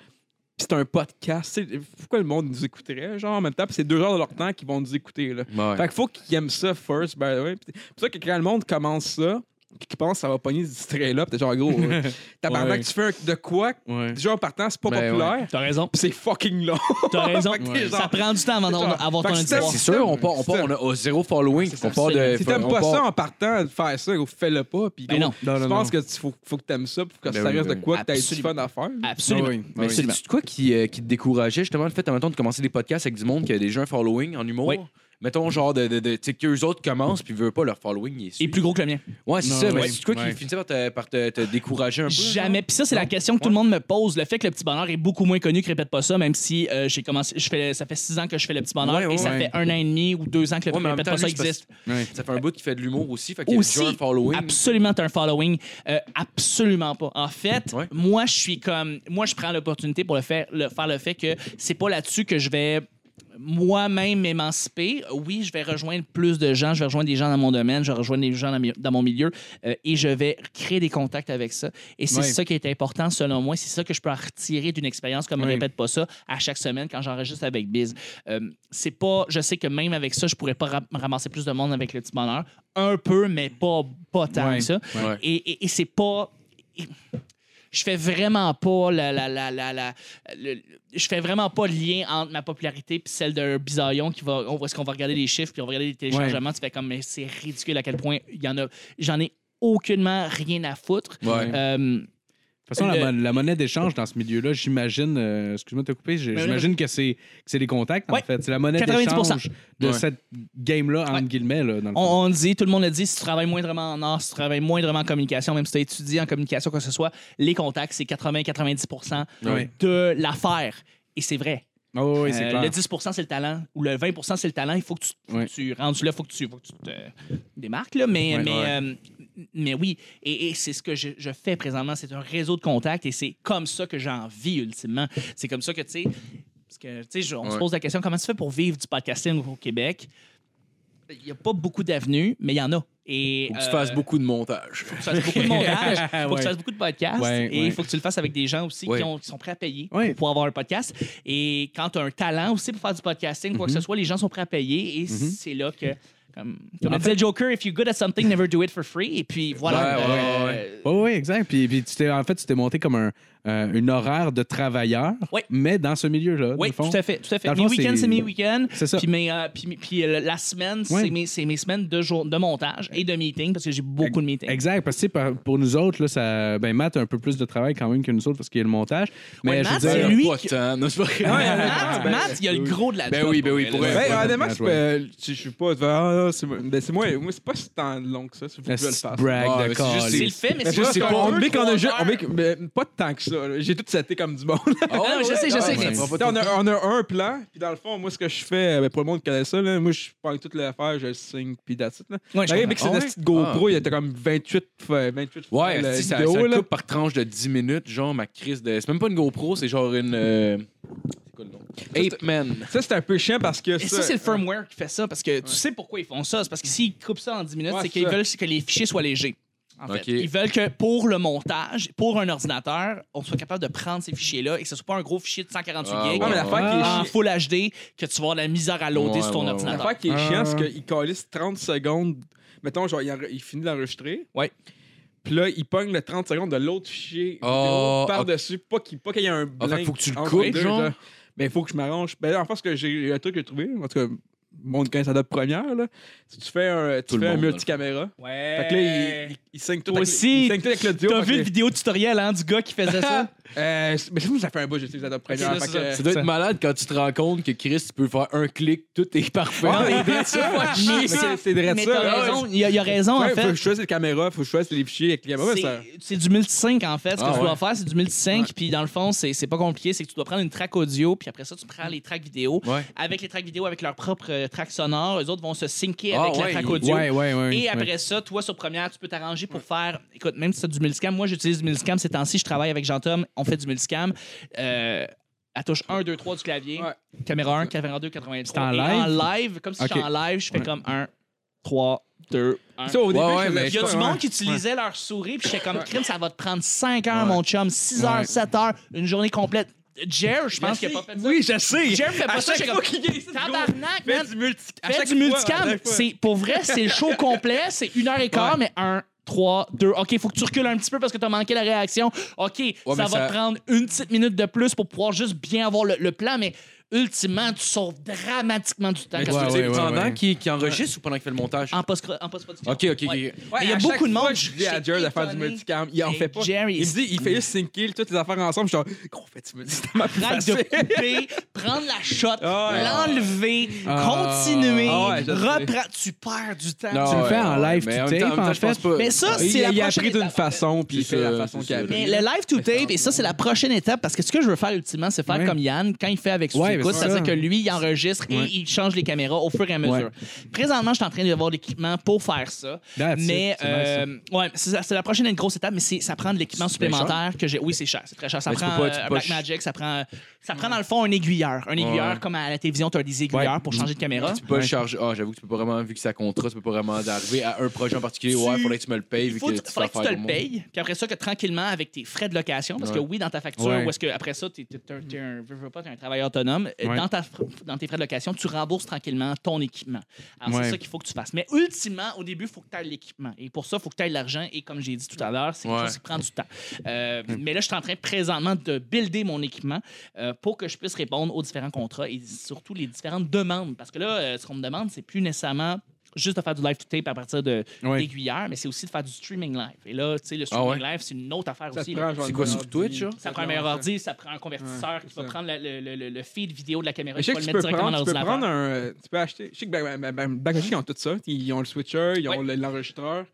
Speaker 4: Puis c'est un podcast, tu sais, pourquoi le monde nous écouterait, genre, en même temps? Puis c'est deux heures de leur temps qu'ils vont nous écouter, là.
Speaker 3: Ouais.
Speaker 4: Fait qu'il faut qu'ils aiment ça first, by the way. Puis c'est pour ça que quand le monde commence ça, puis qu'ils pensent que ça va pogner du trait-là, puis t'es genre, gros, euh, tabarnak,
Speaker 5: Ouais.
Speaker 4: tu fais un- de quoi?
Speaker 5: Ouais.
Speaker 4: Déjà, en partant, c'est pas
Speaker 3: Ben
Speaker 4: populaire,
Speaker 6: T'as raison.
Speaker 4: puis c'est fucking long.
Speaker 6: T'as raison.
Speaker 4: Fait que t'es genre-
Speaker 6: Ça prend du temps avant d'en-
Speaker 4: Genre,
Speaker 6: d'avoir
Speaker 4: fait
Speaker 6: ton
Speaker 4: que c'est-
Speaker 6: auditoire.
Speaker 3: Ben, C'est sûr, on, part, on, part, on a oh, zéro following.
Speaker 6: C'est
Speaker 3: on
Speaker 6: ça,
Speaker 3: part de,
Speaker 4: Si t'aimes
Speaker 3: Ben, on
Speaker 4: pas
Speaker 3: part-
Speaker 4: ça en partant, de faire ça, gros, fais-le pas. Puis
Speaker 6: Ben
Speaker 4: gros,
Speaker 6: non.
Speaker 4: je
Speaker 5: Non, non,
Speaker 4: pense
Speaker 5: non.
Speaker 4: que tu- faut, faut que t'aimes ça pour que
Speaker 3: Ben
Speaker 4: ça
Speaker 3: oui,
Speaker 4: reste
Speaker 3: ben
Speaker 4: de quoi, que t'aies du
Speaker 6: Absolument.
Speaker 4: fun à faire.
Speaker 6: Absolument.
Speaker 5: Ah oui, ah
Speaker 3: Mais c'est
Speaker 5: oui.
Speaker 6: Absolument.
Speaker 3: tu quoi qui, euh, qui te décourageait justement le fait, admettons, de commencer des podcasts avec du monde qui a déjà un following en humour?
Speaker 6: Oui.
Speaker 3: Mettons, genre, de, de, de, tu sais, qu'eux autres commencent puis veulent pas leur following. Ils
Speaker 6: Et
Speaker 3: suivent.
Speaker 6: plus gros que le mien.
Speaker 3: Ouais, c'est
Speaker 5: Non,
Speaker 3: ça. Mais
Speaker 5: ouais.
Speaker 3: c'est quoi qui
Speaker 5: Ouais.
Speaker 3: finissait par te, par te, te décourager un peu? genre?
Speaker 6: Jamais. Puis ça, c'est la question que tout le monde me pose. Le fait que le petit bonheur est beaucoup moins connu, que répète pas ça, même si euh, j'ai commencé. Je fais, ça fait six ans que je fais le petit bonheur
Speaker 3: Ouais, ouais,
Speaker 6: et ça
Speaker 5: ouais.
Speaker 6: fait un an et demi ou deux ans que le
Speaker 3: Ouais, mais en même
Speaker 6: répète pas
Speaker 3: temps,
Speaker 6: ça
Speaker 3: lui, c'est
Speaker 6: existe.
Speaker 5: Ouais.
Speaker 3: Ça fait un bout qui fait de l'humour aussi. Fait qu'il y a déjà un following.
Speaker 6: Absolument, t'as un following. Euh, absolument pas. En fait,
Speaker 3: Ouais.
Speaker 6: moi, je suis comme. Moi, je prends l'opportunité pour le faire, le, faire le fait que c'est pas là-dessus que je vais moi-même m'émanciper. Oui, je vais rejoindre plus de gens, je vais rejoindre des gens dans mon domaine, je vais rejoindre des gens dans, mi- dans mon milieu euh, et je vais créer des contacts avec ça. Et c'est
Speaker 5: Ouais.
Speaker 6: ça qui est important selon moi. C'est ça que je peux en retirer d'une expérience comme ne
Speaker 5: Ouais.
Speaker 6: répète pas ça à chaque semaine quand j'enregistre avec Biz. Euh, c'est pas. Je sais que même avec ça, je pourrais pas ra- ramasser plus de monde avec le petit bonheur. Un peu, mais pas, pas tant
Speaker 5: Ouais.
Speaker 6: que ça.
Speaker 3: Ouais.
Speaker 6: Et, et- et c'est pas. et- je fais vraiment pas la, la, la, la, la- le- le- je fais vraiment pas le lien entre ma popularité puis celle d'un bisaillon qui va on est-ce qu'on va regarder les chiffres puis on va regarder les téléchargements tu fais comme mais c'est ridicule à quel point il y en a j'en ai aucunement rien à foutre
Speaker 3: Ouais.
Speaker 6: Euh,
Speaker 5: De toute façon, la,
Speaker 6: Le-
Speaker 5: mon- la monnaie d'échange dans ce milieu-là, j'imagine, euh, excuse-moi de te couper, j'ai-
Speaker 6: Mais oui,
Speaker 5: j'imagine que c'est que c'est les contacts, en
Speaker 6: Ouais.
Speaker 5: fait. C'est la monnaie
Speaker 6: 90%.
Speaker 5: d'échange de
Speaker 3: Ouais.
Speaker 5: cette game-là, entre
Speaker 6: Ouais.
Speaker 5: guillemets, là, dans le fond.
Speaker 6: on, on dit, tout le monde le dit, si tu travailles moindrement en art, si tu travailles moindrement en communication, même si tu as étudié en communication, quoi que ce soit, les contacts, c'est 80-90%
Speaker 5: Ouais.
Speaker 6: de l'affaire. Et c'est vrai.
Speaker 5: Ah oui, oui, c'est
Speaker 6: Euh,
Speaker 5: clair.
Speaker 6: le 10 c'est le talent, ou le 20 c'est le talent. Il faut que tu, faut que
Speaker 5: Ouais.
Speaker 6: tu rendu là, il faut que tu, faut que tu te démarques. Là, mais,
Speaker 5: Ouais,
Speaker 6: mais,
Speaker 5: ouais.
Speaker 6: euh, mais oui, et, et c'est ce que je, je fais présentement. C'est un réseau de contacts et c'est comme ça que j'en vis ultimement. C'est comme ça que, tu sais, parce que, tu sais, je- on se
Speaker 3: Ouais.
Speaker 6: pose la question comment tu fais pour vivre du podcasting au Québec Il n'y a pas beaucoup d'avenues, mais il y en a. Et,
Speaker 3: Faut que tu
Speaker 6: euh,
Speaker 3: fasses beaucoup de montage.
Speaker 6: faut que tu fasses beaucoup de montage, faut que
Speaker 5: Ouais.
Speaker 6: tu fasses beaucoup de podcasts
Speaker 5: Ouais,
Speaker 6: et il
Speaker 5: ouais.
Speaker 6: faut que tu le fasses avec des gens aussi
Speaker 3: Ouais.
Speaker 6: qui, ont- qui sont prêts à payer
Speaker 5: Ouais.
Speaker 6: pour pouvoir avoir un podcast. Et quand tu as un talent aussi pour faire du podcasting, quoi que ce soit, les gens sont prêts à payer et c'est là que. Comme, comme disait Joker, if you're good at something, never do it for free. Et puis voilà.
Speaker 3: Ouais, ouais,
Speaker 6: euh,
Speaker 5: Oui, Oh, oui, exact. Puis, puis tu t'es- en fait, tu t'es monté comme un, euh, une horaire de travailleur,
Speaker 6: Ouais.
Speaker 5: mais dans ce milieu-là.
Speaker 6: Oui, tout à fait. Tout à fait.
Speaker 5: Dans le fond,
Speaker 6: Mi-week-end,
Speaker 5: c'est-
Speaker 6: c'est mi-weekend.
Speaker 5: C'est ça.
Speaker 6: Puis, mes, euh, puis, mes- puis, euh, la semaine,
Speaker 5: Ouais.
Speaker 6: c'est mes, c'est mes semaines de, jour, de montage et de meetings parce que j'ai beaucoup de meetings.
Speaker 5: Exact, parce que tu sais, par- pour nous autres, là, ça, ben, Matt a un peu plus de travail quand même que nous autres parce qu'il y a le montage. Mais
Speaker 6: Ouais,
Speaker 5: je
Speaker 6: Matt,
Speaker 5: veux
Speaker 6: c'est
Speaker 5: dire,
Speaker 6: lui
Speaker 3: Pas
Speaker 6: qui-
Speaker 3: tant, non, c'est pas vrai.
Speaker 6: Matt, Matt, il y a le gros de la
Speaker 3: Ben
Speaker 6: job
Speaker 3: oui, ben oui,
Speaker 6: pour
Speaker 3: pour
Speaker 6: vrai,
Speaker 3: vrai.
Speaker 6: là.
Speaker 4: Ben,
Speaker 5: ouais,
Speaker 4: honnêtement,
Speaker 5: bien
Speaker 4: je
Speaker 5: joué.
Speaker 4: peux- je je suis pas. Ah, c'est moi- ben, c'est moi, moi, c'est pas si tant long que ça. C'est
Speaker 5: le
Speaker 4: que je le fasse.
Speaker 5: brag
Speaker 3: Ouais,
Speaker 5: de
Speaker 3: mais c'est juste-
Speaker 5: calice.
Speaker 6: C'est le fait, mais
Speaker 4: Mais
Speaker 6: c'est juste
Speaker 4: Ben c'est
Speaker 6: qu'on
Speaker 4: pas- on
Speaker 6: veut
Speaker 4: met qu'on a
Speaker 6: trois
Speaker 4: juste- on
Speaker 6: heures.
Speaker 4: met que- mais pas tant que ça. là. J'ai tout seté comme du monde.
Speaker 3: Ah
Speaker 6: non, je sais, je sais, mais-
Speaker 3: ça prend pas
Speaker 4: T'sais,
Speaker 3: de
Speaker 4: on, a, on a un plan, puis dans le fond, moi, ce que je fais, ben, pour le monde qui connaît ça, là, moi, je prends toute l'affaire, je le signe, puis that's it. Là.
Speaker 6: Ouais, je
Speaker 4: J'arrive
Speaker 6: comprends.
Speaker 4: avec cette
Speaker 3: Ah ouais?
Speaker 4: petite GoPro, il y a comme 28, euh,
Speaker 3: Ouais,
Speaker 4: 28 fois la
Speaker 3: si, ça,
Speaker 4: vidéo,
Speaker 3: ça
Speaker 4: là.
Speaker 3: coupe par tranche de 10 minutes, genre ma crise de. C'est même pas une GoPro, c'est genre une. euh, C'est quoi le nom Ape Man.
Speaker 4: Ça, c'est hein. un peu chiant parce que.
Speaker 6: Et ça, c'est le firmware qui fait ça, parce que tu sais pourquoi ils font ça. C'est parce que s'ils coupent ça en 10 minutes,
Speaker 4: Ouais,
Speaker 6: c'est
Speaker 4: c'est
Speaker 6: qu'ils
Speaker 4: ça.
Speaker 6: veulent que les fichiers soient légers. En fait.
Speaker 3: Ok.
Speaker 6: Ils veulent que pour le montage, pour un ordinateur, on soit capable de prendre ces fichiers-là et que ce soit pas un gros fichier de 148
Speaker 3: Ah,
Speaker 6: gigs
Speaker 3: ouais,
Speaker 4: Ouais, mais l'affaire qui est
Speaker 6: en
Speaker 4: chiante-
Speaker 6: full HD que tu vas avoir de la misère à loader
Speaker 3: Ouais,
Speaker 6: sur ton
Speaker 3: ouais,
Speaker 6: ordinateur.
Speaker 4: l'affaire qui est
Speaker 5: Ah.
Speaker 4: chiant, c'est qu'il calisse 30 secondes. Mettons, genre, il, en- il finit d'enregistrer.
Speaker 6: Ouais.
Speaker 4: Puis là, il pogne le 30 secondes de l'autre fichier vidéo
Speaker 3: Oh,
Speaker 4: par-dessus. Pas qu'il pas qu'il y ait un
Speaker 3: Ah,
Speaker 4: blank.
Speaker 3: fait que faut que tu le
Speaker 4: entre
Speaker 3: coupes,
Speaker 4: les deux,
Speaker 3: genre?
Speaker 4: là. Ben, il faut que je m'arrange. Ben, en fait, ce que j'ai, le truc que j'ai trouvé, en tout cas, mon quand ça date première, là, si tu fais un, tu
Speaker 3: Tout le
Speaker 4: fais un
Speaker 3: monde, dans le
Speaker 4: multicaméra.
Speaker 6: Ouais.
Speaker 4: Fait que là, il, il, il signe tout
Speaker 6: Toi
Speaker 4: avec-
Speaker 6: aussi,
Speaker 4: il signe tout avec l'audio.
Speaker 6: T'as
Speaker 4: fait
Speaker 6: vu
Speaker 4: que-
Speaker 6: le vidéo tutoriel hein, du gars qui faisait ça?
Speaker 4: Euh, mais ça, ça fait un bout, j'utilise Adobe Premiere.
Speaker 6: Ok,
Speaker 4: fait
Speaker 6: c'est
Speaker 4: que-
Speaker 3: Ça doit être malade quand tu te rends compte que Chris, tu peux faire un clic, tout est parfait.
Speaker 4: Mais c'est- c'est direct
Speaker 6: Mais
Speaker 4: ça.
Speaker 6: t'as
Speaker 4: là.
Speaker 6: raison, il y a, il y a raison
Speaker 4: Ouais,
Speaker 6: en fait.
Speaker 4: Faut que je choisisse les caméras, faut que je choisisse les fichiers avec les caméras.
Speaker 6: C'est-
Speaker 4: ça-
Speaker 6: C'est du multisync, en fait. Ce que
Speaker 3: Ah
Speaker 6: tu
Speaker 3: ouais.
Speaker 6: dois faire, c'est du multisync. Puis dans le fond, c'est c'est pas compliqué. C'est que tu dois prendre une track audio, puis après ça, tu prends les tracks vidéo.
Speaker 3: Ouais.
Speaker 6: Avec les tracks vidéo, avec leur propre euh, track sonore, eux autres vont se syncer
Speaker 3: Ah
Speaker 6: avec la
Speaker 3: ouais,
Speaker 6: track
Speaker 3: il-
Speaker 6: audio.
Speaker 5: Ouais, ouais, ouais.
Speaker 6: Et
Speaker 5: ouais.
Speaker 6: après ça, toi, sur Première, tu peux t'arranger pour faire. Écoute, même si c'est du multicam, moi, j'utilise du multicam ces temps-ci. Je travaille avec Jean-Tom, on fait du multicam. Euh, à touche 1, 2, 3 du clavier. Caméra 1, caméra 2, 93.
Speaker 5: C'est en
Speaker 6: Et
Speaker 5: live?
Speaker 6: En live, comme si
Speaker 5: Ok.
Speaker 6: je suis en live, je fais comme 1, 3, 2, 1.
Speaker 4: Ça, au
Speaker 3: Ouais,
Speaker 4: début,
Speaker 3: ouais,
Speaker 4: je faisais
Speaker 3: mais
Speaker 6: Il y a
Speaker 4: ça,
Speaker 6: du
Speaker 4: ouais.
Speaker 6: monde qui utilisait leur souris, puis j'étais comme, crime, ça va te prendre 5 heures, mon chum, 6 heures,
Speaker 5: Ouais.
Speaker 6: 7 heures, une journée complète. Jer, je pense qu'il a pas fait ça.
Speaker 4: Oui, je sais.
Speaker 6: Jer fait pas
Speaker 4: À
Speaker 6: ça,
Speaker 4: chaque
Speaker 6: j'étais
Speaker 4: fois
Speaker 6: comme,
Speaker 4: qu'il vient ici,
Speaker 6: tabarnak,
Speaker 4: Fais
Speaker 6: man.
Speaker 4: du multi- à
Speaker 6: Fais
Speaker 4: chaque
Speaker 6: du
Speaker 4: fois, à
Speaker 6: multicam.
Speaker 4: chaque fois.
Speaker 6: C'est, pour vrai, c'est le show complet, c'est une heure et quart, mais 1, 3, 2. OK, faut que tu recules un petit peu parce que t'as manqué la réaction. OK, ça
Speaker 3: mais
Speaker 6: va
Speaker 3: ça-
Speaker 6: te prendre une petite minute de plus pour pouvoir juste bien avoir le, le plan, mais ultimement, tu sauves dramatiquement du temps.
Speaker 3: Mais tu
Speaker 6: quand tu
Speaker 5: Ouais,
Speaker 3: veux dire
Speaker 6: l'utilises.
Speaker 5: ouais, ouais,
Speaker 3: pendant
Speaker 5: ouais.
Speaker 3: qu'il qu'il enregistre ou pendant qu'il fait le montage?
Speaker 6: En, post- en post-production.
Speaker 3: Ok, ok, ok.
Speaker 6: Ouais.
Speaker 4: Ouais,
Speaker 6: Mais il y a
Speaker 4: à
Speaker 6: beaucoup
Speaker 4: chaque
Speaker 6: de monde,
Speaker 4: fois, Je dis à
Speaker 6: j'étais
Speaker 4: Jerry de faire du
Speaker 6: étonné.
Speaker 4: multicam. Il en
Speaker 6: Et
Speaker 4: fait pas.
Speaker 6: Jerry,
Speaker 4: Il me dit, il fait juste sync toutes les affaires ensemble. Je suis genre, gros, fais du multicam. plus
Speaker 6: Arrête de
Speaker 4: facile.
Speaker 6: couper, prendre la shot,
Speaker 4: ouais.
Speaker 6: l'enlever,
Speaker 5: Ah.
Speaker 6: continuer,
Speaker 4: Ah ouais, je sais.
Speaker 6: reprendre. Tu perds du temps.
Speaker 3: Non,
Speaker 5: Tu le fais en
Speaker 3: Ah, ouais,
Speaker 5: live
Speaker 3: mais
Speaker 5: to
Speaker 3: en même temps-
Speaker 5: tape,
Speaker 3: même temps,
Speaker 5: en
Speaker 3: je pense
Speaker 5: fait.
Speaker 3: pas-
Speaker 6: Mais ça, c'est
Speaker 4: Il
Speaker 6: la
Speaker 4: il a
Speaker 6: prochaine
Speaker 4: appris d'une
Speaker 6: étape.
Speaker 4: façon, puis il
Speaker 3: C'est
Speaker 4: fait
Speaker 3: ça,
Speaker 4: la façon
Speaker 3: c'est
Speaker 4: qu'il a
Speaker 3: ça.
Speaker 4: appris.
Speaker 6: Mais le live to tape, et ça, c'est la prochaine étape, parce que ce que je veux faire ultimement, c'est faire
Speaker 5: Ouais.
Speaker 6: comme Yann quand il fait avec
Speaker 5: Ouais,
Speaker 6: Suikout,
Speaker 5: c'est ça.
Speaker 6: c'est-à-dire que lui, il enregistre et
Speaker 5: Ouais.
Speaker 6: il change les caméras au fur et à mesure.
Speaker 5: Ouais.
Speaker 6: Présentement, je suis en train d'avoir l'équipement pour faire ça.
Speaker 5: That's it.
Speaker 6: mais
Speaker 5: C'est nice, ça.
Speaker 6: euh, ouais, c'est ça- c'est la prochaine grosse étape, mais c'est- ça prend de l'équipement
Speaker 3: bien
Speaker 6: supplémentaire que j'ai. Oui, c'est cher, c'est très cher. Ça
Speaker 3: Mais tu
Speaker 6: prend
Speaker 3: peux pas- tu peux
Speaker 6: euh, un
Speaker 3: pas
Speaker 6: Black
Speaker 3: ch-
Speaker 6: Magic, ça prend, ça prend dans le fond un aiguilleur. Un aiguilleur,
Speaker 3: Ouais.
Speaker 6: comme à la télévision, tu as des aiguilleurs
Speaker 5: Ouais.
Speaker 6: pour changer de caméra.
Speaker 3: Tu peux pas le charger. Ah, j'avoue que tu peux pas vraiment, vu que c'est à contrat, tu peux pas vraiment arriver à un projet en particulier. Ouais,
Speaker 6: Tu-
Speaker 3: faudrait que tu me le payes, vu
Speaker 6: Il faut
Speaker 3: que tu
Speaker 6: que,
Speaker 3: fais
Speaker 6: faudrait que tu
Speaker 3: affaire
Speaker 6: te
Speaker 3: avec
Speaker 6: le
Speaker 3: le monde.
Speaker 6: payes, puis après ça, que tranquillement, avec tes frais de location, parce que
Speaker 3: Ouais.
Speaker 6: oui, dans ta facture,
Speaker 5: Ouais.
Speaker 6: ou est-ce que après ça, tu es, un, veux, veux pas, t'es un travailleur autonome, euh,
Speaker 5: Ouais.
Speaker 6: dans, ta fr- dans tes frais de location, tu rembourses tranquillement ton équipement. Alors, c'est
Speaker 5: Ouais.
Speaker 6: ça qu'il faut que tu fasses. Mais ultimement, au début, il faut que tu ailles l'équipement. Et pour ça, il faut que tu ailles l'argent. Et comme j'ai dit tout à l'heure, c'est quelque
Speaker 3: Ouais.
Speaker 6: chose qui prend du temps. Euh, Mais là, je suis en train présentement de builder mon équipement euh, pour que je puisse répondre aux différents contrats et surtout les différentes demandes. Parce que là, euh, ce qu'on me demande, c'est plus nécessairement juste de faire du live to tape à partir de
Speaker 5: Ouais.
Speaker 6: d'aiguilleur, mais c'est aussi de faire du streaming live. Et là, tu sais,
Speaker 4: Ah
Speaker 6: le streaming live, c'est une autre affaire
Speaker 4: Ça te
Speaker 6: aussi.
Speaker 4: prend hein?
Speaker 6: là.
Speaker 4: genre
Speaker 3: C'est
Speaker 4: une
Speaker 3: quoi,
Speaker 4: heure
Speaker 3: sur Twitch,
Speaker 4: dix,
Speaker 3: là?
Speaker 6: Ça prend un meilleur ordi, ça prend un convertisseur
Speaker 4: Ouais,
Speaker 6: qui
Speaker 4: c'est
Speaker 6: va
Speaker 4: ça.
Speaker 6: prendre le, le- le- le feed vidéo de la caméra
Speaker 4: Mais je
Speaker 6: qui
Speaker 4: sais
Speaker 6: va
Speaker 4: que
Speaker 6: le
Speaker 4: tu
Speaker 6: mettre
Speaker 4: peux
Speaker 6: directement
Speaker 4: prendre,
Speaker 6: dans
Speaker 4: tu peux prendre
Speaker 6: l'ordinateur.
Speaker 4: un. Tu peux acheter. Je sais que Black- Black Black- Black Magic, ils ont tout ça. Ils ont le switcher, ils ont le-
Speaker 6: Ouais.
Speaker 4: l'enregistreur,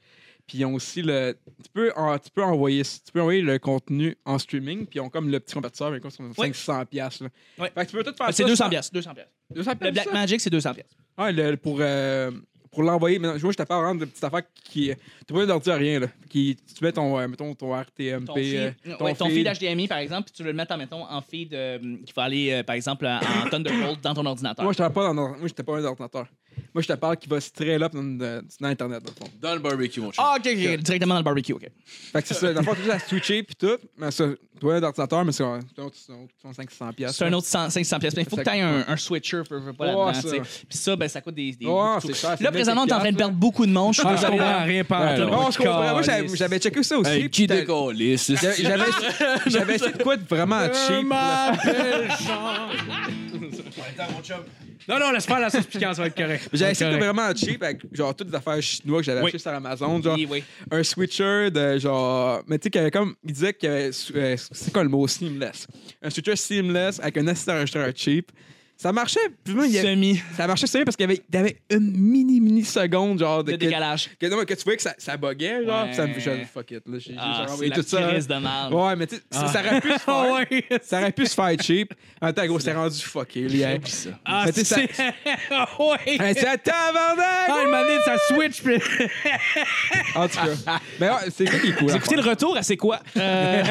Speaker 4: puis ils ont aussi le. Tu peux, en- tu, peux envoyer, tu peux envoyer le contenu en streaming, puis ils ont comme le petit convertisseur, mais comme sur
Speaker 6: Ouais.
Speaker 4: 500$. piastres, là.
Speaker 6: Ouais.
Speaker 4: Fait que tu peux tout faire
Speaker 6: C'est
Speaker 4: Ah, ça
Speaker 6: 200
Speaker 4: sans-
Speaker 6: piastres, 200 piastres.
Speaker 4: 200
Speaker 6: Le
Speaker 4: piastres, ça?
Speaker 6: Blackmagic, c'est 200 piastres.
Speaker 4: Ouais, le- pour. euh, Pour l'envoyer, mais non, moi je t'appelle vraiment de petites affaires qui. Tu peux d'ordi à rien, là. Qui, tu mets ton, euh, mettons, ton RTMP.
Speaker 6: ton feed,
Speaker 4: euh,
Speaker 6: ouais, ton
Speaker 4: feed.
Speaker 6: feed HDMI, par exemple, puis tu veux le mettre, en, mettons, en feed euh, qui va aller, euh, par exemple, en, en Thunderbolt dans ton ordinateur.
Speaker 4: Moi, je t'appelle pas dans moi, je t'appelle pas dans l'ordinateur. Moi, je te parle qui va se trail up dans, dans Internet, dans le fond.
Speaker 3: Dans le barbecue, mon chum.
Speaker 6: Ah, ok, ok, ok, directement dans le barbecue, ok.
Speaker 4: Fait que c'est ça, dans le fond, tu as switché puis tout. Mais ça, toi, l'ordinateur, mais c'est un c'est un autre c'est un autre 500$. piastres,
Speaker 6: C'est un
Speaker 4: là.
Speaker 6: autre 100, 500 pièces. Mais il faut que tu aies un, un switcher pour, pour pas
Speaker 4: Ouais,
Speaker 6: là-dedans,
Speaker 4: ça.
Speaker 6: tu sais. Puis ça, ben, ça coûte des. des
Speaker 4: Ouais,
Speaker 6: beaucoup
Speaker 4: c'est
Speaker 6: de sous.
Speaker 4: cher, c'est
Speaker 6: Là,
Speaker 4: bien
Speaker 6: présentement, t'es en train de
Speaker 4: efficace,
Speaker 6: perdre beaucoup de monde. Je suis
Speaker 5: Ah, je
Speaker 6: désolé.
Speaker 5: comprends rien par
Speaker 3: Ouais,
Speaker 4: Non, je comprends. Moi, j'avais j'avais checké ça aussi.
Speaker 3: Hey,
Speaker 4: puis
Speaker 3: qui
Speaker 4: t'as-
Speaker 3: décolle, c'est
Speaker 4: J'avais j'avais- j'avais essayé de quoi de vraiment cheap.
Speaker 5: Non, non, laisse faire la sauce piquante, ça va être correct.
Speaker 4: J'avais essayé de
Speaker 5: Correct.
Speaker 4: vraiment cheap avec genre toutes les affaires chinoises que j'avais
Speaker 6: Oui.
Speaker 4: achetées sur Amazon. Genre
Speaker 6: Oui, oui.
Speaker 4: un switcher de genre. Mais tu sais, qu'il y avait comme. Il disait qu'il y avait. euh, c'est quoi le mot seamless? Un switcher seamless avec un assistant enregistreur cheap. Ça marchait. Plus ou moins, il y a-
Speaker 6: Semi
Speaker 4: Ça marchait sérieux parce qu'il y avait, il y avait une mini mini seconde genre de,
Speaker 6: de
Speaker 4: que-
Speaker 6: décalage.
Speaker 4: que, non, que tu voyais que ça, ça buguait genre
Speaker 6: Ouais.
Speaker 4: pis ça me fait fuck it là j'ai
Speaker 6: Ah,
Speaker 4: j'ai
Speaker 6: c'est
Speaker 4: envoyé
Speaker 6: la
Speaker 4: tout ça
Speaker 6: crise de merde.
Speaker 4: ouais mais tu sais ça- ça aurait pu se faire
Speaker 5: Ah ouais.
Speaker 4: ça aurait pu se faire cheap en tant gros c'est rendu fucké là, il y a-
Speaker 5: Ah,
Speaker 4: Mais tu sais, ça-
Speaker 5: c'est. Ah, ouais.
Speaker 4: Hey, c'est attends
Speaker 5: Ah,
Speaker 4: avant
Speaker 5: il m'a dit, ça switch. puis-
Speaker 4: en tout cas mais ouais, c'est ça qui est cool
Speaker 6: Écoutez le retour à c'est quoi? Euh,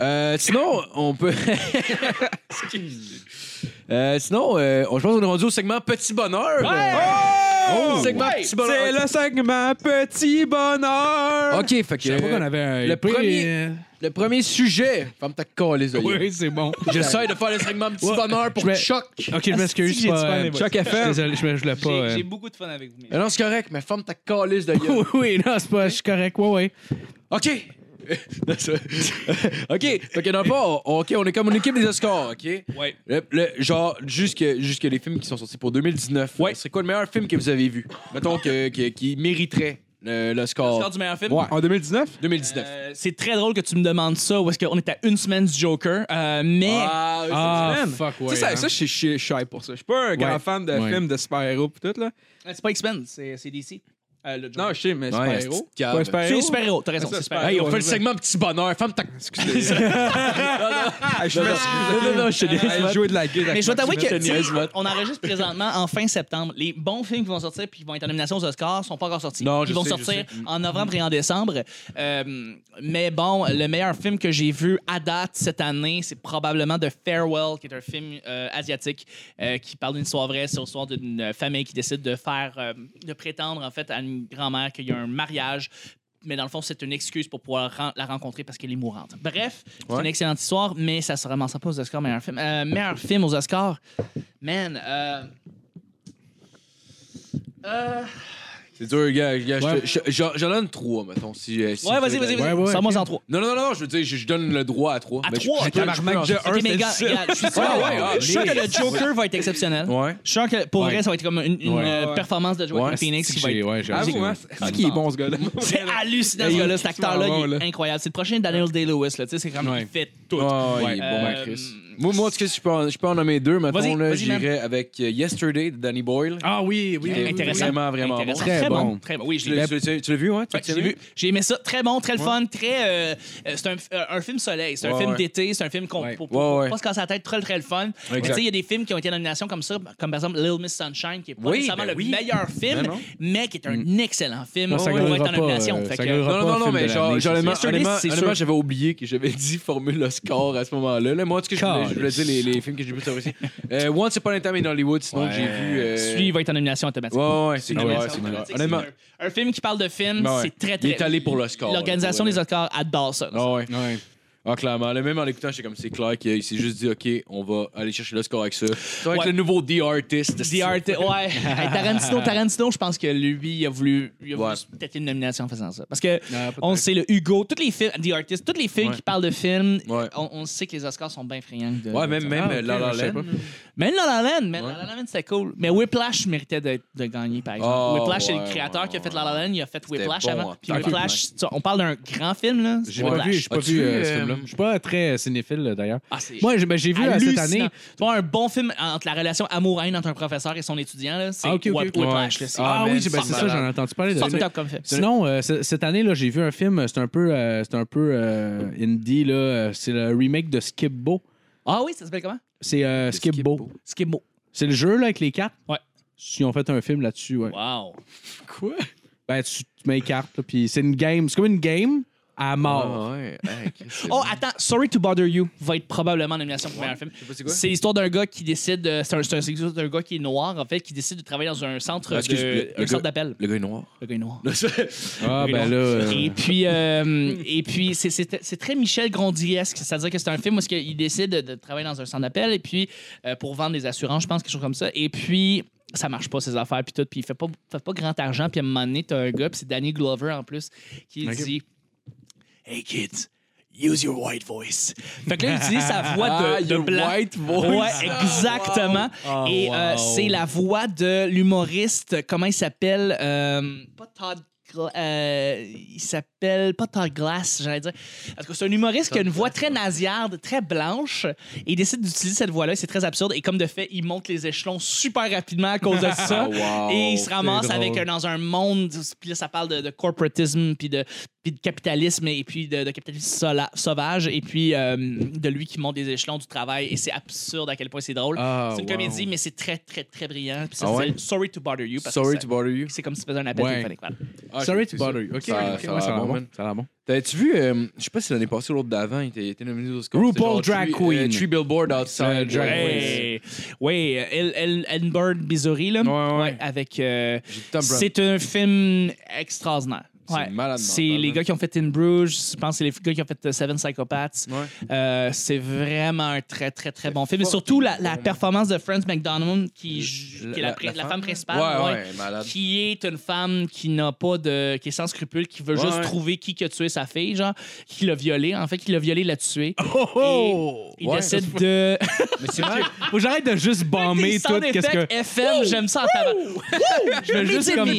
Speaker 3: Euh, sinon, on peut. Euh, sinon, euh, on- je pense qu'on est rendu au segment Petit Bonheur.
Speaker 4: Oh!
Speaker 3: Oh! Segment
Speaker 6: Ouais!
Speaker 3: Petit
Speaker 4: C'est
Speaker 3: Bonheur.
Speaker 4: le segment Petit Bonheur!
Speaker 3: Ok, fait que
Speaker 5: Je savais pas qu'on avait un.
Speaker 3: le
Speaker 5: EP,
Speaker 3: premier-
Speaker 5: euh,
Speaker 3: le premier sujet. Femme ta colle, les oeillets.
Speaker 5: Oui, c'est bon.
Speaker 3: J'essaie de faire le segment Petit
Speaker 5: Ouais.
Speaker 3: Bonheur pour
Speaker 5: Je vais-
Speaker 3: Choc.
Speaker 5: Ok, je m'excuse.
Speaker 6: j'ai
Speaker 5: c'est pas,
Speaker 6: du fun, les
Speaker 5: euh,
Speaker 6: boys.
Speaker 5: Chuck FM. Désolé, je me- je l'ai pas.
Speaker 6: J'ai
Speaker 5: euh,
Speaker 6: j'ai beaucoup de fun avec vous.
Speaker 4: oh,
Speaker 3: Mais non, c'est correct, mais femme ta calice de gueule.
Speaker 5: Oui, oui, non, c'est pas. Je suis correct. Ouais, ouais.
Speaker 3: OK. Non, c'est- OK. Fait que dans le fond, on- OK, on est comme une équipe des Oscars, OK?
Speaker 6: Ouais.
Speaker 3: Le- le- genre, jusque, jusque les films qui sont sortis pour 2019.
Speaker 6: Ouais.
Speaker 3: C'est quoi le meilleur film que vous avez vu? Mettons que, que- qui mériterait euh, le score.
Speaker 6: Score du meilleur film.
Speaker 3: Ouais.
Speaker 4: En 2019?
Speaker 3: 2019.
Speaker 6: Euh, c'est très drôle que tu me demandes ça, où est-ce qu'on est à une semaine du Joker, euh, mais...
Speaker 3: Ah,
Speaker 5: Ah,
Speaker 4: semaine.
Speaker 5: fuck, ouais.
Speaker 4: Tu sais, ça,
Speaker 5: hein.
Speaker 4: ça, je suis- je suis shy pour ça. Je suis pas un grand
Speaker 5: Ouais.
Speaker 4: fan de
Speaker 5: Ouais.
Speaker 4: films de super-héros pis tout, là.
Speaker 6: Euh, C'est pas X-Men, c'est c'est DC. Euh, le Joker.
Speaker 4: Non, je sais, mais
Speaker 3: Ouais,
Speaker 4: super-héros.
Speaker 3: c'est une
Speaker 4: Pas un
Speaker 3: cave.
Speaker 6: c'est
Speaker 4: super-héros.
Speaker 6: un super-héros, t'as raison,
Speaker 4: Ah, ça,
Speaker 6: c'est
Speaker 4: c'est pas-
Speaker 6: super-héros.
Speaker 3: Hey, on fait le segment petit bonheur. Femme ta.
Speaker 4: Excusez. Ah, Je m'excuse.
Speaker 3: non, non, je te laisse,
Speaker 4: Elle
Speaker 3: Matt.
Speaker 4: jouait de la gueule.
Speaker 6: Mais je dois t'avouer que
Speaker 3: Maxime,
Speaker 6: tu
Speaker 3: je
Speaker 6: sais,
Speaker 3: te niaise,
Speaker 6: on enregistre présentement en fin septembre. Les bons films qui vont sortir puis qui vont être en nomination aux Oscars sont pas encore sortis.
Speaker 3: Non, je
Speaker 6: Ils vont
Speaker 3: sais, je
Speaker 6: sortir
Speaker 3: sais.
Speaker 6: en novembre et en décembre. Euh, mais bon, le meilleur film que j'ai vu à date cette année, c'est probablement The Farewell, qui est un film euh, asiatique euh, qui parle d'une histoire vraie, c'est l'histoire d'une famille qui décide de faire, euh, de prétendre en fait à une grand-mère qu'il y a un mariage. Mais dans le fond, c'est une excuse pour pouvoir ren- la rencontrer parce qu'elle est mourante. Bref, c'est
Speaker 3: Ouais.
Speaker 6: une excellente histoire, mais ça se ramasse pas aux Oscars meilleur film. Euh, meilleur film aux Oscars, man. euh, euh,
Speaker 3: C'est dur, gars. gars, je te-
Speaker 5: Ouais.
Speaker 3: je- J'en j'en donne trois, mettons. Si, euh, si
Speaker 6: Ouais,
Speaker 3: vous
Speaker 6: vas-y,
Speaker 3: êtes
Speaker 6: vas-y,
Speaker 3: d'accord.
Speaker 5: Ouais,
Speaker 6: vas-y.
Speaker 5: ouais,
Speaker 6: Sors-moi
Speaker 5: ok.
Speaker 6: en trois.
Speaker 3: Non, non, non, non, je veux dire, je, je donne le droit à trois.
Speaker 6: À
Speaker 3: Mais Ben, je-
Speaker 6: trois,
Speaker 3: je- je-
Speaker 6: ok,
Speaker 3: je-
Speaker 4: tabarnak,
Speaker 3: je-
Speaker 4: j'ai
Speaker 6: Ok,
Speaker 4: un,
Speaker 6: mais
Speaker 4: c'est
Speaker 6: gars,
Speaker 4: ça.
Speaker 6: gars, je suis sûr,
Speaker 3: Ouais, ouais,
Speaker 6: je suis sûr que le Joker va être exceptionnel.
Speaker 3: Ouais.
Speaker 6: Je suis sûr que pour
Speaker 5: Ouais.
Speaker 6: vrai, ça va être comme une, une,
Speaker 5: Ouais.
Speaker 6: euh,
Speaker 4: Ouais.
Speaker 6: performance de Joaquin
Speaker 3: Ouais.
Speaker 6: Phoenix qui va
Speaker 5: J'ai-
Speaker 6: être.
Speaker 5: ouais, j'ai-
Speaker 4: Avoue, hein,
Speaker 5: j'ai-
Speaker 4: c'est qui est bon, ce gars-là.
Speaker 6: C'est hallucinant, ce
Speaker 4: Hey,
Speaker 6: gars-là, cet
Speaker 4: c'est vraiment bon,
Speaker 6: acteur-là, il
Speaker 4: là.
Speaker 6: est incroyable. C'est le prochain Daniel Day-Lewis, là, tu sais, c'est comme
Speaker 5: Ouais.
Speaker 6: il fait tout.
Speaker 3: Ouais, ouais, il est
Speaker 6: Euh,
Speaker 3: bon, hein, Chris. Moi, moi, tu sais, je peux en, je peux en nommer deux, maintenant,
Speaker 6: Vas-y,
Speaker 3: là,
Speaker 6: vas-y,
Speaker 3: j'irais avec euh, Yesterday de Danny Boyle.
Speaker 5: Ah oui, oui.
Speaker 3: qui est
Speaker 5: oui,
Speaker 6: intéressant.
Speaker 3: Vraiment, vraiment
Speaker 6: Intéressant.
Speaker 3: bon.
Speaker 5: Très
Speaker 6: Très
Speaker 5: bon.
Speaker 6: bon. Très bon. Oui, je
Speaker 3: Tu
Speaker 6: l'ai
Speaker 3: l'as- tu l'as- tu l'as vu, hein? Tu
Speaker 6: Ouais,
Speaker 3: l'as
Speaker 6: j'ai vu. J'ai aimé ça. Très bon, très le fun, très le fun. Très. euh, c'est un, euh, un film soleil. C'est un
Speaker 3: Ouais,
Speaker 6: film
Speaker 3: ouais.
Speaker 6: d'été. C'est un film qu'on
Speaker 5: Ouais.
Speaker 6: pour, pour- pour
Speaker 3: Ouais, ouais.
Speaker 6: pas se casser la tête. Très, très le fun. Mais Tu sais, il y a des films qui ont été en nomination comme ça, comme par exemple Little Miss Sunshine, qui est pas
Speaker 3: Oui,
Speaker 6: nécessairement
Speaker 3: ben
Speaker 6: le
Speaker 3: oui.
Speaker 6: meilleur film,
Speaker 3: Ben non.
Speaker 6: mais qui est un excellent film.
Speaker 5: Non, ça
Speaker 6: pour être
Speaker 5: gueulera
Speaker 6: en nomination.
Speaker 5: pas, euh,
Speaker 6: Fait
Speaker 5: ça
Speaker 6: que-
Speaker 5: gueulera
Speaker 3: Non, non, non,
Speaker 5: film
Speaker 3: mais
Speaker 5: de
Speaker 3: genre,
Speaker 5: l'année,
Speaker 3: genre,
Speaker 5: c'est
Speaker 3: honnêtement,
Speaker 6: sûr.
Speaker 3: honnêtement,
Speaker 6: C'est sûr.
Speaker 3: honnêtement, j'avais oublié que j'avais dit formule le score à ce moment-là. Là, moi, tu sais, je voulais, je voulais dire les, les films que j'ai plus appréciés. Euh, Once Upon a Time in Hollywood, sinon,
Speaker 5: Ouais.
Speaker 3: que j'ai vu. euh,
Speaker 6: Celui va être en nomination automatiquement.
Speaker 3: Ouais, ouais, c'est
Speaker 5: Ah
Speaker 3: clair.
Speaker 5: ouais,
Speaker 3: ouais,
Speaker 5: c'est
Speaker 3: c'est clair.
Speaker 6: Tu sais, c'est
Speaker 3: Honnêtement,
Speaker 6: Un, un film qui parle de film,
Speaker 3: Ben ouais.
Speaker 6: c'est très,
Speaker 3: il
Speaker 6: très.
Speaker 3: est allé pour le score.
Speaker 6: L'organisation des Oscars adore ça.
Speaker 3: Ah ouais.
Speaker 5: Ouais.
Speaker 3: Ah, clairement. Là, même en l'écoutant, j'étais comme, c'est clair qu'il s'est juste dit, OK, on va aller chercher le score avec ça. C'est vrai
Speaker 6: Ouais.
Speaker 3: que le nouveau The Artist.
Speaker 6: The Artist, ouais. Hey, Tarantino, Tarantino, je pense que lui, il a voulu, il a voulu
Speaker 3: Ouais.
Speaker 6: se péter une nomination en faisant ça. Parce
Speaker 5: Ah,
Speaker 6: que
Speaker 5: peut-être.
Speaker 6: on le sait, le Hugo, tous les films, The Artist, tous les films
Speaker 3: Ouais.
Speaker 6: qui parlent de films,
Speaker 3: Ouais.
Speaker 6: on, on sait que les Oscars sont bien friands. de-
Speaker 3: Ouais, même,
Speaker 6: de-
Speaker 3: même euh,
Speaker 5: Ah, ok,
Speaker 3: La La
Speaker 5: je sais
Speaker 3: Land.
Speaker 5: pas.
Speaker 6: Mais La La Land, mais
Speaker 3: Ouais.
Speaker 6: La La Land, c'était cool. Mais Whiplash méritait de, de gagner, par exemple.
Speaker 3: Oh,
Speaker 6: Whiplash, c'est
Speaker 3: ouais,
Speaker 6: le créateur
Speaker 3: ouais,
Speaker 6: qui a fait La La Land, il a fait Whiplash
Speaker 3: bon,
Speaker 6: avant.
Speaker 3: hein.
Speaker 6: Puis
Speaker 3: Ok.
Speaker 6: Whiplash, tu- on parle d'un grand film, là. c'est
Speaker 5: J'ai pas
Speaker 6: Whiplash.
Speaker 5: vu, j'ai pas
Speaker 3: As-tu
Speaker 5: vu
Speaker 3: vu,
Speaker 5: euh,
Speaker 3: euh,
Speaker 5: ce film-là. Je suis pas très cinéphile euh, d'ailleurs.
Speaker 6: Ah, c'est-
Speaker 5: Moi, j'ai ben, j'ai vu euh, cette année.
Speaker 6: hallucinant. Tu vois, un bon film entre la relation amoureuse entre un professeur et son étudiant, là, c'est
Speaker 5: Ah, ok, ok, ok.
Speaker 6: Whiplash. là,
Speaker 5: Ouais.
Speaker 6: c'est-
Speaker 5: Ah
Speaker 3: Ah,
Speaker 5: oui,
Speaker 3: man,
Speaker 5: j'ai- ben,
Speaker 3: c'est
Speaker 5: c'est ça, j'en ai
Speaker 3: malade.
Speaker 5: entendu parler de ça.
Speaker 6: Fucked up comme film.
Speaker 5: Sinon, euh, c- cette année, là, j'ai vu un film, c'est un peu, euh, c'est un peu euh, indie, là, euh, c'est le remake de Skip Bo.
Speaker 6: Ah oui, ça s'appelle comment?
Speaker 5: C'est euh, Skip, Bo.
Speaker 6: Skimbo.
Speaker 5: C'est le jeu là, avec les cartes.
Speaker 6: Ouais.
Speaker 5: Ils ont fait un film là-dessus. Ouais.
Speaker 6: Wow.
Speaker 3: Quoi?
Speaker 5: Ben, tu, tu mets les cartes, là, puis c'est une game. C'est comme une game à mort.
Speaker 3: Ah, ouais. Hey, Chris, c'est bon.
Speaker 6: Oh, attends, Sorry to Bother You va être probablement en nomination pour meilleur film.
Speaker 3: Je sais pas c'est quoi.
Speaker 6: C'est l'histoire d'un gars qui décide, euh, c'est un- c'est un- c'est l'histoire d'un gars qui est noir, en fait, qui décide de travailler dans un centre
Speaker 3: Ah, excuse,
Speaker 6: de-
Speaker 3: le- le
Speaker 6: un centre
Speaker 3: gars-
Speaker 6: d'appel.
Speaker 3: Le gars est noir.
Speaker 6: Le gars est noir.
Speaker 5: Ah, ben là. euh,
Speaker 6: Et puis, euh, et puis c'est- c'est c'est très Michel Grondiesque. C'est-à-dire que c'est un film où il décide de travailler dans un centre d'appel et puis euh, pour vendre des assurances, je pense, quelque chose comme ça. Et puis, ça marche pas, ses affaires, puis tout. Puis, il fait pas, fait pas grand argent. Puis, à un moment donné, t'as un gars, puis c'est Danny Glover en plus, qui dit Hey kids, use your white voice. Fait que là, il utilise sa voix de,
Speaker 3: Ah,
Speaker 6: de
Speaker 3: your
Speaker 6: blanc.
Speaker 3: white voice. Ah,
Speaker 6: Ouais, exactement.
Speaker 5: wow.
Speaker 6: Et
Speaker 5: Oh,
Speaker 6: euh,
Speaker 5: wow.
Speaker 6: c'est la voix de l'humoriste, comment il s'appelle Euh, Pas Todd. Gla- euh, il s'appelle pas Todd Glass, j'allais dire. Parce que c'est un humoriste qui a une voix très nasillarde, très blanche, et il décide d'utiliser cette voix-là. C'est très absurde. Et comme de fait, il monte les échelons super rapidement à cause de ça.
Speaker 3: Ah, wow.
Speaker 6: Et il se ramasse
Speaker 5: drôle.
Speaker 6: avec, un- dans un monde, puis là, ça parle de, de corporatisme, puis de puis de capitalisme, et puis de, de capitalisme sola- sauvage, et puis euh, de lui qui monte des échelons du travail. Et c'est absurde à quel point c'est drôle.
Speaker 5: Ah,
Speaker 6: c'est une
Speaker 5: wow.
Speaker 6: comédie, mais c'est très, très, très brillant. Puis ça
Speaker 3: Ah ouais?
Speaker 6: s'appelle Sorry to Bother You. Parce
Speaker 3: Sorry
Speaker 6: que
Speaker 3: to
Speaker 6: ça-
Speaker 3: bother you.
Speaker 6: c'est comme si tu faisais un appel
Speaker 5: Ouais.
Speaker 6: téléphonique. voilà.
Speaker 3: Ah,
Speaker 5: Sorry
Speaker 3: j'ai
Speaker 5: to
Speaker 3: vu ça.
Speaker 5: bother you. Ok,
Speaker 3: Ça-
Speaker 5: ok,
Speaker 3: ça
Speaker 5: ouais,
Speaker 3: a
Speaker 5: ça
Speaker 3: l'air
Speaker 5: va
Speaker 3: bon,
Speaker 5: bon.
Speaker 3: man.
Speaker 5: Ça a l'air bon.
Speaker 3: T'avais-tu vu, euh, je sais pas si l'année passée ou l'autre d'avant, il était il était nominé aux Oscars.
Speaker 5: RuPaul
Speaker 3: C'était genre
Speaker 5: Drag
Speaker 3: Three-
Speaker 5: Queen.
Speaker 3: Three Billboard
Speaker 5: Euh,
Speaker 3: Outside.
Speaker 5: Drag
Speaker 3: Ouais.
Speaker 6: Ouais, ouais, euh, El, El, Edinburgh, Missouri, là.
Speaker 3: Ouais, ouais.
Speaker 6: avec. euh,
Speaker 3: J'ai Tom Brady.
Speaker 6: c'est un film extraordinaire.
Speaker 3: C'est
Speaker 6: Ouais.
Speaker 3: malade
Speaker 6: C'est
Speaker 3: mental,
Speaker 6: les
Speaker 3: là.
Speaker 6: gars qui ont fait In Bruges, je pense que c'est les gars qui ont fait euh, Seven Psychopaths.
Speaker 3: Ouais.
Speaker 6: Euh, c'est vraiment un très, très, très bon film. Et
Speaker 3: fucking
Speaker 6: surtout la, la
Speaker 3: bon.
Speaker 6: performance de Frances McDormand, qui, ju-
Speaker 3: La-
Speaker 6: qui est la,
Speaker 3: la-
Speaker 6: pri-
Speaker 3: la
Speaker 6: la
Speaker 3: femme,
Speaker 6: femme
Speaker 3: là?
Speaker 6: principale.
Speaker 3: Ouais,
Speaker 6: ouais
Speaker 3: ouais, malade.
Speaker 6: qui est une femme qui n'a pas de. qui est sans scrupule, qui veut
Speaker 3: Ouais,
Speaker 6: juste
Speaker 3: ouais.
Speaker 6: trouver qui qui a tué sa fille, genre, qui l'a violée. En fait, qui l'a violée, l'a tuée. Et il
Speaker 3: Oh! Ouais.
Speaker 6: décide de.
Speaker 3: Mais c'est vrai.
Speaker 5: Faut que j'arrête de juste
Speaker 6: Des
Speaker 5: bomber tout.
Speaker 6: sound
Speaker 5: Qu'est-ce que.
Speaker 6: effects FM, j'aime ça en tabac. Je veux juste comme.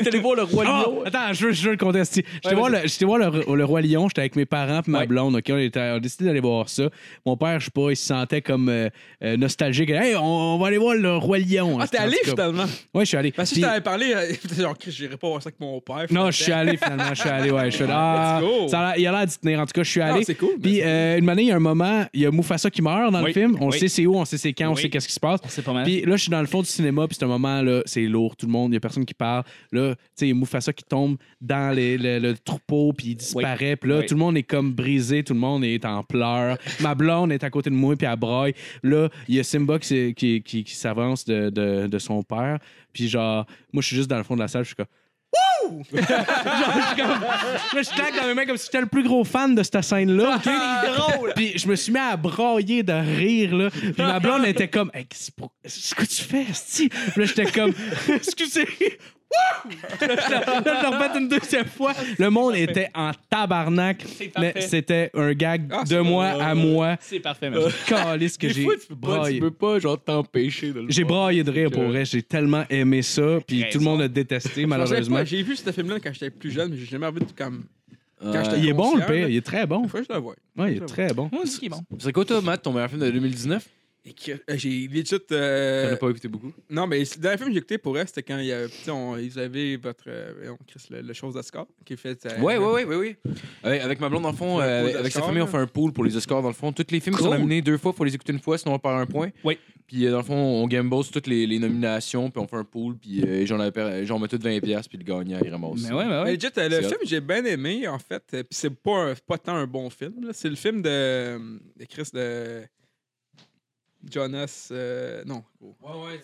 Speaker 6: T'es allé voir le roi
Speaker 5: Ah!
Speaker 6: Lion.
Speaker 5: attends, je veux, je veux le contester. J'étais
Speaker 6: Ouais,
Speaker 5: voir, le, j'étais voir le, le Roi Lion, j'étais avec mes parents puis ma
Speaker 6: Ouais.
Speaker 5: blonde, OK? On, était, on a décidé d'aller voir ça. Mon père, je sais pas, il se sentait comme euh, euh, nostalgique. Hey, on, on va aller voir le Roi Lion. hein,
Speaker 4: Ah, t'es
Speaker 5: En tout
Speaker 4: allé
Speaker 5: cas.
Speaker 4: finalement.
Speaker 5: Ouais, je suis allé.
Speaker 4: Parce que si
Speaker 5: Puis-
Speaker 4: je t'avais parlé, euh, genre, Chris, j'irais pas voir ça avec mon père.
Speaker 5: Non, je suis allé finalement, je suis allé, ouais. Je suis allé. Ah,
Speaker 4: Let's go.
Speaker 5: ça a l'air- il a l'air d'y tenir. En tout cas, je suis allé.
Speaker 4: c'est cool, mais
Speaker 5: Puis euh, une année, il y a un moment, il y a Mufasa qui meurt dans le
Speaker 6: Oui,
Speaker 5: film. On
Speaker 6: oui.
Speaker 5: sait c'est où, on sait c'est quand, on
Speaker 6: Oui.
Speaker 5: sait qu'est-ce qui se passe.
Speaker 6: C'est pas mal.
Speaker 5: Puis là, je suis dans le fond du cinéma, puis c'est un moment, là, c'est lourd, tout le monde, il n'y a personne qui parle. Là, tu sais, il y a Mufasa qui tombe dans les- le, le troupeau, puis il disparaît. Puis là,
Speaker 6: Oui.
Speaker 5: tout le monde est comme brisé, tout le monde est en pleurs. Ma blonde est à côté de moi, puis elle braille. Là, il y a Simba qui, s'est- qui, qui- qui s'avance de, de- de son père. Puis genre, moi, je suis juste dans le fond de la salle, je suis comme... Wouh! Genre, je suis comme- Là, je claque dans mes mains comme si j'étais le plus gros fan de cette scène-là. ok?
Speaker 3: Ah,
Speaker 5: Puis je me suis mis à brailler de rire, là. Puis ma blonde elle était comme, Hey, qu'est-ce pour- qu'est-ce que tu fais, esti? Puis là, j'étais comme, excusez. Wouh! Puis Là, je la- là, je la refais une deuxième fois. Le monde était en tabarnak. Mais
Speaker 6: parfait.
Speaker 5: c'était un gag
Speaker 4: Ah,
Speaker 5: de
Speaker 4: c'est
Speaker 5: moi
Speaker 4: bon,
Speaker 5: à
Speaker 4: ouais.
Speaker 5: moi.
Speaker 6: C'est parfait, même.
Speaker 5: Calisse que j'ai
Speaker 3: Euh, Des fois, tu peux pas, tu
Speaker 5: braillé.
Speaker 3: peux pas genre t'empêcher de le
Speaker 5: J'ai
Speaker 3: voir.
Speaker 5: braillé de rire pour vrai. J'ai tellement aimé ça. Puis
Speaker 6: Raison.
Speaker 5: tout le monde a détesté, malheureusement.
Speaker 4: Malheureusement. J'ai vu ce film-là quand j'étais plus jeune, mais j'ai jamais envie de comme. Quand j'étais
Speaker 5: Il est bon, le
Speaker 4: conscient,
Speaker 5: père.
Speaker 4: là.
Speaker 5: Il est très bon.
Speaker 4: Faut que je le vois.
Speaker 5: Ouais, il est très bon.
Speaker 6: Moi aussi, qui est bon.
Speaker 3: C'est quoi toi, Matt, ton meilleur film de 2019?
Speaker 4: Et que- euh, J'ai legit.
Speaker 3: T'en
Speaker 4: euh,
Speaker 3: as pas écouté beaucoup.
Speaker 4: Non, mais le dernier film que j'ai écouté pour elle, c'était quand il y avait, tu sais, on- ils avaient votre. euh, on- Chris, le, le chose d'Ascar qui est fait. euh,
Speaker 3: Ouais, ouais, ouais, ouais, ouais. Avec, avec ma blonde, dans le fond,
Speaker 4: Fait un
Speaker 3: euh,
Speaker 4: pool
Speaker 3: avec, avec sa
Speaker 4: d'Oscars,
Speaker 3: famille, on
Speaker 4: là.
Speaker 3: fait un pool pour les Oscars, dans le fond. Tous les films qui sont
Speaker 6: Cool.
Speaker 3: nominés deux fois, faut les écouter une fois, sinon on perd un point.
Speaker 6: Oui.
Speaker 3: Puis, euh, dans le fond, on gamble sur toutes les, les nominations, puis on fait un pool, puis euh, j'en avais- j'en mets toutes 20$, puis le gagnant, il ramasse.
Speaker 6: Mais ouais, mais
Speaker 4: Mais
Speaker 6: ouais.
Speaker 4: legit, euh, le
Speaker 3: C'est
Speaker 4: film, j'ai bien aimé, en fait. euh, Puis c'est pas, un- pas tant un bon film. là. C'est le film de, de Chris de. Jonas. euh, non.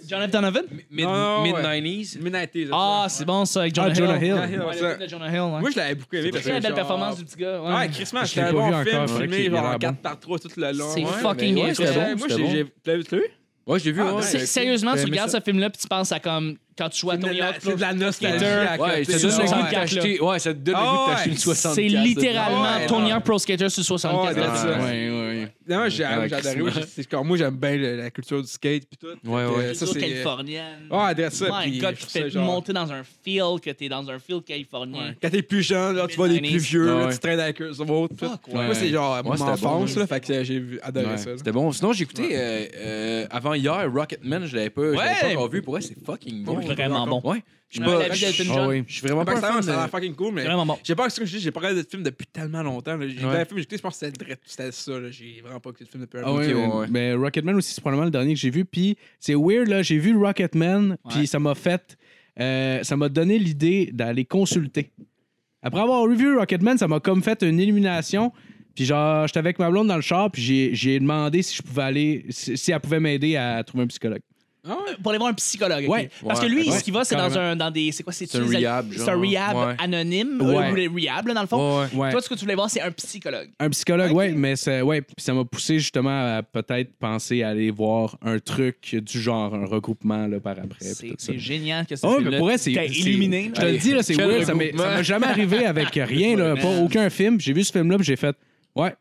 Speaker 6: Jonathan Donovan?
Speaker 3: Mid-
Speaker 4: Non, ouais.
Speaker 3: Mid-90s.
Speaker 4: Midnight.
Speaker 6: Ah, c'est bon ça, avec Jonah
Speaker 5: Ah, Jonah
Speaker 6: Hill.
Speaker 5: Hill.
Speaker 4: Hill,
Speaker 6: Ouais,
Speaker 4: c'est
Speaker 6: le
Speaker 4: ça.
Speaker 6: film de Jonah Hill. ouais.
Speaker 4: Moi, je l'avais beaucoup aimé.
Speaker 6: C'est
Speaker 4: parce
Speaker 6: très
Speaker 4: que,
Speaker 6: belle
Speaker 4: genre,
Speaker 6: performance du petit gars. ouais.
Speaker 4: Ouais, Chris,
Speaker 5: Je
Speaker 4: c'était
Speaker 5: l'ai
Speaker 4: un
Speaker 5: pas
Speaker 4: bon
Speaker 5: vu
Speaker 4: film,
Speaker 5: encore, faudrait
Speaker 4: filmé
Speaker 5: qu'il ait
Speaker 4: genre en
Speaker 5: l'air
Speaker 4: 4 par 3 tout le long.
Speaker 6: C'est
Speaker 4: Ouais,
Speaker 6: fucking
Speaker 4: mais ouais,
Speaker 6: incroyable.
Speaker 4: c'était bon, Moi,
Speaker 3: c'était
Speaker 4: j'ai- j'ai. T'as vu tu l'as vu?
Speaker 3: Ouais, je l'ai vu,
Speaker 4: Ah,
Speaker 3: ouais.
Speaker 6: C'est-
Speaker 4: ouais.
Speaker 6: Sérieusement,
Speaker 4: J'ai
Speaker 6: tu
Speaker 4: aimé
Speaker 6: regardes ce film-là puis tu penses à comme quand tu joues à
Speaker 4: C'est
Speaker 6: ton
Speaker 4: de Bah, la-
Speaker 6: yacht.
Speaker 4: c'est de la nostalgie.
Speaker 6: Skater.
Speaker 4: à
Speaker 3: Ouais,
Speaker 4: côté,
Speaker 3: ça donne
Speaker 4: là.
Speaker 3: le goût
Speaker 6: Ouais.
Speaker 3: d'acheter. Ouais, ça te donne le
Speaker 4: Ah
Speaker 3: goût
Speaker 4: ouais.
Speaker 3: d'acheter une 60$.
Speaker 6: C'est littéralement
Speaker 4: Ouais,
Speaker 6: Tony
Speaker 4: non.
Speaker 6: Hawk Pro Skater sur 64.
Speaker 4: Ouais,
Speaker 6: là-dessus.
Speaker 4: c'est ça.
Speaker 5: Ouais, ouais,
Speaker 4: Non, j'ai
Speaker 3: Ah,
Speaker 4: j'ai adoré.
Speaker 3: Chris,
Speaker 4: oui, c'est- c'est comme moi, j'aime bien le- la culture du skate puis tout.
Speaker 3: Ouais,
Speaker 4: Euh,
Speaker 3: ouais.
Speaker 4: ça,
Speaker 6: Les eaux
Speaker 4: c'est-
Speaker 6: californiennes.
Speaker 4: Ouais, adresse ça.
Speaker 6: My
Speaker 4: puis je
Speaker 6: God, tu te
Speaker 4: trouve ça
Speaker 6: fais
Speaker 4: genre-
Speaker 6: monter dans un field, que t'es dans un field californien.
Speaker 4: Quand t'es plus jeune, là, tu vois des plus vieux,
Speaker 3: Ouais,
Speaker 4: là,
Speaker 3: ouais.
Speaker 4: tu traînes avec eux autres. puis tout.
Speaker 6: Fuck, ouais.
Speaker 4: Moi, c'est genre mon
Speaker 3: Ouais, c'était bon,
Speaker 4: enfance,
Speaker 3: ouais.
Speaker 4: là, fait que j'ai vu- adoré
Speaker 5: Ouais.
Speaker 4: ça. là.
Speaker 3: C'était bon. Sinon, j'ai écouté euh, euh, avant hier Rocketman, je l'avais pas, je l'avais pas
Speaker 6: Ouais.
Speaker 3: encore vu. Pour vrai, c'est fucking bon.
Speaker 4: Ouais.
Speaker 6: Vraiment bon.
Speaker 3: Ouais. Je suis
Speaker 6: Ouais,
Speaker 3: pas.
Speaker 6: la vie d'Elton
Speaker 3: je-
Speaker 6: John.
Speaker 3: Ah oui. Je suis vraiment
Speaker 4: Fait
Speaker 3: pas
Speaker 4: que
Speaker 3: un
Speaker 4: ça,
Speaker 3: fan.
Speaker 4: ça a
Speaker 3: euh,
Speaker 4: l'air fucking cool, mais
Speaker 6: Vraiment bon.
Speaker 4: j'ai pas ce que je dis, j'ai pas regardé de film depuis tellement longtemps. là. J'ai
Speaker 3: Ouais.
Speaker 4: dans les films que j'ai écouté, je pense que c'était direct- c'était ça. là. J'ai vraiment pas écouté de film depuis un
Speaker 5: Ah
Speaker 4: bout.
Speaker 5: ouais,
Speaker 3: Ok, ouais,
Speaker 5: mais-
Speaker 3: ouais.
Speaker 5: mais Rocketman aussi, c'est probablement le dernier que j'ai vu. Puis c'est weird, là, j'ai vu Rocketman,
Speaker 6: Ouais.
Speaker 5: puis ça m'a fait. euh, ça m'a donné l'idée d'aller consulter. Après avoir revu Rocketman, ça m'a comme fait une illumination. Puis genre, j'étais avec ma blonde dans le char, puis j'ai- j'ai demandé si je pouvais aller, si, si elle pouvait m'aider à trouver un psychologue.
Speaker 4: Ah ouais?
Speaker 6: Pour aller voir un psychologue. ok?
Speaker 5: Ouais.
Speaker 6: Parce que
Speaker 3: Ouais.
Speaker 6: lui,
Speaker 5: Ouais.
Speaker 6: ce qu'il va, c'est dans
Speaker 5: Carrément.
Speaker 6: un dans des. C'est quoi C'est
Speaker 3: C'est un
Speaker 6: tu sais,
Speaker 3: rehab,
Speaker 6: C'est un
Speaker 3: genre.
Speaker 6: rehab
Speaker 3: Ouais.
Speaker 6: anonyme. euh,
Speaker 5: Ouais.
Speaker 6: Ou les rehab, là, dans le fond.
Speaker 3: Ouais, ouais.
Speaker 5: Ouais.
Speaker 6: Toi, ce que tu voulais voir, c'est un psychologue.
Speaker 5: Un psychologue,
Speaker 6: Ok.
Speaker 5: ouais, mais c'est- ouais, puis ça m'a poussé justement à peut-être penser à aller voir un truc du genre, un regroupement là, par
Speaker 3: Eh,
Speaker 5: après. puis
Speaker 6: C'est
Speaker 5: tout ça.
Speaker 6: c'est génial que ça.
Speaker 5: Oh, mais pour vrai, c'est.
Speaker 6: T'as
Speaker 5: c'est-
Speaker 6: illuminé.
Speaker 5: Je
Speaker 6: là.
Speaker 5: te le dis, là, c'est
Speaker 3: Quel
Speaker 5: weird. Ça m'est- ça
Speaker 3: regroupement.
Speaker 5: m'est jamais arrivé avec rien, là, pas aucun film. J'ai vu ce film-là, puis j'ai fait, ouais,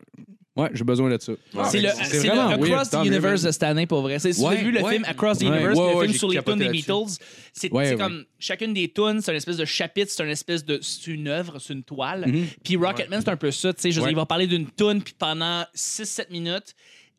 Speaker 5: ouais, j'ai besoin de ça.
Speaker 6: Ah, C'est le,
Speaker 5: C'est
Speaker 6: c'est le
Speaker 5: vraiment weird,
Speaker 6: Across
Speaker 5: Tom
Speaker 6: the Universe
Speaker 5: Raven.
Speaker 6: de cette année, pour vrai. C'est, si
Speaker 3: Ouais,
Speaker 6: tu as vu le
Speaker 3: ouais.
Speaker 6: film Across the
Speaker 5: Ouais,
Speaker 6: Universe,
Speaker 3: ouais,
Speaker 6: le
Speaker 3: ouais,
Speaker 6: film
Speaker 3: j'ai
Speaker 6: sur les
Speaker 3: capoté
Speaker 6: tunes des
Speaker 3: là-dessus.
Speaker 6: Beatles, c'est,
Speaker 5: Ouais,
Speaker 6: c'est
Speaker 5: ouais.
Speaker 6: comme chacune des tunes, c'est une espèce de chapitre, c'est une espèce de. C'est une œuvre, c'est une
Speaker 3: Mhm.
Speaker 6: toile. Puis Rocketman, c'est un peu ça. Tu sais, je veux dire,
Speaker 5: Ouais.
Speaker 6: il va parler d'une tune, puis pendant 6-7 minutes,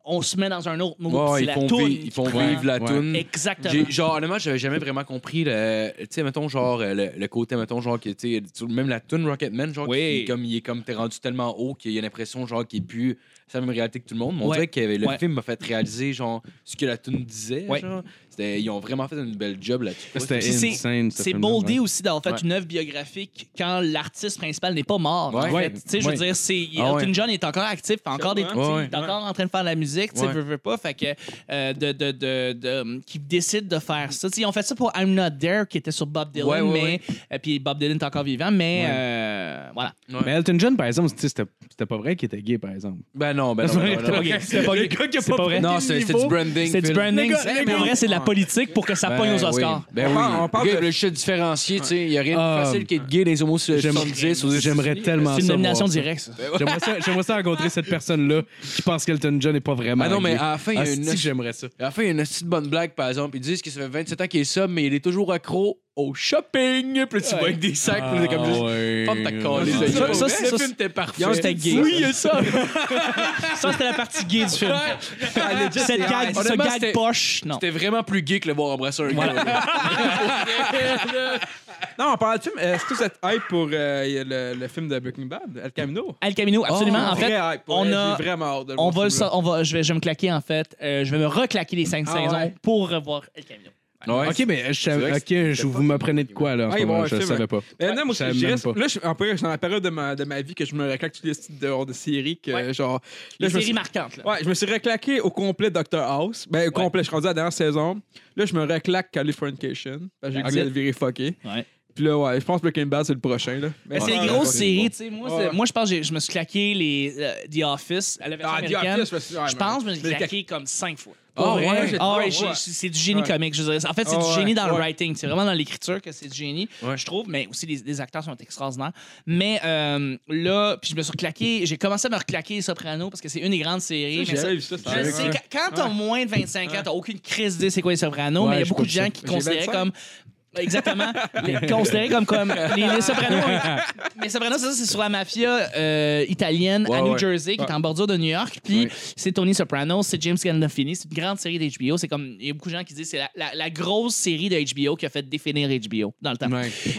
Speaker 6: on se met dans un autre mood.
Speaker 3: Ouais,
Speaker 6: c'est
Speaker 3: ils,
Speaker 6: la
Speaker 3: font
Speaker 6: toune
Speaker 3: vivre, ils
Speaker 6: qui
Speaker 3: font
Speaker 6: prend.
Speaker 3: vivre la
Speaker 5: Ouais.
Speaker 3: toune.
Speaker 6: Exactement.
Speaker 3: J'ai- Genre, honnêtement, j'avais jamais vraiment compris le. Tu sais, mettons, genre, euh, le, le côté, mettons, genre, qui était. Même la Toon Rocketman, genre,
Speaker 6: Oui.
Speaker 3: qui, comme, il est comme, t'es rendu tellement haut qu'il y a l'impression, genre, qu'il est plus. C'est la même réalité que tout le monde. Mais on
Speaker 6: Ouais.
Speaker 3: dirait que le
Speaker 6: Ouais.
Speaker 3: film m'a fait réaliser, genre, ce que la Toon disait.
Speaker 6: Ouais.
Speaker 3: Genre. C'était- Ils ont vraiment fait une belle job là-dessus.
Speaker 5: C'était
Speaker 6: Puis c'est-
Speaker 5: insane. ce
Speaker 6: C'est
Speaker 5: film-là,
Speaker 6: boldé
Speaker 5: ouais.
Speaker 6: aussi d'avoir fait
Speaker 3: Ouais.
Speaker 6: une œuvre biographique quand l'artiste principal n'est pas mort.
Speaker 3: Ouais.
Speaker 6: en fait.
Speaker 5: Ouais.
Speaker 6: Tu sais, je veux
Speaker 5: Ouais.
Speaker 6: dire, c'est
Speaker 3: Ah ouais.
Speaker 6: Elton John est encore actif, fait encore des
Speaker 4: Ouais.
Speaker 6: trucs, tu sais,
Speaker 3: Ouais.
Speaker 6: il est encore en train de faire de la musique, tu sais,
Speaker 3: Ouais.
Speaker 6: veux, veux pas, fait que euh, de, de, de, de- qui décide de faire ça. Tu sais, ils ont fait ça pour I'm Not There qui était sur Bob Dylan,
Speaker 3: Ouais, ouais,
Speaker 6: mais
Speaker 3: ouais.
Speaker 6: euh, puis Bob Dylan est encore vivant, mais
Speaker 5: Ouais.
Speaker 6: euh, voilà.
Speaker 5: Mais Elton John, par exemple, tu sais, c'était c'était pas vrai qu'il était gay, par exemple.
Speaker 3: Ben non, ben non. ben non, ben non.
Speaker 6: C'est pas gay. C'est pas vrai.
Speaker 3: Non, c'est c'est du branding.
Speaker 6: C'est du
Speaker 3: Phil.
Speaker 6: branding,
Speaker 4: gars, les
Speaker 6: mais en
Speaker 4: gars.
Speaker 6: vrai, c'est de la politique pour que ça
Speaker 3: Ben
Speaker 6: pogne aux
Speaker 3: oui,
Speaker 6: Oscars.
Speaker 3: Ben
Speaker 4: On
Speaker 3: oui.
Speaker 4: parle- on parle
Speaker 3: Le gars,
Speaker 4: de-
Speaker 3: Le shit différencier, tu sais. Il n'y a rien
Speaker 5: Ah,
Speaker 3: de facile qui est de gay des homos sur le
Speaker 5: j'aimerais-
Speaker 3: 70 aux
Speaker 5: J'aimerais tellement ça.
Speaker 6: C'est une
Speaker 5: voir
Speaker 6: nomination
Speaker 5: ça.
Speaker 6: directe, ça.
Speaker 5: J'aimerais ça, j'aimerais ça rencontrer cette personne-là qui pense qu'Elton John n'est pas vraiment.
Speaker 3: Ah non, mais
Speaker 5: gay.
Speaker 3: à la fin, il y a une
Speaker 5: Asti que j'aimerais ça.
Speaker 3: À la fin, il y a une petite bonne blague, par exemple. Ils disent que ça fait 27 ans qu'il est somme, mais il est toujours accro au shopping. Puis là, tu
Speaker 6: Ouais.
Speaker 3: vois avec des sacs, puis c'est comme juste. Femme ta
Speaker 4: Ça,
Speaker 3: calée.
Speaker 4: ça,
Speaker 3: Ça,
Speaker 6: ça,
Speaker 3: le
Speaker 6: ça,
Speaker 3: film était parfait.
Speaker 6: Yo, c'était gay.
Speaker 3: Oui, il y a ça.
Speaker 6: Ça, c'était la partie gay du film. Cette gag, ce
Speaker 3: Honnêtement,
Speaker 6: gag
Speaker 3: c'était-
Speaker 6: poche, non.
Speaker 3: C'était vraiment plus gay que le voir Ah, embrasser un gars.
Speaker 4: Non, on parle du film. euh, Est-ce que vous êtes hype pour euh, le, le film de Breaking Bad, El Camino?
Speaker 6: Al Camino, absolument. en fait,
Speaker 4: Vrai hype, pour
Speaker 6: on
Speaker 4: vrai,
Speaker 6: a-
Speaker 4: j'ai vraiment hâte de le
Speaker 6: on
Speaker 4: voir,
Speaker 6: va, le
Speaker 4: ce
Speaker 6: sor- on va, je, vais, je vais me claquer, en fait. Euh, je vais me reclaquer les cinq
Speaker 4: Ah,
Speaker 6: saisons
Speaker 4: ouais.
Speaker 6: pour revoir El Camino.
Speaker 3: Ah Ouais.
Speaker 5: Ok, mais je,
Speaker 3: vrai que
Speaker 5: ok, je vous m'apprenez de quoi, là? En
Speaker 4: Ah,
Speaker 5: ce
Speaker 4: il va y
Speaker 5: moment,
Speaker 4: avoir
Speaker 5: je
Speaker 4: un
Speaker 5: le
Speaker 4: film,
Speaker 5: savais pas.
Speaker 4: Ben non, moi,
Speaker 5: Je savais
Speaker 4: je
Speaker 5: même
Speaker 4: reste-
Speaker 5: pas.
Speaker 4: là, je suis en période- je suis dans la période de ma, de ma vie que je me reclaque tous les styles de, de séries que
Speaker 6: Ouais.
Speaker 4: genre. là,
Speaker 6: Les
Speaker 4: je me
Speaker 6: séries
Speaker 4: suis-
Speaker 6: marquantes, là.
Speaker 4: Ouais, je me suis reclaqué au complet Doctor House. Ben, au complet, je suis rendu à la dernière saison. Là, je me reclaque Californication. Parce que j'ai
Speaker 6: That's
Speaker 4: goûté
Speaker 6: it.
Speaker 4: de virer fucké.
Speaker 6: Ouais.
Speaker 4: Puis là, ouais, je pense que Breaking Bad, c'est le prochain, là.
Speaker 6: Mais c'est
Speaker 4: ouais,
Speaker 6: les
Speaker 4: ouais,
Speaker 6: grosses
Speaker 4: ouais.
Speaker 6: séries, tu sais. Moi,
Speaker 4: Ouais.
Speaker 6: c'est- moi, je pense que j'ai- je me suis claqué les, euh, The Office à la version
Speaker 4: Ah, The
Speaker 6: américaine.
Speaker 4: Office, parce que- ouais,
Speaker 6: je pense que je me
Speaker 4: mais-
Speaker 6: suis claqué comme cinq fois.
Speaker 3: Ah,
Speaker 6: Pour
Speaker 3: ouais?
Speaker 6: vrai.
Speaker 4: J'ai-
Speaker 6: Ah ouais,
Speaker 4: ouais.
Speaker 6: j'ai- c'est c'est du génie
Speaker 4: Ouais.
Speaker 6: comique. je veux dire. En fait, c'est
Speaker 4: Ah,
Speaker 6: du génie
Speaker 4: ouais.
Speaker 6: dans le
Speaker 4: Ouais.
Speaker 6: writing. C'est vraiment dans l'écriture que c'est du génie, je trouve. Mais aussi, les, les acteurs sont extraordinaires. Mais euh, là, puis je me suis reclaqué. J'ai commencé à me reclaquer Les Sopranos parce que c'est une des grandes séries. mais ça-
Speaker 4: J'avais vu ça, ça
Speaker 6: Je
Speaker 4: avait-
Speaker 6: sais,
Speaker 4: ouais.
Speaker 6: quand- quand t'as moins de 25 ans, t'as aucune crise d'idée c'est quoi les Sopranos,
Speaker 5: Ouais,
Speaker 6: mais il y a
Speaker 5: je
Speaker 6: beaucoup de
Speaker 5: suis pas
Speaker 6: gens qui
Speaker 4: J'ai
Speaker 6: considéraient
Speaker 4: 25.
Speaker 6: comme. Exactement. les, considérés comme, comme les, les Sopranos. les Sopranos, c'est ça, c'est sur la mafia euh, italienne à
Speaker 3: Ouais,
Speaker 6: New
Speaker 3: ouais.
Speaker 6: Jersey, qui est en bordure de New York. Puis c'est Tony Soprano, c'est James Gandolfini. C'est une grande série d'HBO. C'est comme. Il y a beaucoup de gens qui disent que c'est la, la- la grosse série de HBO qui a fait définir HBO dans le temps.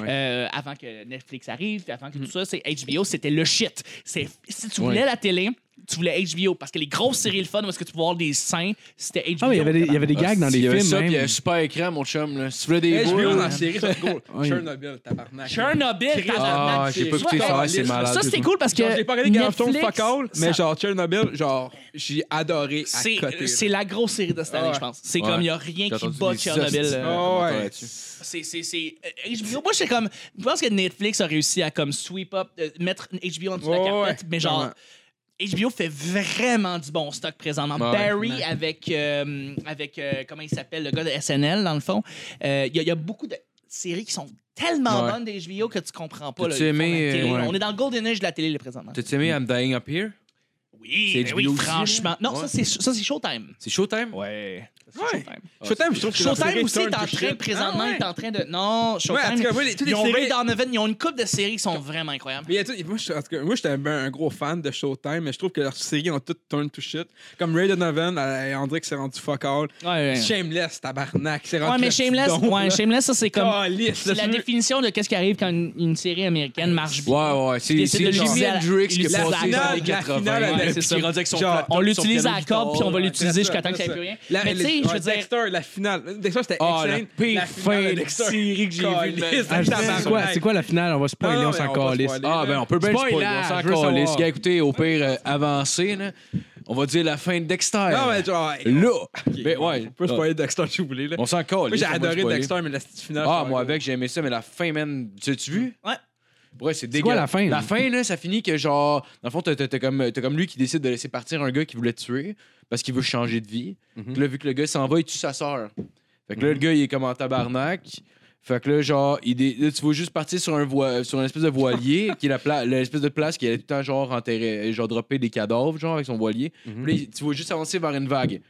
Speaker 6: Euh, avant que Netflix arrive, puis avant que
Speaker 4: Mm.
Speaker 6: tout ça, c'est HBO, c'était le shit. C'est, si tu voulais
Speaker 5: Ouais.
Speaker 6: la télé, tu voulais HBO parce que les grosses séries le fun où est-ce que tu pouvais voir des seins, c'était HBO.
Speaker 5: Ah, mais il y avait des, il y avait des gags dans
Speaker 3: Il y
Speaker 5: les
Speaker 3: avait
Speaker 5: films.
Speaker 3: ça, puis il y
Speaker 5: même.
Speaker 3: a un super écran, mon chum. Là. Si tu voulais des
Speaker 4: Hey, HBO
Speaker 3: boules, là.
Speaker 4: dans la série, ça, c'est cool.
Speaker 5: Ouais.
Speaker 4: Chernobyl, tabarnak.
Speaker 6: Chernobyl, tabarnak.
Speaker 3: Ah, j'ai pas écouté ça, ouais, c'est malade.
Speaker 6: ça, c'était cool parce que.
Speaker 4: Genre, j'ai pas regardé Game of Thrones,
Speaker 6: Netflix,
Speaker 4: fuck all,
Speaker 6: ça-
Speaker 4: mais genre Chernobyl, genre, j'ai adoré à
Speaker 6: C'est,
Speaker 4: côté.
Speaker 6: c'est
Speaker 4: là.
Speaker 6: la grosse série de cette
Speaker 4: Ah
Speaker 6: année,
Speaker 4: ouais.
Speaker 6: je pense. C'est
Speaker 3: Ouais.
Speaker 6: comme, il n'y a rien
Speaker 3: J'ai
Speaker 6: qui
Speaker 3: entendu
Speaker 6: bat
Speaker 3: des
Speaker 6: Chernobyl.
Speaker 3: hosties.
Speaker 6: euh,
Speaker 4: Ah
Speaker 3: Comment
Speaker 4: ouais.
Speaker 3: là-dessus?
Speaker 6: C'est, c'est, c'est... euh, HBO, moi, j'étais comme... Je pense que Netflix a réussi à comme sweep up, euh, mettre HBO en dessous de la
Speaker 4: Ouais, ouais,
Speaker 6: carpette, mais genre...
Speaker 4: vraiment.
Speaker 6: HBO fait vraiment du bon stock présentement.
Speaker 3: Ouais,
Speaker 6: Barry avec, euh, avec euh, comment il s'appelle, le gars de SNL, dans le fond. Euh, Il y, a- il y a beaucoup de séries qui sont tellement
Speaker 3: Ouais.
Speaker 6: bonnes des HBO que tu comprends pas. là,
Speaker 3: T'as-tu
Speaker 6: ils font la
Speaker 3: aimé, euh,
Speaker 6: télé.
Speaker 3: ouais.
Speaker 6: On est dans le golden age de la télé, là, présentement.
Speaker 3: T'as-tu aimé I'm Dying Up Here?
Speaker 6: Oui,
Speaker 3: C'est
Speaker 6: mais
Speaker 3: HBO
Speaker 6: oui,
Speaker 3: aussi, là?
Speaker 6: franchement. Non,
Speaker 3: Ouais.
Speaker 6: ça, c'est, ça, c'est Showtime.
Speaker 3: C'est Showtime?
Speaker 6: Ouais.
Speaker 4: Ouais.
Speaker 6: Showtime.
Speaker 4: Showtime, je trouve que la
Speaker 6: Showtime
Speaker 4: série
Speaker 6: aussi est
Speaker 4: turn
Speaker 6: en
Speaker 4: to
Speaker 6: train,
Speaker 4: shit.
Speaker 6: présentement,
Speaker 4: Ah ouais.
Speaker 6: est en train de. Non,
Speaker 4: Ouais, en
Speaker 6: Showtime.
Speaker 4: tout cas, moi, les- toutes les
Speaker 6: ils ont
Speaker 4: séries-
Speaker 6: Ray Donovan, ils ont une coupe de séries qui sont vraiment incroyables.
Speaker 4: Mais y a tout- moi, je, en tout cas, moi, j'étais un, un gros fan de Showtime, mais je trouve que leurs séries ont toutes turn to shit. Comme Ray Donovan, elle- on dirait que c'est rendu fuck all.
Speaker 6: Ah, Ouais,
Speaker 4: Shameless, tabarnak. C'est rendu
Speaker 6: Ouais, mais
Speaker 4: le petit
Speaker 6: Shameless,
Speaker 4: don,
Speaker 6: ouais,
Speaker 4: là.
Speaker 6: Shameless, ça, c'est comme.
Speaker 4: Calisse,
Speaker 6: C'est
Speaker 4: là,
Speaker 6: la
Speaker 4: tu veux-
Speaker 6: définition de qu'est-ce qui arrive quand une, une série américaine marche bien.
Speaker 3: Ouais, ouais, c'est
Speaker 6: décide de
Speaker 3: c'est Jimi
Speaker 6: l'utiliser à la-
Speaker 3: Hendrix qui a passé
Speaker 6: la
Speaker 3: les
Speaker 6: finale,
Speaker 3: années
Speaker 4: la
Speaker 3: 80.
Speaker 4: finale,
Speaker 3: là,
Speaker 4: ouais,
Speaker 3: puis
Speaker 6: c'est ça.
Speaker 3: qui est rendu avec son
Speaker 4: Genre,
Speaker 3: plat-
Speaker 6: On
Speaker 3: son
Speaker 6: l'utilise
Speaker 3: piano
Speaker 6: à la corde,
Speaker 3: guitare,
Speaker 6: puis on va
Speaker 3: ouais.
Speaker 6: l'utiliser
Speaker 4: C'est
Speaker 6: jusqu'à
Speaker 4: ça,
Speaker 6: temps que ça
Speaker 4: c'est
Speaker 6: ne plus rien.
Speaker 4: La-
Speaker 6: Mais tu sais,
Speaker 4: le-
Speaker 6: je
Speaker 4: ouais,
Speaker 6: veux dire.
Speaker 4: Dexter, la finale. Dexter, c'était
Speaker 3: Ah, la
Speaker 4: excellent.
Speaker 3: pire fin de
Speaker 4: Dexter.
Speaker 3: série que j'ai vue de ma vie.
Speaker 4: Calisse,
Speaker 5: Ah, je-
Speaker 4: tabarnak.
Speaker 5: c'est quoi- C'est quoi la finale? On va spoiler,
Speaker 4: Non, non,
Speaker 5: on
Speaker 4: mais on
Speaker 5: s'en
Speaker 4: va
Speaker 5: calisse.
Speaker 4: spoiler.
Speaker 3: Ah, ben, on peut bien
Speaker 5: Spoiler,
Speaker 3: spoiler. On s'en
Speaker 5: je veux
Speaker 3: calisse.
Speaker 5: savoir.
Speaker 3: Gars, écoutez, au pire, euh, avancé, là, on va dire la fin de Dexter.
Speaker 4: Non, mais genre. hey,
Speaker 3: Là!
Speaker 4: ok,
Speaker 3: Ben, ouais.
Speaker 4: On peut
Speaker 6: Ah.
Speaker 4: spoiler Dexter si vous voulez. là.
Speaker 3: On s'en calisse.
Speaker 4: Moi, j'ai
Speaker 3: on va
Speaker 4: adoré
Speaker 3: spoiler.
Speaker 4: Dexter, mais la petite finale.
Speaker 3: Ah,
Speaker 4: c'est
Speaker 3: moi,
Speaker 4: un gros-
Speaker 3: avec, j'ai aimé ça, mais la fin, man, tu tu vu?
Speaker 6: Ouais.
Speaker 3: Ouais, c'est
Speaker 5: quoi
Speaker 3: dégueu.
Speaker 5: la fin, là?
Speaker 3: La fin, là, ça finit que, genre, dans le fond, t'as t'as- t'as comme, t'as comme lui qui décide de laisser partir un gars qui voulait tuer parce qu'il veut changer de vie.
Speaker 5: Mhm.
Speaker 3: Puis là, vu que le gars s'en va, il tue sa sœur. Fait que là, le gars, il est comme en tabarnak. Fait que là, genre, il dé- là, tu vas juste partir sur un voi- sur une espèce de voilier, qui est la pla- l'espèce de place qui est tout le temps, genre, enterré, genre, dropper des cadavres, genre, avec son voilier.
Speaker 5: Mhm.
Speaker 3: Puis là, il- tu vas juste avancer vers une vague.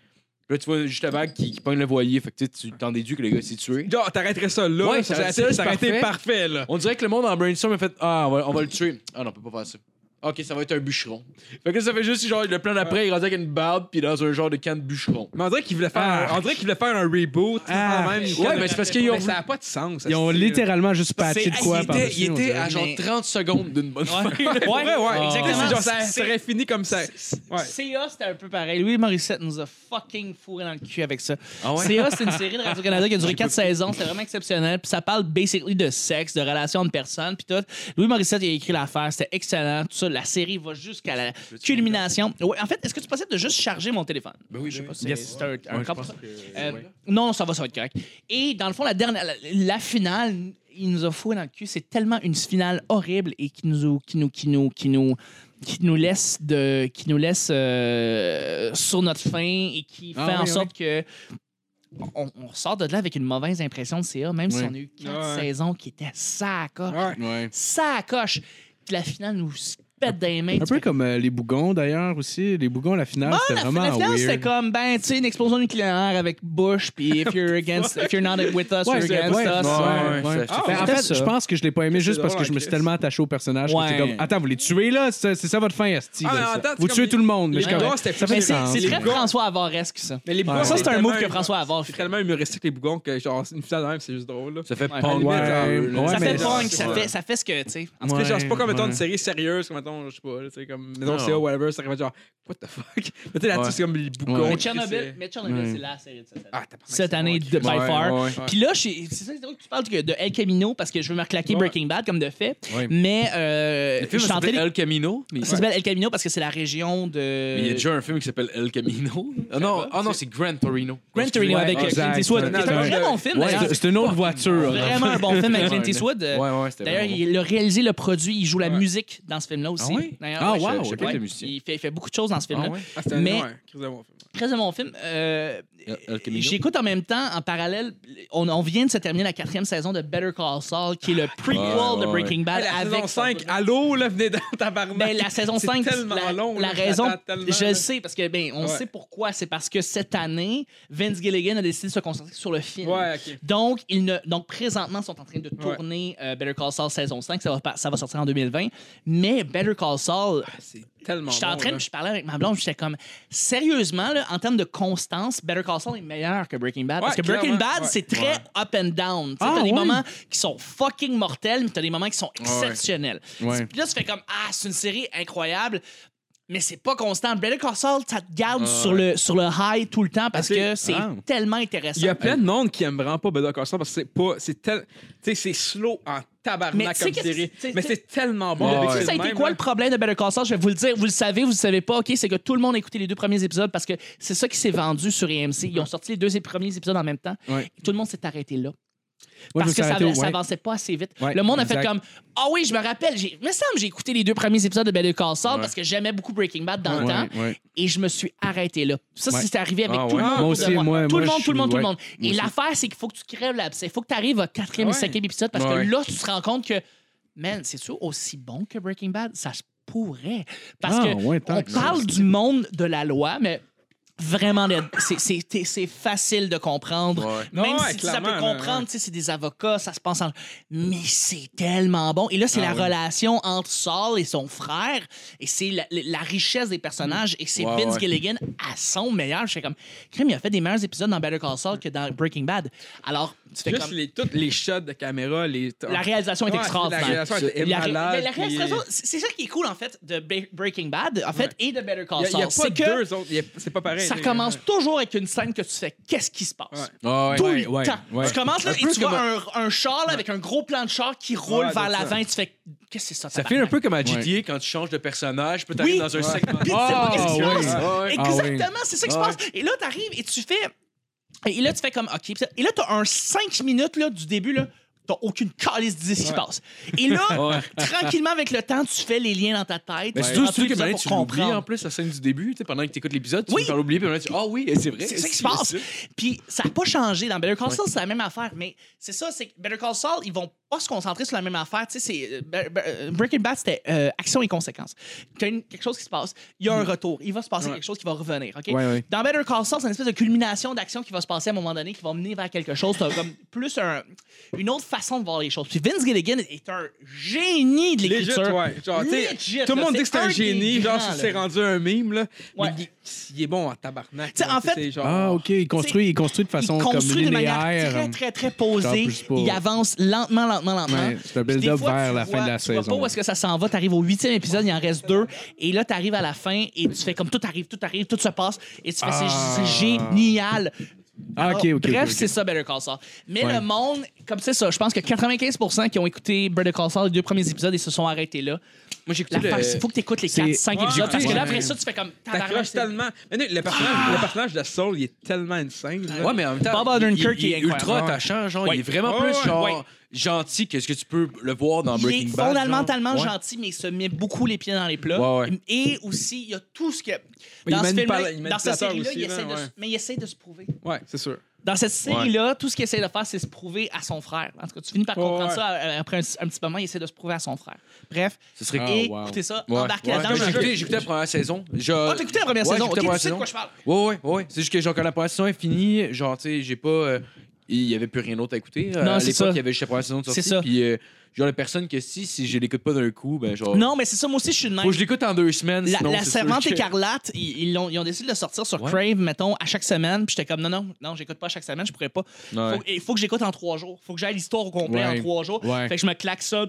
Speaker 3: Puis là, tu vois juste la vague qui, qui pogne le voilier. Fait que tu sais, tu t'en déduis que le gars s'est tué.
Speaker 4: Genre, t'arrêterais ça là.
Speaker 3: Ouais,
Speaker 4: ça
Speaker 3: ça-
Speaker 4: aurait
Speaker 3: ça,
Speaker 4: été-
Speaker 3: c'est
Speaker 4: ça aurait été
Speaker 3: parfait.
Speaker 4: parfait, là.
Speaker 3: On dirait que le monde en brainstorm a fait Ah, on va, on va le tuer. Ah non, on peut pas faire ça. Ok, ça va être un bûcheron. Fait que ça fait juste genre le plan d'après, il rentre avec une barbe puis dans un genre de canne de bûcheron.
Speaker 4: Mais on dirait qu'ils voulaient faire,
Speaker 5: Ah.
Speaker 4: on dirait qu'ils voulaient faire un reboot.
Speaker 5: Ah.
Speaker 4: quand même.
Speaker 3: Ouais, mais c'est parce qu'ils ont
Speaker 4: Mais ça n'a pas de sens.
Speaker 5: Ils ont
Speaker 4: ça, c'est-
Speaker 5: littéralement juste patché de
Speaker 3: C'est-
Speaker 5: quoi
Speaker 3: il
Speaker 5: par
Speaker 3: était, il était à genre
Speaker 6: Mais-
Speaker 3: 30 secondes d'une bonne fin.
Speaker 6: Ouais,
Speaker 4: Ouais, ouais, exactement.
Speaker 6: exactement.
Speaker 4: genre, ça
Speaker 6: Ah. C'est-
Speaker 4: serait fini comme ça. Ouais.
Speaker 6: CA, c'était un peu pareil. Louis Morissette nous a fucking fourré dans le cul avec ça.
Speaker 3: Ah ouais?
Speaker 6: CA, c'est une série de Radio-Canada qui a duré quatre saisons. C'était vraiment exceptionnel. Puis ça parle basically de sexe, de relations de personnes, puis tout. Louis Morissette, il a écrit l'affaire. C'était excellent. Tout ça, la série va jusqu'à la culmination. Ouais, en fait, est-ce que c'est possible de juste charger mon téléphone?
Speaker 3: Ben oui,
Speaker 6: je sais
Speaker 3: ben
Speaker 6: pas
Speaker 3: oui.
Speaker 6: si c'est-
Speaker 5: Yes.
Speaker 6: c'est un, un
Speaker 5: Ouais, je
Speaker 6: corps
Speaker 5: pense
Speaker 6: pour ça. Euh, Non, ça va, ça va être correct. Et dans le fond, la dernière, la, la finale, il nous a foué dans le cul. C'est tellement une finale horrible et qui nous, qui nous, qui nous, qui nous, qui nous laisse de, qui nous laisse euh, sur notre fin et qui
Speaker 5: Ah
Speaker 6: fait en
Speaker 5: oui,
Speaker 6: sorte que on, on ressort de là avec une mauvaise impression de CA, même si
Speaker 5: Oui.
Speaker 6: on a eu
Speaker 5: Ah
Speaker 6: quatre
Speaker 4: Ouais.
Speaker 6: saisons qui étaient ça coche,
Speaker 4: Ouais.
Speaker 5: Ouais.
Speaker 6: ça coche. Puis la finale nous pète des mains.
Speaker 5: Un peu comme euh, les bougons d'ailleurs aussi. Les bougons, la finale,
Speaker 6: Ah,
Speaker 5: c'était
Speaker 6: la,
Speaker 5: vraiment
Speaker 6: la finale,
Speaker 5: weird.
Speaker 6: c'était comme, ben, tu sais, une explosion nucléaire avec Bush, puis if you're against, if you're not with us,
Speaker 5: Ouais,
Speaker 6: you're
Speaker 5: c'est-
Speaker 6: against
Speaker 5: ouais,
Speaker 6: us.
Speaker 5: ouais,
Speaker 3: ouais.
Speaker 5: ouais.
Speaker 3: Ah,
Speaker 5: Ben, en
Speaker 6: c'était
Speaker 5: fait,
Speaker 6: ça.
Speaker 5: je pense que je l'ai pas aimé juste
Speaker 4: C'est
Speaker 5: parce que
Speaker 4: drôle,
Speaker 5: je me suis
Speaker 4: Chris.
Speaker 5: tellement attaché au personnage que
Speaker 6: Ouais.
Speaker 5: c'est comme attends vous les tuez là c'est c'est ça votre fin esti
Speaker 4: Ah,
Speaker 5: là,
Speaker 4: mais
Speaker 5: ça.
Speaker 4: attends, c'est
Speaker 5: vous
Speaker 4: comme
Speaker 5: tuez
Speaker 4: les-
Speaker 5: tout le monde
Speaker 4: les
Speaker 5: là, c'est
Speaker 4: bougons,
Speaker 5: correct.
Speaker 4: c'était
Speaker 5: ça fait
Speaker 4: plus-
Speaker 5: sens
Speaker 6: C'est
Speaker 4: Les
Speaker 6: très
Speaker 4: gars-
Speaker 6: François Avaresque, ça.
Speaker 4: Mais les bougons,
Speaker 5: Ouais.
Speaker 6: Ça, c'est un
Speaker 4: tellement hum,
Speaker 6: move que François Havard
Speaker 4: C'est
Speaker 6: fait.
Speaker 4: tellement humoristique, les bougons, que genre, une finale de même, c'est juste drôle. là.
Speaker 3: Ça fait
Speaker 6: Ouais.
Speaker 3: punk.
Speaker 4: Ouais,
Speaker 3: là.
Speaker 5: ouais,
Speaker 6: ça fait
Speaker 5: mais-
Speaker 6: punk, ça
Speaker 4: Ouais.
Speaker 6: fait, ça fait ce que, tu sais.
Speaker 4: En tout cas, genre, c'est pas comme, mettons,
Speaker 5: Ouais.
Speaker 4: une série sérieuse, comme, mettons, je sais pas, là, tu sais, comme, mettons,
Speaker 3: Non.
Speaker 4: CA, whatever, ça arrive genre, what the fuck? Mais tu sais, là-dessus,
Speaker 3: Ouais.
Speaker 4: c'est comme les bougons.
Speaker 5: Ouais.
Speaker 6: Mais
Speaker 4: qui-
Speaker 6: Chernobyl,
Speaker 4: c'est-
Speaker 6: mais Chernobyl,
Speaker 5: Ouais.
Speaker 6: c'est la série de cette année.
Speaker 4: Ah, t'as pas
Speaker 6: Cette année, de, by far.
Speaker 3: Ouais, ouais.
Speaker 4: Ouais.
Speaker 6: Puis là, j'ai- c'est ça, c'est drôle que tu parles que de El Camino, parce que je veux me reclaquer
Speaker 4: Ouais.
Speaker 6: Breaking Bad comme de fait,
Speaker 5: Ouais.
Speaker 6: mais euh,
Speaker 3: Le film
Speaker 6: je suis en
Speaker 3: s'appelle
Speaker 6: télé-
Speaker 3: El Camino. Mais
Speaker 6: ça s'appelle El Camino parce que c'est la région de...
Speaker 3: Mais il y a déjà un film qui s'appelle El Camino. Ah non, ah non c'est Gran Torino.
Speaker 6: Gran Torino
Speaker 5: Ouais,
Speaker 6: avec euh,
Speaker 5: exact.
Speaker 6: Clint Eastwood.
Speaker 5: Ouais,
Speaker 6: C'est un
Speaker 4: ouais.
Speaker 6: vrai bon film,
Speaker 5: Ouais,
Speaker 6: d'ailleurs.
Speaker 5: c'est- c'est une autre voiture là.
Speaker 6: Vraiment un bon film avec Clint
Speaker 3: Ouais.
Speaker 6: Eastwood. euh,
Speaker 3: Ouais, ouais, c'était
Speaker 6: D'ailleurs,
Speaker 3: vraiment
Speaker 6: il a réalisé le produit, il joue la
Speaker 4: Ouais.
Speaker 6: musique dans ce film-là aussi.
Speaker 3: Ah oui?
Speaker 6: D'ailleurs,
Speaker 5: Ah,
Speaker 6: ouais, je-
Speaker 5: wow,
Speaker 6: je-
Speaker 3: je sais pas
Speaker 6: ouais.
Speaker 3: qu'il est musicien.
Speaker 6: Il fait, il fait beaucoup de choses dans ce
Speaker 3: bon.
Speaker 6: film-là.
Speaker 3: Ah ouais?
Speaker 4: Ah, c'était un-
Speaker 6: Mais-
Speaker 4: ouais, Chris de mon film.
Speaker 6: Très bon film. Euh,
Speaker 3: El- El Camino.
Speaker 6: J'écoute en même temps, en parallèle, on, on vient de se terminer la quatrième saison de Better Call Saul, qui est le prequel
Speaker 3: ouais,
Speaker 6: de
Speaker 3: ouais.
Speaker 6: Breaking
Speaker 4: Ah,
Speaker 6: Bad.
Speaker 4: la
Speaker 6: avec
Speaker 4: saison 5, allô, là, venez dans ta barbe.
Speaker 6: Ben, la saison
Speaker 4: C'est
Speaker 6: 5,
Speaker 4: tellement
Speaker 6: la,
Speaker 4: long,
Speaker 6: la
Speaker 4: là,
Speaker 6: raison,
Speaker 4: j'attends tellement,
Speaker 6: je le
Speaker 4: là.
Speaker 6: sais, parce que ben, on
Speaker 4: Ouais.
Speaker 6: sait pourquoi. C'est parce que cette année, Vince Gilligan a décidé de se concentrer sur le film.
Speaker 4: Ouais, ok. Ben,
Speaker 6: Donc, ils ne, donc, présentement, ils sont en train de
Speaker 4: Ouais.
Speaker 6: tourner euh, Better Call Saul saison 5. Ça va, pa- ça va sortir en 2020. Mais Better Call Saul,
Speaker 4: C'est tellement
Speaker 6: j'étais en
Speaker 4: bon,
Speaker 6: train,
Speaker 4: là.
Speaker 6: de- je parlais avec ma blonde, j'étais comme, sérieusement, là, en termes de constance, Better Call Saul est meilleur que Breaking Bad. parce
Speaker 4: Ouais,
Speaker 6: que Breaking
Speaker 4: clairement,
Speaker 6: Bad,
Speaker 4: ouais.
Speaker 6: c'est très up and down. Tu sais,
Speaker 5: Ah,
Speaker 6: t'as des
Speaker 5: ouais.
Speaker 6: moments qui sont fucking mortels, mais t'as des moments qui sont exceptionnels.
Speaker 5: Ouais.
Speaker 6: Puis là, tu fais comme, ah, c'est une série incroyable. Mais c'est pas constant. Better Call Saul, ça te garde sur, le, sur le high tout le temps parce
Speaker 4: Ah, c'est-
Speaker 6: que c'est
Speaker 5: ah.
Speaker 6: tellement intéressant.
Speaker 4: Il y a plein de monde qui aime vraiment pas Better Call Saul parce que c'est pas. C'est tel. Tu sais, c'est slow en
Speaker 6: Mais
Speaker 4: tabarnak
Speaker 6: tu sais
Speaker 4: comme
Speaker 6: qu'est-ce
Speaker 4: série.
Speaker 6: que- tu sais,
Speaker 4: Mais
Speaker 6: tu-
Speaker 4: c'est tellement bon.
Speaker 3: Ouais.
Speaker 4: le
Speaker 6: Tu
Speaker 4: début,
Speaker 6: sais, ça a
Speaker 4: c'est
Speaker 6: été
Speaker 4: le même,
Speaker 6: quoi
Speaker 4: hein.
Speaker 6: le problème de Better Call Saul? Je vais vous le dire. Vous le savez, vous le savez pas. OK, c'est que tout le monde a écouté les deux premiers épisodes parce que c'est ça qui s'est vendu sur AMC. Ils ont sorti les deux é- premiers épisodes en même temps.
Speaker 5: Ouais.
Speaker 6: Tout le monde s'est arrêté là.
Speaker 5: Moi, je
Speaker 6: parce
Speaker 5: me
Speaker 6: que
Speaker 5: suis
Speaker 6: ça,
Speaker 5: arrêté au-
Speaker 6: ça
Speaker 5: ouais.
Speaker 6: avançait pas assez vite.
Speaker 5: Ouais,
Speaker 6: le monde a fait
Speaker 5: exact.
Speaker 6: comme Ah oui, je me rappelle, j'ai il me semble que j'ai écouté les deux premiers épisodes de Better Call Saul parce que j'aimais beaucoup Breaking Bad dans le
Speaker 5: Ouais,
Speaker 6: temps
Speaker 5: ouais.
Speaker 6: et je me suis arrêté là. Ça,
Speaker 5: Ouais.
Speaker 6: c'est arrivé avec
Speaker 3: Ah
Speaker 6: tout le
Speaker 3: ouais.
Speaker 6: monde.
Speaker 5: Moi
Speaker 6: autour
Speaker 5: aussi,
Speaker 6: de
Speaker 5: moi-
Speaker 6: tout
Speaker 5: moi,
Speaker 6: le monde,
Speaker 5: je
Speaker 6: tout le monde, tout le
Speaker 5: suis-
Speaker 6: monde. Et
Speaker 5: Moi aussi.
Speaker 6: l'affaire, c'est qu'il faut que tu crèves l'abcès. Il faut que tu arrives au quatrième
Speaker 4: Ouais.
Speaker 6: et cinquième épisode parce
Speaker 3: Ouais.
Speaker 6: que là, tu te rends compte que, man, c'est-tu aussi bon que Breaking Bad? Ça se pourrait. Parce
Speaker 5: Ah,
Speaker 6: que
Speaker 5: ouais, tant
Speaker 6: on
Speaker 5: que ça.
Speaker 6: parle du monde de la loi, mais vraiment, les- c'est- c'est c'est facile de comprendre.
Speaker 3: Ouais.
Speaker 6: Même
Speaker 4: Ouais,
Speaker 6: si tu- ça peut
Speaker 4: clairement, là,
Speaker 6: comprendre,
Speaker 4: ouais.
Speaker 6: tu sais, c'est des avocats, ça se passe en. Mais c'est tellement bon. Et là,
Speaker 4: Ah
Speaker 6: c'est la relation entre Saul et son frère, et c'est la, la- la richesse des personnages, et c'est
Speaker 3: Ouais,
Speaker 6: Vince
Speaker 3: ouais.
Speaker 6: Gilligan à son meilleur. Je fais comme, Crime, il a fait des meilleurs épisodes dans Better Call Saul que dans Breaking Bad. Alors, tu fais
Speaker 4: Juste
Speaker 6: comme.
Speaker 4: les, toutes les shots de caméra, les.
Speaker 6: La réalisation est
Speaker 4: Ouais,
Speaker 6: extraordinaire.
Speaker 4: La réalisation est
Speaker 6: La ré-
Speaker 4: malade.
Speaker 6: mais la
Speaker 4: puis-
Speaker 6: réalisation, c'est c'est ça qui est cool, en fait, de Ba- Breaking Bad, en fait, et de Better
Speaker 4: Il
Speaker 6: Call
Speaker 4: y a- il y a,
Speaker 6: Saul.
Speaker 4: pas
Speaker 6: C'est que
Speaker 4: deux autres. il y a- C'est pas pareil.
Speaker 6: ça
Speaker 4: tu sais.
Speaker 6: commence toujours avec une scène que tu fais qu'est-ce qui se passe.
Speaker 4: Ouais.
Speaker 5: Ah, ouais,
Speaker 6: tout
Speaker 5: ouais,
Speaker 6: le
Speaker 5: ouais,
Speaker 6: temps.
Speaker 5: ouais.
Speaker 6: Tu commences là, et
Speaker 4: plus
Speaker 6: tu vois un, un char là, avec un gros plan de char qui roule
Speaker 4: Ouais,
Speaker 6: vers
Speaker 4: c'est
Speaker 6: l'avant
Speaker 4: ça.
Speaker 6: et tu fais qu'est-ce que c'est ça
Speaker 3: Ça fait un peu comme à GTA
Speaker 5: GTA
Speaker 3: quand tu changes de personnage, peut
Speaker 6: Oui.
Speaker 3: t'arriver dans un
Speaker 4: Ouais.
Speaker 3: segment.
Speaker 6: Puis tu sais pas qu'est-ce qui se
Speaker 5: Ah,
Speaker 6: passe.
Speaker 5: ouais.
Speaker 3: Ah, ouais.
Speaker 6: Exactement, c'est ça qui se
Speaker 3: Ah,
Speaker 6: passe. Et là t'arrives et tu fais et là tu fais comme OK. pis ça- Et là t'as un 5 minutes là du début là T'as aucune calice d'idée ce qui se passe. Et là, tranquillement, avec le temps, tu fais les liens dans ta tête. Ah,
Speaker 3: Mais
Speaker 6: tu
Speaker 3: c'est tout
Speaker 6: remplis
Speaker 3: truc que
Speaker 6: tout ça
Speaker 3: maintenant,
Speaker 6: pour
Speaker 3: tu l'oublies
Speaker 6: comprendre.
Speaker 3: en plus la scène du début, tu sais, pendant que tu écoutes l'épisode, tu
Speaker 6: Oui.
Speaker 3: vas l'oublier, puis maintenant tu dis Ah oui, eh, c'est vrai.
Speaker 6: C'est ça qui se passe. Puis ça n'a pas changé. Dans Better Call Saul, c'est la même affaire. Mais c'est ça, c'est que Better Call Saul, ils vont pas se concentrer sur la même affaire. Tu sais, c'est, euh, Be- Be- euh, Breaking Bad, c'était euh, action et conséquences. T'as une- quelque chose qui se passe, il y a un
Speaker 4: Mm.
Speaker 6: retour, il va se passer quelque chose qui va revenir. OK?
Speaker 5: Ouais, ouais.
Speaker 6: Dans Better Call Saul, c'est une espèce de culmination d'action qui va se passer à un moment donné, qui va mener vers quelque chose. T'as comme plus un- une autre façon de voir les choses. Puis Vince Gilligan est un génie de
Speaker 4: Legit,
Speaker 6: l'écriture.
Speaker 4: ouais. Genre, tu sais,
Speaker 6: Legit,
Speaker 4: tout le
Speaker 6: là,
Speaker 4: monde dit que c'est un
Speaker 6: des
Speaker 4: génie. Genre,
Speaker 6: grands,
Speaker 4: ça s'est
Speaker 6: là.
Speaker 4: rendu un mime, là.
Speaker 6: Ouais.
Speaker 4: Mais il, il est bon en tabarnak.
Speaker 6: Tu sais,
Speaker 4: là.
Speaker 6: en fait-
Speaker 4: c'est genre-
Speaker 5: Ah, OK. Il construit, il construit de façon
Speaker 6: il construit
Speaker 5: comme
Speaker 6: de
Speaker 5: linéaire.
Speaker 6: manière très, très, très
Speaker 5: Genre,
Speaker 6: posée.
Speaker 5: plus pas-
Speaker 6: Il avance lentement, lentement, lentement.
Speaker 5: Ouais, c'est un
Speaker 6: Puis des
Speaker 5: build-up
Speaker 6: fois,
Speaker 5: vers
Speaker 6: tu
Speaker 5: la fin de la
Speaker 6: tu vois
Speaker 5: saison.
Speaker 6: pas où est-ce que ça s'en va. T'arrives au huitième épisode, il en reste deux. Et là, t'arrives à la fin et tu fais comme tout arrive, tout arrive, tout se passe. Et tu fais c'est-
Speaker 5: Ah.
Speaker 6: c'est génial.
Speaker 5: Ah, ok, ok, ok,
Speaker 6: bref,
Speaker 5: ok.
Speaker 6: c'est ça Better Call Saul. Mais
Speaker 5: Ouais.
Speaker 6: le monde, comme c'est ça, je pense que 95% qui ont écouté Better Call Saul les deux premiers épisodes et se sont arrêtés là.
Speaker 3: Moi, j'ai écouté
Speaker 6: Il
Speaker 3: le...
Speaker 6: faut que t'écoutes les
Speaker 5: c'est-
Speaker 6: 4 5
Speaker 4: Ouais,
Speaker 6: épisodes parce que là
Speaker 5: ouais.
Speaker 6: après ça tu fais comme tabarnak,
Speaker 4: T'accroches
Speaker 6: c'est-
Speaker 4: tellement. Mais non, le personnage, le personnage de Saul, il est tellement insane. là.
Speaker 3: Ah! Ouais, mais en même temps,
Speaker 6: Bob
Speaker 3: il,
Speaker 6: Odenkirk
Speaker 3: il- il
Speaker 6: est
Speaker 3: est
Speaker 6: incroyable.
Speaker 3: ultra attachant, genre, il est vraiment
Speaker 4: Ouais,
Speaker 3: plus
Speaker 4: ouais,
Speaker 3: genre
Speaker 6: ouais.
Speaker 3: gentil que ce que tu peux le voir dans Breaking
Speaker 6: il est
Speaker 3: Bad. genre.
Speaker 6: fondamentalement
Speaker 3: Ouais.
Speaker 6: gentil, mais il se met beaucoup les pieds dans les plats.
Speaker 3: Ouais, ouais.
Speaker 6: Et aussi, il y a tout ce que.
Speaker 4: il
Speaker 6: Dans, ce
Speaker 4: manipule-
Speaker 6: film-là,
Speaker 4: il
Speaker 6: dans
Speaker 4: manipulateur
Speaker 6: cette série-là,
Speaker 4: aussi,
Speaker 6: il essaie
Speaker 4: là,
Speaker 6: de se-
Speaker 4: ouais.
Speaker 6: mais il essaie de se prouver.
Speaker 4: Ouais, c'est sûr.
Speaker 6: Dans cette série-là, tout ce qu'il essaie de faire, c'est se prouver à son frère. En tout cas, tu finis par
Speaker 4: Ouais,
Speaker 6: comprendre
Speaker 4: ouais.
Speaker 6: ça euh, après un, un petit moment, il essaie de se prouver à son frère. Bref,
Speaker 3: Ce serait
Speaker 5: Ah,
Speaker 6: et
Speaker 5: wow.
Speaker 6: écoutez ça,
Speaker 3: Ouais.
Speaker 6: embarquez
Speaker 3: Ouais.
Speaker 6: là-dedans.
Speaker 3: J'ai
Speaker 6: Je-
Speaker 3: écouté- j'ai écouté la première saison. Je...
Speaker 6: Ah, t'as écouté la première
Speaker 3: Ouais,
Speaker 6: saison,
Speaker 3: j'ai
Speaker 6: ok,
Speaker 3: écouté
Speaker 6: tu
Speaker 3: la
Speaker 6: sais de quoi
Speaker 3: première
Speaker 6: je parle.
Speaker 3: Ouais, ouais, ouais. C'est juste que, genre, quand la première saison est finie, genre, tu sais, j'ai pas. euh, Il y avait plus rien d'autre à écouter. Euh,
Speaker 6: Non,
Speaker 3: à
Speaker 6: c'est
Speaker 3: l'époque,
Speaker 6: ça.
Speaker 3: il y avait juste la première saison de sortie.
Speaker 6: C'est ça.
Speaker 3: Puis, euh, genre, la personne que si, si je l'écoute pas d'un coup, ben, genre.
Speaker 6: Non, mais c'est ça, moi aussi, je suis de même.
Speaker 3: Faut que je l'écoute en deux semaines.
Speaker 6: La,
Speaker 3: sinon,
Speaker 6: la
Speaker 3: c'est sûr
Speaker 6: Servante
Speaker 3: que-
Speaker 6: écarlate, ils, ils l'ont- ils ont décidé de le sortir sur
Speaker 3: Ouais.
Speaker 6: Crave, mettons, à chaque semaine. Puis j'étais comme, non, non, non, j'écoute pas à chaque semaine, je pourrais pas.
Speaker 3: Ouais.
Speaker 6: Faut- Il faut, que j'écoute en trois jours. Faut que j'aille l'histoire au complet
Speaker 5: Ouais.
Speaker 6: en trois jours.
Speaker 5: Ouais.
Speaker 6: Fait que je me claque ça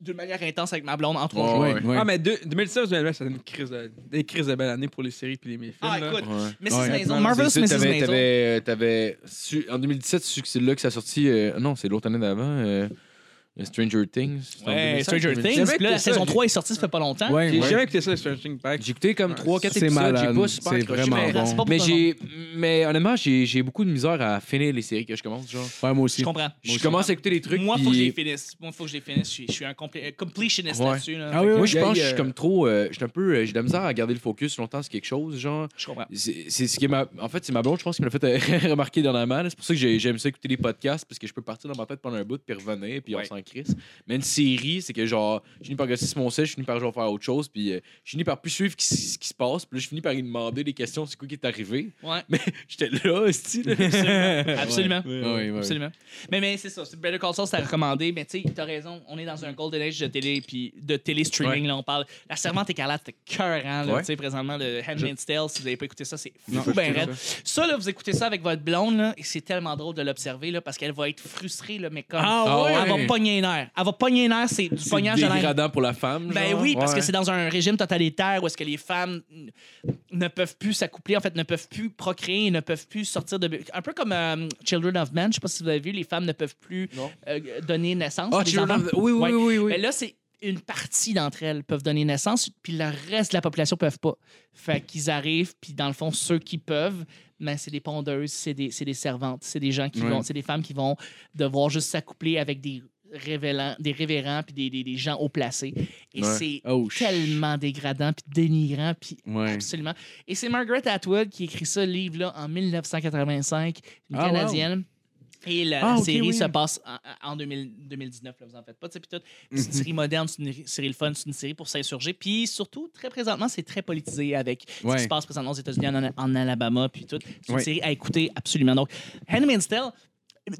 Speaker 6: d'une manière intense avec ma blonde en trois
Speaker 3: Ouais,
Speaker 6: jours.
Speaker 5: Ouais,
Speaker 3: ouais.
Speaker 5: ouais.
Speaker 4: Ah, mais deux- 2016, 2019, c'était une crise de, des crises de belle année pour les séries puis les mes films.
Speaker 6: Ah,
Speaker 4: là.
Speaker 6: écoute,
Speaker 3: Ouais.
Speaker 6: Mrs.
Speaker 5: Ouais.
Speaker 6: Maisel,
Speaker 4: Non,
Speaker 6: Marvelous
Speaker 3: C'est-
Speaker 6: Mrs.
Speaker 3: t'avais-
Speaker 6: Maisel.
Speaker 3: t'avais- t'avais su- en 2017, c'est c'est là que ça a sorti. euh, non, c'est l'autre année d'avant. euh, Stranger Things. C'était en
Speaker 6: Ouais,
Speaker 3: 2005,
Speaker 6: Stranger
Speaker 3: 2017.
Speaker 6: Things.
Speaker 4: J'avais
Speaker 6: Puis là, la
Speaker 4: écouté ça,
Speaker 6: saison
Speaker 4: j'ai-
Speaker 6: 3 est sortie, ça fait pas longtemps.
Speaker 5: Ouais,
Speaker 4: J'ai
Speaker 5: ouais.
Speaker 4: jamais écouté ça, Stranger Pack.
Speaker 3: J'ai écouté comme 3-4
Speaker 5: C'est
Speaker 3: épisodes. J'ai
Speaker 5: malade.
Speaker 3: pas super
Speaker 5: C'est
Speaker 3: accroché,
Speaker 5: vraiment
Speaker 3: mais-
Speaker 5: bon.
Speaker 6: C'est pas pour
Speaker 3: Mais
Speaker 6: tout le
Speaker 3: j'ai, mais honnêtement, j'ai j'ai beaucoup de misère à finir les séries que je commence. Genre,
Speaker 5: Ouais, moi aussi.
Speaker 6: Je comprends.
Speaker 3: je commence à écouter des trucs.
Speaker 6: Moi, faut que je
Speaker 3: puis-
Speaker 6: les finisse. Moi, faut que je les finisse. Je suis- je suis un complé- euh, completionist
Speaker 3: Ouais.
Speaker 6: là-dessus. là.
Speaker 5: Ah
Speaker 6: Fait
Speaker 5: oui,
Speaker 6: que-
Speaker 3: Moi, je
Speaker 4: Il y a
Speaker 3: pense que
Speaker 4: eu,
Speaker 3: je suis
Speaker 4: euh,
Speaker 3: comme trop. euh, je suis un peu. euh, J'ai de la misère à garder le focus longtemps sur quelque chose. Genre,
Speaker 6: Je comprends.
Speaker 3: c'est c'est ce qui m'a. En fait, c'est ma blonde, je pense, qui me l'a fait euh, remarquer dernièrement. là. C'est pour ça que j'ai- j'aime ça écouter des podcasts, parce que je peux partir dans ma tête pendant un bout, puis revenir, puis
Speaker 6: Ouais.
Speaker 3: on s'en crisse. Mais une série, c'est que genre, je finis par gosser sur mon sel, je finis par genre faire autre chose, puis euh, je finis par plus suivre qui- ce qui se passe, puis là, je finis par lui demander des questions, c'est quoi qui est arrivé.
Speaker 6: Ouais.
Speaker 3: Mais j'étais là, hostie, là.
Speaker 6: Absolument.
Speaker 5: Ouais, ouais.
Speaker 6: Absolument. Mais, mais c'est ça. c'est Better Call Saul, c'est à recommander. Mais tu sais, t'as raison. On est dans un golden age de télé, puis de télé-streaming. Là, on parle. La Servante écarlate, c'est cœurant. là,
Speaker 3: Ouais.
Speaker 6: Tu sais, présentement, le Handmaid's Tale, si vous n'avez pas écouté ça, c'est
Speaker 5: Non,
Speaker 6: fou, ben
Speaker 5: je sais
Speaker 6: raide. Ça, là, vous écoutez ça avec votre blonde, là, et c'est tellement drôle de l'observer, là, parce qu'elle va être frustrée, là, mais comme.
Speaker 5: Ah ouais?
Speaker 6: Elle va pogner un air. Elle va pogner un air, c'est du
Speaker 3: C'est
Speaker 6: pognage à l'air.
Speaker 3: dégradant pour la femme.
Speaker 6: Ben
Speaker 3: genre.
Speaker 6: oui, parce
Speaker 3: Ouais.
Speaker 6: que c'est dans un régime totalitaire où est-ce que les femmes n- ne peuvent plus s'accoupler, en fait, ne peuvent plus procréer, ne peuvent plus sortir de... Un peu comme euh, Children of Men, je sais pas si vous avez vu, les femmes ne peuvent plus
Speaker 3: Non.
Speaker 6: euh, donner naissance.
Speaker 3: Ah,
Speaker 6: les
Speaker 3: Children
Speaker 6: enfants.
Speaker 3: of- oui, oui,
Speaker 6: Ouais.
Speaker 3: oui, oui, oui.
Speaker 6: Mais là, c'est une partie d'entre elles peuvent donner naissance, puis le reste de la population peuvent pas. Fait qu'ils arrivent, puis dans le fond, ceux qui peuvent, mais c'est des pondeuses, c'est des, c'est des servantes, c'est des gens qui
Speaker 5: Ouais.
Speaker 6: vont, c'est des femmes qui vont devoir juste s'accoupler avec des révélants, des révérends, puis des, des- des gens haut placés. Et
Speaker 3: Ouais.
Speaker 6: c'est
Speaker 5: Oh, ch-
Speaker 6: tellement dégradant, puis dénigrant, puis
Speaker 5: Ouais.
Speaker 6: absolument. Et c'est Margaret Atwood qui écrit ce livre-là en 1985, une
Speaker 5: Ah, wow.
Speaker 6: Canadienne. Et la,
Speaker 5: Ah,
Speaker 6: la
Speaker 5: ok,
Speaker 6: série
Speaker 5: oui.
Speaker 6: se passe en, en 2000 2019, là, vous en faites pas, tu sais, puis tout. C'est
Speaker 5: Mhm.
Speaker 6: une série moderne, c'est une série le fun, c'est une série pour s'insurger. Puis surtout, très présentement, c'est très politisé avec ce
Speaker 5: Ouais.
Speaker 6: qui se passe présentement aux États-Unis, en, en Alabama, puis tout. C'est une
Speaker 5: Ouais.
Speaker 6: série à écouter absolument. Donc, Handmaid's Tale,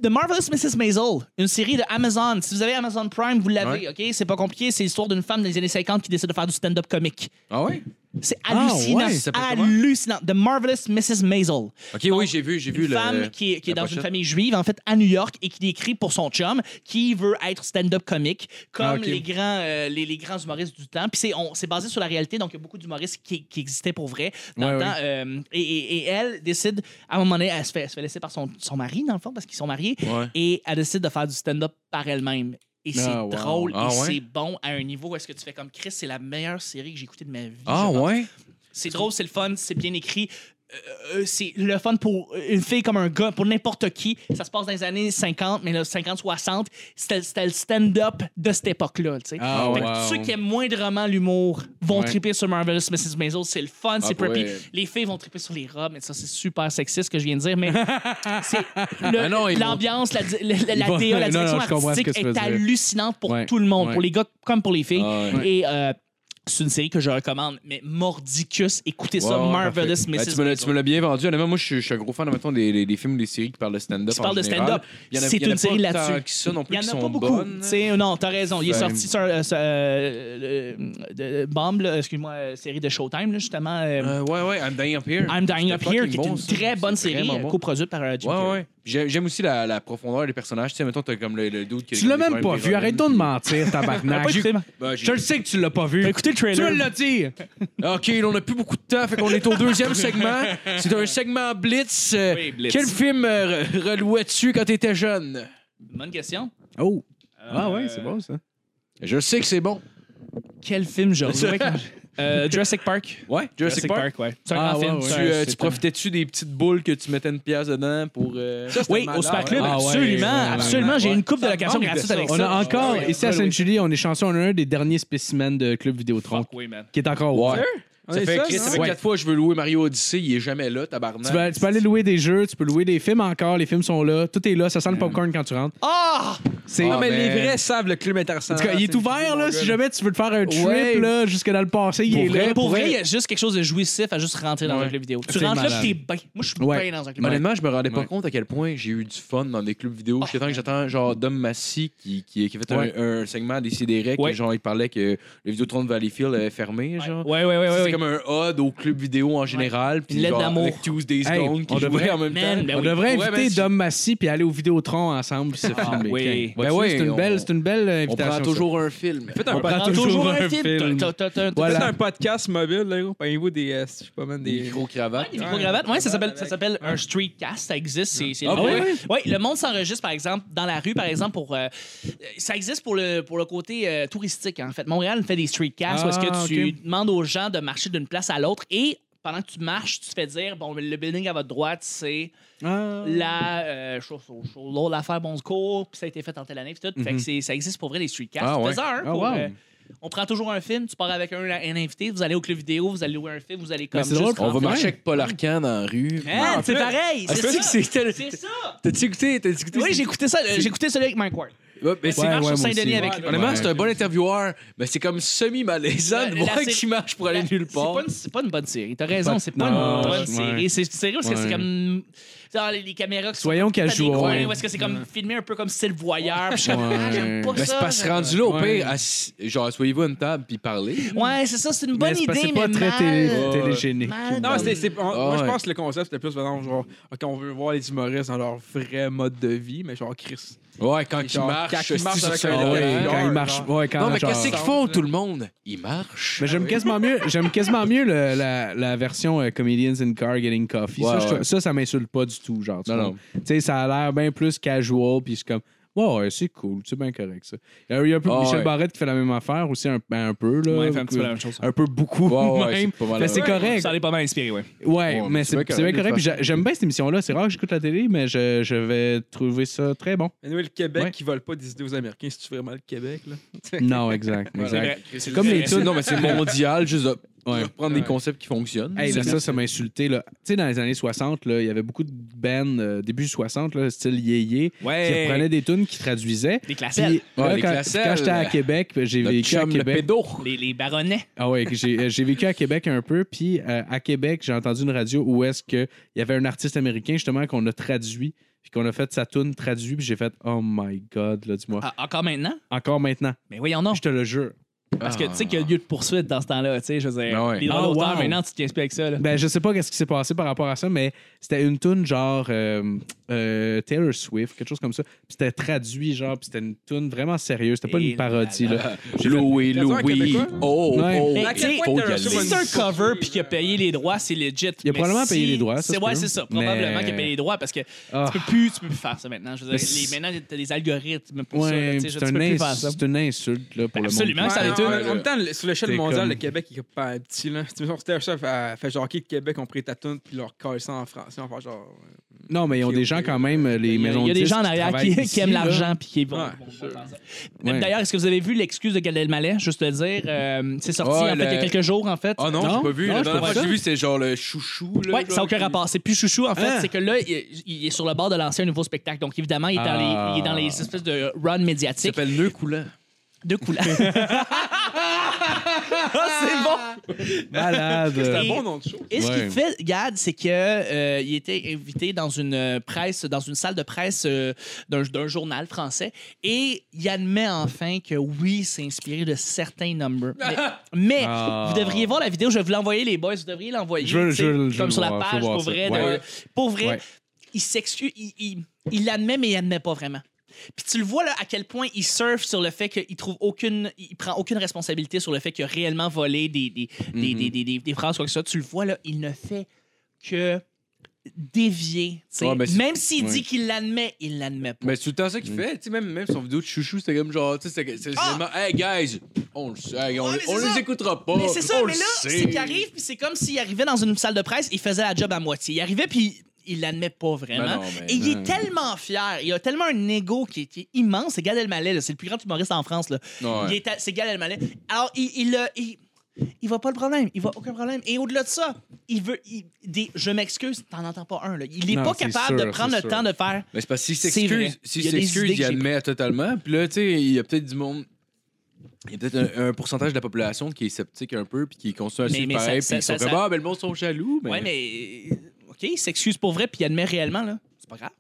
Speaker 6: The Marvelous Mrs. Maisel, une série de Amazon. Si vous avez Amazon Prime, vous l'avez, OK? C'est pas compliqué, c'est l'histoire d'une femme des années 50 qui décide de faire du stand-up comique.
Speaker 3: Ah ouais?
Speaker 6: C'est
Speaker 5: Ah,
Speaker 6: hallucinant.
Speaker 5: ouais,
Speaker 3: ça s'appelle comment?
Speaker 6: hallucinant. The Marvelous Mrs. Maisel
Speaker 3: Ok, oui, j'ai vu, j'ai vu
Speaker 6: une
Speaker 3: le.
Speaker 6: femme qui est, qui est
Speaker 3: la
Speaker 6: dans une
Speaker 3: pochette.
Speaker 6: famille juive, en fait, à New York, et qui écrit pour son chum, qui veut être stand-up comique, comme
Speaker 5: Ah, ok.
Speaker 6: les, grands, euh, les, les grands humoristes du temps. Puis c'est on- c'est basé sur la réalité, donc il y a beaucoup d'humoristes qui, qui existaient pour vrai. dans le
Speaker 5: Ouais,
Speaker 6: temps.
Speaker 5: ouais.
Speaker 6: Euh, et, et- et elle décide, à un moment donné, elle se fait, elle se fait laisser par son, son mari, dans le fond, parce qu'ils sont mariés,
Speaker 3: Ouais.
Speaker 6: et elle décide de faire du stand-up par elle-même. Et c'est
Speaker 5: Ah, wow.
Speaker 6: drôle,
Speaker 3: Ah,
Speaker 6: et
Speaker 3: ouais?
Speaker 6: c'est bon à un niveau où est-ce que tu fais comme Chris, c'est la meilleure série que j'ai écoutée de ma vie.
Speaker 3: Ah
Speaker 6: je pense.
Speaker 3: ouais?
Speaker 6: C'est drôle, c'est le fun, c'est bien écrit. Euh, euh, c'est le fun pour une fille comme un gars, pour n'importe qui. Ça se passe dans les années 50, mais là, 50-60, c'était c'était le stand-up de cette époque-là. tu sais.
Speaker 5: Ah,
Speaker 6: Fait que
Speaker 5: wow.
Speaker 6: Ceux qui aiment moindrement l'humour vont
Speaker 5: Ouais. Ah,
Speaker 6: triper sur Marvelous Mrs. Maisel. C'est le fun, c'est
Speaker 3: pour
Speaker 6: preppy.
Speaker 3: vrai.
Speaker 6: Les filles vont triper sur les robes, mais ça, c'est super sexiste ce que je viens de dire. Mais c'est le-
Speaker 3: Ah non, ils vont-
Speaker 6: l'ambiance, la, di- la, la- la
Speaker 5: Ils vont-
Speaker 6: DA, la
Speaker 5: Non, non,
Speaker 6: direction
Speaker 5: je comprends ce que
Speaker 6: artistique
Speaker 5: tu veux
Speaker 6: est
Speaker 5: dire.
Speaker 6: hallucinante pour
Speaker 5: Ouais.
Speaker 6: tout le monde,
Speaker 5: Ouais.
Speaker 6: pour les gars comme pour les filles.
Speaker 3: Ah ouais.
Speaker 6: Et euh, C'est une série que je recommande, mais Mordicus, écoutez ça,
Speaker 3: Ouais, ouais,
Speaker 6: Marvelous
Speaker 3: parfait. Ben,
Speaker 6: Mrs.
Speaker 3: tu me l'as-
Speaker 6: Maisel.
Speaker 3: tu me l'as bien vendu. Honnêtement, moi, je suis- je suis un gros fan, mettons, des, des, des films ou des séries qui parlent de stand-up.
Speaker 6: Tu
Speaker 3: en
Speaker 6: parles de
Speaker 3: général.
Speaker 6: stand-up.
Speaker 3: Il y en a-
Speaker 6: C'est
Speaker 3: il y en a
Speaker 6: une série
Speaker 3: pas tant
Speaker 6: là-dessus.
Speaker 3: que ça non plus
Speaker 6: Il n'y
Speaker 3: qui
Speaker 6: en a pas
Speaker 3: sont
Speaker 6: beaucoup.
Speaker 3: bonnes.
Speaker 6: Tu sais, Non, t'as raison. Il est
Speaker 3: Ben-
Speaker 6: sorti sur, euh, sur, euh, le- de- Bomb, là, excuse-moi, euh, série de Showtime, là, justement. euh,
Speaker 3: Euh, ouais, ouais, I'm Dying Up Here.
Speaker 6: I'm Dying Up
Speaker 3: Ah, c'était
Speaker 6: Here,
Speaker 3: fucking
Speaker 6: qui est
Speaker 3: bon,
Speaker 6: une
Speaker 3: ça.
Speaker 6: très bonne
Speaker 3: C'est
Speaker 6: série
Speaker 3: vraiment
Speaker 6: euh,
Speaker 3: bon.
Speaker 6: coproduite par euh, Jim
Speaker 3: Ouais,
Speaker 6: Carrey.
Speaker 3: ouais. J'ai- J'aime aussi la, la profondeur des personnages. Tu sais, mettons, t'as comme le, le dude qui a
Speaker 5: Tu l'as
Speaker 3: comme des
Speaker 5: même pas
Speaker 3: problèmes
Speaker 5: vu.
Speaker 3: d'héroïne.
Speaker 5: Arrête donc de mentir, tabarnak.
Speaker 6: Pas
Speaker 5: J'ai-
Speaker 6: écouté, mais-
Speaker 3: Ben, j'ai-
Speaker 5: Je le sais que tu l'as pas vu.
Speaker 6: T'as écouté le
Speaker 5: Tu
Speaker 6: trailer.
Speaker 5: me l'as dit.
Speaker 3: Ah, OK, là, on n'a plus beaucoup de temps, fait qu'on est au deuxième segment. C'est un segment Blitz. Euh,
Speaker 6: Oui, Blitz.
Speaker 3: Quel film euh, re- relouais-tu quand t'étais jeune?
Speaker 6: Bonne question.
Speaker 5: Oh.
Speaker 6: Euh,
Speaker 5: Ah ouais, c'est bon ça.
Speaker 3: Je sais que c'est bon.
Speaker 6: Quel film je revois quand je- Euh, Jurassic Park.
Speaker 3: Ouais, Jurassic, Park.
Speaker 6: ouais. C'est un
Speaker 3: Ah,
Speaker 6: grand
Speaker 3: ouais,
Speaker 6: film.
Speaker 3: ouais.
Speaker 6: c'est
Speaker 3: Tu,
Speaker 6: un-
Speaker 3: euh,
Speaker 6: c'est
Speaker 3: tu
Speaker 6: un-
Speaker 3: profitais-tu des petites boules que tu mettais une pièce dedans pour. euh,
Speaker 6: Oui, au Super Club,
Speaker 5: ouais. Ah ouais,
Speaker 6: absolument,
Speaker 5: ouais,
Speaker 6: absolument.
Speaker 3: ouais.
Speaker 6: J'ai une coupe de
Speaker 3: Ça
Speaker 6: location
Speaker 3: manque de
Speaker 6: gratuite
Speaker 3: ça.
Speaker 6: avec
Speaker 5: On
Speaker 6: ça. Ah,
Speaker 5: a encore,
Speaker 6: Ouais,
Speaker 5: ici à
Speaker 6: ouais, ouais.
Speaker 5: Sainte-Julie, on est chanceux, on a un des derniers spécimens de Club Vidéotron
Speaker 6: Fuck, oui, man.
Speaker 5: qui est encore
Speaker 3: Ouais.
Speaker 5: ouvert.
Speaker 4: On
Speaker 3: Ça
Speaker 4: est
Speaker 3: fait,
Speaker 4: ça, hein?
Speaker 3: Chris,
Speaker 4: non?
Speaker 3: ça fait
Speaker 5: Ouais.
Speaker 3: quatre fois je veux louer Mario Odyssey, il est jamais là, tabarnak.
Speaker 5: Tu, vas- tu peux aller louer des jeux, tu peux louer des films encore, les films sont là, tout est là, ça sent le popcorn quand tu rentres.
Speaker 6: Ah!
Speaker 5: C'est
Speaker 4: Ah, mais
Speaker 3: Ah,
Speaker 4: les
Speaker 3: ben.
Speaker 4: vrais savent le club intéressant.
Speaker 5: En tout cas, il est ouvert là, si jamais tu veux te faire un trip
Speaker 3: Ouais.
Speaker 5: là jusque dans le passé, il est
Speaker 3: vrai,
Speaker 5: là.
Speaker 6: Pour vrai, il y a juste quelque chose de jouissif à juste rentrer dans un club vidéo. Tu
Speaker 5: C'est
Speaker 6: rentres là,
Speaker 5: malade.
Speaker 6: pis t'es bien. Moi, je suis
Speaker 5: Ouais.
Speaker 6: bien dans un club vidéo.
Speaker 3: Honnêtement, je me rendais pas
Speaker 5: Ouais.
Speaker 3: compte à quel point j'ai eu du fun dans des clubs vidéo. J'étais tant que j'attends genre Dom Massy qui, qui, qui a fait un-
Speaker 5: Ouais.
Speaker 3: un, segment des CDR
Speaker 6: Ouais.
Speaker 3: genre il parlait que le Vidéotron de Valleyfield avait fermé genre.
Speaker 6: Ouais, ouais, ouais,
Speaker 3: c'est
Speaker 6: ouais. ouais.
Speaker 3: comme un odd au club vidéo en général puis
Speaker 6: Une lettre
Speaker 3: genre
Speaker 6: d'amour.
Speaker 3: avec Tuesdays
Speaker 5: Hey,
Speaker 3: Gone qui
Speaker 5: on
Speaker 3: jouait
Speaker 5: devrait-
Speaker 3: en même
Speaker 6: Man,
Speaker 3: temps.
Speaker 6: ben
Speaker 5: On
Speaker 6: oui.
Speaker 5: devrait
Speaker 3: Ouais,
Speaker 5: inviter
Speaker 3: ben,
Speaker 5: Dom Massy puis aller au Vidéotron ensemble puis se filmer.
Speaker 6: oui.
Speaker 5: Ben
Speaker 3: Ben
Speaker 5: oui,
Speaker 3: oui,
Speaker 5: c'est une
Speaker 3: on-
Speaker 5: belle, c'est une belle
Speaker 3: on
Speaker 5: invitation.
Speaker 3: prend
Speaker 5: ça.
Speaker 3: toujours un film.
Speaker 4: Faites un,
Speaker 5: prend
Speaker 4: podcast-
Speaker 6: Prends toujours
Speaker 5: toujours
Speaker 6: un
Speaker 5: un
Speaker 6: film.
Speaker 5: film.
Speaker 6: T'as- t'as- t'as- t'as-
Speaker 5: Voilà.
Speaker 4: faites un podcast mobile, là, gros. Prenez-vous des, euh, je sais pas, man,
Speaker 3: Des
Speaker 4: des...
Speaker 3: gros cravates.
Speaker 6: Les micro-gravates, ouais, ça s'appelle, ça s'appelle un streetcast, ça existe. C'est, c'est
Speaker 3: Ah
Speaker 6: le-
Speaker 3: ouais?
Speaker 6: Ouais, le monde s'enregistre, par exemple, dans la rue, par exemple, pour. euh, ça existe pour le, pour le côté euh, touristique, en fait. Montréal fait des streetcasts
Speaker 5: Ah,
Speaker 6: où est-ce que tu
Speaker 5: ok.
Speaker 6: demandes aux gens de marcher d'une place à l'autre et. Pendant que tu marches, tu te fais dire, bon, le building à votre droite, c'est
Speaker 5: Ah.
Speaker 6: la euh, chose, chose- chose- l'autre affaire bon secours, puis ça a été fait en telle année, puis tout. Fait que c'est- ça existe pour vrai, les streetcasts.
Speaker 3: Ah ouais.
Speaker 6: Fais-en un
Speaker 5: Ah
Speaker 6: pour,
Speaker 5: wow.
Speaker 6: euh, on prend toujours un film, tu pars avec un, un invité, vous allez au club vidéo, vous allez louer un film, vous allez comme
Speaker 5: Mais c'est drôle,
Speaker 6: juste
Speaker 3: On va
Speaker 6: rentrer.
Speaker 3: marcher avec Paul Arcand dans la rue.
Speaker 6: Man, c'est
Speaker 4: fait-
Speaker 6: pareil,
Speaker 3: Ah,
Speaker 6: c'est
Speaker 3: je pensais
Speaker 6: ça.
Speaker 3: que c'était-
Speaker 6: C'est ça.
Speaker 3: T'as-tu écouté? T'as-tu écouté?
Speaker 6: Oui, j'ai écouté ça, euh, j'ai écouté celui avec Mike Ward.
Speaker 3: Ouais, mais
Speaker 6: C'est
Speaker 5: Ouais,
Speaker 6: marche
Speaker 5: ouais,
Speaker 6: sur
Speaker 5: moi
Speaker 6: Saint-Denis
Speaker 5: aussi.
Speaker 6: avec
Speaker 5: Ouais,
Speaker 6: lui.
Speaker 3: Honnêtement,
Speaker 5: Ouais.
Speaker 3: c'est un bon intervieweur, mais c'est comme semi-malaisant de
Speaker 6: La-
Speaker 3: voir
Speaker 6: la série-
Speaker 3: qu'il marche pour aller nulle part.
Speaker 6: C'est pas, une, c'est pas une bonne série. T'as raison,
Speaker 5: Pas-
Speaker 6: c'est pas
Speaker 5: non,
Speaker 6: une bonne
Speaker 5: ouais.
Speaker 6: série. C'est c'est sérieux parce que
Speaker 5: Ouais.
Speaker 6: c'est comme. Genre, les, les caméras qui sont
Speaker 5: Soyons
Speaker 6: à des
Speaker 5: casual.
Speaker 6: coins,
Speaker 5: Ouais.
Speaker 6: où est-ce que c'est comme filmé un peu comme style voyeur. puis je suis comme,
Speaker 5: Ouais.
Speaker 6: ah, j'aime pas
Speaker 3: Ben, c'est
Speaker 6: ça.
Speaker 3: pas se rendu là, au
Speaker 5: Ouais.
Speaker 3: pire, assis- genre, soyez-vous à une table puis parlez.
Speaker 6: Ouais, c'est ça, c'est une
Speaker 5: Mais
Speaker 6: bonne
Speaker 5: c'est pas,
Speaker 6: idée,
Speaker 5: c'est pas
Speaker 6: mais
Speaker 5: très
Speaker 6: mal.
Speaker 5: télé-
Speaker 3: Ouais.
Speaker 5: télégénique.
Speaker 6: Mal.
Speaker 4: Non, c'est, c'est- on-
Speaker 3: Ah
Speaker 4: moi, je
Speaker 3: ouais.
Speaker 4: pense que le concept, c'était plus, vraiment genre, OK, on veut voir les humoristes dans leur vrai mode de vie, mais genre, Chris.
Speaker 3: Ouais, quand ils
Speaker 4: Genre,
Speaker 3: marchent,
Speaker 4: quand ils marchent
Speaker 3: c'est
Speaker 4: avec
Speaker 3: sur
Speaker 4: un
Speaker 3: son-
Speaker 5: Ah ouais,
Speaker 4: Ouais,
Speaker 5: quand
Speaker 4: genre,
Speaker 5: il marche,
Speaker 4: genre.
Speaker 5: ouais, quand
Speaker 3: Non, mais
Speaker 5: genre-
Speaker 3: qu'est-ce qu'ils font, tout le monde? Ils marchent.
Speaker 5: Mais j'aime quasiment mieux, j'aime quasiment mieux le- la, la version euh, Comedians in Car Getting Coffee. ça,
Speaker 3: Ouais,
Speaker 5: je trouve-
Speaker 3: ouais.
Speaker 5: ça, ça m'insulte pas du tout, genre. tu
Speaker 3: Non,
Speaker 5: comprends? Tu sais, ça a l'air bien plus casual, puis je suis comme, ouais, ouais, c'est cool, c'est bien correct ça. Il y a- il y a un peu
Speaker 3: Ah,
Speaker 5: Michel
Speaker 3: ouais.
Speaker 5: Barrette qui fait la même affaire aussi, un, ben, un peu, là.
Speaker 6: Ouais, fait un petit peu la même chose.
Speaker 5: Un peu beaucoup,
Speaker 3: Ouais, ouais,
Speaker 5: même.
Speaker 3: c'est pas mal
Speaker 5: Mais c'est
Speaker 3: la-
Speaker 5: correct.
Speaker 6: Ça n'est pas mal inspiré, ouais.
Speaker 5: Ouais,
Speaker 3: Ouais,
Speaker 5: mais
Speaker 3: c'est
Speaker 5: c'est
Speaker 3: bien correct,
Speaker 5: c'est bien
Speaker 3: de
Speaker 5: correct.
Speaker 3: toute
Speaker 5: puis j'a- J'aime bien cette émission-là. C'est rare que j'écoute la télé, mais je, je vais trouver ça très bon.
Speaker 4: Anyway, le Québec,
Speaker 5: Ouais.
Speaker 4: qui vole pas des idées aux Américains, si tu veux vraiment le Québec, là.
Speaker 5: Non, exact. exact.
Speaker 3: C'est
Speaker 5: Comme les tunes.
Speaker 3: Non, mais c'est mondial, juste de
Speaker 5: Ouais.
Speaker 3: de reprendre des concepts qui fonctionnent.
Speaker 5: Hey, là,
Speaker 3: C'est-
Speaker 5: ça, ça m'a insulté. là. Tu sais, dans les années 60, là, il y avait beaucoup de bands, euh, début 60, là, style yéyé, qui
Speaker 6: Ouais.
Speaker 5: reprenaient des tunes qui traduisaient.
Speaker 6: Les classelles.
Speaker 5: Puis, là,
Speaker 3: les
Speaker 5: quand,
Speaker 3: classelles.
Speaker 5: quand j'étais à Québec, ben, j'ai
Speaker 3: Notre
Speaker 5: vécu à
Speaker 3: chum, le
Speaker 5: Québec.
Speaker 3: pédo.
Speaker 6: Les, les baronnets.
Speaker 5: Ah ouais, que j'ai euh, j'ai vécu à Québec un peu, puis euh, à Québec, j'ai entendu une radio où est-ce que il y avait un artiste américain justement qu'on a traduit, puis qu'on a fait sa tune traduite, puis j'ai fait oh my god là dis-moi.
Speaker 6: Ah, encore maintenant?
Speaker 5: Encore maintenant,
Speaker 6: Mais voyons non.
Speaker 5: je te le jure.
Speaker 6: Parce que tu
Speaker 3: Ah.
Speaker 6: sais qu'il y a lieu de poursuite dans ce temps-là, tu sais, je veux dire.
Speaker 3: Ah ouais.
Speaker 6: Les droits
Speaker 5: Ah,
Speaker 6: d'auteur,
Speaker 5: wow.
Speaker 6: maintenant, tu t'inspires avec ça, là.
Speaker 5: Ben je sais pas qu'est-ce qui s'est passé par rapport à ça, mais c'était une tune genre euh, euh, Taylor Swift, quelque chose comme ça. Puis c'était traduit genre, puis c'était une tune vraiment sérieuse, c'était pas
Speaker 6: Et
Speaker 5: une parodie
Speaker 6: là,
Speaker 5: là.
Speaker 3: Louis,
Speaker 4: Raison à
Speaker 3: Louis.
Speaker 4: Québécois.
Speaker 3: Oh,
Speaker 5: Ouais.
Speaker 3: oh,
Speaker 6: Mais
Speaker 3: oh,
Speaker 6: à quel
Speaker 3: faut
Speaker 6: point
Speaker 3: y
Speaker 4: Taylor
Speaker 3: aller.
Speaker 6: Si
Speaker 4: Swift-
Speaker 6: c'est un cover puis qu'il a payé les droits, c'est legit.
Speaker 5: Il a
Speaker 6: Mais
Speaker 5: probablement
Speaker 6: si-
Speaker 5: payé les droits, ça,
Speaker 6: C'est
Speaker 5: c'est
Speaker 6: ouais,
Speaker 5: sûr.
Speaker 6: c'est ça. Probablement
Speaker 5: Mais-
Speaker 6: qu'il a payé les droits parce que
Speaker 5: Ah.
Speaker 6: tu peux plus, tu peux plus faire ça maintenant. Je veux
Speaker 5: Mais
Speaker 6: dire, les,
Speaker 5: c'est-
Speaker 6: maintenant t'as des algorithmes pour ça. là,
Speaker 5: Ouais,
Speaker 6: tu sais, je-
Speaker 5: c'est
Speaker 6: tu
Speaker 5: un
Speaker 6: peux plus
Speaker 5: ins-
Speaker 6: faire ça.
Speaker 5: c'est une insulte là pour le monde.
Speaker 6: Absolument, ça
Speaker 4: Ouais,
Speaker 6: avait été
Speaker 4: en,
Speaker 6: une-
Speaker 4: en même temps, le- sur l'échelle
Speaker 5: T'es
Speaker 4: mondiale,
Speaker 5: comme-
Speaker 4: le Québec, il est pas petit, là. Tu vois, c'était ça, fait, fait genre, OK, le Québec, on pris ta toune, puis leur colle ça en français, on fait genre. euh,
Speaker 5: Non, mais ils ont
Speaker 4: Ok,
Speaker 5: des
Speaker 4: ok.
Speaker 5: gens quand même, euh, les
Speaker 6: Il y a-
Speaker 5: maisons
Speaker 6: il y a
Speaker 5: de
Speaker 6: des
Speaker 5: disques
Speaker 6: gens en arrière
Speaker 5: travaillent
Speaker 6: qui, qui
Speaker 5: ici,
Speaker 6: aiment
Speaker 5: là.
Speaker 6: l'argent puis qui vont.
Speaker 4: Ouais,
Speaker 6: vont
Speaker 4: sûr.
Speaker 6: faire ça.
Speaker 5: Ouais.
Speaker 6: D'ailleurs, est-ce que vous avez vu l'excuse de Gad Elmaleh Juste le dire, euh, c'est sorti
Speaker 3: Ouais,
Speaker 6: en fait, il y a
Speaker 3: le-
Speaker 6: quelques jours en fait.
Speaker 3: Ah non,
Speaker 5: Non?
Speaker 3: j'ai pas vu.
Speaker 5: Non,
Speaker 3: La dernière
Speaker 5: je trouve
Speaker 3: fois
Speaker 5: ça.
Speaker 3: que j'ai vu, c'est genre le chouchou. là,
Speaker 6: Oui,
Speaker 3: genre,
Speaker 6: ça n'a aucun
Speaker 3: qui-
Speaker 6: rapport. C'est plus chouchou, en fait.
Speaker 5: Hein?
Speaker 6: C'est que là, il, il est sur le bord de lancer un nouveau spectacle. Donc, évidemment, il est, dans,
Speaker 5: Ah.
Speaker 6: les, il est dans les espèces de run
Speaker 3: Ça
Speaker 6: médiatiques.
Speaker 3: s'appelle Nœud coulant.
Speaker 6: De couleur. Ah, c'est bon!
Speaker 4: C'est un
Speaker 5: Malade.
Speaker 4: bon nom de show.
Speaker 6: Et ce
Speaker 5: Ouais.
Speaker 6: qu'il fait, Gad, c'est que euh, il était invité dans une euh, presse, dans une salle de presse euh, d'un d'un journal français, et il admet enfin que oui, c'est inspiré de certains numbers. Mais, mais
Speaker 5: Ah.
Speaker 6: vous devriez voir la vidéo. Je vais vous l'envoyer, les boys. Vous devriez l'envoyer.
Speaker 5: Je veux-
Speaker 6: tu sais,
Speaker 5: je veux- je veux
Speaker 6: comme sur la
Speaker 5: voir, faut
Speaker 6: page,
Speaker 5: voir
Speaker 6: pour
Speaker 5: ça.
Speaker 6: vrai. de-
Speaker 5: Ouais.
Speaker 6: Pour vrai,
Speaker 5: Ouais.
Speaker 6: il s'excuse, il- il il l'admet, mais il admet pas vraiment. Puis tu le vois là à quel point il surfe sur le fait qu'il trouve aucune, il prend aucune responsabilité sur le fait qu'il a réellement volé des des,
Speaker 3: Mhm.
Speaker 6: des, des, des, des- des phrases quoi que ça. Tu le vois là, il ne fait que dévier. tu sais.
Speaker 3: Ouais, mais c'est-
Speaker 6: même s'il
Speaker 3: ouais.
Speaker 6: dit qu'il l'admet, il l'admet pas.
Speaker 3: Mais c'est tout le temps ça qu'il fait. Tu sais, même, même son vidéo de chouchou, c'était comme genre, tu sais, c'est- c'est
Speaker 6: Ah!
Speaker 3: vraiment, hey guys, on le sait, on,
Speaker 6: Ouais, mais
Speaker 3: on
Speaker 6: c'est
Speaker 3: les
Speaker 6: ça.
Speaker 3: écoutera pas.
Speaker 6: Mais c'est ça,
Speaker 3: on
Speaker 6: mais
Speaker 3: le
Speaker 6: là,
Speaker 3: sait.
Speaker 6: c'est qu'il arrive, puis c'est comme s'il arrivait dans une salle de presse, il faisait la job à moitié. Il arrivait, puis il l'admet pas vraiment.
Speaker 3: Ben non, mais
Speaker 6: Et il
Speaker 3: non.
Speaker 6: est tellement fier, il a tellement un ego qui est, qui est immense. C'est Gad Elmaleh, là, c'est le plus grand humoriste en France. Là.
Speaker 3: Ouais.
Speaker 6: Il est à- c'est Gad Elmaleh. Alors, il, il, a- il, il voit pas le problème, il voit aucun problème. Et au-delà de ça, il veut. il- des, je m'excuse, t'en entends pas un. Là. Il est
Speaker 5: Non,
Speaker 6: pas
Speaker 5: c'est
Speaker 6: capable
Speaker 5: sûr,
Speaker 6: de prendre
Speaker 5: c'est
Speaker 6: le
Speaker 5: sûr.
Speaker 6: temps de faire.
Speaker 3: Mais c'est parce qu'il
Speaker 6: C'est
Speaker 3: s'excuse,
Speaker 6: vrai.
Speaker 3: s'il
Speaker 6: Il y a des
Speaker 3: s'excuse,
Speaker 6: idées que
Speaker 3: il
Speaker 6: j'ai
Speaker 3: admet totalement. Puis là, tu sais, il y a peut-être du monde. Il y a peut-être un, un pourcentage de la population qui est sceptique un peu, puis qui continue à
Speaker 6: Mais-
Speaker 3: suivre
Speaker 6: mais ça-
Speaker 3: pareil,
Speaker 6: ça-
Speaker 3: puis ils sont
Speaker 6: ça-
Speaker 3: comme,
Speaker 6: ça-
Speaker 3: ah, ben le monde sont jaloux. Mais...
Speaker 6: Ouais, mais. euh, OK, il s'excuse pour vrai, puis il admet réellement, là. C'est pas grave.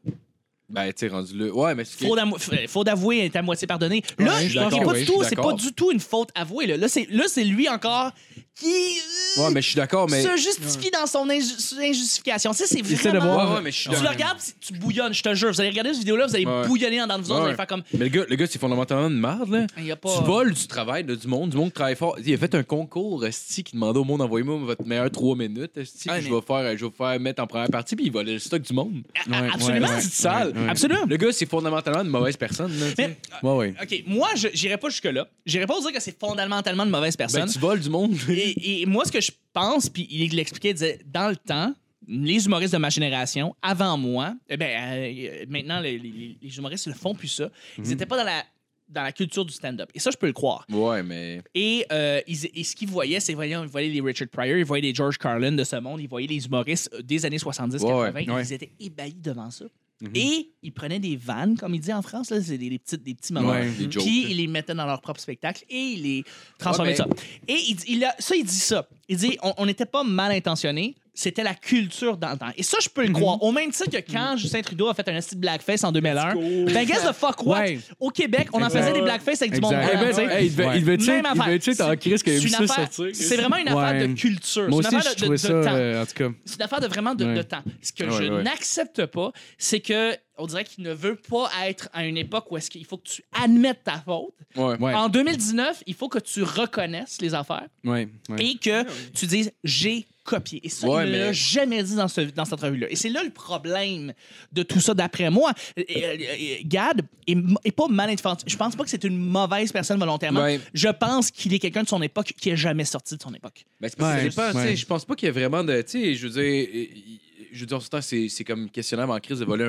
Speaker 3: Ben, tu sais, rendu le. Ouais, mais c'est
Speaker 6: Faut d'amo- f- Faut euh, d'avouer est à moitié pardonné. Là,
Speaker 3: je suis
Speaker 6: il est
Speaker 3: d'accord, oui,
Speaker 6: pas du
Speaker 3: je suis
Speaker 6: tout, c'est pas
Speaker 3: d'accord.
Speaker 6: du tout une faute avouée. Là, Là, c'est là, c'est lui encore qui euh,
Speaker 3: Ouais, mais je suis d'accord, mais.
Speaker 6: se justifie dans son inju- injustification. Ça, c'est
Speaker 5: essaie de
Speaker 6: vraiment-
Speaker 5: voir.
Speaker 3: Ouais, ouais, mais je suis
Speaker 6: Tu le
Speaker 3: d'accord.
Speaker 6: regardes, si- tu bouillonnes, je te jure. Vous allez regarder cette vidéo-là, vous allez
Speaker 3: Ouais.
Speaker 6: bouillonner en dedans de vous autres, vous
Speaker 3: Ouais.
Speaker 6: allez faire comme.
Speaker 3: Mais le gars, le gars c'est fondamentalement une merde, là.
Speaker 6: Il y a pas.
Speaker 3: Tu voles du travail de, du monde, du monde qui travaille fort. Il a fait un concours, Esti, qui demandait au monde envoyez-moi votre meilleur 3 minutes, Esti,
Speaker 6: Ouais,
Speaker 3: puis je
Speaker 6: Ah, mais-
Speaker 3: vais faire, je vais faire mettre en première partie, puis il volait le stock du monde.
Speaker 6: Ah,
Speaker 5: Ouais,
Speaker 6: absolument.
Speaker 5: ouais, ouais,
Speaker 6: c'est sale.
Speaker 5: ouais, ouais.
Speaker 6: Absolument.
Speaker 3: Le gars, c'est fondamentalement une mauvaise personne, là. tu sais.
Speaker 6: Mais,
Speaker 5: Ouais, ouais.
Speaker 6: OK, moi, je- j'irais pas jusque-là. J'irais pas dire que c'est fondamentalement de mauvaise
Speaker 3: Ben,
Speaker 6: personne.
Speaker 3: tu voles du monde.
Speaker 6: et, et moi, ce que je pense, puis il l'expliquait, il disait, dans le temps, les humoristes de ma génération, avant moi, eh ben, euh, maintenant, les, les- les humoristes ne font plus ça. Ils
Speaker 5: Mhm.
Speaker 6: n'étaient pas dans la, dans la culture du stand-up. Et ça, je peux le croire.
Speaker 3: ouais, mais.
Speaker 6: Et, euh, ils- et ce qu'ils voyaient, c'est voyons, ils voyaient les Richard Pryor, ils voyaient les George Carlin de ce monde, ils voyaient les humoristes euh, des années 70-80.
Speaker 3: Ouais,
Speaker 6: ils étaient ébahis devant ça.
Speaker 5: Mhm.
Speaker 6: Et ils prenaient des vannes, comme ils disent en France, là, c'est des, des petites- des petits moments.
Speaker 5: Ouais,
Speaker 3: des jokes.
Speaker 6: Puis ils les mettaient dans leur propre spectacle et ils les transformaient
Speaker 3: Ouais,
Speaker 6: de ça. Et il, dit- il a- ça, il dit ça. Il dit on- on n'était pas mal intentionnés, c'était la culture d'antan. Et ça, je peux le
Speaker 5: Mhm.
Speaker 6: croire. Au même titre que quand Justin Trudeau a fait un petit blackface en 2001, ben guess the fuck what?
Speaker 5: Ouais.
Speaker 6: Au Québec, on en
Speaker 5: Exact.
Speaker 6: faisait des blackface avec du monde.
Speaker 5: Exact.
Speaker 6: blanc,
Speaker 5: Eh ben,
Speaker 6: tu sais.
Speaker 5: hey, il devait- il devait
Speaker 6: Même affaire.
Speaker 3: crise
Speaker 6: C'est une affaire- C'est vraiment une affaire
Speaker 5: Ouais.
Speaker 6: de culture.
Speaker 5: Moi
Speaker 6: c'est
Speaker 5: aussi,
Speaker 6: une
Speaker 5: je
Speaker 6: affaire de,
Speaker 5: trouvais
Speaker 6: de- de
Speaker 5: ça,
Speaker 6: temps.
Speaker 5: euh, en tout cas.
Speaker 6: C'est une affaire de vraiment de,
Speaker 5: Ouais.
Speaker 6: de temps. Ce que
Speaker 3: Ouais,
Speaker 6: je
Speaker 3: ouais.
Speaker 6: n'accepte pas, c'est que on dirait qu'il ne veut pas être à une époque où est-ce qu'il faut que tu admettes ta faute.
Speaker 3: Ouais.
Speaker 5: Ouais.
Speaker 6: En 2019, il faut que tu reconnaisses les affaires
Speaker 5: Ouais, ouais.
Speaker 6: et que tu dises j'ai copié. Et ça,
Speaker 3: Ouais,
Speaker 6: il ne
Speaker 3: mais-
Speaker 6: l'a jamais dit dans, ce- dans cette revue-là. Et c'est là le problème de tout ça, d'après moi. Euh, euh, euh, Gad est, m- est pas mal infantil. Je pense pas que c'est une mauvaise personne volontairement.
Speaker 3: Ouais.
Speaker 6: Je pense qu'il est quelqu'un de son époque qui est jamais sorti de son époque.
Speaker 3: Ben, c'est parce que
Speaker 5: Ouais,
Speaker 3: ça dépend,
Speaker 5: ouais.
Speaker 3: tu sais, Je pense pas qu'il y ait vraiment de. Tu sais, je veux dire. il- il- Je veux dire, en ce temps, c'est c'est comme questionnable en crise de voler un,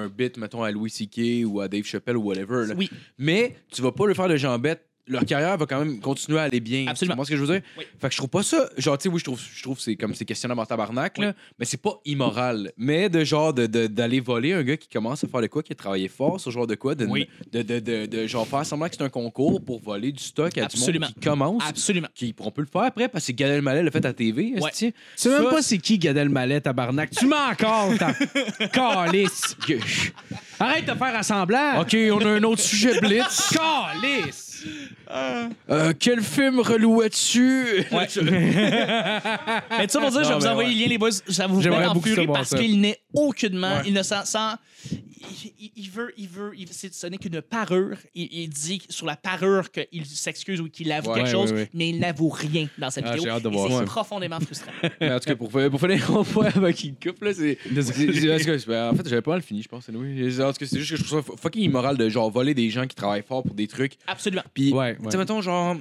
Speaker 3: un- un bit, mettons, à Louis C.K. ou à Dave Chappelle ou whatever. là.
Speaker 6: Oui.
Speaker 3: Mais tu vas pas le faire de jambette. Leur carrière va quand même continuer à aller bien.
Speaker 6: Absolument.
Speaker 3: Tu comprends ce que je veux dire?
Speaker 6: Oui.
Speaker 3: Fait que je trouve pas ça. Genre, tu sais, oui, je trouve, je trouve que c'est comme c'est questionnable en tabarnak, là, mais c'est pas immoral. Mais de genre de- de- d'aller voler un gars qui commence à faire de quoi, qui a travaillé fort, ce genre de quoi, de,
Speaker 6: Oui.
Speaker 3: de, de, de- de- genre faire semblant que c'est un concours pour voler du stock à
Speaker 6: Absolument.
Speaker 3: du monde qui commence
Speaker 6: Absolument.
Speaker 3: qui on peut le faire après parce que Gad Elmaleh l'a fait à TV
Speaker 6: Ouais.
Speaker 3: esti.
Speaker 5: Tu sais même
Speaker 3: Ça,
Speaker 5: pas c'est qui Gad Elmaleh, tabarnak. Tu mens encore, ta calice. Arrête de faire assemblant.
Speaker 3: OK, on a un autre sujet blitz.
Speaker 5: Calice.
Speaker 3: Euh, quel film relouais-tu
Speaker 6: Ouais. mais ça pour dire, je vais
Speaker 5: Ah, Non,
Speaker 6: vous
Speaker 5: mais
Speaker 6: envoyer
Speaker 5: ouais.
Speaker 6: le lien, les boys. Ça vous
Speaker 5: J'aimerais
Speaker 6: met en
Speaker 5: beaucoup
Speaker 6: furie
Speaker 5: savoir
Speaker 6: parce
Speaker 5: ça.
Speaker 6: qu'il n'est aucunement, il ne s'en sent. Il, il- il veut, il veut, il- c'est- ce n'est qu'une parure. Il, il dit sur la parure qu'il s'excuse ou qu'il avoue
Speaker 3: Ouais,
Speaker 6: quelque
Speaker 5: ouais,
Speaker 6: chose,
Speaker 5: ouais.
Speaker 6: mais il n'avoue rien dans cette
Speaker 5: Ah,
Speaker 6: vidéo.
Speaker 5: j'ai hâte de
Speaker 6: Et
Speaker 5: voir
Speaker 6: c'est
Speaker 5: ça.
Speaker 6: profondément frustrant.
Speaker 3: Mais En tout cas, pour, faire- pour finir mon point avant qu'il coupe, là, c'est. c'est- c'est- parce que, ben, en fait, j'avais pas mal fini, je pense. anyway. En tout cas, c'est juste que je trouve ça fucking immoral de genre voler des gens qui travaillent fort pour des trucs.
Speaker 6: Absolument.
Speaker 3: Puis,
Speaker 5: Ouais,
Speaker 3: tu sais, mettons, genre.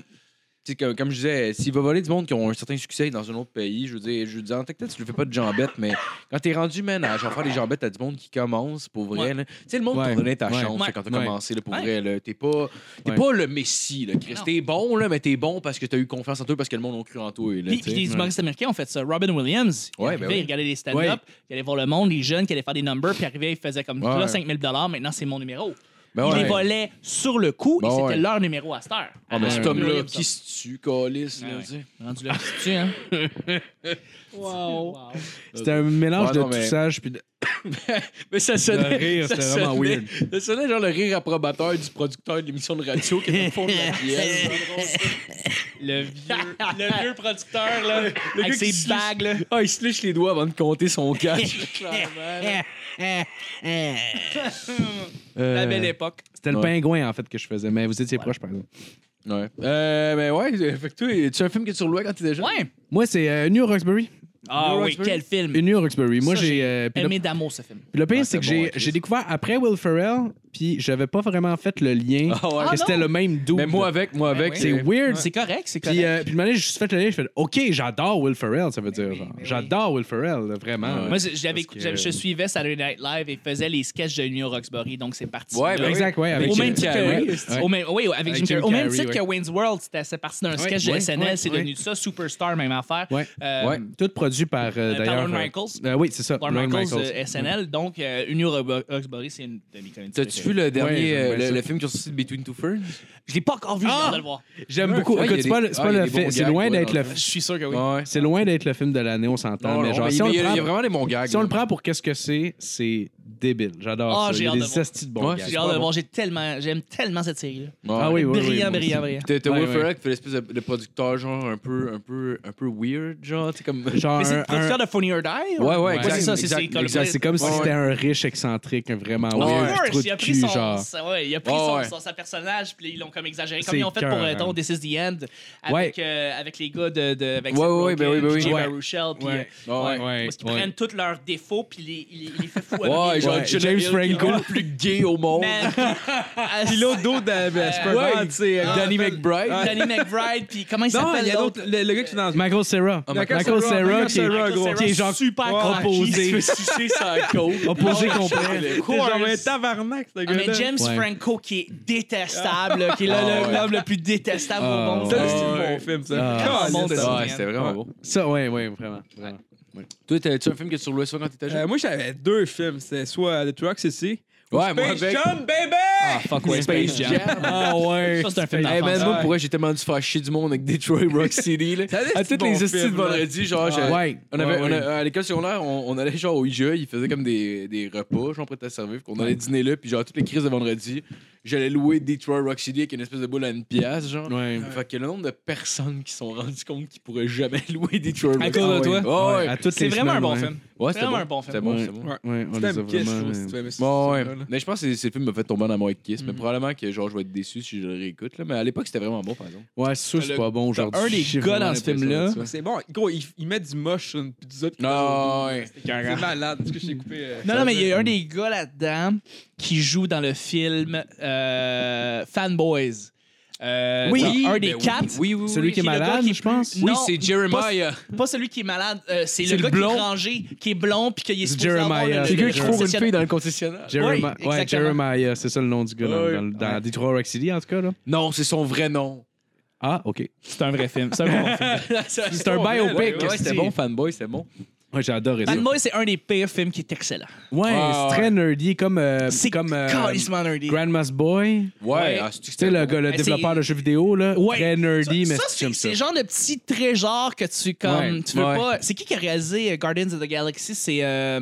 Speaker 3: tu sais, Comme, comme je disais, s'il va voler du monde qui ont un certain succès dans un autre pays, je veux dire, je veux dire, en tant que tel, tu le fais pas de jambette, mais quand t'es rendu, man, à genre faire des jambettes à du monde qui commence, pour vrai,
Speaker 6: Ouais.
Speaker 3: là, tu sais, le monde
Speaker 5: Ouais.
Speaker 3: t'a donné ta
Speaker 5: Ouais.
Speaker 3: chance
Speaker 6: Ouais.
Speaker 3: quand t'as
Speaker 5: Ouais.
Speaker 3: commencé, là, pour
Speaker 6: Ouais.
Speaker 3: vrai, là. T'es pas, t'es
Speaker 5: Ouais.
Speaker 3: pas le messie, là, Chris.
Speaker 6: Non.
Speaker 3: T'es bon, là, mais t'es bon parce que t'as eu confiance en toi, parce que le monde a cru en toi, là,
Speaker 6: Puis,
Speaker 3: tu sais.
Speaker 6: puis les humoristes américains ont fait ça. Robin Williams, il
Speaker 3: Ouais,
Speaker 6: arrivait,
Speaker 3: ben oui.
Speaker 6: il regardait les stand-up,
Speaker 5: Ouais.
Speaker 6: il allait voir le monde, les jeunes qui allaient faire des numbers, puis il arrivait, il faisait comme
Speaker 3: Ouais.
Speaker 6: là, 5000 maintenant c'est mon numéro.
Speaker 3: Ben
Speaker 6: Ils
Speaker 3: ouais.
Speaker 6: les volaient sur le coup
Speaker 3: Ben
Speaker 6: et c'était
Speaker 3: ouais.
Speaker 6: leur numéro à cette heure.
Speaker 3: Ah, mais cet
Speaker 6: Ouais.
Speaker 3: homme-là,
Speaker 6: Ouais.
Speaker 3: qui se tue, calice,
Speaker 6: Ah
Speaker 3: là,
Speaker 6: ouais.
Speaker 3: tu sais.
Speaker 6: Rendu là, qui se tue, hein?
Speaker 2: Wow.
Speaker 5: C'était un mélange
Speaker 3: Ouais,
Speaker 5: de
Speaker 3: non, mais-
Speaker 5: toussage puis de.
Speaker 3: Mais ça sonnait.
Speaker 5: Le rire,
Speaker 3: ça
Speaker 5: c'était vraiment
Speaker 3: sonnait-
Speaker 5: weird.
Speaker 3: Ça sonnait genre le rire approbateur du producteur de l'émission de radio qui était au fond de la pièce.
Speaker 6: Le vieux, le vieux producteur, là, avec
Speaker 3: gars qui
Speaker 6: ses
Speaker 3: se
Speaker 6: bagues, là.
Speaker 3: Ah, il se lèche les doigts avant de compter son cash.
Speaker 6: La
Speaker 5: Euh,
Speaker 6: belle époque.
Speaker 5: C'était le
Speaker 3: Ouais.
Speaker 5: pingouin, en fait, que je faisais. Mais vous étiez proche, par exemple.
Speaker 3: ouais. Euh, mais ouais, fait que toi, tu as un film que tu relouais quand t'étais jeune?
Speaker 6: Ouais.
Speaker 5: Moi, c'est euh, New Roxbury.
Speaker 6: Ah
Speaker 5: New
Speaker 6: oui,
Speaker 5: Roxbury.
Speaker 6: quel film.
Speaker 5: New Roxbury. Moi,
Speaker 6: Ça,
Speaker 5: Hmm. j'ai.
Speaker 6: j'ai
Speaker 5: euh, puis le-
Speaker 6: Aimé d'amour, ce film.
Speaker 5: puis le pire,
Speaker 3: Ah,
Speaker 5: c'est que
Speaker 3: c'était bon,
Speaker 5: j'ai
Speaker 3: Chris.
Speaker 5: j'ai découvert après Will Ferrell, puis j'avais pas vraiment fait le lien
Speaker 3: Ah ouais.
Speaker 5: que
Speaker 6: Ah
Speaker 5: c'était
Speaker 6: non?
Speaker 5: le même double.
Speaker 3: Mais moi avec, moi avec.
Speaker 6: oui.
Speaker 5: c'est weird.
Speaker 6: C'est correct, c'est correct.
Speaker 5: Puis, euh, puis de manière, j'ai juste fait le lien, je fais OK, j'adore Will Ferrell, ça veut dire.
Speaker 6: Ben oui,
Speaker 5: genre.
Speaker 6: mais oui.
Speaker 5: J'adore Will Ferrell, là, vraiment.
Speaker 3: Ouais.
Speaker 5: là.
Speaker 6: Moi, je- j'avais,
Speaker 5: euh, Parce que-
Speaker 6: j'avais- je suivais Saturday Night Live et faisais les sketchs de New Roxbury, donc c'est parti.
Speaker 3: Ouais,
Speaker 6: de
Speaker 3: ben
Speaker 6: là.
Speaker 5: exact, ouais. Avec
Speaker 6: Au même
Speaker 3: Jim
Speaker 6: titre
Speaker 3: Carrey,
Speaker 6: que- au même- oui, avec Jim
Speaker 5: Jim
Speaker 6: Carrey. Au même
Speaker 5: Carrey,
Speaker 6: titre
Speaker 5: ouais.
Speaker 6: que Wayne's World, c'était c'est parti d'un sketch de
Speaker 5: ouais,
Speaker 6: SNL,
Speaker 5: ouais,
Speaker 6: c'est
Speaker 5: ouais.
Speaker 6: devenu ça, Superstar, même affaire.
Speaker 5: Ouais.
Speaker 6: Euh,
Speaker 3: Ouais.
Speaker 5: Tout produit par euh,
Speaker 6: par
Speaker 5: d'ailleurs.
Speaker 6: Lorne
Speaker 5: euh,
Speaker 6: Michaels.
Speaker 5: euh, oui, c'est ça.
Speaker 6: Lorne
Speaker 5: Lorne
Speaker 6: Michaels,
Speaker 5: Michaels.
Speaker 6: euh, SNL, donc euh, New Ro- Roxbury, c'est une de mes comédies.
Speaker 3: T'as-tu
Speaker 6: préférées.
Speaker 3: vu le dernier,
Speaker 5: j'aime
Speaker 3: euh,
Speaker 5: bien
Speaker 3: le,
Speaker 5: ça.
Speaker 3: le film qui est sorti de Between Two Ferns?
Speaker 6: Je l'ai pas encore vu, je viens oh, de le voir.
Speaker 5: J'aime
Speaker 3: Ouais,
Speaker 5: beaucoup.
Speaker 3: ouais, il
Speaker 5: Écoute,
Speaker 3: y a
Speaker 5: c'est pas
Speaker 3: des-
Speaker 5: le- c'est
Speaker 3: ah,
Speaker 5: pas
Speaker 3: il y a
Speaker 5: le
Speaker 3: des
Speaker 5: fait-
Speaker 3: bons
Speaker 5: c'est
Speaker 3: gags,
Speaker 5: loin
Speaker 3: ouais,
Speaker 5: d'être
Speaker 3: dans
Speaker 5: le
Speaker 3: le
Speaker 6: Je suis sûr que oui.
Speaker 3: Ouais.
Speaker 5: C'est loin d'être le film de l'année, on s'entend.
Speaker 3: Non,
Speaker 5: Mais
Speaker 3: non,
Speaker 5: genre,
Speaker 3: mais
Speaker 5: si
Speaker 3: il
Speaker 5: on
Speaker 3: y
Speaker 5: le
Speaker 3: a- il y a
Speaker 5: prend,
Speaker 3: vraiment des bons gags.
Speaker 5: si on le
Speaker 3: là.
Speaker 5: prend pour qu'est-ce que c'est, c'est débile. J'adore
Speaker 6: Ah,
Speaker 5: ça.
Speaker 6: j'ai
Speaker 5: Il y a
Speaker 6: hâte de
Speaker 5: des
Speaker 6: voir.
Speaker 5: estis de bons
Speaker 3: Ouais,
Speaker 5: gags.
Speaker 6: J'ai hâte de le voir, j'ai tellement, j'aime tellement cette série-là.
Speaker 3: Ouais.
Speaker 5: Ah oui, oui, oui.
Speaker 6: brillant,
Speaker 5: moi aussi.
Speaker 6: brillant, brillant.
Speaker 3: T'as t'as
Speaker 5: Ouais,
Speaker 3: Will
Speaker 5: ouais.
Speaker 3: Ferrell qui fait l'espèce de, de producteur genre un peu, un peu, un peu weird, genre, tu sais, comme...
Speaker 5: Genre,
Speaker 6: Mais c'est le
Speaker 5: un- un-
Speaker 6: producteur de Funny or Die?
Speaker 3: Ouais, ouais,
Speaker 6: c'est
Speaker 3: exact,
Speaker 6: ça, c'est-
Speaker 3: exact,
Speaker 6: c'est Colin
Speaker 3: exact.
Speaker 6: Blake.
Speaker 5: c'est comme si
Speaker 3: Ouais, ouais.
Speaker 5: c'était un riche excentrique, un vraiment
Speaker 3: Ouais.
Speaker 5: weird
Speaker 6: Of course,
Speaker 5: trou de
Speaker 6: il a pris
Speaker 5: cul,
Speaker 6: son,
Speaker 5: genre.
Speaker 6: son- ouais, il a pris
Speaker 3: Ouais,
Speaker 6: son,
Speaker 3: ouais.
Speaker 6: son- son personnage, puis ils l'ont comme exagéré, comme
Speaker 5: C'est
Speaker 6: ils ont fait pour euh,
Speaker 5: cœur,
Speaker 6: ton
Speaker 5: hein.
Speaker 6: This is the End, avec, euh, avec les gars de, de avec
Speaker 3: Ouais,
Speaker 6: Seth
Speaker 3: ouais,
Speaker 6: Rogen,
Speaker 3: ben oui, ben oui.
Speaker 6: Jay
Speaker 5: Ouais.
Speaker 6: Baruchel, puis
Speaker 5: Ouais.
Speaker 6: euh,
Speaker 3: Ouais,
Speaker 5: ouais,
Speaker 6: parce qu'ils
Speaker 5: ouais.
Speaker 6: prennent tous leurs défauts, puis les- ils les, ils les fait fou.
Speaker 3: Ouais, genre
Speaker 5: Ouais,
Speaker 3: Jonah
Speaker 5: James
Speaker 3: Hill,
Speaker 5: Franco.
Speaker 3: le plus gay au monde.
Speaker 4: Puis l'autre d'autre, euh, ben, c'est pas
Speaker 3: Ouais.
Speaker 4: grave, c'est euh,
Speaker 3: Danny
Speaker 4: Bell.
Speaker 3: McBride.
Speaker 4: Ouais.
Speaker 6: Danny McBride, puis comment il
Speaker 4: Non,
Speaker 6: s'appelle
Speaker 4: il y a
Speaker 6: l'autre?
Speaker 4: d'autres. Le, le gars qui est dans.
Speaker 5: Michael Cera.
Speaker 3: Ah,
Speaker 4: Michael
Speaker 5: Michael
Speaker 4: Cera,
Speaker 5: Cera,
Speaker 4: Michael
Speaker 5: qui est-
Speaker 4: Cera,
Speaker 6: Michael
Speaker 4: gros.
Speaker 6: Cera,
Speaker 5: qui est genre
Speaker 6: super
Speaker 4: Ouais.
Speaker 3: Il
Speaker 5: composé.
Speaker 3: se fait sucer sa côte.
Speaker 5: Opposé complet.
Speaker 4: T'es genre un tabarnak, ce
Speaker 6: Ah,
Speaker 4: gars-là.
Speaker 6: mais James
Speaker 5: Ouais.
Speaker 6: Franco qui est détestable, là, qui est là,
Speaker 3: Ah,
Speaker 6: le-
Speaker 3: ouais.
Speaker 6: l'homme le plus détestable
Speaker 5: Ah,
Speaker 6: au monde.
Speaker 5: ouais.
Speaker 4: Ça,
Speaker 6: Ça,
Speaker 4: c'est
Speaker 3: Ah,
Speaker 4: un
Speaker 3: ouais.
Speaker 4: bon film,
Speaker 5: Ah,
Speaker 4: ça.
Speaker 6: mon
Speaker 4: Caliste.
Speaker 6: Dieu.
Speaker 3: Ouais, c'était vraiment beau.
Speaker 5: Ça, ouais, ouais, vraiment. vraiment.
Speaker 3: Toi, t'as-tu un film que tu relouais souvent quand t'étais
Speaker 4: Euh,
Speaker 3: jeune?
Speaker 4: Moi, j'avais deux films. C'était soit The Ah. Truck City.
Speaker 3: Ouais,
Speaker 4: Space Jump, baby!
Speaker 6: fuck ouais,
Speaker 3: Space Jam.
Speaker 5: Ah ouais.
Speaker 6: Ça, c'est un film
Speaker 3: Hey
Speaker 6: d'enfance.
Speaker 3: man,
Speaker 4: Ouais.
Speaker 3: moi, pourrais j'ai tellement dû faire chier du monde avec Detroit Rock City. Là.
Speaker 4: Ça a des
Speaker 3: À
Speaker 4: petits
Speaker 3: Ah, toutes
Speaker 4: bons
Speaker 3: les hosties de
Speaker 4: films, là.
Speaker 3: vendredi, genre, j'ai-
Speaker 5: Ah, Ouais.
Speaker 3: Ah, on avait,
Speaker 5: Ouais,
Speaker 3: on a-
Speaker 5: ouais.
Speaker 3: à l'école secondaire, on, on allait genre au IGA, ils faisaient comme des, des repas, genre prêt à servir, puis qu'on allait dîner là, puis genre toutes les crises de vendredi, j'allais louer Detroit Rock City avec une espèce de boule à une pièce, genre.
Speaker 5: Ouais.
Speaker 3: Fait que le nombre de personnes qui se sont rendues compte qu'ils pourraient jamais louer Detroit Rock
Speaker 6: À
Speaker 3: City.
Speaker 6: cause de toi?
Speaker 3: Ah, Ouais, ouais.
Speaker 5: À toutes
Speaker 6: C'est
Speaker 5: les
Speaker 6: vraiment un
Speaker 5: semaines,
Speaker 6: bon
Speaker 5: ouais.
Speaker 6: film.
Speaker 3: Ouais, c'était
Speaker 6: Vraiment
Speaker 3: bon.
Speaker 6: un bon film.
Speaker 3: C'était bon,
Speaker 5: Ouais.
Speaker 3: c'était bon.
Speaker 5: Ouais, on
Speaker 4: C'était
Speaker 5: les a
Speaker 4: un kiss, je
Speaker 5: vraiment.
Speaker 4: trouve, si
Speaker 5: euh,
Speaker 4: tu aimais ça.
Speaker 3: Bon, ouais.
Speaker 4: là.
Speaker 3: Mais je pense que c'est- c'est le film qui m'a fait tomber en amour avec Kiss. Mais probablement que genre, je vais être déçu si je le réécoute. Là. Mais à l'époque, c'était vraiment bon, par exemple.
Speaker 5: Ouais, c'est sûr que
Speaker 6: Le-
Speaker 5: c'est pas bon aujourd'hui.
Speaker 6: un des
Speaker 5: J'ai
Speaker 6: gars
Speaker 5: vraiment
Speaker 6: dans ce
Speaker 5: l'impression
Speaker 6: film-là.
Speaker 5: de ça.
Speaker 4: Bah, C'est bon. Gros, ils ils mettent du moche sur une pizza. puis-
Speaker 3: Non, ouais.
Speaker 4: C'est malade. Parce que j'ai coupé. euh,
Speaker 6: Non, non, mais il y a un des gars là-dedans qui joue dans le film euh, Fanboys. Euh,
Speaker 5: Oui,
Speaker 6: dans un
Speaker 3: ben
Speaker 6: des
Speaker 3: oui,
Speaker 6: quatre.
Speaker 3: oui, oui, oui.
Speaker 5: Celui qui est
Speaker 6: le gars
Speaker 5: malade,
Speaker 6: qui est
Speaker 5: je pense.
Speaker 6: plus-
Speaker 3: Oui,
Speaker 6: Non,
Speaker 3: c'est Jeremiah.
Speaker 6: Pas, pas celui qui est malade, euh, c'est
Speaker 5: C'est
Speaker 6: le
Speaker 5: le
Speaker 6: gars qui est
Speaker 5: blond.
Speaker 6: rangé, qui est blond puis qui est
Speaker 5: C'est
Speaker 6: supposé avoir
Speaker 5: Jeremiah.
Speaker 6: le-
Speaker 5: C'est
Speaker 6: le-
Speaker 5: quelqu'un
Speaker 6: le
Speaker 5: qui trouve une
Speaker 6: concessionnaire.
Speaker 3: dans le concessionnaire.
Speaker 5: Jeremiah,
Speaker 6: Oui,
Speaker 5: ouais,
Speaker 6: exactement.
Speaker 5: Jeremiah, c'est ça le nom du gars dans,
Speaker 3: Ouais.
Speaker 5: dans, dans Detroit Rock City, en tout cas. Là.
Speaker 3: Non, c'est son vrai nom.
Speaker 5: Ah, OK.
Speaker 6: C'est un vrai film. C'est un bon film.
Speaker 5: C'est un biopic.
Speaker 3: Ouais, c'était
Speaker 5: c'est-
Speaker 3: bon, fanboy, c'était bon.
Speaker 5: Ouais, j'ai adoré ça.
Speaker 6: Fanboys, c'est un des pires films qui est excellent.
Speaker 5: Ouais,
Speaker 3: Ah,
Speaker 5: c'est
Speaker 3: ouais.
Speaker 5: très nerdy, comme, euh,
Speaker 6: C'est
Speaker 5: comme euh,
Speaker 6: calissement nerdy.
Speaker 5: Grandma's Boy.
Speaker 3: Ouais,
Speaker 6: Ouais.
Speaker 3: ah, c'est-tu que
Speaker 5: Tu sais,
Speaker 3: c'était
Speaker 5: le,
Speaker 3: bon?
Speaker 5: gars, le
Speaker 6: Mais
Speaker 5: développeur
Speaker 6: c'est-
Speaker 5: de jeux vidéo, là.
Speaker 6: Ouais.
Speaker 5: Très nerdy,
Speaker 6: Ça,
Speaker 5: mais
Speaker 6: ça,
Speaker 5: c'est
Speaker 6: c'est
Speaker 5: j'aime ça.
Speaker 6: c'est le genre de petit trésor que tu comme
Speaker 5: Ouais,
Speaker 6: tu veux
Speaker 5: ouais.
Speaker 6: pas. C'est qui qui a réalisé euh, Guardians of the Galaxy C'est euh,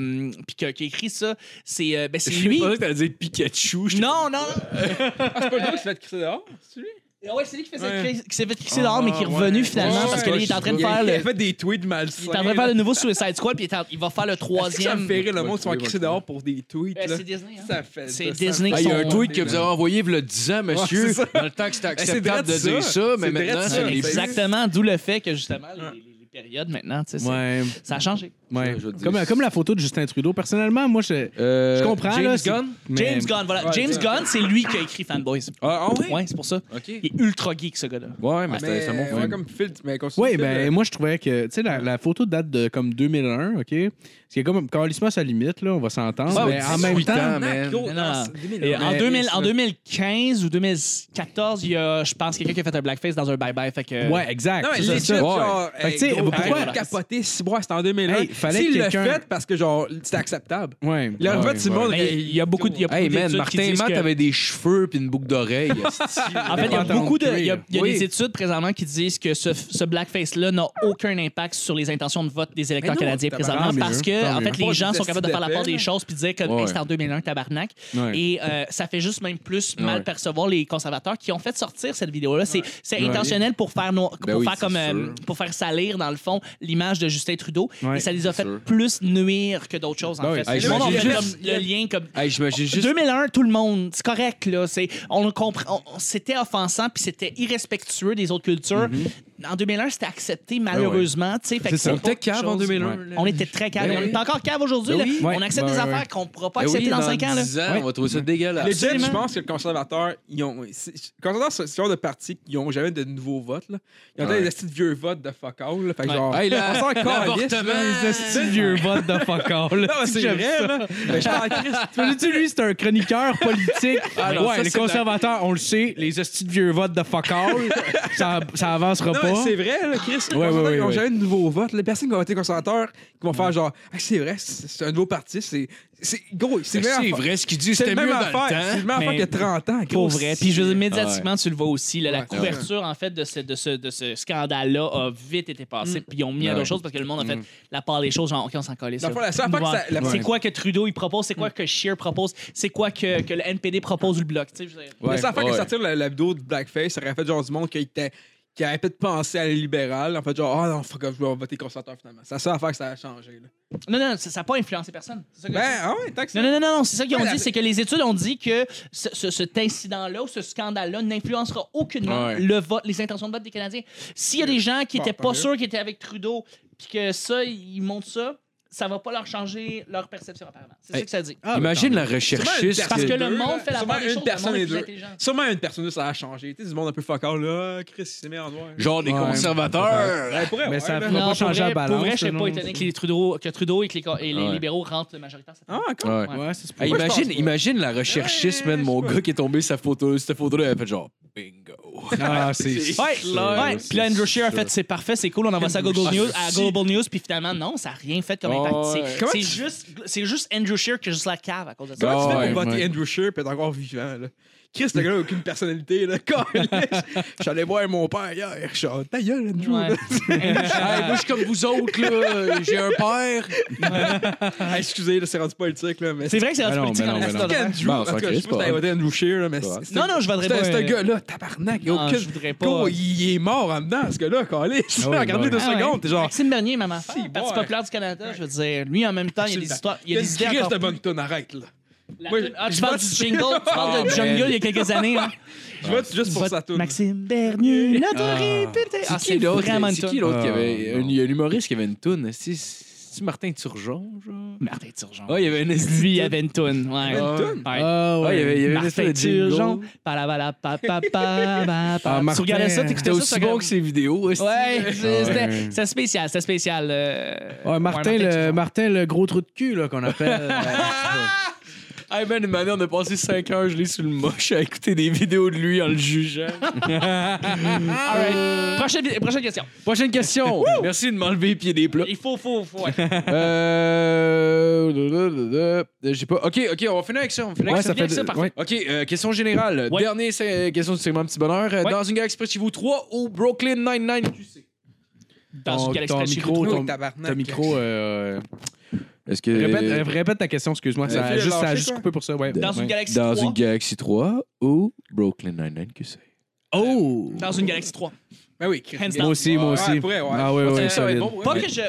Speaker 6: puis qui a, qui a écrit ça C'est euh, ben c'est
Speaker 3: Je
Speaker 6: lui.
Speaker 3: pensais que t'allais dire Pikachu. j'étais-
Speaker 6: Non, non.
Speaker 4: C'est pas le gars qui se fait crisser dehors, c'est lui?
Speaker 6: non. Ouais, c'est lui qui, faisait
Speaker 4: Ouais.
Speaker 6: cri- qui s'est fait crisser dehors, mais qui est
Speaker 3: ouais.
Speaker 6: revenu finalement
Speaker 4: Ouais,
Speaker 6: parce que
Speaker 3: ouais,
Speaker 6: là, il est en train de
Speaker 3: je-
Speaker 6: faire
Speaker 4: Il a
Speaker 6: le.
Speaker 4: fait des tweets
Speaker 6: Il est
Speaker 4: malsains.
Speaker 6: en train de faire le nouveau Suicide Squad, puis il, est en- il va faire le
Speaker 4: Est-ce que Ça me
Speaker 6: troisième.
Speaker 4: fait rire le
Speaker 3: Ouais,
Speaker 4: monde qui sont
Speaker 3: ouais,
Speaker 4: crissés
Speaker 3: ouais.
Speaker 4: dehors pour des tweets.
Speaker 6: Ben,
Speaker 4: là.
Speaker 6: c'est Disney. Hein?
Speaker 4: Ça fait-
Speaker 6: C'est
Speaker 4: ça-
Speaker 6: Disney.
Speaker 3: Ah, il y a un
Speaker 6: Son-
Speaker 3: tweet que vous avez envoyé il y a 10 ans, monsieur.
Speaker 4: Ouais, c'est ça.
Speaker 3: dans le temps que c'était acceptable
Speaker 4: drette
Speaker 3: de dire
Speaker 4: ça.
Speaker 3: ça, mais
Speaker 4: C'est drette
Speaker 3: maintenant,
Speaker 4: ça.
Speaker 3: ça l'est plus.
Speaker 6: Exactement, d'où le fait que justement les, les- les périodes maintenant, tu sais, ça-
Speaker 5: Ouais,
Speaker 6: ça a changé.
Speaker 5: ouais.
Speaker 3: Je- je dis-
Speaker 5: Comme, comme la photo de Justin Trudeau. Personnellement, moi, je,
Speaker 3: Euh,
Speaker 5: je comprends.
Speaker 3: James
Speaker 5: là, c'est-
Speaker 3: Gunn?
Speaker 5: mais-
Speaker 6: James Gunn, voilà.
Speaker 4: Ouais,
Speaker 6: James
Speaker 4: c'est-
Speaker 6: Gunn, c'est lui qui a écrit Fanboys.
Speaker 3: Ah, ah ouais?
Speaker 6: Ouais, c'est pour ça.
Speaker 3: OK.
Speaker 6: Il est ultra geek, ce gars-là.
Speaker 3: Ouais, mais
Speaker 4: Ah, Mais
Speaker 3: c'était c'était mon
Speaker 4: ouais,
Speaker 3: film.
Speaker 4: comme Phil, mais continue,
Speaker 5: Oui,
Speaker 4: Phil,
Speaker 5: ben
Speaker 4: euh,
Speaker 5: moi je trouvais que tu sais la, la photo date de comme 2001, OK Ce qui est comme carrément à sa limite là, on va s'entendre,
Speaker 3: Ouais,
Speaker 5: mais en
Speaker 3: 18
Speaker 5: même temps,
Speaker 3: ans,
Speaker 4: Mac,
Speaker 3: man.
Speaker 4: gros,
Speaker 6: Oh, Non, non.
Speaker 4: ah, c'est 2000,
Speaker 6: Et
Speaker 4: ouais.
Speaker 6: en,
Speaker 4: Mais-
Speaker 6: 2000 en
Speaker 4: c'est-
Speaker 6: 2015 ou 2014, il y a, je pense, quelqu'un qui a fait un blackface dans un bye-bye. Fait que.
Speaker 5: ouais, exact,
Speaker 4: Non, mais
Speaker 5: c'est ça,
Speaker 4: legit,
Speaker 5: ça.
Speaker 4: genre,
Speaker 5: Fait que, tu sais,
Speaker 4: hey, Mais pourquoi
Speaker 6: Hey,
Speaker 4: capoter Ciboire, c'était en 2001?
Speaker 5: Hey, fallait
Speaker 4: S'il
Speaker 5: que
Speaker 4: l'a
Speaker 5: quelqu'un-
Speaker 4: fait parce que genre c'était acceptable.
Speaker 5: Ouais.
Speaker 4: Il a
Speaker 5: Ouais,
Speaker 4: refait Simon.
Speaker 5: ouais.
Speaker 6: Mais Il y a beaucoup de. il y a
Speaker 3: Hey
Speaker 6: beaucoup
Speaker 3: man,
Speaker 6: d'études qui
Speaker 3: Martin
Speaker 6: disent
Speaker 3: Matt
Speaker 6: que-
Speaker 3: avait des cheveux puis une boucle d'oreille. esti.
Speaker 6: En fait, il y a
Speaker 5: Pantalon de
Speaker 6: beaucoup de. Il y a,
Speaker 5: cuir.
Speaker 6: il y a
Speaker 3: Oui.
Speaker 6: des études présentement qui disent que ce, ce blackface-là n'a aucun impact sur les intentions de vote des électeurs
Speaker 4: Mais non,
Speaker 6: canadiens
Speaker 4: tabarnak,
Speaker 6: présentement
Speaker 5: tant
Speaker 6: parce
Speaker 5: mieux,
Speaker 6: que,
Speaker 5: tant
Speaker 6: en
Speaker 5: mieux.
Speaker 6: fait, les
Speaker 4: Pas
Speaker 6: gens
Speaker 4: des
Speaker 6: sont capables de faire la part
Speaker 4: estampes,
Speaker 6: des
Speaker 4: là.
Speaker 6: choses puis de dire que
Speaker 3: Ouais.
Speaker 6: hey, c'est en 2001, tabarnak.
Speaker 5: Ouais.
Speaker 6: Et euh, ça fait juste même plus
Speaker 3: Ouais.
Speaker 6: mal percevoir les conservateurs qui ont fait sortir cette vidéo-là. C'est c'est
Speaker 5: Ouais.
Speaker 6: intentionnel pour faire, no- pour
Speaker 3: Ben oui,
Speaker 6: faire
Speaker 3: c'est
Speaker 6: comme. euh,
Speaker 3: sûr.
Speaker 6: pour faire salir, dans le fond, l'image de Justin Trudeau.
Speaker 5: Ouais,
Speaker 6: Et ça les a
Speaker 3: c'est
Speaker 6: fait
Speaker 3: sûr.
Speaker 6: plus nuire que d'autres choses, en
Speaker 5: Ben oui.
Speaker 6: fait.
Speaker 3: Hey,
Speaker 6: Le monde a
Speaker 3: j'imagine
Speaker 6: fait
Speaker 3: juste-
Speaker 6: comme le lien comme.
Speaker 3: Hey, j'imagine juste.
Speaker 6: 2001, tout le monde, c'est correct là. C'est, on le comprend, on- on- c'était offensant puis c'était irrespectueux des autres cultures.
Speaker 3: Mm-hmm.
Speaker 6: En 2001, c'était accepté malheureusement. tu sais, fait que
Speaker 3: Ah ça.
Speaker 6: c'est
Speaker 3: On était
Speaker 6: pas quelque
Speaker 3: cave en
Speaker 6: chose-
Speaker 3: 2001,
Speaker 6: Ouais.
Speaker 3: là.
Speaker 6: On était très cave.
Speaker 3: Ben
Speaker 6: On
Speaker 3: oui.
Speaker 6: est encore cave aujourd'hui.
Speaker 3: Ben
Speaker 6: là.
Speaker 3: oui.
Speaker 6: On accepte
Speaker 5: Ouais,
Speaker 6: des
Speaker 5: ouais,
Speaker 6: affaires
Speaker 5: ouais.
Speaker 6: qu'on pourra pas
Speaker 3: Ben oui,
Speaker 6: accepter dans
Speaker 3: dans
Speaker 6: 5 ans là.
Speaker 3: 10 ans, on va trouver ça
Speaker 4: Les
Speaker 3: dégueulasse.
Speaker 4: gens, je
Speaker 6: hein.
Speaker 4: pense que les conservateurs, ils ont. c'est- Les conservateurs, c'est le genre de parti qui n'ont jamais de nouveaux votes. Là. Ils ont
Speaker 3: Ouais.
Speaker 4: des petits vieux votes de fuck all. là. Fait que
Speaker 6: Ouais.
Speaker 4: genre.
Speaker 3: Ah, Hey, là,
Speaker 4: on s'en calisse, là.
Speaker 5: Les estis vieux votes de fuck
Speaker 4: Non,
Speaker 5: all.
Speaker 4: mais C'est
Speaker 5: J'aime
Speaker 4: vrai, là. Mais je t'en crisse.
Speaker 5: Tu veux dire, lui, c'est un chroniqueur politique.
Speaker 3: Ah non,
Speaker 5: ouais,
Speaker 3: ça,
Speaker 5: les
Speaker 3: c'est
Speaker 5: conservateurs, on le sait, les hosties de vieux votes de fuck all, ça, ça avancera
Speaker 4: Non, mais
Speaker 5: pas.
Speaker 4: c'est vrai, là, Chris. Les
Speaker 5: Ouais,
Speaker 4: conservateurs,
Speaker 5: ouais,
Speaker 4: ils n'ont
Speaker 5: ouais,
Speaker 4: jamais de nouveaux votes. Les personnes qui vont voter conservateur, qui vont faire genre, ah, c'est vrai, c'est c'est un nouveau parti. C'est. c'est- Gros, c'est
Speaker 3: Ben, C'est
Speaker 4: vrai.
Speaker 3: vrai, ce qu'il dit,
Speaker 4: C'est
Speaker 3: c'était
Speaker 4: le
Speaker 3: mieux
Speaker 4: même
Speaker 3: dans le
Speaker 4: affaire. C'est
Speaker 3: temps.
Speaker 4: le même affaire
Speaker 6: Mais-
Speaker 4: qu'il y a 30 ans. gros,
Speaker 6: Pour vrai.
Speaker 4: c'est-
Speaker 6: Puis je veux dire, médiatiquement, tu le vois aussi. là, la
Speaker 4: Ouais.
Speaker 6: couverture, en fait, de ce, de ce, de ce scandale-là a vite été passée.
Speaker 4: Mm.
Speaker 6: Puis ils ont
Speaker 4: Ben
Speaker 6: mis à
Speaker 3: Ouais.
Speaker 6: d'autres choses parce que le monde a fait la part des choses. Genre, OK, on s'en collait.
Speaker 4: Dans le
Speaker 6: ça.
Speaker 4: fond, la seule affaire que ça- la- Mm.
Speaker 6: C'est
Speaker 4: Mm. Ouais.
Speaker 6: quoi que Trudeau il propose? C'est quoi que Scheer propose? C'est quoi que, que le NPD propose ou le Bloc? Tu sais, je veux dire.
Speaker 4: Mais ça fait
Speaker 3: ouais.
Speaker 4: que sortir la, la vidéo de Blackface, ça aurait fait genre du monde qui était qui avait peut-être pensé à les libérales, en fait genre ah non, faut que je vais voter conservateur finalement. C'est la seule affaire que ça a changé là.
Speaker 6: Non, non, ça n'a pas influencé personne. C'est ça que-
Speaker 4: Ben ah ouais, tant que ça.
Speaker 6: Non, non, non, non, non, c'est ça qu'ils ont
Speaker 4: Ouais, la-
Speaker 6: dit, c'est que les études ont dit que ce- ce- cet incident-là ou ce scandale-là n'influencera aucunement
Speaker 3: Ouais.
Speaker 6: le vote, les intentions de vote des Canadiens. S'il y a des gens qui
Speaker 4: Bon,
Speaker 6: n'étaient
Speaker 4: tant
Speaker 6: pas
Speaker 4: mieux.
Speaker 6: sûrs qu'ils étaient avec Trudeau, puis que ça, ils montrent ça, ça va pas leur changer leur perception, apparemment. C'est
Speaker 3: Hey,
Speaker 6: ça que ça dit.
Speaker 5: Ah,
Speaker 3: Imagine la
Speaker 4: Sûrement une
Speaker 3: recherchiste.
Speaker 4: personne
Speaker 6: que
Speaker 4: et
Speaker 6: le
Speaker 4: deux,
Speaker 6: monde
Speaker 4: là.
Speaker 6: fait la
Speaker 4: Sûrement
Speaker 6: part des
Speaker 4: une
Speaker 6: choses, le
Speaker 4: personne
Speaker 6: monde est
Speaker 4: et
Speaker 6: plus
Speaker 4: deux.
Speaker 6: intelligent.
Speaker 4: Sûrement une personne ça a changé. Tu sais, du monde un peu fuck all, là, Ah, Chris, il s'est mis en noir.
Speaker 3: Genre des
Speaker 5: Ouais.
Speaker 3: conservateurs.
Speaker 4: Ouais, pour vrai,
Speaker 5: Mais
Speaker 4: ouais,
Speaker 5: ça
Speaker 4: là.
Speaker 5: On va pas
Speaker 6: pour
Speaker 5: changer
Speaker 6: vrai,
Speaker 5: la balance,
Speaker 6: Pour vrai, je serais
Speaker 5: là,
Speaker 6: pas
Speaker 5: non.
Speaker 6: étonné que, les Trudeau, que Trudeau et que les, co- et les
Speaker 3: Ouais.
Speaker 6: libéraux rentrent majoritairement. cette
Speaker 4: Ah,
Speaker 6: année.
Speaker 4: encore.
Speaker 3: Ouais.
Speaker 5: Ouais, ça se peut.
Speaker 3: Hey,
Speaker 4: Moi, je
Speaker 3: imagine,
Speaker 4: pense pas.
Speaker 3: imagine la recherchiste, man,
Speaker 4: Ouais,
Speaker 3: mon
Speaker 4: je sais
Speaker 3: gars qui est tombé sa photo, cette photo-là, elle a fait genre bingo.
Speaker 5: Ah, c'est.
Speaker 6: Ouais,
Speaker 5: là,
Speaker 6: ouais.
Speaker 5: c'est
Speaker 6: Puis là, Andrew Shear a
Speaker 5: sûr.
Speaker 6: fait c'est parfait, c'est cool, on envoie ça à Google
Speaker 3: Ah,
Speaker 6: News, à
Speaker 3: si.
Speaker 6: Global News, puis finalement, non, ça n'a rien fait comme impact.
Speaker 3: Oh,
Speaker 6: C'est-
Speaker 3: ouais.
Speaker 4: Comment
Speaker 6: C'est
Speaker 4: tu-
Speaker 6: juste, c'est juste Andrew Shear qui a juste la cave à cause de ça.
Speaker 3: Ah,
Speaker 4: Comment tu fais
Speaker 3: ouais,
Speaker 4: pour voter
Speaker 5: ouais.
Speaker 4: Andrew Scheer puis être encore vivant, là? Chris, le gars, a aucune personnalité, là. Calisse. J'allais voir mon père hier. Je suis en ta gueule, Andrew.
Speaker 6: Ouais.
Speaker 4: là.
Speaker 3: Hey, moi, je suis comme vous autres, là. J'ai un père.
Speaker 4: Ah, excusez, là, c'est rendu politique, là, mais
Speaker 6: C'est vrai que c'est
Speaker 5: Mais non,
Speaker 6: rendu politique
Speaker 5: mais
Speaker 6: dans
Speaker 5: non,
Speaker 6: le
Speaker 5: mais
Speaker 6: reste de
Speaker 4: Andrew,
Speaker 3: Bon,
Speaker 4: en
Speaker 3: ça,
Speaker 4: tout cas,
Speaker 3: ok,
Speaker 4: je
Speaker 3: c'est
Speaker 4: sais pas si
Speaker 3: pas
Speaker 4: t'avais voté Andrew Shear, là, mais
Speaker 3: Ouais.
Speaker 4: c'est- c'est-
Speaker 6: Non, non, je voudrais pas.
Speaker 4: C'est
Speaker 6: euh,
Speaker 4: un gars-là, tabarnak. Il a
Speaker 6: non,
Speaker 4: aucune-
Speaker 6: je voudrais pas.
Speaker 4: Gros, il est mort en dedans, ce gars-là, calé.
Speaker 5: Ah oui,
Speaker 4: Regarde-le
Speaker 5: ouais.
Speaker 4: deux
Speaker 6: Ah ouais.
Speaker 4: secondes, t'es genre.
Speaker 6: Maxime Bernier, maman.
Speaker 4: Si,
Speaker 6: Parti
Speaker 4: ouais.
Speaker 6: populaire du Canada, je veux dire. Lui, en même temps, il y a des histoires. Il y a des idées.
Speaker 4: Chris
Speaker 6: encore
Speaker 4: de bonne tonne, arrête, là.
Speaker 6: La-
Speaker 4: Moi,
Speaker 6: Ah, tu
Speaker 4: je
Speaker 6: parles
Speaker 4: vois-
Speaker 6: du jingle, tu parles de
Speaker 3: Ah,
Speaker 6: jungle
Speaker 3: man.
Speaker 6: il y a quelques années. Hein.
Speaker 4: Je vote juste pour
Speaker 6: Vote
Speaker 4: sa toune.
Speaker 6: Maxime Bernier, l'autorité. Ah,
Speaker 3: C'est qui l'autre?
Speaker 6: vraiment
Speaker 3: C'est qui
Speaker 6: une toune.
Speaker 3: l'autre qui
Speaker 5: Ah,
Speaker 3: avait.
Speaker 5: non.
Speaker 3: un- Il y a un humoriste qui avait une toune. C'est c'est-tu Martin Turgeon, genre?
Speaker 6: Martin Turgeon.
Speaker 3: Ouais, il y avait une.
Speaker 6: Lui, il avait une toune. Ouais.
Speaker 4: Une toune?
Speaker 6: Ouais.
Speaker 5: Ah,
Speaker 3: Ouais, il y
Speaker 5: ouais.
Speaker 3: avait, il y avait une espèce
Speaker 6: Martin
Speaker 3: de jingle.
Speaker 6: Turgeon. Palabala, pa, pa, pa, pa, pa.
Speaker 5: Ah,
Speaker 6: Tu
Speaker 5: Martin,
Speaker 6: regardais ça, t'écoutais
Speaker 3: C'était
Speaker 6: ça.
Speaker 3: aussi
Speaker 6: ça,
Speaker 3: bon
Speaker 6: comme-
Speaker 3: que ses vidéos. aussi.
Speaker 6: Ouais, c'est- c'était
Speaker 5: ouais.
Speaker 6: c'était spécial, c'était spécial. euh,
Speaker 5: Ouais, Martin,
Speaker 6: ouais,
Speaker 5: le,
Speaker 6: Turgeon.
Speaker 5: Martin, le gros trou de cul là, qu'on appelle.
Speaker 3: Hey man, une année, on a passé 5 heures gelé sous le moche à écouter des vidéos de lui en le jugeant.
Speaker 6: All right. Prochaine, vi- prochaine question.
Speaker 3: Prochaine question. Merci de m'enlever les pieds des plats.
Speaker 6: Il faut, faut, faut. ouais.
Speaker 3: Euh. J'ai pas. Ok, ok, on va finir avec ça. On va finir
Speaker 5: Ouais,
Speaker 3: avec ça.
Speaker 5: ça fait.
Speaker 6: ça, parfait.
Speaker 5: ouais.
Speaker 3: Ok, euh, question générale.
Speaker 6: Ouais.
Speaker 3: Dernière se- question du segment Petit Bonheur. Euh,
Speaker 6: Ouais.
Speaker 3: Dans une galaxie près de chez vous 3 ou Brooklyn 99 QC
Speaker 6: Dans
Speaker 5: Ton-
Speaker 6: une galaxie
Speaker 5: ton
Speaker 6: près de chez
Speaker 5: micro,
Speaker 6: vous.
Speaker 5: ton-
Speaker 4: Gros tabarnak.
Speaker 5: Ton micro. euh,
Speaker 3: Est-ce que.
Speaker 5: Répète, euh, répète ta question, excuse-moi. Ça a
Speaker 4: Sophie,
Speaker 5: juste, ça a
Speaker 4: lâché,
Speaker 5: juste
Speaker 4: quoi?
Speaker 5: coupé pour ça. Ouais.
Speaker 6: Dans une
Speaker 5: Ouais.
Speaker 6: galaxie
Speaker 3: dans
Speaker 6: 3.
Speaker 3: une galaxie 3 ou Brooklyn 99 QC
Speaker 5: Oh!
Speaker 6: Dans une galaxie 3.
Speaker 4: Ben oui, Chris.
Speaker 6: Hands down.
Speaker 5: Moi aussi, moi
Speaker 4: Ouais,
Speaker 5: aussi.
Speaker 4: pour vrai, ouais.
Speaker 5: Ah, ouais,
Speaker 4: Ça,
Speaker 5: ouais,
Speaker 4: ça va être
Speaker 5: solide.
Speaker 4: bon, pour
Speaker 6: Pas
Speaker 4: vrai.
Speaker 6: que je.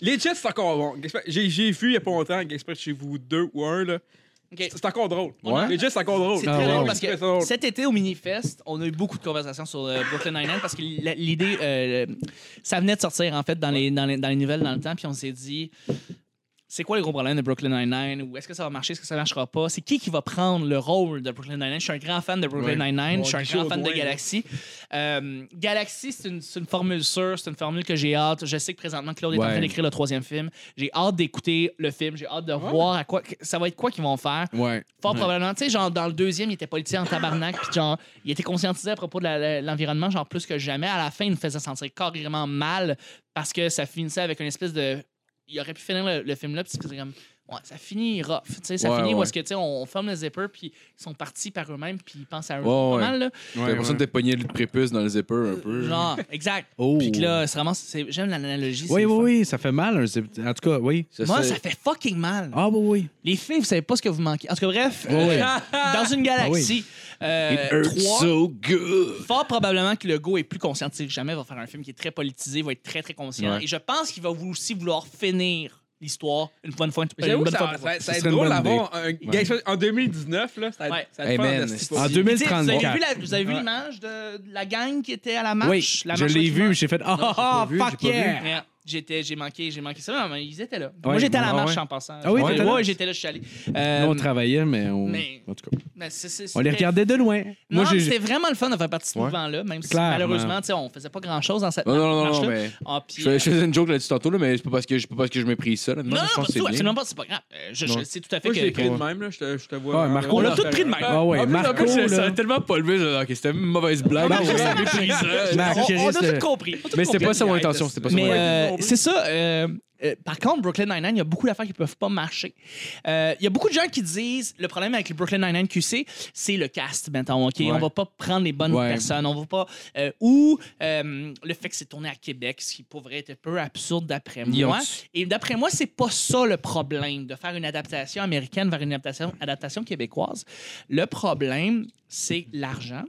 Speaker 4: Les Jets, c'est encore bon. J'ai j'ai vu il y a pas longtemps, Express chez vous deux ou un, là.
Speaker 6: Ok.
Speaker 4: C'est encore drôle.
Speaker 6: Ouais.
Speaker 4: Les Jets, c'est encore drôle.
Speaker 6: C'est
Speaker 5: Ah
Speaker 6: très
Speaker 5: ouais,
Speaker 6: drôle
Speaker 5: ouais.
Speaker 6: parce
Speaker 4: C'est
Speaker 6: que
Speaker 4: très drôle.
Speaker 6: cet été au Minifest, on a eu beaucoup de conversations sur euh, Brooklyn Nine-Nine parce que la- l'idée, euh, ça venait de sortir en fait dans les, dans les, dans les nouvelles dans le temps, puis on s'est dit. c'est quoi les gros problèmes de Brooklyn Nine-Nine, ou est-ce que ça va marcher, est-ce que ça marchera pas, c'est qui qui va prendre le rôle de Brooklyn Nine-Nine. Je suis un grand fan de Brooklyn Nine-Nine, je suis un
Speaker 4: Guichot
Speaker 6: grand fan de
Speaker 4: Audouin, là.
Speaker 6: Galaxy. Euh, Galaxy, c'est une, c'est une formule sûre, c'est une formule que j'ai hâte. Je sais que présentement, Claude est en
Speaker 3: Ouais.
Speaker 6: train d'écrire le troisième film. J'ai hâte d'écouter le film, j'ai hâte de voir à quoi, ça va être quoi qu'ils vont faire.
Speaker 3: Ouais.
Speaker 6: Fort probablement. Tu sais, genre, dans le deuxième, il était politicien en tabarnak, puis genre, il était conscientisé à propos de la- la- l'environnement, genre, plus que jamais. À la fin, il nous faisait sentir carrément mal parce que ça finissait avec une espèce de. Il aurait pu finir le, le film là, puis c'est comme. Ouais, ça finit rough. Tu sais, ça
Speaker 3: Ouais,
Speaker 6: finit où
Speaker 3: ouais.
Speaker 6: est-ce que, tu sais, on, on ferme le zipper, puis ils sont partis par eux-mêmes, puis ils pensent à eux.
Speaker 3: Ouais,
Speaker 6: pas
Speaker 3: ouais.
Speaker 6: mal, là.
Speaker 3: J'ai l'impression que t'es pogné le prépuce dans le zipper un peu.
Speaker 6: Euh, Genre, exact.
Speaker 5: Oh.
Speaker 6: Puis que là, c'est vraiment. c'est- J'aime l'analogie.
Speaker 5: Oui, oui,
Speaker 6: c'est fun.
Speaker 5: oui, ça fait mal. un zip- En tout cas, oui.
Speaker 6: Moi,
Speaker 3: serait-
Speaker 6: ça fait fucking mal.
Speaker 5: Ah, oui, oui.
Speaker 6: Les filles, vous savez pas ce que vous manquez. En tout cas, bref, dans une galaxie,
Speaker 3: Ah It
Speaker 6: euh,
Speaker 3: hurts
Speaker 6: trois,
Speaker 3: so good.
Speaker 6: fort probablement que le go est plus conscientisé que jamais, va faire un film qui est très politisé, va être très, très conscient.
Speaker 3: Ouais.
Speaker 6: Et je pense qu'il va vou- aussi vouloir finir l'histoire une bonne fois. une
Speaker 4: J'avoue que
Speaker 6: bonne fois
Speaker 4: ça,
Speaker 6: pour-
Speaker 4: ça, ça
Speaker 5: Ce
Speaker 4: a été
Speaker 5: serait une
Speaker 4: drôle
Speaker 5: bonne
Speaker 4: d'avoir un quelque chose- en 2019 là, ça a,
Speaker 6: Ouais. Ah,
Speaker 4: ça a été
Speaker 3: Hey,
Speaker 4: fun,
Speaker 3: man,
Speaker 4: de se-
Speaker 5: En
Speaker 6: Puis, tu sais, Vous
Speaker 5: 2034.
Speaker 6: avez vu la- vous avez vu
Speaker 4: Ouais.
Speaker 6: l'image de de la gang qui était à la marche?
Speaker 5: Oui,
Speaker 6: La
Speaker 5: je
Speaker 6: marche
Speaker 5: l'ai
Speaker 6: au
Speaker 5: vu, j'ai fait « Ah,
Speaker 3: vu,
Speaker 5: fuck
Speaker 3: j'ai pas
Speaker 5: yeah!
Speaker 6: Yeah. J'étais, j'ai manqué, j'ai manqué ça, mais ils étaient là.
Speaker 5: Ouais,
Speaker 6: Moi, j'étais à la
Speaker 5: ah
Speaker 6: marche
Speaker 5: ouais.
Speaker 6: en passant.
Speaker 5: Ah oui,
Speaker 6: Ouais,
Speaker 5: t'étais là?
Speaker 6: ouais, j'étais là, je suis allé. »
Speaker 5: Nous,
Speaker 6: Euh,
Speaker 5: on travaillait, mais on...
Speaker 6: mais-
Speaker 5: En tout cas,
Speaker 6: mais c'est- c'est-
Speaker 5: on les
Speaker 6: c'était-
Speaker 5: regardait de loin.
Speaker 6: Non,
Speaker 5: Moi,
Speaker 6: mais
Speaker 5: j'ai...
Speaker 6: c'était vraiment le fun de faire partie de ce mouvement-là, même si
Speaker 5: Clairement.
Speaker 6: malheureusement, tu sais, on faisait pas grand-chose dans cette
Speaker 3: Non, non, non, non,
Speaker 6: marche-là.
Speaker 3: mais-
Speaker 6: Ah,
Speaker 3: Je
Speaker 6: puis,
Speaker 3: fais-
Speaker 6: euh,
Speaker 3: je faisais une joke là-dessus tantôt, là, mais c'est pas parce que, c'est pas parce que je méprise ça. là.
Speaker 6: non,
Speaker 3: je
Speaker 6: non,
Speaker 3: pense
Speaker 6: pas
Speaker 3: que
Speaker 6: du tout,
Speaker 3: c'est
Speaker 6: absolument
Speaker 3: bien.
Speaker 6: pas, c'est pas grave. Euh, Je, je
Speaker 3: Non.
Speaker 6: sais tout à fait
Speaker 4: Moi, je l'ai
Speaker 6: que.
Speaker 4: pris de même là, je te, je te vois.
Speaker 5: Ouais, Marco,
Speaker 6: On l'a tout pris de même.
Speaker 5: Ah ouais,
Speaker 4: En plus,
Speaker 5: Marco,
Speaker 4: en plus,
Speaker 5: là.
Speaker 3: Ça a tellement pas levé. genre, Ok, c'était une mauvaise blague.
Speaker 5: Ah,
Speaker 3: mais
Speaker 5: ouais.
Speaker 3: je méprise ça.
Speaker 5: Marc,
Speaker 6: on, on a
Speaker 5: Chris, euh,
Speaker 6: tout compris. On a tout
Speaker 3: Mais c'était
Speaker 6: compris.
Speaker 3: pas ça mon intention. C'était pas ça mon
Speaker 6: Mais
Speaker 3: intention.
Speaker 6: euh, c'est ça. euh, euh, par contre, Brooklyn Nine-Nine, il y a beaucoup d'affaires qui peuvent pas marcher. Euh, Il y a beaucoup de gens qui disent le problème avec le Brooklyn Nine-Nine QC, c'est le cast, maintenant. OK? On va pas prendre les bonnes
Speaker 3: Ouais.
Speaker 6: personnes. On va pas. euh, ou euh, le fait que c'est tourné à Québec, ce qui pour vrai était peu absurde d'après
Speaker 3: Ils ont
Speaker 6: moi.
Speaker 3: dit-
Speaker 6: Et d'après moi, c'est pas ça le problème de faire une adaptation américaine vers une adaptation, adaptation québécoise. Le problème, c'est l'argent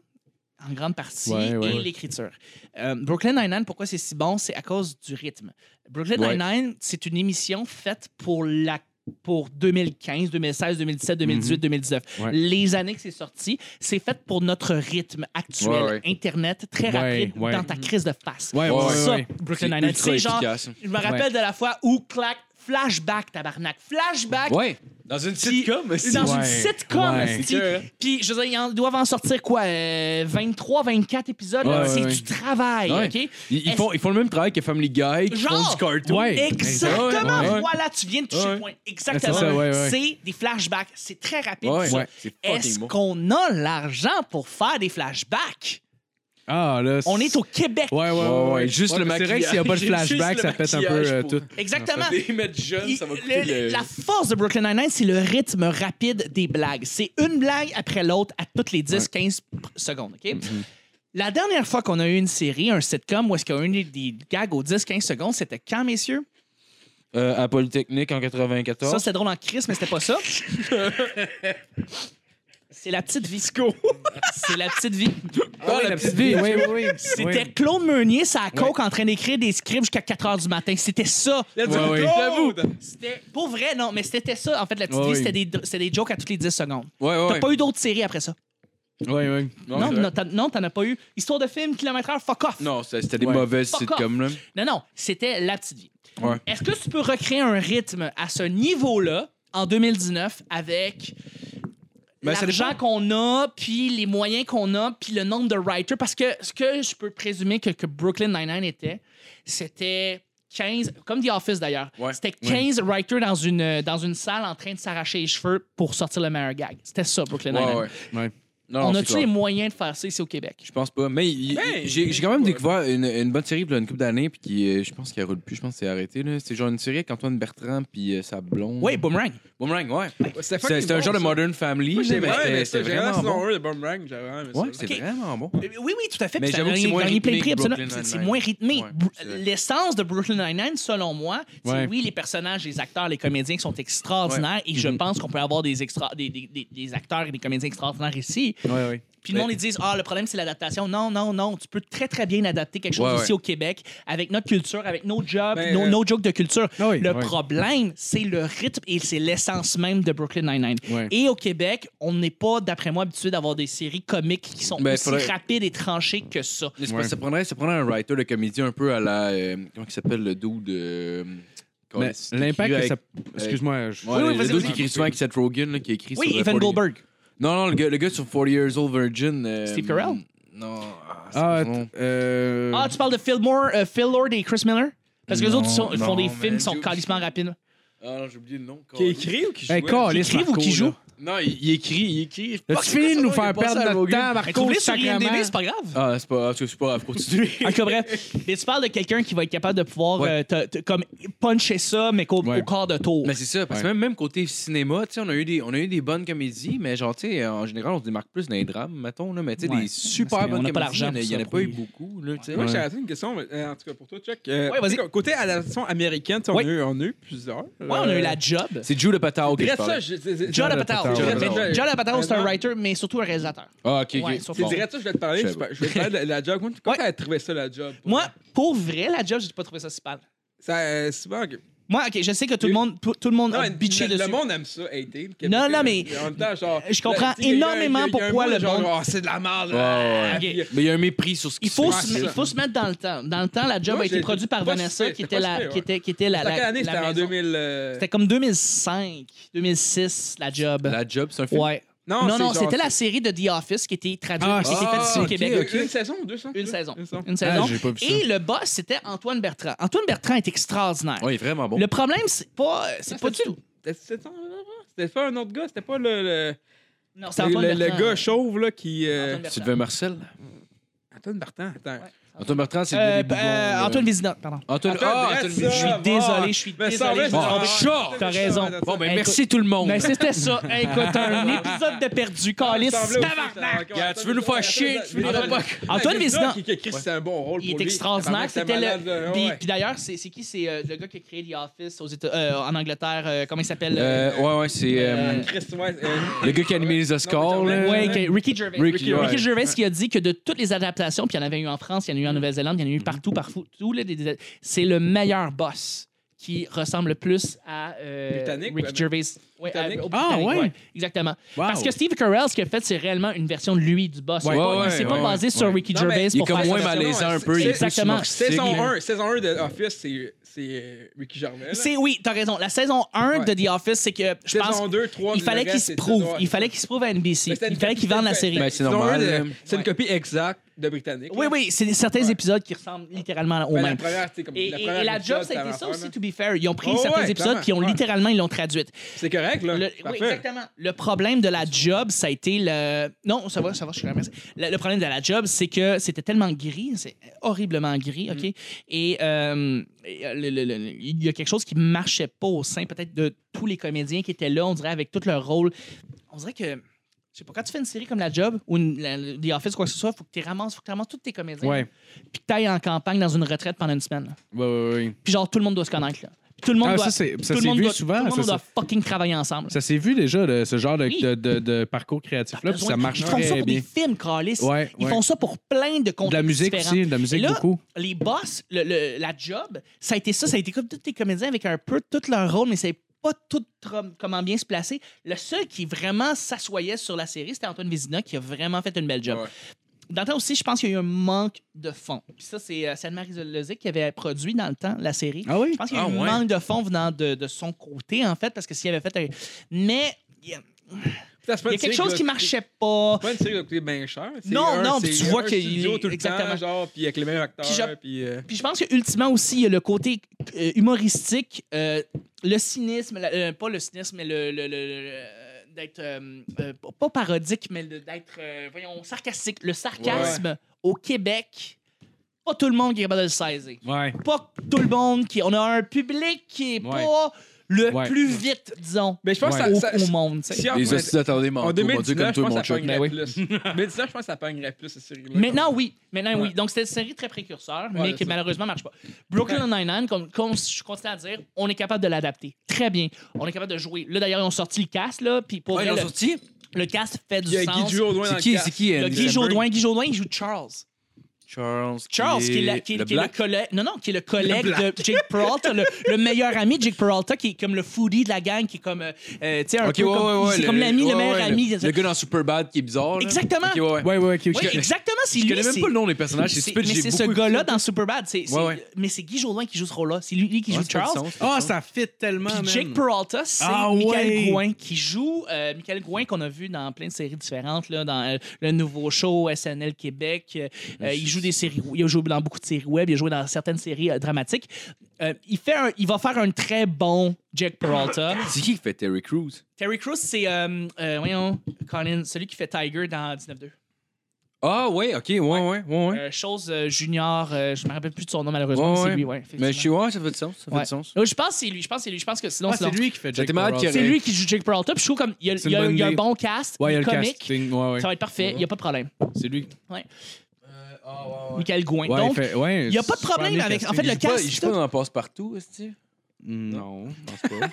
Speaker 6: en grande partie
Speaker 5: Ouais, ouais.
Speaker 6: et l'écriture. Euh, Brooklyn Nine-Nine, pourquoi c'est si bon? C'est à cause du rythme. Brooklyn
Speaker 3: Ouais.
Speaker 6: Nine-Nine, c'est une émission faite pour la pour 2015, 2016, 2017, 2018, 2019.
Speaker 5: Mhm. Ouais.
Speaker 6: Les années que c'est sorti, c'est fait pour notre rythme actuel.
Speaker 3: Ouais, ouais.
Speaker 6: Internet, très
Speaker 5: Ouais,
Speaker 6: rapide,
Speaker 5: ouais. Mhm.
Speaker 6: dans ta crise de face.
Speaker 5: Ouais,
Speaker 3: ouais,
Speaker 6: ça,
Speaker 5: ouais.
Speaker 6: Brooklyn
Speaker 3: C'est
Speaker 6: Nine-Nine,
Speaker 3: ultra
Speaker 6: c'est genre...
Speaker 3: efficace.
Speaker 6: Je me rappelle
Speaker 5: Ouais.
Speaker 6: de la fois où, clac, flashback, tabarnak, flashback.
Speaker 3: Ouais. Dans une
Speaker 6: Puis-
Speaker 3: sitcom. c'est-
Speaker 6: Dans une
Speaker 5: Ouais.
Speaker 6: sitcom,
Speaker 5: Ouais.
Speaker 6: esti. Puis, je veux dire, ils en- doivent en sortir quoi? euh, 23, 24 épisodes? là,
Speaker 3: Ouais,
Speaker 6: c'est
Speaker 3: ouais,
Speaker 6: du travail,
Speaker 3: Ouais.
Speaker 6: OK?
Speaker 3: Ils, ils font, ils font le même travail que Family Guy, qui font
Speaker 6: Genre,
Speaker 3: du cartoon.
Speaker 5: Ouais.
Speaker 6: Exactement,
Speaker 3: Ouais, ouais.
Speaker 6: voilà, tu viens de toucher
Speaker 3: Ouais.
Speaker 6: le point. Exactement.
Speaker 5: C'est ça, ouais, ouais.
Speaker 6: C'est des flashbacks, c'est très rapide.
Speaker 3: Ouais.
Speaker 6: ça.
Speaker 3: Ouais. C'est
Speaker 6: Est-ce
Speaker 3: fucking bon.
Speaker 6: qu'on a l'argent pour faire des flashbacks?
Speaker 5: Ah, là... c'est-
Speaker 6: On est au Québec.
Speaker 5: Ouais, ouais, ouais, ouais. Juste
Speaker 3: Ouais,
Speaker 5: le
Speaker 3: mais c'est
Speaker 5: maquillage.
Speaker 3: vrai que
Speaker 5: s'il n'y a pas de
Speaker 3: j'ai juste le
Speaker 5: flashback, ça pète un peu
Speaker 3: maquillage
Speaker 5: euh,
Speaker 3: pour-
Speaker 5: tout.
Speaker 6: Exactement.
Speaker 3: Des mecs jeunes, ça va
Speaker 6: Il-
Speaker 3: coûter
Speaker 6: le-
Speaker 3: le...
Speaker 6: La force de Brooklyn Nine-Nine, c'est le rythme rapide des blagues. C'est une blague après l'autre à toutes les 10-15 secondes. OK? La dernière fois qu'on a eu une série, un sitcom, où est-ce qu'il y a eu des- des gags aux 10-15 secondes, c'était quand, messieurs?
Speaker 3: Euh, à Polytechnique en 94.
Speaker 6: Ça, c'était drôle en crise, mais c'était pas ça. c'est la petite vie. c'est la petite vie.
Speaker 5: Ah, la petite vie, oui, oui, oui.
Speaker 6: C'était Claude Meunier, sa coke, en train d'écrire des scripts jusqu'à 4 h du matin. C'était ça.
Speaker 4: Let's
Speaker 5: Ouais,
Speaker 4: go,
Speaker 5: ouais.
Speaker 4: j'avoue.
Speaker 6: C'était pour vrai, non, mais c'était ça. En fait, la petite
Speaker 5: Ouais,
Speaker 6: vie,
Speaker 5: oui.
Speaker 6: c'était des, c'était des jokes à toutes les 10 secondes.
Speaker 3: Ouais,
Speaker 6: T'as
Speaker 3: ouais.
Speaker 6: pas eu d'autres séries après ça.
Speaker 5: Oui, oui.
Speaker 3: Non,
Speaker 6: non,
Speaker 3: c'est vrai.
Speaker 6: non, t'as- non, t'en as pas eu. Histoire de film, kilomètre heure, fuck off.
Speaker 3: Non, ça- c'était des
Speaker 5: Ouais.
Speaker 3: mauvaises
Speaker 6: Fuck
Speaker 3: sitcoms, là.
Speaker 6: non, non, c'était la petite vie.
Speaker 3: Ouais.
Speaker 6: Est-ce que tu peux recréer un rythme à ce niveau-là en 2019 avec
Speaker 4: Ben, ça
Speaker 6: l'argent qu'on a, puis les moyens qu'on a, puis le nombre de writers? Parce que ce que je peux présumer que, que Brooklyn Nine-Nine était, c'était 15, comme The Office d'ailleurs,
Speaker 3: Ouais.
Speaker 6: c'était
Speaker 3: Ouais.
Speaker 6: 15 writers dans une, dans une salle en train de s'arracher les cheveux pour sortir le meilleur gag. C'était ça, Brooklyn
Speaker 3: Ouais,
Speaker 6: Nine-Nine.
Speaker 3: ouais.
Speaker 5: Ouais.
Speaker 3: Non, non,
Speaker 6: On
Speaker 3: c'est
Speaker 6: a-tu
Speaker 3: clair.
Speaker 6: les moyens de faire ça ici au Québec?
Speaker 3: Je pense pas. Mais il- il-
Speaker 4: Ben,
Speaker 3: j'ai j'ai quand même
Speaker 4: ouais.
Speaker 3: découvert une, une bonne série il y a une couple d'années, puis qui, euh, je pense qu'elle roule plus. Je pense que c'est arrêté. là. C'est genre une série avec Antoine Bertrand, puis euh, sa blonde.
Speaker 6: Oui, Boomerang.
Speaker 3: Boomerang, ouais.
Speaker 4: C'était
Speaker 3: C'est- C'était un genre de Modern Family.
Speaker 4: Moi,
Speaker 3: là,
Speaker 4: j'ai
Speaker 3: mais
Speaker 4: vraiment
Speaker 3: c'était-
Speaker 4: aimé ça,
Speaker 3: C'était
Speaker 4: j'ai vraiment
Speaker 3: vraiment bon.
Speaker 4: aimé le Boomerang, j'avais vraiment aimé ça.
Speaker 3: Ouais, c'est
Speaker 6: Ok.
Speaker 3: vraiment bon.
Speaker 6: Euh, Oui, oui, tout à fait.
Speaker 3: Mais
Speaker 6: puis ça
Speaker 3: j'avoue que c'est
Speaker 6: gagne-
Speaker 3: moins
Speaker 6: gagne plein de
Speaker 3: rythmé
Speaker 6: prix,
Speaker 3: que
Speaker 6: absolument.
Speaker 3: Brooklyn
Speaker 6: C'est- C'est
Speaker 3: Nine-Nine.
Speaker 6: moins rythmé.
Speaker 3: Ouais,
Speaker 6: Br-
Speaker 3: c'est vrai.
Speaker 6: L'essence de Brooklyn Nine-Nine, selon moi, c'est
Speaker 5: Ouais.
Speaker 6: oui, les personnages, les acteurs, les comédiens sont extraordinaires et
Speaker 3: Mm-hmm.
Speaker 6: je pense qu'on peut avoir des, extra des, des- des- des acteurs et des comédiens extraordinaires ici.
Speaker 5: Ouais, ouais.
Speaker 6: Puis le monde, ils disent Ah, le problème, c'est l'adaptation. Non, non, non. Tu peux très, très bien adapter quelque chose
Speaker 3: Ouais,
Speaker 6: ici
Speaker 3: ouais.
Speaker 6: au Québec avec notre culture, avec nos jobs,
Speaker 4: Ben,
Speaker 6: nos,
Speaker 4: euh,
Speaker 6: nos jokes de culture.
Speaker 5: Ah oui,
Speaker 6: le
Speaker 5: ouais.
Speaker 6: problème, c'est le rythme et c'est l'essence même de Brooklyn Nine-Nine.
Speaker 5: Ouais.
Speaker 6: Et au Québec, on n'est pas, d'après moi, habitué d'avoir des séries comiques qui sont
Speaker 3: Ben,
Speaker 6: aussi
Speaker 3: faudrait-
Speaker 6: rapides et tranchées que ça.
Speaker 3: Mais c'est parce que Ça, prendrait, ça prendrait un writer de comédie un peu à la. euh, comment il s'appelle le dude euh,
Speaker 5: Mais
Speaker 3: c'est
Speaker 5: l'impact
Speaker 3: écrit
Speaker 5: que ça.
Speaker 3: avec-
Speaker 5: Excuse-moi. je-
Speaker 3: Ouais,
Speaker 6: Oui, oui,
Speaker 3: le
Speaker 6: vas-y,
Speaker 3: dude
Speaker 6: vas-y.
Speaker 3: qui écrit souvent avec Seth Rogen, là, qui écrit
Speaker 6: Oui,
Speaker 3: sur. euh,
Speaker 6: Evan
Speaker 3: 40
Speaker 6: Goldberg.
Speaker 3: Non, non, le gars, le gars sur 40 Years Old Virgin. euh,
Speaker 6: Steve Carell?
Speaker 3: Non.
Speaker 5: Ah,
Speaker 3: c'est bon.
Speaker 5: euh,
Speaker 6: Ah, tu parles de Phil Moore, euh, Phil Lord et Chris Miller? Parce que les
Speaker 3: Non,
Speaker 6: autres ils sont- ils font
Speaker 3: non,
Speaker 6: des
Speaker 3: man,
Speaker 6: films qui sont
Speaker 3: j'ai-
Speaker 6: calissement rapides.
Speaker 3: Ah, non, j'ai oublié le nom.
Speaker 4: Qui est écrit ou qui joue?
Speaker 5: Hey, Carlis,
Speaker 6: Qui écrit ou qui
Speaker 5: Marco,
Speaker 6: joue?
Speaker 5: là.
Speaker 3: Non, il, il écrit, il écrit.
Speaker 5: As-tu fini de nous faire perdre notre temps,
Speaker 6: Mais
Speaker 5: Marco?
Speaker 6: trouve-les Ben, sur
Speaker 5: sacrément?
Speaker 6: IMDb, c'est pas grave.
Speaker 3: Ah, c'est pas, c'est pas grave, continue.
Speaker 6: En tout cas, bref. Mais tu parles de quelqu'un qui va être capable de pouvoir
Speaker 3: Ouais.
Speaker 6: euh, te- te- comme puncher ça, mais qu'au
Speaker 5: Ouais.
Speaker 6: au corps de tour.
Speaker 3: Mais c'est ça, parce que même, même côté cinéma, tu sais, on, a eu des- on a eu des bonnes comédies, mais genre, tu sais, en général, on se démarque plus dans les drames, mettons, là, mais tu sais,
Speaker 6: Ouais.
Speaker 3: des
Speaker 6: Parce
Speaker 3: super
Speaker 6: qu'on
Speaker 3: bonnes
Speaker 6: a pas
Speaker 3: comédies, il y
Speaker 6: l'argent
Speaker 3: en a- il y en a
Speaker 6: pour
Speaker 3: pas
Speaker 6: ça,
Speaker 3: eu
Speaker 6: pour
Speaker 3: beaucoup, là, tu sais.
Speaker 4: Moi, j'avais une question, mais, euh, en tout cas pour toi, Chuck. Euh,
Speaker 6: Ouais, vas-y.
Speaker 4: Côté adaptation américaine, tu sais, on,
Speaker 6: Ouais.
Speaker 4: a eu- on a eu plusieurs. Ouais,
Speaker 6: Ouais, on a eu la job.
Speaker 3: Euh, C'est Jude Apatow que je
Speaker 4: Reste ça,
Speaker 3: parlais.
Speaker 4: je- c'est- c'est-
Speaker 6: John
Speaker 5: Judd
Speaker 6: Apatow.
Speaker 5: Apatow.
Speaker 3: Judd Apatow.
Speaker 6: John Apatow, c'est un
Speaker 4: Vraiment.
Speaker 6: writer, mais surtout un réalisateur.
Speaker 3: Ah, ok,
Speaker 6: Ouais,
Speaker 3: ok.
Speaker 6: sauf
Speaker 4: Tu
Speaker 6: Bon.
Speaker 4: dirais ça, je vais te parler.
Speaker 3: Je
Speaker 4: Je,
Speaker 3: savais.
Speaker 4: je vais te parler de la, la job. Comment comment t'as trouvé ça, la job?
Speaker 6: Moi, pour vrai, la job, j'ai pas trouvé ça si pâle.
Speaker 4: ça, euh, souvent, ok.
Speaker 6: Moi, OK, je sais que tout le monde, tout tout le monde
Speaker 4: Non, mais
Speaker 6: a bitché
Speaker 4: le, le
Speaker 6: Ah, dessus.
Speaker 4: monde aime ça, hater. le
Speaker 6: Non, non,
Speaker 4: Québec, euh,
Speaker 6: mais-
Speaker 4: En même temps, genre.
Speaker 6: Je comprends
Speaker 4: tu sais, il y a un-
Speaker 6: énormément
Speaker 4: il y a- il y a un
Speaker 6: pourquoi
Speaker 4: bout de
Speaker 6: le
Speaker 4: genre,
Speaker 6: monde-
Speaker 4: Oh, c'est de la merde.
Speaker 3: Ouais, ouais, ouais.
Speaker 6: OK.
Speaker 3: Mais il y a un mépris sur ce qui
Speaker 6: Il faut,
Speaker 3: se passe.
Speaker 6: se, il faut se mettre dans le temps. Dans le temps, la job
Speaker 4: Moi,
Speaker 6: a été
Speaker 4: j'ai-
Speaker 6: produite par
Speaker 4: pas si
Speaker 6: Vanessa,
Speaker 4: pire,
Speaker 6: qui
Speaker 4: c'est
Speaker 6: était,
Speaker 4: pas
Speaker 6: la,
Speaker 4: si pire,
Speaker 6: qui, était, qui était la.
Speaker 4: Dans quelle
Speaker 6: la-
Speaker 4: année?
Speaker 6: la
Speaker 4: C'était en
Speaker 6: maison.
Speaker 4: 2000. euh,
Speaker 6: C'était comme 2005, 2006, la job.
Speaker 3: La job, c'est un film.
Speaker 6: Ouais.
Speaker 4: Non,
Speaker 6: Non, non,
Speaker 4: c'est genre-
Speaker 6: c'était la série de The Office qui était traduite
Speaker 5: Ah,
Speaker 6: et qui était
Speaker 3: ah,
Speaker 6: faite ici au
Speaker 3: ok,
Speaker 6: Québec.
Speaker 3: ok.
Speaker 4: Une saison ou deux saisons?
Speaker 6: Une saison.
Speaker 4: Une saison.
Speaker 6: Une
Speaker 5: Ah,
Speaker 6: saison.
Speaker 5: j'ai pas vu ça.
Speaker 6: Et le boss, c'était Antoine Bertrand. Antoine Bertrand est extraordinaire.
Speaker 3: Ouais, il est vraiment bon.
Speaker 6: Le problème, c'est pas, c'est
Speaker 4: Ah,
Speaker 6: pas du
Speaker 4: c'était-tu-
Speaker 6: tout.
Speaker 4: c'était- C'était c'était pas un autre gars, c'était pas le, le,
Speaker 6: Non, c'est
Speaker 4: le,
Speaker 6: Antoine
Speaker 4: le- le
Speaker 6: Bertrand.
Speaker 4: gars chauve là, qui. euh,
Speaker 6: Antoine Bertrand.
Speaker 3: Sylvain Marcel.
Speaker 4: Antoine Bartan, attends.
Speaker 6: Ouais.
Speaker 3: Antoine Bertrand, c'est
Speaker 6: Euh,
Speaker 3: le gars des bougons,
Speaker 6: euh,
Speaker 3: là.
Speaker 6: Antoine Vézina, pardon.
Speaker 3: Antoine,
Speaker 4: Attends,
Speaker 3: ah,
Speaker 4: reste
Speaker 3: Antoine
Speaker 4: ça,
Speaker 3: Bézina.
Speaker 4: va.
Speaker 6: Désolé, je suis
Speaker 4: Mais Ben, ça
Speaker 6: désolé.
Speaker 4: va,
Speaker 6: je
Speaker 4: ça
Speaker 6: suis
Speaker 4: va.
Speaker 6: tombé.
Speaker 3: Chat!
Speaker 6: T'as raison.
Speaker 3: Bon, ben
Speaker 6: Écoute-
Speaker 3: merci tout le monde.
Speaker 6: Mais c'était ça. Hey, Écoute, un épisode de perdu. Calice,
Speaker 4: Ça me semblait aussi, ça-
Speaker 6: tabarnak.
Speaker 4: ok,
Speaker 3: Regarde,
Speaker 4: Antoine-
Speaker 3: tu veux nous faire chier, tu veux nous faire
Speaker 4: Antoine-
Speaker 3: pas-
Speaker 6: Antoine
Speaker 4: Ouais,
Speaker 6: Vézina.
Speaker 4: qui- qui écrit, c'est un bon rôle
Speaker 6: Il
Speaker 4: pour
Speaker 6: est
Speaker 4: lui.
Speaker 6: extraordinaire.
Speaker 4: Tabarnak, c'est
Speaker 6: C'était
Speaker 4: malade,
Speaker 6: le.
Speaker 4: là,
Speaker 6: Puis,
Speaker 4: ouais.
Speaker 6: puis d'ailleurs, c'est c'est qui C'est euh, le gars qui a créé The Office aux Éta- euh, en Angleterre. euh, comment il s'appelle euh,
Speaker 3: Euh, ouais, ouais, c'est euh,
Speaker 6: Euh,
Speaker 4: Christ, ouais, euh,
Speaker 3: le gars qui a animé les Oscars.
Speaker 4: Non, mais
Speaker 3: là.
Speaker 4: t'as-
Speaker 6: Ouais, que- Ricky Gervais.
Speaker 3: Euh, Ricky, ouais.
Speaker 6: Ricky Gervais qui a dit que de toutes les adaptations, puis il y en avait eu en France, il y en a eu en Nouvelle-Zélande, il y en a eu partout, partout, tout, là, des- des- c'est le meilleur boss qui ressemble le plus à euh,
Speaker 4: Britannique,
Speaker 6: Ricky
Speaker 4: ouais,
Speaker 6: Gervais. Ouais, à-
Speaker 4: Britannique.
Speaker 6: au
Speaker 5: Ah,
Speaker 6: Britannique,
Speaker 5: ouais.
Speaker 6: Exactement.
Speaker 5: Wow.
Speaker 6: Parce que Steve Carell, ce qu'il a fait, c'est réellement une version de lui du boss.
Speaker 5: Ouais,
Speaker 6: C'est pas-
Speaker 3: ouais,
Speaker 6: c'est pas
Speaker 3: ouais,
Speaker 6: basé
Speaker 3: ouais.
Speaker 6: sur Ricky
Speaker 4: Non, mais
Speaker 6: Gervais.
Speaker 3: Il est
Speaker 6: pour
Speaker 3: comme
Speaker 6: faire
Speaker 3: moins
Speaker 6: sa version.
Speaker 3: malaisant un
Speaker 4: c'est-
Speaker 3: peu. il est plus
Speaker 6: exactement.
Speaker 3: humoristique.
Speaker 4: Saison 1, saison 1 de Office, c'est- c'est euh, Ricky Gervais. là.
Speaker 6: C'est oui, t'as raison. La saison 1 de The Office, c'est que je pense
Speaker 4: Saison 2, 3,
Speaker 6: il fallait qu'il se prouve, il fallait qu'il se prouve à NBC, il fallait qu'il vende la série.
Speaker 3: Ben, c'est normal, là.
Speaker 4: C'est une copie exacte de Britannique.
Speaker 6: Oui,
Speaker 4: là.
Speaker 6: oui, c'est certains
Speaker 4: Ouais.
Speaker 6: épisodes qui ressemblent littéralement au
Speaker 4: Ben, La
Speaker 6: même.
Speaker 4: première, tu sais, comme
Speaker 6: Et,
Speaker 4: la
Speaker 6: et-
Speaker 4: première
Speaker 6: et la
Speaker 4: épisode,
Speaker 6: job, ça a
Speaker 4: la
Speaker 6: été ça
Speaker 4: première,
Speaker 6: aussi,
Speaker 4: là.
Speaker 6: to be fair. Ils ont pris
Speaker 4: Oh,
Speaker 6: certains
Speaker 4: ouais,
Speaker 6: épisodes, puis ils ont
Speaker 4: clairement, ouais.
Speaker 6: littéralement, ils l'ont traduite.
Speaker 4: C'est correct, là.
Speaker 6: Le- oui,
Speaker 4: Parfait.
Speaker 6: exactement. Le problème de la job, ça a été le. Non, ça va, ça va, je suis remercie. Le, le problème de la job, c'est que c'était tellement gris, c'est horriblement gris,
Speaker 4: Mm.
Speaker 6: OK? Et euh, et, euh, le- le- le- il y a quelque chose qui marchait pas au sein, peut-être, de tous les comédiens qui étaient là, on dirait, avec tout leur rôle. On dirait que. Je sais pas, quand tu fais une série comme La Job ou une, la- The Office ou quoi que ce soit, faut que tu ramasses, faut que tu ramasses tous tes comédiens.
Speaker 5: Ouais.
Speaker 6: Puis que tu ailles en campagne dans une retraite pendant une semaine. là.
Speaker 5: Ouais, ouais, ouais.
Speaker 6: Puis genre, tout le monde doit se connaître. Là. Puis tout le monde
Speaker 5: Ah,
Speaker 6: doit.
Speaker 5: ça, c'est- ça,
Speaker 6: tout le
Speaker 5: c'est
Speaker 6: monde
Speaker 5: vu
Speaker 6: doit,
Speaker 5: souvent,
Speaker 6: Tout le monde
Speaker 5: ça,
Speaker 6: doit fucking travailler ensemble.
Speaker 5: Ça s'est vu déjà, le- ce genre de,
Speaker 6: Oui.
Speaker 5: de, de- de parcours créatif-là, puis ça marche
Speaker 6: Ils font ça
Speaker 5: très
Speaker 6: pour
Speaker 5: bien.
Speaker 6: des films, Carlis.
Speaker 5: Ouais,
Speaker 6: Ils
Speaker 5: ouais.
Speaker 6: font ça pour plein de
Speaker 5: De
Speaker 6: contenus
Speaker 5: la musique
Speaker 6: différents.
Speaker 5: aussi, de la musique
Speaker 6: Et là,
Speaker 5: beaucoup.
Speaker 6: Les boss, le- le- la job, ça a été ça. Ça a été comme tous les comédiens avec un peu tout leur rôle, mais c'est pas tout trom- comment bien se placer. Le seul qui vraiment s'assoyait sur la série, c'était Antoine Vézina, qui a vraiment fait une belle job.
Speaker 4: Ouais.
Speaker 6: Dans le temps aussi, je pense qu'il y a eu un manque de fonds. Puis ça, c'est euh, Anne-Marie Lozic qui avait produit dans le temps la série.
Speaker 5: Ah oui?
Speaker 6: Je pense qu'il y a eu
Speaker 3: Ah
Speaker 6: un
Speaker 3: ouais.
Speaker 6: manque de fonds venant de, de son côté, en fait, parce que s'il avait fait un... Mais il y a-
Speaker 4: Putain, c'est pas
Speaker 6: il y a
Speaker 4: une série
Speaker 6: quelque chose
Speaker 4: va-
Speaker 6: qui marchait pas.
Speaker 4: C'est pas une série qui a coûté bien cher. C'est
Speaker 6: Non,
Speaker 4: un-
Speaker 6: non, puis
Speaker 4: c'est
Speaker 6: tu vois
Speaker 4: un
Speaker 6: qu'il-
Speaker 4: studio tout le
Speaker 6: exactement.
Speaker 4: temps, genre, puis avec les mêmes acteurs.
Speaker 6: Puis je-
Speaker 4: puis, euh,
Speaker 6: Puis je pense que ultimement aussi, il y a le côté euh, humoristique, euh, le cynisme, la- euh, pas le cynisme, mais le. le- le- le- euh, d'être euh, euh, pas parodique, mais le- d'être, euh, voyons, sarcastique. Le sarcasme au Québec, pas tout le monde qui est capable de le saisir.
Speaker 5: Ouais.
Speaker 6: Pas tout le monde qui. On a un public qui est
Speaker 5: Ouais.
Speaker 6: pas le
Speaker 5: Ouais.
Speaker 6: plus vite, disons,
Speaker 4: Mais je pense
Speaker 5: Ouais.
Speaker 4: que
Speaker 6: au,
Speaker 4: ça. ça-
Speaker 6: au monde. tu sais.
Speaker 4: si en-
Speaker 3: Les hosties d'attendez, mon
Speaker 4: En
Speaker 3: Dieu, mon Dieu,
Speaker 4: 2019,
Speaker 3: comme
Speaker 4: je
Speaker 3: tout le
Speaker 4: pense que
Speaker 3: monde
Speaker 4: ça
Speaker 3: choque.
Speaker 4: pognerait
Speaker 5: Ben oui.
Speaker 4: plus. 2019, je pense que ça pognerait plus, cette série-là.
Speaker 6: Maintenant, oui. Maintenant, oui.
Speaker 4: Ouais.
Speaker 6: Donc, c'était une série très précurseur,
Speaker 4: Ouais,
Speaker 6: mais qui
Speaker 4: c'est-
Speaker 6: malheureusement marche pas. Brooklyn Nine-Nine, comme, comme je continue à dire, on est capable de l'adapter. Très bien. On est capable de jouer. Là, d'ailleurs, ils ont sorti le cast, là, puis pour
Speaker 3: Ah, ils
Speaker 6: vrai,
Speaker 3: l'ont
Speaker 6: le,
Speaker 3: sorti?
Speaker 6: le cast fait du
Speaker 4: Il y a
Speaker 6: sens.
Speaker 4: Guy Jodoin dans
Speaker 3: C'est
Speaker 4: le
Speaker 3: qui,
Speaker 4: cast.
Speaker 3: c'est qui?
Speaker 6: Le
Speaker 3: Andy
Speaker 6: euh, Guy
Speaker 3: Samberg?
Speaker 6: Jodoin, Guy Jodoin, il joue Charles.
Speaker 3: Charles.
Speaker 6: Charles, qui est, la- qui est-
Speaker 3: le
Speaker 6: qui est le
Speaker 3: Black.
Speaker 6: collègue. Non, non, qui est le collègue
Speaker 5: Le
Speaker 6: de
Speaker 5: Black.
Speaker 6: Jake Peralta, le, le meilleur ami de Jake Peralta, qui est comme le foodie de la gang, qui est comme. euh, euh, tu sais, un
Speaker 3: Ok,
Speaker 6: peu
Speaker 3: ouais,
Speaker 6: comme,
Speaker 3: ouais, ouais,
Speaker 6: c'est
Speaker 3: le-
Speaker 6: comme l'ami,
Speaker 3: ouais,
Speaker 6: le meilleur
Speaker 3: ouais,
Speaker 6: ami.
Speaker 3: Le gars dans Superbad qui est bizarre. là.
Speaker 6: Exactement.
Speaker 3: Ok, ouais, ouais.
Speaker 5: Ouais, ouais, ok.
Speaker 6: Oui, exactement, c'est
Speaker 3: Je
Speaker 6: lui.
Speaker 3: connais même
Speaker 6: c'est-
Speaker 3: pas le nom des personnages. C'est
Speaker 6: c'est-
Speaker 3: stupide.
Speaker 6: Mais
Speaker 3: j'ai
Speaker 6: c'est ce
Speaker 3: beaucoup-
Speaker 6: gars-là dans Superbad. c'est- c'est-
Speaker 3: Ouais, ouais.
Speaker 6: Mais c'est Guy Jourdain qui joue ce rôle-là. C'est lui, lui qui
Speaker 3: Ouais,
Speaker 6: joue
Speaker 3: ça fait du
Speaker 6: Charles.
Speaker 3: sens.
Speaker 5: Ah, ça fit tellement,
Speaker 6: Puis
Speaker 5: man.
Speaker 6: Jake Peralta, c'est
Speaker 5: Ah
Speaker 6: Michael
Speaker 5: ouais.
Speaker 6: Gouin qui joue. euh, Michael Gouin qu'on a vu dans plein de séries différentes, là, dans euh, le nouveau show SNL Québec. Euh, euh, il joue des séries, il a joué dans beaucoup de séries web, il a joué dans certaines séries euh, dramatiques. Euh, il, fait un- il va faire un très bon Jake Peralta.
Speaker 3: C'est qui qui fait Terry Crews?
Speaker 6: Terry Crews, c'est euh, euh, voyons, Colin, celui qui fait Tiger dans 19-2.
Speaker 3: Ah, ouais, ok, ouais, ouais, ouais. ouais.
Speaker 6: Euh, chose euh, junior, euh, je me rappelle plus de son nom
Speaker 3: Ouais,
Speaker 6: malheureusement, mais
Speaker 3: ouais.
Speaker 6: c'est lui, ouais. effectivement.
Speaker 3: Mais je suis, ouais, ça fait du sens. Ça fait
Speaker 6: Ouais.
Speaker 3: du sens.
Speaker 6: Euh, je pense que c'est lui, je pense que c'est lui, je pense que sinon
Speaker 5: Ah,
Speaker 6: c'est
Speaker 5: c'est lui qui fait Jake
Speaker 3: J'étais malade
Speaker 5: Peralta.
Speaker 3: qu'il
Speaker 6: C'est lui qui joue Jake Peralta. Puis je trouve comme il y a,
Speaker 5: C'est
Speaker 6: il y a-
Speaker 5: une bonne
Speaker 6: il y a un
Speaker 5: idée.
Speaker 6: bon cast,
Speaker 5: Ouais, il y a le
Speaker 6: comique.
Speaker 5: casting. Ouais, ouais.
Speaker 6: Ça va être parfait, il n'y a pas de problème.
Speaker 5: C'est lui. qui-
Speaker 6: Michael Gouin.
Speaker 5: Ouais,
Speaker 6: Donc,
Speaker 5: il fait- ouais,
Speaker 6: il y a pas de
Speaker 5: super
Speaker 6: problème
Speaker 5: bien
Speaker 6: avec- Mm. en
Speaker 5: casté.
Speaker 6: fait, le
Speaker 3: Je sais pas,
Speaker 6: cast,
Speaker 3: je sais pas, on en passe partout, est-ce que
Speaker 5: Non, je pense pas.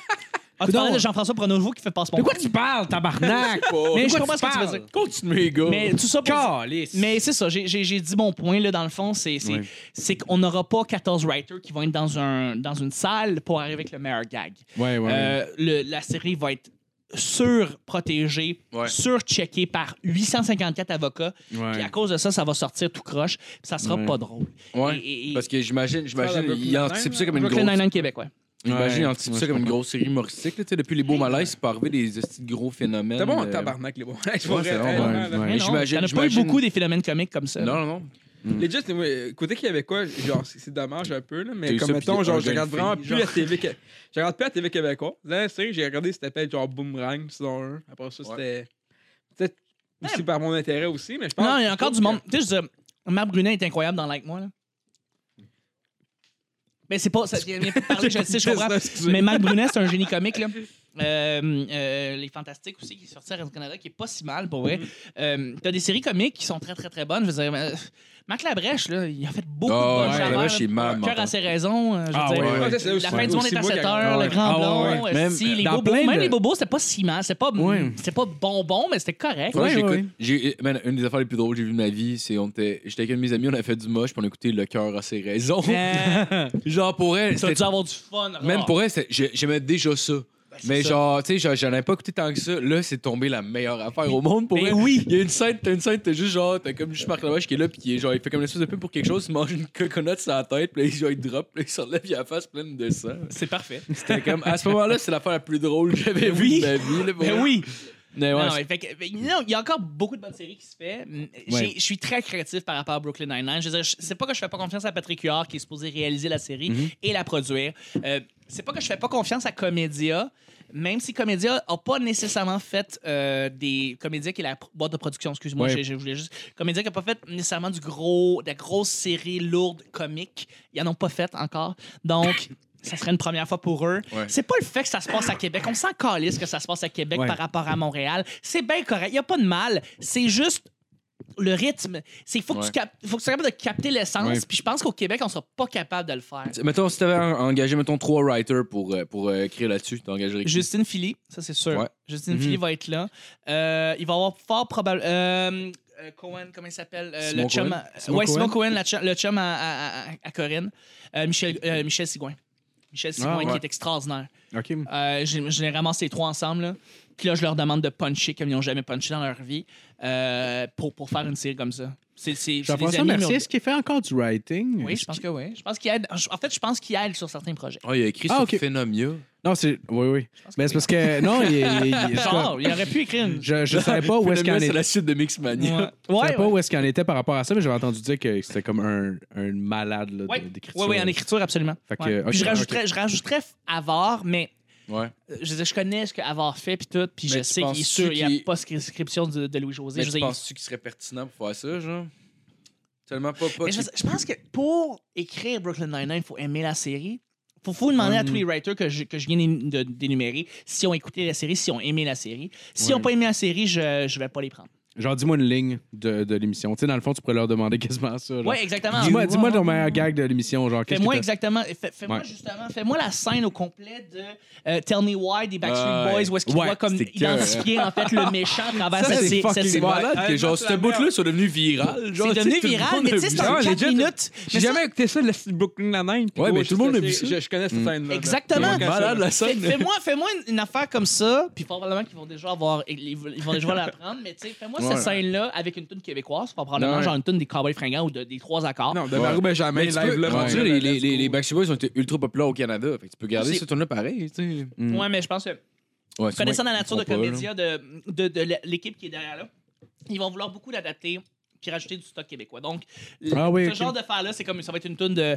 Speaker 6: ah, tu parlais de Jean-François Pronovo qui fait passe mon
Speaker 5: tu parles, tabarnak?
Speaker 6: Mais je comprends ce que tu veux dire.
Speaker 3: Continuez, gars.
Speaker 6: Mais tout ça pour dire-
Speaker 5: Calice.
Speaker 6: Mais c'est ça, j'ai- j'ai j'ai dit mon point, là, dans le fond, c'est c'est-
Speaker 3: Ouais.
Speaker 6: c'est qu'on n'aura pas 14 writers qui vont être dans, un, dans une salle pour arriver avec le meilleur gag.
Speaker 5: Ouais, ouais.
Speaker 6: Euh, le- la série va être surprotégée,
Speaker 3: Ouais.
Speaker 6: surcheckée par 854 avocats.
Speaker 5: Ouais.
Speaker 6: Puis à cause de ça, ça va sortir tout croche, puis ça sera
Speaker 5: Ouais.
Speaker 6: pas drôle.
Speaker 3: Ouais,
Speaker 6: Et- et-
Speaker 3: Parce que j'imagine,
Speaker 4: Faire
Speaker 3: j'imagine,
Speaker 4: la Brooklyn
Speaker 3: il anticipe ça comme une
Speaker 6: Brooklyn
Speaker 3: grosse.
Speaker 6: Nine-Nine Québec, ouais.
Speaker 3: J'imagine, il
Speaker 5: Ouais,
Speaker 3: anticipe
Speaker 5: ouais,
Speaker 3: ça
Speaker 5: je
Speaker 3: comme une
Speaker 5: comprends.
Speaker 3: grosse série humoristique. là, tu sais, depuis les beaux malaises, c'est pas arrivé des hosties de gros phénomènes.
Speaker 4: T'es bon en
Speaker 3: euh,
Speaker 4: tabarnak, les bons. C'est
Speaker 3: ouais, c'est vrai,
Speaker 5: ouais, ouais.
Speaker 6: Mais non,
Speaker 3: j'imagine-
Speaker 6: t'en as pas eu
Speaker 3: j'imagine-
Speaker 6: beaucoup des phénomènes comiques comme ça.
Speaker 3: Non, non, non.
Speaker 4: Les Jets, euh, côté qu'il y avait quoi, genre, c'est c'est dommage un peu, là,
Speaker 3: T'as
Speaker 4: mais
Speaker 3: eu
Speaker 4: comme
Speaker 3: ça,
Speaker 4: mettons,
Speaker 3: puis
Speaker 4: genre,
Speaker 3: un
Speaker 4: je
Speaker 3: jeune
Speaker 4: regarde
Speaker 3: fille,
Speaker 4: vraiment plus
Speaker 3: genre.
Speaker 4: la TV. que- Je regarde plus la TV québécoise. La dernière série que j'ai regardé, c'était genre Boomerang, saison 1. Après ça, c'était. Peut-être aussi
Speaker 6: Ouais.
Speaker 4: par mon intérêt aussi, mais je pense.
Speaker 6: Non, il y a encore
Speaker 4: je
Speaker 6: du
Speaker 4: trouve
Speaker 6: monde. Tu sais, je veux dire, Marc Brunet est incroyable dans Like Moi. là. Mais c'est pas. Ça vient vient pas de parler, je le sais, je comprends.
Speaker 4: Excusez.
Speaker 6: Mais Marc Brunet, c'est un génie comique, là. Euh, euh, les Fantastiques aussi, qui est sorti à Radio-Canada, qui est pas si mal, pour vrai. Euh, T'as des séries comiques qui sont très, très, très bonnes. Je veux dire, euh, Marc Labrèche, là, il a fait beaucoup
Speaker 3: Ah,
Speaker 6: de bonnes
Speaker 5: Marc
Speaker 6: affaires,
Speaker 3: Labrèche,
Speaker 6: là.
Speaker 3: il est mal,
Speaker 6: Cœur
Speaker 3: mental.
Speaker 6: à ses raisons. euh, je veux
Speaker 5: Ah,
Speaker 6: dire,
Speaker 5: ouais,
Speaker 4: ouais.
Speaker 6: euh, La
Speaker 4: Ouais,
Speaker 6: fin du
Speaker 4: c'est
Speaker 6: monde est à
Speaker 4: moi qui
Speaker 6: 7
Speaker 4: a-
Speaker 6: heures,
Speaker 5: ouais.
Speaker 6: le grand
Speaker 5: Ah,
Speaker 6: blond.
Speaker 5: ouais, ouais.
Speaker 6: euh,
Speaker 3: Même
Speaker 6: si, les
Speaker 5: dans
Speaker 6: bobos,
Speaker 5: plein
Speaker 6: même
Speaker 5: de-
Speaker 6: les bobos, c'était pas si mal. C'était pas,
Speaker 5: Ouais.
Speaker 6: c'était pas bonbon, mais c'était correct.
Speaker 3: Faudrait que
Speaker 5: Ouais,
Speaker 3: j'écoute- j'ai- man, une des affaires les plus drôles que j'ai vues de ma vie, c'est on était, j'étais avec un de mes amis, on a fait du moche, puis on a écouté Le cœur à ses raisons.
Speaker 6: Euh,
Speaker 3: genre pour elle,
Speaker 6: T'as
Speaker 3: c'était-
Speaker 6: dû avoir du fun.
Speaker 3: même
Speaker 6: rare.
Speaker 3: pour elle, c'était- j'ai- j'aimais déjà ça.
Speaker 6: c'est
Speaker 3: mais
Speaker 6: ça.
Speaker 3: genre, tu sais, j'en- j'en ai pas écouté tant que ça. Là, c'est tombé la meilleure affaire au monde pour
Speaker 6: Ben
Speaker 3: elle.
Speaker 6: oui.
Speaker 3: Il y a une scène, t'as une scène, t'as juste genre, t'as comme juste Marc Lavage qui est là, puis qui est genre, il fait comme une espèce de peu pour quelque chose, il mange une coconut sur la tête, puis là, il, genre, il drop, puis là, il se relève, il a la face pleine de sang.
Speaker 6: C'est parfait.
Speaker 3: C'était comme, à ce moment-là, c'est l'affaire la plus drôle que j'avais vue
Speaker 6: oui.
Speaker 3: de ma vie. Là, pour
Speaker 6: Ben
Speaker 3: vrai.
Speaker 6: oui.
Speaker 3: Mais ouais,
Speaker 6: Non,
Speaker 3: c'est-
Speaker 6: mais fait que- fait- non, il y a encore beaucoup de bonnes séries qui se fait. Mm, j'ai-
Speaker 5: Ouais.
Speaker 6: Je suis très créatif par rapport à Brooklyn Nine-Nine. Je veux dire, je- c'est pas que je fais pas confiance à Patrick Huard qui est supposé réaliser la série
Speaker 3: Mhm.
Speaker 6: et la produire. Euh, c'est pas que je fais pas confiance à Comédia, même si Comédia a pas nécessairement fait euh, des. Comédia qui est la pro- boîte de production, excuse-moi,
Speaker 5: Ouais.
Speaker 6: je, je voulais juste. Comédia qui a pas fait nécessairement du gros, de la grosse série lourde comique. Ils en ont pas fait encore. Donc. Ça serait une première fois pour eux.
Speaker 3: Ouais.
Speaker 6: C'est pas le fait que ça se passe à Québec. On s'en calisse que ça se passe à Québec
Speaker 5: Ouais.
Speaker 6: par rapport à Montréal. C'est bien correct. Il n'y a pas de mal. C'est juste le rythme. C'est faut que
Speaker 3: Ouais.
Speaker 6: tu cap- faut que tu sois capable de capter l'essence.
Speaker 5: Ouais.
Speaker 6: Puis je pense qu'au Québec, on sera pas capable de le faire.
Speaker 3: Mettons, si t'avais en- engagé, mettons, trois writers pour, euh, pour euh, écrire là-dessus, t'engagerais qui?
Speaker 6: Justine Philly, ça c'est sûr.
Speaker 3: Ouais.
Speaker 6: Justine
Speaker 5: Mhm.
Speaker 6: Philly va être là. Euh, il va avoir fort probablement. Cohen, comment il s'appelle Euh,
Speaker 3: Simon
Speaker 6: Le chum.
Speaker 3: Cohen?
Speaker 6: à-
Speaker 5: Simon
Speaker 6: ouais,
Speaker 5: Cohen?
Speaker 6: Simon Cohen, la chum- le chum à, à- à- à Corinne. Euh, Michel, euh, Michel Sigouin. Michel Sigouin qui
Speaker 5: Ah, ouais.
Speaker 6: est extraordinaire.
Speaker 5: Ok.
Speaker 6: Euh, j'ai- je les ramasse les trois ensemble. là. Puis là, je leur demande de puncher comme ils n'ont jamais punché dans leur vie euh, pour, pour faire une série comme ça. C'est c'est- c'est des
Speaker 5: Jean-François
Speaker 6: amis,
Speaker 5: Mercier,
Speaker 6: mais
Speaker 5: est-ce qu'il fait encore du writing?
Speaker 6: on- Oui, je pense que oui. Je pense qu'il aide. En fait, je pense qu'il aide sur certains projets.
Speaker 3: Ah, il a écrit
Speaker 5: Ah,
Speaker 3: sur
Speaker 5: ok.
Speaker 3: Phenomia.
Speaker 5: Non, c'est. Oui, oui.
Speaker 6: pense
Speaker 5: Mais
Speaker 6: que
Speaker 5: c'est parce que. Non, il. il- il-
Speaker 6: Genre, il aurait pu écrire une.
Speaker 5: Je, je savais pas
Speaker 6: Oh,
Speaker 5: où est-ce qu'il en
Speaker 3: Phenomia, c'est
Speaker 5: était.
Speaker 3: la suite de Mixmania.
Speaker 6: Ouais,
Speaker 5: Je
Speaker 6: ouais.
Speaker 5: savais pas où est-ce qu'il en était par rapport à ça, mais j'avais entendu dire que c'était comme un, un malade là, de-
Speaker 6: Ouais.
Speaker 5: euh, d'écriture.
Speaker 6: Oui, oui, en écriture, absolument.
Speaker 5: Fait que,
Speaker 6: Ouais.
Speaker 5: ok,
Speaker 6: Puis je
Speaker 5: ok.
Speaker 6: rajouterais, je rajouterais avare, mais
Speaker 3: Ouais.
Speaker 6: euh, je, veux dire, je connais ce qu'avare fait, puis tout, puis
Speaker 3: Mais
Speaker 6: je
Speaker 3: tu
Speaker 6: sais qu'il est
Speaker 3: penses-tu
Speaker 6: sûr, il n'y a
Speaker 3: qu'il-
Speaker 6: pas de prescription de, de Louis-José.
Speaker 3: Mais
Speaker 6: Je, veux
Speaker 3: tu
Speaker 6: dire,
Speaker 3: penses-tu qu'il serait pertinent pour faire ça, genre? Tellement pas... pas
Speaker 6: Mais je, veux dire, je pense que pour écrire Brooklyn Nine-Nine, il faut aimer la série. Faut, faut demander
Speaker 3: Mm.
Speaker 6: à tous les writers que je, que je viens d'é- de- d'énumérer s'ils ont écouté la série, s'ils ont aimé la série. S'ils n'ont pas aimé la série, je ne vais pas les prendre.
Speaker 5: Genre, dis-moi une ligne de, de l'émission. Tu sais, dans le fond, tu pourrais leur demander quasiment ça. genre.
Speaker 6: Ouais, exactement.
Speaker 5: Dis-moi dis ton meilleur gag de l'émission. Genre, qu'est-ce
Speaker 6: Fais-moi
Speaker 5: que t'as-
Speaker 6: exactement, fais- fais-moi
Speaker 5: Ouais.
Speaker 6: justement, fais-moi la scène au complet de euh, Tell Me Why des Backstreet
Speaker 3: Ouais.
Speaker 6: Boys où est-ce qu'ils
Speaker 5: Ouais,
Speaker 6: voient comme
Speaker 3: c'était cœur,
Speaker 6: identifier en fait le méchant à travers
Speaker 3: Ça,
Speaker 6: cette,
Speaker 3: c'est
Speaker 6: cette,
Speaker 3: fucking
Speaker 6: cette-
Speaker 3: malade.
Speaker 4: Ouais,
Speaker 3: que genre,
Speaker 4: honnêtement,
Speaker 3: ce
Speaker 4: c'est la
Speaker 3: bout-là
Speaker 4: merde.
Speaker 3: sont devenus viral. genre,
Speaker 6: C'est
Speaker 3: tu sais,
Speaker 6: devenu
Speaker 3: tout le
Speaker 6: viral,
Speaker 3: monde
Speaker 6: mais
Speaker 3: a
Speaker 6: tu sais,
Speaker 3: vu
Speaker 6: c'est
Speaker 3: ça.
Speaker 6: en
Speaker 4: ça.
Speaker 6: 4
Speaker 4: Legit.
Speaker 6: minutes.
Speaker 4: J'ai
Speaker 6: Mais ça,
Speaker 4: jamais écouté ça, le style Brooklyn Nine-Nine.
Speaker 3: Ouais, mais tout le monde a vu ça.
Speaker 4: Je, je connais cette
Speaker 5: Mm.
Speaker 4: scène-là.
Speaker 6: Exactement.
Speaker 4: Ouais,
Speaker 3: Malade la
Speaker 6: Fait-
Speaker 3: scène.
Speaker 6: Fais-moi fais-moi une, une affaire comme ça, puis probablement qu'ils vont déjà avoir. Ils vont déjà l'apprendre, mais tu sais, fais-moi
Speaker 3: Ouais.
Speaker 6: cette scène-là avec une tune québécoise, probablement
Speaker 3: Ouais.
Speaker 6: genre une tune des Cowboys fringants ou de- des trois accords.
Speaker 4: Non, de
Speaker 3: Ouais.
Speaker 4: Barou Benjamin,
Speaker 3: Mais tu
Speaker 4: live
Speaker 3: peux,
Speaker 4: là.
Speaker 3: rendu,
Speaker 4: rendu,
Speaker 3: les, les, les, les Backstreet Boys ont été ultra populaires au Canada. Fait que tu peux garder
Speaker 6: C'est-
Speaker 3: ce tourne-là pareil. tu sais.
Speaker 5: Mm.
Speaker 6: Ouais, mais je pense que.
Speaker 3: Ouais, c'est
Speaker 6: connaissant
Speaker 3: moins-
Speaker 6: la nature
Speaker 3: ils
Speaker 6: de
Speaker 3: font Hmm. pas, là.
Speaker 6: Comédia, de, de, de l'équipe qui est derrière là, ils vont vouloir beaucoup l'adapter puis rajouter du stock québécois. Donc, le-
Speaker 5: Ah oui,
Speaker 6: ce
Speaker 5: ok.
Speaker 6: genre d'affaire-là, c'est comme ça va être une toune de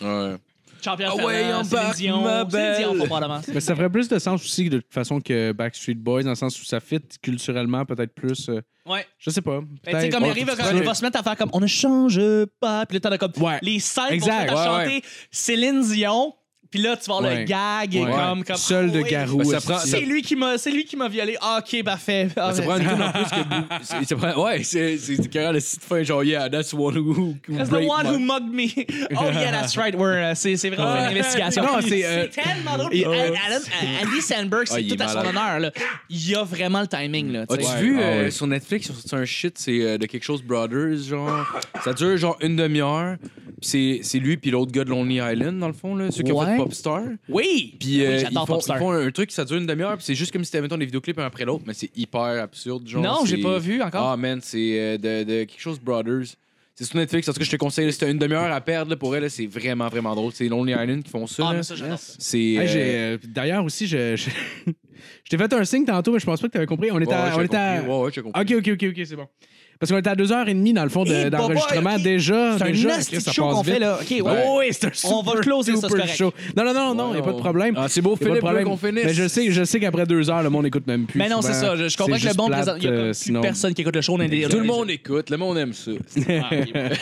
Speaker 3: Ouais.
Speaker 6: champion
Speaker 3: Ah ouais,
Speaker 6: Fernand,
Speaker 3: on
Speaker 6: Céline
Speaker 3: part,
Speaker 6: Dion.
Speaker 3: ma
Speaker 6: Céline Dion,
Speaker 3: belle.
Speaker 6: probablement.
Speaker 5: Mais ça ferait plus de sens aussi, de toute façon, que Backstreet Boys, dans le sens où ça fit culturellement peut-être plus. euh,
Speaker 6: Ouais.
Speaker 5: je sais pas.
Speaker 6: Mais Ben, tu sais,
Speaker 5: peut-être.
Speaker 6: comme
Speaker 5: Ouais,
Speaker 6: il arrive,
Speaker 5: tu
Speaker 6: quand
Speaker 5: sais.
Speaker 6: il va se mettre à faire comme on ne change pas, puis là, t'en as comme
Speaker 5: Ouais.
Speaker 6: les cinq vont se
Speaker 5: Exact,
Speaker 6: mettre à
Speaker 3: ouais,
Speaker 6: chanter Céline Dion, puis là, tu vas avoir le
Speaker 5: Ouais.
Speaker 6: gag
Speaker 5: Ouais.
Speaker 6: comme, ah comme.
Speaker 5: Seul de
Speaker 6: oui,
Speaker 5: Garou.
Speaker 3: Ben, ça
Speaker 5: est-ce
Speaker 3: prend-
Speaker 5: que-
Speaker 6: C'est lui qui m'a, c'est lui qui m'a violé. Ah, ok, parfait. Ah,
Speaker 3: Ça
Speaker 6: ben,
Speaker 3: prend une tune en plus que. Bou- c'est- ça prend- Ouais, c'est c'est carrément le site fin genre, yeah, that's the one who. who
Speaker 6: That's the
Speaker 3: raped
Speaker 6: one
Speaker 3: my-
Speaker 6: who mugged me. Oh yeah, that's right. We're, euh, c'est, c'est vraiment
Speaker 5: Ouais.
Speaker 6: une investigation.
Speaker 5: Non, c'est, euh,
Speaker 6: tellement drôle.
Speaker 5: et-
Speaker 6: Puis Al- Alan- euh, Andy Sandberg, c'est
Speaker 3: Ah, il est
Speaker 6: tout à son
Speaker 3: malade.
Speaker 6: honneur. Là. Il a vraiment le timing. Là, tu
Speaker 3: As-tu
Speaker 6: sais.
Speaker 3: vu
Speaker 5: ah
Speaker 3: euh,
Speaker 5: ouais.
Speaker 3: sur Netflix, ils ont sorti un shit, c'est euh, de quelque chose Brothers, genre. Ça dure genre une demi-heure. Puis c'est- c'est lui puis l'autre gars de Lonely Island, dans le fond, là, ceux qui ont
Speaker 6: Ouais.
Speaker 3: fait Popstar.
Speaker 6: Oui. Ah
Speaker 3: Puis euh,
Speaker 6: oui,
Speaker 3: ils,
Speaker 6: j'adore
Speaker 3: font,
Speaker 6: Popstar.
Speaker 3: ils font un truc, ça dure une demi-heure, puis c'est juste comme si c'était, mettons, des vidéoclips un après l'autre, mais c'est hyper absurde, genre.
Speaker 6: Non, j'ai
Speaker 3: c'est-
Speaker 6: pas vu encore.
Speaker 3: Ah, man, c'est euh, de, de quelque chose Brothers. C'est sur Netflix, en tout cas, je te conseille, là, si t'as une demi-heure à perdre là, pour elle, là, c'est vraiment, vraiment drôle. C'est Lonely Island qui font ça.
Speaker 6: Ah,
Speaker 3: là.
Speaker 6: mais ça, j'adore ça.
Speaker 3: c'est.
Speaker 5: Hey,
Speaker 3: euh,
Speaker 5: j'ai, euh, D'ailleurs aussi, je, je, je t'ai fait un signe tantôt, mais je pense pas que t'avais compris. On était
Speaker 3: ouais,
Speaker 5: à-
Speaker 3: ouais, j'ai
Speaker 5: on était à-
Speaker 3: compris. Ouais, ouais, j'ai compris.
Speaker 5: Ok, ok, ok, ok, c'est bon. Parce qu'on était à deux heures et demie dans le fond de-
Speaker 6: Eh, bah,
Speaker 5: d'enregistrement
Speaker 6: bah, ok.
Speaker 5: déjà.
Speaker 6: C'est un
Speaker 5: Ah, déjà,
Speaker 6: nasty
Speaker 5: Chris, ça
Speaker 6: show
Speaker 5: passe
Speaker 6: qu'on
Speaker 5: vite.
Speaker 6: fait là. Ok, ouais.
Speaker 5: Oh, oui, c'est un super,
Speaker 6: On va closer ça, c'est
Speaker 5: duper
Speaker 6: correct.
Speaker 5: show. Non, non, non, non, il n'y a pas de problème.
Speaker 3: Ah, c'est beau,
Speaker 5: Y a pas de
Speaker 3: Philippe,
Speaker 5: problème.
Speaker 3: qu'on finisse.
Speaker 5: Mais je sais, je sais qu'après deux heures, le monde n'écoute même plus.
Speaker 6: Mais Ben non, c'est
Speaker 5: souvent.
Speaker 6: ça. Je, je comprends
Speaker 5: C'est
Speaker 6: que le
Speaker 5: juste
Speaker 6: bon
Speaker 5: plate,
Speaker 6: présent. Il y a comme
Speaker 5: euh,
Speaker 6: plus
Speaker 5: sinon.
Speaker 6: personne qui écoute le show. on est
Speaker 5: euh,
Speaker 6: des-
Speaker 3: Tout le monde écoute, le monde aime ça.
Speaker 6: Ah, ok.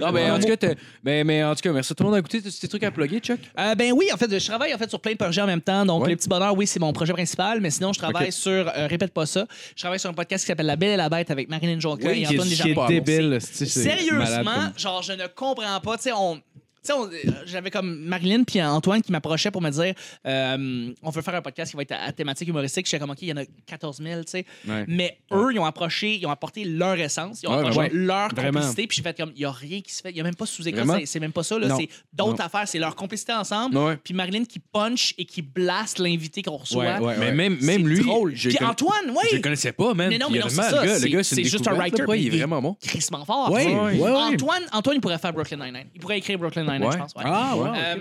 Speaker 3: non, mais en tout cas, t'es- mais, mais en tout cas, merci tout le monde d'écouter tous ces trucs à plugger, Chuck.
Speaker 6: Euh, ben oui, en fait, je travaille en fait sur plein de projets en même temps. Donc,
Speaker 3: Ouais.
Speaker 6: le petit bonheur, oui, c'est mon projet principal, mais sinon, je travaille
Speaker 3: Ok.
Speaker 6: sur, euh, répète pas ça, je travaille sur un podcast qui s'appelle La Belle et la Bête avec Marilyn Jonquin
Speaker 3: Oui,
Speaker 6: et
Speaker 3: qui est-
Speaker 6: Antoine
Speaker 3: qui est
Speaker 6: Desjardins.
Speaker 5: débile, c'est- c'est malade
Speaker 6: Sérieusement,
Speaker 5: comme-
Speaker 6: genre, je ne comprends pas. Tu sais, on. Tu sais, on- euh, j'avais comme Marilyn puis Antoine qui m'approchaient pour me dire euh, on veut faire un podcast qui va être à, à thématique humoristique. J'étais comme, OK, il y en a 14 000, tu sais.
Speaker 5: Ouais.
Speaker 6: Mais eux, ils ont approché, ils ont apporté leur essence, ils ont
Speaker 3: Ouais,
Speaker 6: apporté
Speaker 5: ouais.
Speaker 6: leur
Speaker 5: Vraiment.
Speaker 6: complicité. Puis j'ai fait comme, il n'y a rien qui se fait. Il n'y a même pas sous-écoute.
Speaker 3: Vraiment.
Speaker 6: c'est- C'est même pas ça. là.
Speaker 5: Non.
Speaker 6: C'est d'autres affaires. C'est leur complicité ensemble.
Speaker 3: Ouais.
Speaker 6: Puis Marilyn qui punch et qui blast l'invité qu'on reçoit.
Speaker 5: Ouais, ouais,
Speaker 3: Mais
Speaker 5: ouais.
Speaker 3: même, même
Speaker 6: C'est
Speaker 3: lui,
Speaker 6: drôle.
Speaker 3: je
Speaker 6: Puis
Speaker 3: conna-
Speaker 6: Antoine,
Speaker 3: je le
Speaker 6: oui.
Speaker 3: connaissais pas, man.
Speaker 6: Mais non,
Speaker 3: Puis
Speaker 6: mais non, c'est
Speaker 3: honnêtement,
Speaker 6: ça.
Speaker 3: le gars, le
Speaker 6: c'est-
Speaker 3: gars, c'est
Speaker 6: c'est
Speaker 3: une
Speaker 6: juste un
Speaker 3: découverte,
Speaker 6: writer,
Speaker 3: là, ouais, Il
Speaker 6: mais
Speaker 3: est vraiment bon.
Speaker 6: Crissement fort.
Speaker 5: Ouais,
Speaker 6: Tu vois.
Speaker 5: ouais, ouais.
Speaker 6: Antoine, Antoine, il pourrait faire Brooklyn Nine-Nine. Il pourrait écrire Brooklyn Nine-Nine, je
Speaker 3: Ouais.
Speaker 6: pense. ouais.
Speaker 5: Ah, ouais.
Speaker 6: Euh,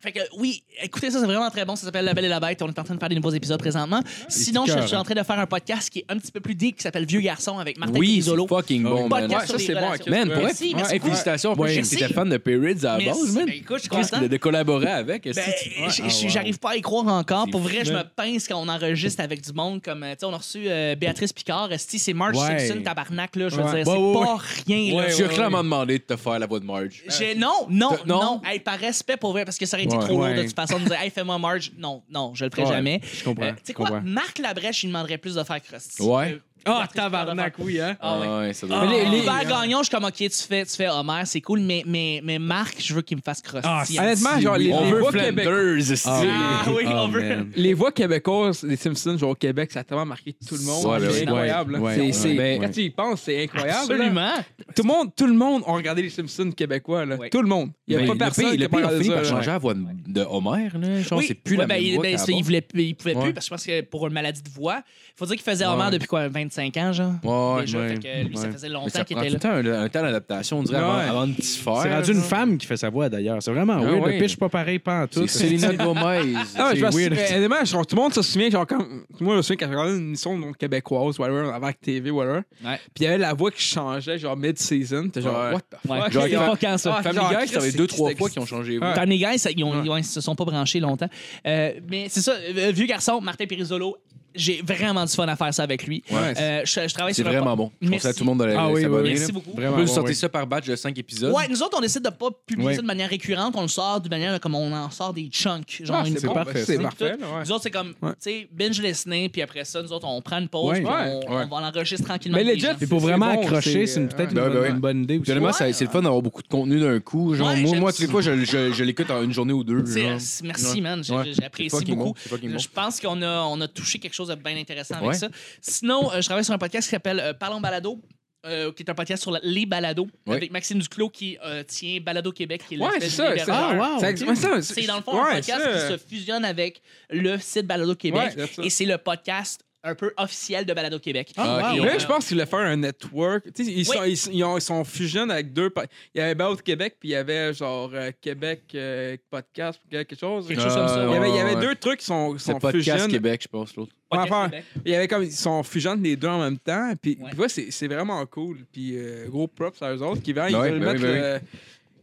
Speaker 6: Fait que oui, écoutez ça, c'est vraiment très bon. Ça s'appelle La Belle et la Bête. On est en train de faire des nouveaux épisodes présentement. Sinon, je
Speaker 5: cœur,
Speaker 6: suis
Speaker 5: hein.
Speaker 6: en train de faire un podcast qui est un petit peu plus deep qui s'appelle Vieux Garçon avec Martin
Speaker 3: Oui, c'est
Speaker 6: Pizzolo.
Speaker 3: fucking
Speaker 5: Ouais,
Speaker 3: bon, man.
Speaker 6: podcast
Speaker 3: Ouais.
Speaker 6: sur
Speaker 4: ça,
Speaker 6: les
Speaker 4: c'est bon,
Speaker 6: relations.
Speaker 3: Man, pour
Speaker 6: Merci,
Speaker 3: être-
Speaker 6: merci
Speaker 3: hey,
Speaker 6: beaucoup.
Speaker 3: félicitations. en plus,
Speaker 6: Ouais.
Speaker 3: je sais que T'étais fan de Pirates à la
Speaker 6: Merci.
Speaker 3: base, man.
Speaker 6: Ben, écoute, je suis
Speaker 3: Qu'est-ce
Speaker 6: content.
Speaker 3: que- De collaborer avec. est-ce
Speaker 6: Ben,
Speaker 3: que tu- Ouais.
Speaker 6: je-
Speaker 5: ah,
Speaker 6: je-
Speaker 5: wow.
Speaker 6: J'arrive pas à y croire encore. Pour vrai, je
Speaker 3: fou,
Speaker 6: me pince quand on enregistre avec du monde. Comme, euh, tu sais, on a reçu euh, Béatrice Picard. Si c'est Marge
Speaker 5: Ouais.
Speaker 6: Simpson, tabarnak, là, je veux
Speaker 5: Ouais.
Speaker 6: dire, c'est
Speaker 5: Ouais, ouais,
Speaker 6: pas rien, là.
Speaker 5: Ouais,
Speaker 3: Tu as
Speaker 5: ouais,
Speaker 3: clairement demandé de te faire la voix de Marge.
Speaker 5: Euh,
Speaker 6: J'ai- non, non,
Speaker 3: T'as-
Speaker 6: non,
Speaker 3: non?
Speaker 6: Hey, par respect pour vrai, parce que ça aurait été
Speaker 3: Ouais.
Speaker 6: trop lourd de
Speaker 5: Ouais.
Speaker 6: toute façon de dire, hey, fais-moi Marge. Non, non, je le ferai
Speaker 5: Ouais,
Speaker 6: jamais. Euh,
Speaker 5: je comprends,
Speaker 6: Eh, tu sais quoi,
Speaker 5: je comprends.
Speaker 6: Marc Labrèche, il demanderait plus de faire Krusty.
Speaker 3: Ouais. Euh,
Speaker 6: Euh,
Speaker 5: Ah, tabarnak, oui, hein.
Speaker 6: Ah, ouais.
Speaker 3: Ouais, ça doit
Speaker 6: Ah,
Speaker 3: être-
Speaker 5: les- les-
Speaker 6: Hubert Gagnon, je suis comme, ok, tu fais, tu fais Homer, c'est cool, mais, mais, mais Marc, je veux qu'il me fasse Krusty.
Speaker 5: Ah,
Speaker 6: Hein.
Speaker 4: Honnêtement, genre, les,
Speaker 3: On
Speaker 4: les
Speaker 3: veut
Speaker 4: voix québécoises.
Speaker 3: Flanders, esti.
Speaker 6: Ah, oui, on veut.
Speaker 5: man.
Speaker 4: Les voix québécoises des Simpsons, genre au Québec, ça a tellement marqué tout le monde.
Speaker 3: Ouais,
Speaker 4: c'est
Speaker 3: ouais,
Speaker 4: incroyable.
Speaker 5: ouais,
Speaker 4: là. C'est-
Speaker 5: ouais,
Speaker 4: c'est-
Speaker 3: ouais.
Speaker 4: Quand tu y penses, c'est incroyable. là.
Speaker 6: Absolument.
Speaker 4: Tout le monde, tout le monde a regardé les Simpsons québécois. Là.
Speaker 6: Ouais.
Speaker 4: Tout le monde. Il n'y a
Speaker 3: Mais
Speaker 4: pas
Speaker 3: le
Speaker 4: personne
Speaker 3: pays-
Speaker 4: qui
Speaker 3: le
Speaker 4: a
Speaker 3: pays a
Speaker 4: parlé
Speaker 3: fini
Speaker 4: de
Speaker 3: par
Speaker 4: ça, là.
Speaker 3: changer la voix de de Homer, là. Genre,
Speaker 6: Oui.
Speaker 3: c'est plus
Speaker 6: Ouais,
Speaker 3: la
Speaker 6: ben,
Speaker 3: même
Speaker 6: il,
Speaker 3: voix
Speaker 6: ben,
Speaker 3: qu'avant.
Speaker 6: ça, il voulait, plus- il pouvait
Speaker 3: Ouais.
Speaker 6: plus parce que je pense que pour une maladie de voix, faut dire qu'il faisait
Speaker 3: Ouais.
Speaker 6: Homer depuis quoi 25 ans genre.
Speaker 3: Ouais, ouais,
Speaker 6: Déjà,
Speaker 5: ouais,
Speaker 6: fait que lui ça
Speaker 5: ouais.
Speaker 6: faisait
Speaker 3: Mais
Speaker 6: longtemps
Speaker 3: ça
Speaker 6: qu'il
Speaker 3: prend
Speaker 6: était
Speaker 3: tout
Speaker 6: là.
Speaker 3: le temps un, un temps d'adaptation, on dirait, avant,
Speaker 4: Ouais.
Speaker 3: avant de s'y faire.
Speaker 5: C'est rendu une
Speaker 3: genre.
Speaker 5: femme qui fait sa voix d'ailleurs. C'est vraiment
Speaker 3: Ah
Speaker 5: weird.
Speaker 3: ouais.
Speaker 5: Le pitch pas pareil, pas en tout.
Speaker 3: C'est Selena Gomez.
Speaker 4: Ah, je me
Speaker 5: C'est
Speaker 4: souviens,
Speaker 5: weird.
Speaker 4: honnêtement, genre, tout le monde se souvient, genre, comme, moi, je me souviens quand je regardais une émission donc, québécoise, whatever, avec TV, whatever.
Speaker 6: Ouais.
Speaker 4: Puis il y avait la voix qui changeait, genre, mid-season. T'es genre,
Speaker 3: Ouais.
Speaker 4: what the fuck?
Speaker 6: Ouais,
Speaker 3: Genre,
Speaker 6: c'est
Speaker 3: quand-
Speaker 6: pas quand ça.
Speaker 4: Ah,
Speaker 3: Family
Speaker 4: genre,
Speaker 3: Guy, ça fait
Speaker 4: Christ,
Speaker 3: deux, trois
Speaker 4: c'est-
Speaker 3: fois qu'ils ont changé.
Speaker 4: Ouais.
Speaker 6: Family Guys, ils, ont- ils ont- ils se sont pas branchés longtemps. Euh, mais c'est ça, euh, vieux garçon, euh, Martin Pirisolo, j'ai vraiment du fun à faire ça avec lui.
Speaker 3: Ouais.
Speaker 6: Euh, je, je travaille
Speaker 3: C'est
Speaker 6: sur le
Speaker 3: vraiment bon. Je
Speaker 6: Merci.
Speaker 3: conseille à tout le monde de la-
Speaker 5: Ah oui,
Speaker 3: s'abonner,
Speaker 5: oui, oui.
Speaker 3: là.
Speaker 6: Merci beaucoup.
Speaker 5: Vraiment,
Speaker 3: On peut
Speaker 5: ouais,
Speaker 3: sortir
Speaker 5: ouais.
Speaker 3: ça par batch de 5 épisodes.
Speaker 6: Ouais, nous autres, on essaie de pas publier
Speaker 5: Ouais.
Speaker 6: ça de manière récurrente. On le sort de manière comme on en sort des chunks. Genre,
Speaker 5: Ah,
Speaker 6: une
Speaker 5: c'est
Speaker 6: fois.
Speaker 5: bon. parfait,
Speaker 4: C'est
Speaker 5: ça.
Speaker 4: parfait, là, ouais.
Speaker 6: Nous autres, c'est comme,
Speaker 4: Ouais.
Speaker 6: tu sais, binge listening, puis après ça, nous autres, on prend une pause,
Speaker 5: Ouais.
Speaker 6: puis on,
Speaker 4: Ouais.
Speaker 6: on va l'enregistrer tranquillement.
Speaker 4: Mais
Speaker 6: avec
Speaker 4: legit,
Speaker 6: les gens.
Speaker 5: Et pour
Speaker 4: C'est-
Speaker 5: vraiment
Speaker 4: c'est bon,
Speaker 5: accrocher,
Speaker 4: c'est-
Speaker 5: c'est une- peut-être
Speaker 4: ouais.
Speaker 6: euh,
Speaker 3: Ben, ben,
Speaker 5: une, bonne-
Speaker 3: ouais.
Speaker 5: une bonne idée aussi.
Speaker 3: Généralement,
Speaker 6: Ouais.
Speaker 3: ça- c'est le fun d'avoir beaucoup de contenu d'un coup. Genre,
Speaker 6: Ouais,
Speaker 3: moi,
Speaker 6: j'aime
Speaker 3: moi,
Speaker 6: ça.
Speaker 3: tous les fois, je, je- je l'écoute en une journée ou deux.
Speaker 6: C'est-
Speaker 3: genre.
Speaker 6: Merci,
Speaker 3: Ouais.
Speaker 6: man. J'ai-
Speaker 3: Ouais.
Speaker 6: j'ai-
Speaker 3: C'est
Speaker 6: J'apprécie
Speaker 3: fucking bon,
Speaker 6: beaucoup.
Speaker 3: c'est fucking bon.
Speaker 6: Je pense qu'on a, on a touché quelque chose de bien intéressant avec
Speaker 3: Ouais.
Speaker 6: ça. Sinon, euh, je travaille sur un podcast qui s'appelle euh, Parlons Balado. euh, qui est un podcast sur la- les balados
Speaker 3: Ouais.
Speaker 6: avec Maxime Duclos qui euh, tient Balado Québec qui est
Speaker 4: Ouais,
Speaker 6: l'espèce
Speaker 4: c'est ça. c'est-
Speaker 6: d'hébergeur.
Speaker 5: Ah, wow,
Speaker 4: ça
Speaker 5: ok.
Speaker 4: existe- ouais, ça,
Speaker 6: C'est dans le fond un
Speaker 4: ouais,
Speaker 6: podcast
Speaker 4: ça.
Speaker 6: qui se fusionne avec le site Balado Québec
Speaker 4: Ouais, c'est ça.
Speaker 6: et c'est le podcast un peu officiel de Balado Québec.
Speaker 5: Ah,
Speaker 6: Et
Speaker 5: wow.
Speaker 6: on a-
Speaker 4: Là, je pense qu'il voulait faire un network. Tu sais, ils,
Speaker 6: Oui.
Speaker 4: sont, ils, sont- ils ont- ils sont fusionnés avec deux. pa- Il y avait About Québec, puis il y avait genre euh, Québec euh, Podcast, ou quelque chose.
Speaker 6: Quelque chose comme ça.
Speaker 4: Il y avait, il y avait
Speaker 3: Ouais, ouais.
Speaker 4: deux trucs qui sont, qui
Speaker 3: C'est
Speaker 4: sont
Speaker 3: podcast
Speaker 4: fusionnés.
Speaker 3: Québec, je pense, l'autre.
Speaker 6: Podcast
Speaker 4: Ouais,
Speaker 6: Québec.
Speaker 4: Il y avait comme, ils sont fusionnés les deux en même temps. Puis
Speaker 6: Ouais.
Speaker 4: tu vois, c'est c'est vraiment cool. Puis euh, gros props à eux autres qui veulent, ils
Speaker 3: Ouais,
Speaker 4: veulent
Speaker 3: ben oui,
Speaker 4: mettre,
Speaker 3: ben
Speaker 4: le,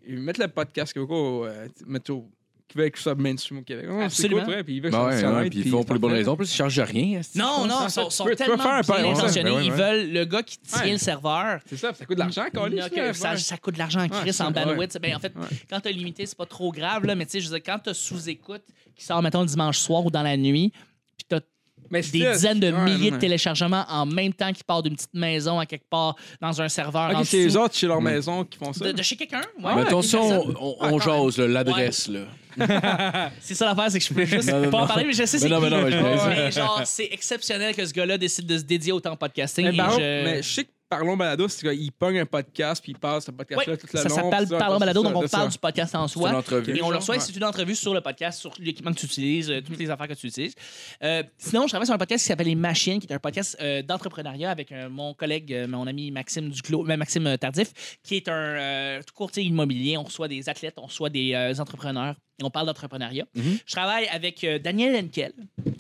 Speaker 4: ils veulent mettre le podcast québécois au, euh, mettre au- qui veulent que ça mainstream au Québec. Ouais, c'est
Speaker 6: Absolument.
Speaker 4: cool, ouais, puis ils veulent que
Speaker 3: Ben
Speaker 4: ça
Speaker 3: ouais,
Speaker 4: s'arrête,
Speaker 3: ouais, puis ils font pour les bonnes raisons. En plus, ils chargent rien. est-ce que-
Speaker 6: Non, non,
Speaker 4: ça,
Speaker 6: ils
Speaker 4: ça,
Speaker 6: sont,
Speaker 4: tu
Speaker 6: sont
Speaker 4: peux- tu peux
Speaker 6: tellement
Speaker 4: faire un
Speaker 6: bien
Speaker 4: par- ouais,
Speaker 6: intentionnés.
Speaker 3: ben ouais,
Speaker 6: Ils
Speaker 3: ouais.
Speaker 6: veulent le gars qui tient
Speaker 4: Ouais.
Speaker 6: le serveur.
Speaker 4: C'est ça, ça coûte de l'argent, quand
Speaker 6: Il y en a que ça, ça coûte de l'argent en
Speaker 4: Ouais,
Speaker 6: crise en
Speaker 4: c'est-
Speaker 6: bandwidth. Ben, en fait,
Speaker 4: Ouais.
Speaker 6: quand t'as limité, c'est pas trop grave, là, mais tu sais, je veux dire, quand t'as sous-écoute qui sort, mettons, le dimanche soir ou dans la nuit, puis t'as
Speaker 4: Mais
Speaker 6: des
Speaker 4: c'est-
Speaker 6: dizaines de
Speaker 4: ouais,
Speaker 6: milliers de
Speaker 4: ouais.
Speaker 6: téléchargements en même temps qui partent d'une petite maison à quelque part dans un serveur en
Speaker 4: Ok, c'est les
Speaker 6: dessous
Speaker 4: autres chez leur maison qui font ça.
Speaker 6: de, de chez quelqu'un. Ouais,
Speaker 3: Mettons
Speaker 6: Des
Speaker 3: ça, on,
Speaker 6: personnes.
Speaker 3: on- on jase, là, l'adresse, là.
Speaker 6: C'est ça l'affaire, c'est que je peux juste
Speaker 3: Non, non,
Speaker 6: pas en
Speaker 3: non.
Speaker 6: parler, mais je sais c'est
Speaker 3: Mais non, mais
Speaker 6: qui.
Speaker 3: non, mais je plaisante.
Speaker 6: Mais genre, c'est exceptionnel que ce gars-là décide de se dédier autant au podcasting.
Speaker 4: Mais,
Speaker 6: et
Speaker 4: par contre,
Speaker 6: je-
Speaker 4: mais je sais que Parlons Balado, c'est qu'ils pognent un podcast, puis ils passent ce podcast-là
Speaker 6: Ouais,
Speaker 4: tout le
Speaker 6: ça
Speaker 4: long.
Speaker 6: s'appelle
Speaker 4: puis ça,
Speaker 6: Parlons
Speaker 4: c'est
Speaker 6: Balado,
Speaker 4: ça,
Speaker 6: donc on
Speaker 4: c'est
Speaker 6: parle
Speaker 4: ça.
Speaker 6: du podcast en
Speaker 3: C'est une
Speaker 6: soi.
Speaker 3: entrevue.
Speaker 6: Et on le reçoit,
Speaker 4: Ouais.
Speaker 6: c'est une entrevue sur le podcast, sur l'équipement que tu utilises, euh, toutes les affaires que tu utilises. Euh, sinon, je travaille sur un podcast qui s'appelle Les Machines, qui est un podcast euh, d'entrepreneuriat avec euh, mon collègue, euh, mon ami Maxime Duclos, euh, Maxime euh, Tardif, qui est un euh, courtier immobilier. On reçoit des athlètes, on reçoit des euh, entrepreneurs. Et on parle d'entrepreneuriat.
Speaker 4: Mhm.
Speaker 6: Je travaille avec euh, Daniel Henkel.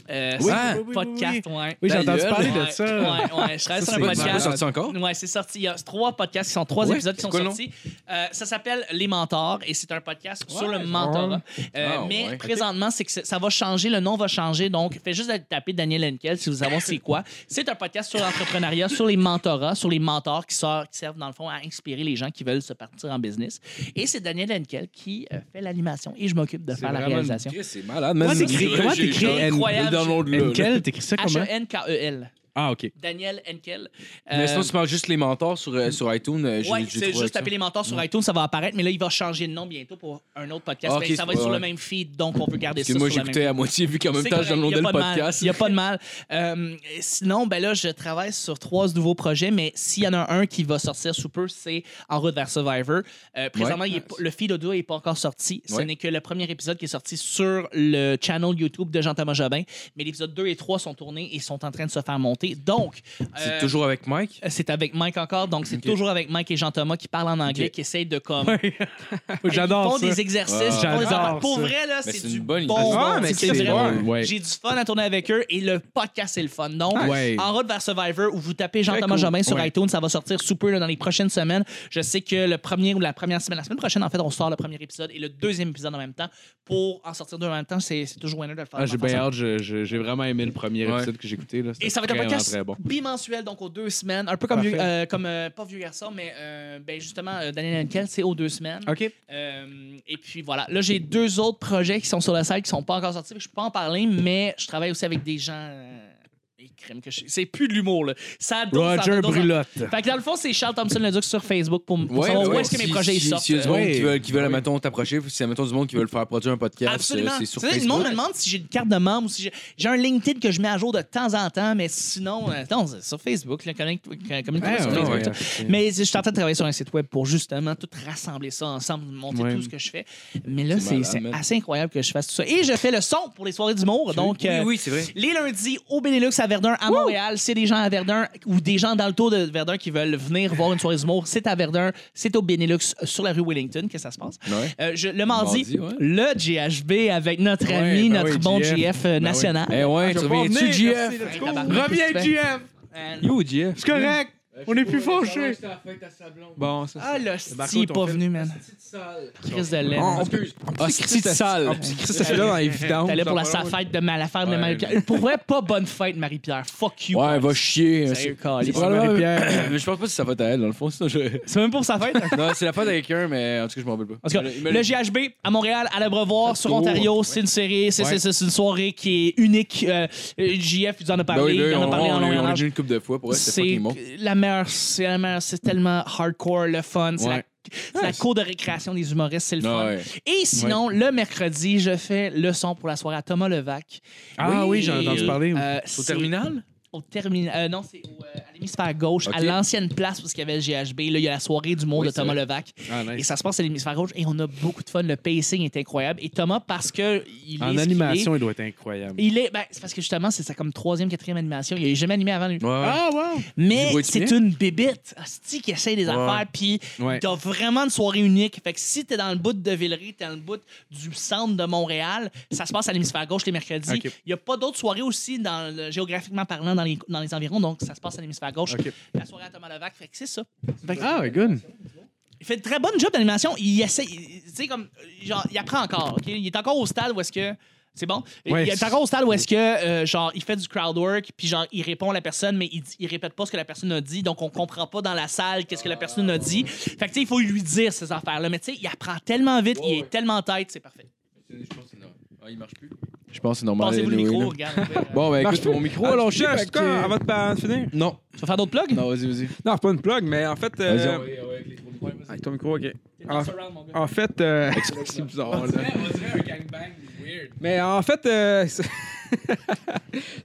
Speaker 6: Euh,
Speaker 3: Oui,
Speaker 6: c'est
Speaker 3: oui,
Speaker 4: Ah.
Speaker 6: un
Speaker 5: oui, oui,
Speaker 6: podcast, ouais.
Speaker 5: Oui, j'ai entendu
Speaker 3: Ta gueule.
Speaker 5: parler de
Speaker 6: Ouais,
Speaker 5: ça.
Speaker 6: ouais, ouais, je travaille sur
Speaker 5: c'est
Speaker 6: un
Speaker 5: pas
Speaker 3: C'est pas
Speaker 6: podcast.
Speaker 3: sorti encore?
Speaker 6: Ouais, c'est sorti. Il y a trois podcasts qui sont trois
Speaker 3: Ouais,
Speaker 6: épisodes qui
Speaker 3: c'est
Speaker 6: sont
Speaker 3: quoi le nom?
Speaker 6: sortis. Euh, ça s'appelle Les Mentors et c'est un podcast sur le
Speaker 4: Ouais,
Speaker 6: mentorat. Euh,
Speaker 3: Ah,
Speaker 6: mais
Speaker 3: ouais.
Speaker 6: présentement, c'est que ça- ça va changer, le nom va changer. Donc, faites juste d'aller taper Daniel Henkel si vous savez c'est quoi. C'est un podcast sur l'entrepreneuriat, sur les mentorats, sur les mentors qui, sort- qui servent dans le fond à inspirer les gens qui veulent se partir en business. Et c'est Daniel Henkel qui euh, fait l'animation et je m'occupe de faire la
Speaker 5: vraiment une
Speaker 6: réalisation.
Speaker 3: Chris, C'est malade,
Speaker 5: Comment
Speaker 3: man.
Speaker 5: t'écris-
Speaker 3: Ouais,
Speaker 5: comment
Speaker 3: j'ai-
Speaker 5: t'écris
Speaker 3: j'ai-
Speaker 6: incroyable,
Speaker 3: j'ai le download, là, là.
Speaker 5: Henkel, t'écris ça
Speaker 6: E
Speaker 5: comment?
Speaker 6: H-E-N-K-E-L.
Speaker 5: Ah, OK.
Speaker 6: Daniel Henkel.
Speaker 3: Mais
Speaker 6: Euh,
Speaker 3: sinon, tu parles juste les mentors sur, euh, sur iTunes. euh, j'ai-
Speaker 6: Oui,
Speaker 3: j'ai
Speaker 6: c'est
Speaker 3: trouvé
Speaker 6: juste
Speaker 3: ça.
Speaker 6: taper les mentors sur iTunes, ça va apparaître, mais là, il va changer de nom bientôt pour un autre podcast.
Speaker 3: Ah, ok,
Speaker 6: mais ça va être
Speaker 3: ouais,
Speaker 6: sur le
Speaker 3: ouais.
Speaker 6: même feed, donc on peut garder
Speaker 3: Parce que
Speaker 6: ça
Speaker 3: moi,
Speaker 6: sur le
Speaker 3: j'écoutais
Speaker 6: même
Speaker 3: à moitié, vu qu'en même temps, je downloadais le podcast.
Speaker 6: Il n'y a pas de mal. Euh, sinon, ben là, je travaille sur trois nouveaux projets, mais s'il y en a un qui va sortir sous peu, c'est En route vers Survivor. Euh, présentement,
Speaker 3: Ouais.
Speaker 6: il est pas- le feed audio n'est pas encore sorti. Ce
Speaker 3: Ouais.
Speaker 6: n'est que le premier épisode qui est sorti sur le channel YouTube de Jean-Thomas Jobin, mais l'épisode 2 et 3 sont tournés et sont en train de se faire monter. Donc,
Speaker 3: C'est
Speaker 6: euh,
Speaker 3: toujours avec Mike?
Speaker 6: c'est avec Mike encore, donc c'est
Speaker 3: Ok.
Speaker 6: toujours avec Mike et Jean-Thomas qui parlent en anglais,
Speaker 3: Ok.
Speaker 6: qui essayent de comme. Ils
Speaker 5: J'adore
Speaker 6: font
Speaker 5: ça.
Speaker 6: des exercices.
Speaker 3: Ah,
Speaker 6: ils font des
Speaker 5: j'adore
Speaker 6: affaires. Pour
Speaker 5: ça.
Speaker 6: vrai, là,
Speaker 3: Mais
Speaker 6: c'est
Speaker 3: c'est une
Speaker 6: du
Speaker 3: bonne idée.
Speaker 6: bon.
Speaker 4: Ah,
Speaker 6: bon.
Speaker 4: mais
Speaker 6: C'est
Speaker 4: c'est
Speaker 6: vraiment-
Speaker 4: bon.
Speaker 5: Ouais.
Speaker 6: J'ai du fun à tourner avec eux et le podcast, c'est le fun. Donc,
Speaker 5: Ouais.
Speaker 6: en route vers Survivor, où vous tapez
Speaker 4: Très
Speaker 6: Jean-Thomas
Speaker 4: cool.
Speaker 6: Jobin sur
Speaker 5: Ouais.
Speaker 6: iTunes, ça va sortir sous peu là, dans les prochaines semaines. Je sais que le premier ou la première semaine, la semaine prochaine, en fait, on sort le premier épisode et le deuxième épisode en même temps. Pour en sortir deux en même temps, c'est c'est toujours winner de le faire.
Speaker 5: Ah,
Speaker 6: de
Speaker 5: j'ai
Speaker 6: faire ça.
Speaker 5: bien hâte. je- je- J'ai vraiment aimé le premier
Speaker 3: Ouais.
Speaker 5: épisode que j'ai écouté. là. C'était
Speaker 6: Et ça va être un
Speaker 5: vraiment,
Speaker 6: podcast
Speaker 5: très bon.
Speaker 6: bimensuel, donc aux deux semaines. Un peu comme,
Speaker 5: Parfait.
Speaker 6: vieux- euh, comme euh, pas vieux garçon, mais euh, ben justement, euh, Daniel Henkel, c'est aux deux semaines.
Speaker 5: OK.
Speaker 6: Euh, et puis voilà. Là, j'ai deux autres projets qui sont sur le site qui sont pas encore sortis. fait que Je peux pas en parler, mais je travaille aussi avec des gens. euh, et crème que je- C'est plus de l'humour, là. Ça dose, ça
Speaker 5: Roger
Speaker 6: dose, ça-
Speaker 5: Brulotte.
Speaker 6: Fait que dans le fond, c'est Charles Thompson Leduc sur Facebook pour, pour
Speaker 3: Ouais,
Speaker 6: savoir
Speaker 3: ben
Speaker 6: où
Speaker 3: ouais.
Speaker 6: est-ce que mes
Speaker 3: Si-
Speaker 6: projets ils
Speaker 3: si-
Speaker 6: sortent.
Speaker 3: Si y a du monde
Speaker 5: Ouais.
Speaker 3: qui veulent, qui veulent mettons, t'approcher, si, mettons, du monde qui veulent faire produire un podcast,
Speaker 6: Absolument.
Speaker 3: euh, c'est
Speaker 6: Tu
Speaker 3: sur
Speaker 6: sais, le monde
Speaker 3: Facebook.
Speaker 6: me demande si j'ai une carte de membre ou si j'ai- j'ai un LinkedIn que je mets à jour de temps en temps, mais sinon, euh, non, c'est sur Facebook, là, connecte- connecte- communique-toi
Speaker 5: Ah,
Speaker 6: sur
Speaker 5: ouais,
Speaker 6: Facebook.
Speaker 5: ouais,
Speaker 6: ça.
Speaker 5: ouais.
Speaker 6: Mais je suis en train de travailler sur un site web pour justement tout rassembler ça ensemble, monter
Speaker 5: Ouais.
Speaker 6: tout ce que je fais. Mais là, c'est
Speaker 3: malade,
Speaker 6: c'est
Speaker 3: man.
Speaker 6: assez incroyable que je fasse tout ça. Et je fais le son pour les soirées d'humour. Donc, euh,
Speaker 3: oui, c'est vrai.
Speaker 6: les lundis au Benelux à Verdun, à Montréal, c'est des gens à Verdun ou des gens dans le tour de Verdun qui veulent venir voir une soirée d'humour. C'est à Verdun, c'est au Benelux sur la rue Wellington que ça se passe.
Speaker 3: Ouais.
Speaker 6: Euh, je- le mardi,
Speaker 3: Mardi, ouais.
Speaker 6: le GHB avec notre
Speaker 5: Ouais,
Speaker 6: ami,
Speaker 5: ben
Speaker 6: notre
Speaker 5: oui, Ben,
Speaker 6: bon
Speaker 5: GF.
Speaker 6: GF, euh, national.
Speaker 3: Eh ouais,
Speaker 4: Je
Speaker 3: tu
Speaker 4: vais pas
Speaker 3: reviens-tu,
Speaker 4: venir,
Speaker 3: GF?
Speaker 4: merci, let's
Speaker 6: Hey,
Speaker 4: go.
Speaker 6: tabarnak,
Speaker 5: Reviens,
Speaker 6: qu'est-ce que tu fais?
Speaker 5: GF!
Speaker 6: Euh,
Speaker 4: You, GF.
Speaker 5: C'est correct! On est plus fâchés.
Speaker 4: Bon, ça.
Speaker 6: Ah, le
Speaker 5: Marco,
Speaker 6: sti est
Speaker 5: ton
Speaker 6: pas
Speaker 5: film.
Speaker 6: venu, man. Crise de laine.
Speaker 4: On peut.
Speaker 3: Ah, c'est sale.
Speaker 4: Ça, c'est là dans les vidanges.
Speaker 6: T'allais pour la
Speaker 4: ça,
Speaker 6: sa
Speaker 4: pas
Speaker 6: fête de mal affaire de
Speaker 5: Ouais,
Speaker 6: Marie-Pierre. Pour vrai, pas bonne fête, Marie-Pierre. Fuck you.
Speaker 3: Ouais, va chier.
Speaker 6: Sérieux,
Speaker 3: C'est
Speaker 6: calice.
Speaker 3: c'est probablement-
Speaker 5: Marie-Pierre.
Speaker 3: Mais je pense pas que c'est sa faute à elle, dans le fond. ça, je-
Speaker 6: C'est même pour sa fête.
Speaker 3: Non, c'est la faute à quelqu'un, mais en tout cas, je m'en rappelle pas.
Speaker 6: En tout cas,
Speaker 3: Il me-
Speaker 6: le GHB à Montréal, à l'Abreuvoir, sur
Speaker 3: Oh,
Speaker 6: Ontario, c'est une série, c'est
Speaker 5: Ouais.
Speaker 6: c'est- c'est une soirée qui est unique. Euh, JF, il en a
Speaker 3: Ben oui,
Speaker 6: parlé,
Speaker 3: là,
Speaker 6: il en
Speaker 3: on-
Speaker 6: a parlé
Speaker 3: on-
Speaker 6: en long et en
Speaker 3: On l'a
Speaker 6: large.
Speaker 3: vu une couple de fois pour elle, c'est
Speaker 6: c'est
Speaker 3: fucking bon.
Speaker 6: la meilleure, c'est la meilleure, c'est tellement hardcore, le fun, c'est la-
Speaker 5: Ouais.
Speaker 6: c'est la, cour de récréation des humoristes, c'est le fun.
Speaker 3: Ah Ouais.
Speaker 6: Et sinon, le mercredi, je fais le son pour la soirée à Thomas Levac.
Speaker 5: Ah oui, j'ai entendu parler.
Speaker 6: au terminal? Au terminal. euh, non, c'est au, euh, à l'hémisphère gauche, à
Speaker 3: Ok.
Speaker 6: l'ancienne place où il y avait le GHB. Là, il y a la soirée du monde
Speaker 3: Oui,
Speaker 6: de
Speaker 3: c'est
Speaker 6: Thomas
Speaker 3: vrai.
Speaker 6: Levac.
Speaker 5: Ah,
Speaker 6: Et
Speaker 5: nice.
Speaker 6: ça se passe à l'hémisphère gauche et on a beaucoup de fun. Le pacing est incroyable. Et Thomas, parce que il est ce
Speaker 5: En
Speaker 6: qu'il
Speaker 5: animation, il doit être incroyable.
Speaker 6: est, il est, ben, c'est parce que justement, c'est sa comme troisième, quatrième animation. Il n'est jamais animé avant lui.
Speaker 5: Ah, wow!
Speaker 6: Mais
Speaker 3: Bois du
Speaker 6: c'est
Speaker 3: Pinet?
Speaker 6: une bébite. Asti qui essaie des affaires. Puis
Speaker 5: Ouais.
Speaker 6: t'as vraiment une soirée unique. Fait que si t'es dans le bout de Villeray, t'es dans le bout du centre de Montréal, ça se passe à l'hémisphère gauche les mercredis. Il
Speaker 5: Ok.
Speaker 6: n'y a pas d'autres soirées aussi, dans le- géographiquement parlant, dans les, dans les environs. Donc ça se passe à l'hémisphère gauche.
Speaker 5: Ok.
Speaker 6: La soirée à Thomas Levac. Fait que c'est ça. Fait que-
Speaker 5: Ah, ouais, good.
Speaker 6: il fait de très bonne job d'animation. Il essaie, il- tu sais, comme, genre, il apprend encore. ok? Il est encore au stade où est-ce que. C'est bon?
Speaker 5: Ouais.
Speaker 6: Il est encore au stade où est-ce que, euh, genre, il fait du crowd work, puis genre, il répond à la personne, mais il, dit- il répète pas ce que la personne a dit, donc on comprend pas dans la salle qu'est-ce que la personne a dit. Fait que, tu sais, il faut lui dire ces affaires-là. Mais tu sais, il apprend tellement vite, il est tellement en tête, c'est parfait.
Speaker 3: Ah, il marche plus. Je pense que c'est normal.
Speaker 6: Passez-vous le
Speaker 3: anyway,
Speaker 6: micro,
Speaker 3: là.
Speaker 6: regarde. Bon.
Speaker 3: Bon, ben
Speaker 4: Marche
Speaker 3: écoute, mon micro, alors je sais
Speaker 4: Chef, quoi, avant de pa- de finir?
Speaker 3: Non.
Speaker 6: Tu vas faire d'autres plugs?
Speaker 3: Non, vas-y, vas-y.
Speaker 4: Non, c'est pas une plug, mais en fait. euh, Ah, ton micro, ok. En, en fait. euh, c'est bizarre, là. Mais en fait, euh, c'est-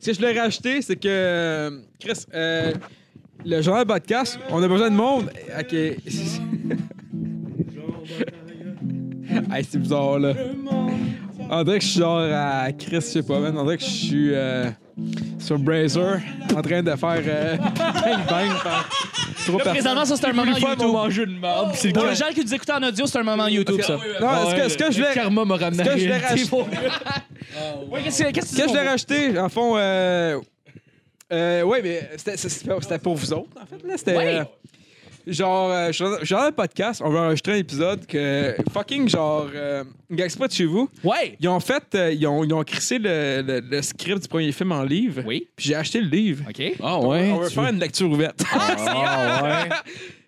Speaker 4: ce que je l'ai racheté, c'est que. euh, Chris, euh, le journal podcast, on a besoin de monde. Ok. hey, c'est bizarre, là. On dirait que je suis genre à Chris, je sais pas, man. On dirait que je suis euh, sur Brazer en train de faire euh, bang bang par trois personnes.
Speaker 6: Présentement, ça, c'est un moment
Speaker 4: fois,
Speaker 6: YouTube.
Speaker 4: mon
Speaker 6: jeu de merde,
Speaker 4: c'est le
Speaker 6: Pour
Speaker 4: cas.
Speaker 6: les gens qui nous écoutent en audio, c'est un moment YouTube, ça.
Speaker 4: Non, ce que, ce que je l'ai.
Speaker 5: Karma m'a ramené
Speaker 4: Ce que je l'ai racheté.
Speaker 6: Ouais, Qu'est-ce que qu'est-ce que
Speaker 4: Quand je l'ai
Speaker 6: tu
Speaker 4: racheté, en fond, euh, euh, ouais, mais c'était- c'était c'était pour vous autres, en fait. Là, c'était
Speaker 6: Ouais.
Speaker 4: euh, genre, euh, je suis dans un podcast, on va enregistrer un épisode que fucking genre, euh, gars, c'est pas de chez vous.
Speaker 6: Ouais!
Speaker 4: Ils ont fait, euh, ils ont, ils ont crissé le, le- le script du premier film en livre.
Speaker 6: Oui.
Speaker 4: Puis j'ai acheté le livre.
Speaker 6: OK.
Speaker 3: Ah ouais.
Speaker 4: on va
Speaker 3: tu-
Speaker 4: faire une lecture ouverte.
Speaker 3: Ah ouais.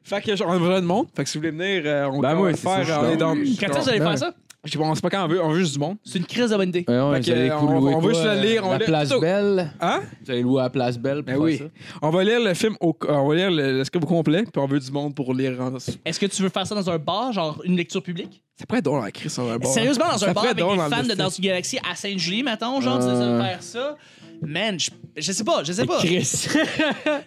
Speaker 4: fait que genre, on a besoin de monde. Fait que si vous voulez venir, euh, on
Speaker 3: Ben
Speaker 4: on va
Speaker 3: oui,
Speaker 4: le
Speaker 3: c'est ça, je
Speaker 4: faire.
Speaker 3: suis
Speaker 4: euh, on est
Speaker 3: d'accord.
Speaker 4: dans.
Speaker 6: Quand est-ce que vous allez faire ça?
Speaker 4: Je sais pas, on sait pas quand on veut, on veut juste du monde.
Speaker 6: C'est une crise de bonne idée.
Speaker 3: ben Ouais, ouais,
Speaker 4: Fait
Speaker 3: vous
Speaker 4: que,
Speaker 3: allez
Speaker 4: euh,
Speaker 3: cool
Speaker 4: on-
Speaker 3: louer
Speaker 4: on veut
Speaker 3: quoi,
Speaker 4: se la lire,
Speaker 3: euh,
Speaker 4: on
Speaker 3: La
Speaker 4: l'a-
Speaker 3: place
Speaker 4: plutôt.
Speaker 3: belle.
Speaker 4: Hein?
Speaker 3: Vous allez louer à la place belle
Speaker 4: Ben
Speaker 3: pour
Speaker 4: oui.
Speaker 3: faire ça.
Speaker 4: On va lire le film au, on va lire le, le script au complet, puis on veut du monde pour lire. en- Ça
Speaker 6: Est-ce que tu veux faire ça dans un bar, genre une lecture publique?
Speaker 4: pourrait être drôle à écrire sur un bord.
Speaker 6: Sérieusement, dans un
Speaker 4: Ça
Speaker 6: bar
Speaker 4: pourrait
Speaker 6: avec
Speaker 4: être
Speaker 6: des
Speaker 4: drôle dans
Speaker 6: fans
Speaker 4: le
Speaker 6: de
Speaker 4: film.
Speaker 6: Dans une Galaxie à Sainte-Julie, mettons, genre, tu
Speaker 3: Euh.
Speaker 6: veux faire ça? Man, je, je sais pas, je sais pas.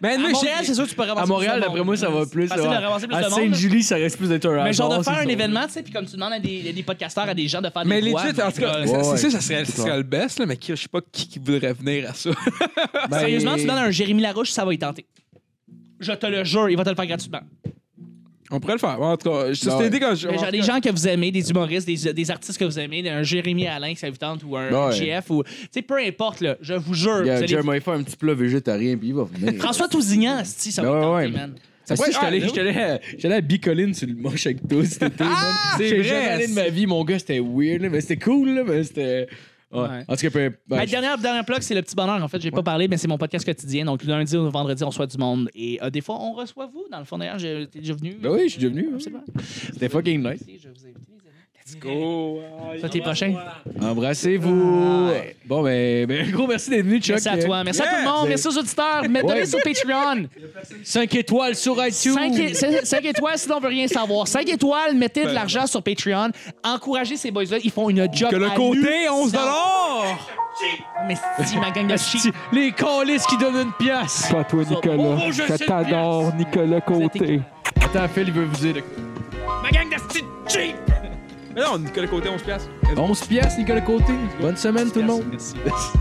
Speaker 4: Mais
Speaker 6: À
Speaker 4: anyway,
Speaker 6: Montréal, c'est
Speaker 4: Ben, j'ai-
Speaker 6: sûr que tu peux ramasser
Speaker 3: À
Speaker 6: plus de
Speaker 3: Montréal,
Speaker 6: monde.
Speaker 3: d'après moi, ça va plus.
Speaker 6: Facile
Speaker 3: ouais.
Speaker 6: de ramasser plus
Speaker 3: À
Speaker 6: de monde.
Speaker 3: Sainte-Julie, ça reste plus d'être un
Speaker 6: Mais genre de
Speaker 3: hasard,
Speaker 6: faire
Speaker 3: c'est
Speaker 6: un
Speaker 3: sûr.
Speaker 6: événement, tu sais, puis comme tu demandes à des, à des podcasteurs, à des gens de faire
Speaker 4: mais
Speaker 6: des voix,
Speaker 4: legit, en tout cas,
Speaker 6: euh,
Speaker 4: c'est
Speaker 3: Ouais, ouais.
Speaker 4: c'est sûr ça serait, ça serait le best, là, mais qui- je sais pas qui, qui voudrait venir à ça.
Speaker 3: Ben,
Speaker 6: Sérieusement, tu donnes à un Jérémy Larouche, ça va y tenter. Je te le jure, il va te le faire gratuitement.
Speaker 4: on pourrait le faire. En tout cas, je-
Speaker 3: Ben
Speaker 4: c'était
Speaker 3: ouais.
Speaker 4: idée quand je.
Speaker 6: Mais genre
Speaker 4: en
Speaker 6: des
Speaker 4: tout cas,
Speaker 6: gens que vous aimez, des humoristes, des, des artistes que vous aimez, un Jérémy Alain qui s'invitante ou un
Speaker 3: Ben Ouais.
Speaker 6: GF ou. Tu sais, peu importe, là, je vous jure.
Speaker 3: Yeah,
Speaker 6: vous allez-
Speaker 3: Jeremy fait un petit plat végétarien, puis il va venir.
Speaker 6: François Tousignan, asti, ça va
Speaker 3: Ben
Speaker 6: être
Speaker 3: ouais,
Speaker 6: tenté,
Speaker 3: ouais.
Speaker 6: man.
Speaker 3: Ça
Speaker 4: Ouais,
Speaker 3: si, j'étais allé,
Speaker 4: ah,
Speaker 3: j'étais allé à- j'étais allé à Bicoline sur le moche avec tout cet été. man.
Speaker 4: Ah! c'est
Speaker 3: J'étais
Speaker 4: vrai,
Speaker 3: jamais allé de ma vie, mon gars, c'était weird, là, mais c'était cool, là, mais c'était. Ouais.
Speaker 6: Ouais.
Speaker 3: En tout cas, peu. ben,
Speaker 6: Ma dernière, dernière plug, c'est le petit bonheur. En fait, j'ai pas parlé, mais c'est mon podcast quotidien. Donc, du lundi au vendredi, on reçoit du monde. Et euh, des fois, on reçoit vous. Dans le fond, d'ailleurs, j'ai- t'es déjà venu.
Speaker 3: Ben oui, je suis déjà venu, ouais.
Speaker 6: Absolument.
Speaker 3: c'était fucking nice.
Speaker 4: Ah,
Speaker 6: Je vous invite, les amis.
Speaker 4: let's go.
Speaker 6: Ça, t'es prochain.
Speaker 3: Embrassez-vous.
Speaker 6: Ah, ouais.
Speaker 3: Bon, ben, ben, gros, merci d'être venu, Chuck.
Speaker 6: Merci à toi. Merci à tout le
Speaker 4: Yeah.
Speaker 6: monde. Merci aux auditeurs. Mais donnez
Speaker 3: Ouais.
Speaker 6: sur Patreon.
Speaker 3: 5 étoiles sur iTunes.
Speaker 6: 5 étoiles, sinon on veut rien savoir. 5 étoiles, mettez
Speaker 4: Ben.
Speaker 6: de l'argent sur Patreon. Encouragez ces boys-là. Ils font une job.
Speaker 4: Que le
Speaker 6: à
Speaker 4: côté, 11
Speaker 6: nu-
Speaker 4: dollars!
Speaker 6: Mais si, ma gang de chi.
Speaker 3: Si- Les calices qui donnent une pièce.
Speaker 4: Pas toi,
Speaker 6: Nicolas. Oh, je Je sais t'adore, bien.
Speaker 4: Nicolas
Speaker 6: Côté.
Speaker 3: Attends, Phil, il veut vous dire. de-
Speaker 6: Ma gang de chi- chi.
Speaker 4: Mais non, Nicolas Côté, 11 piastres.
Speaker 3: 11 pièces, Nicolas Côté. Bonne semaine, tout le monde.
Speaker 6: Merci.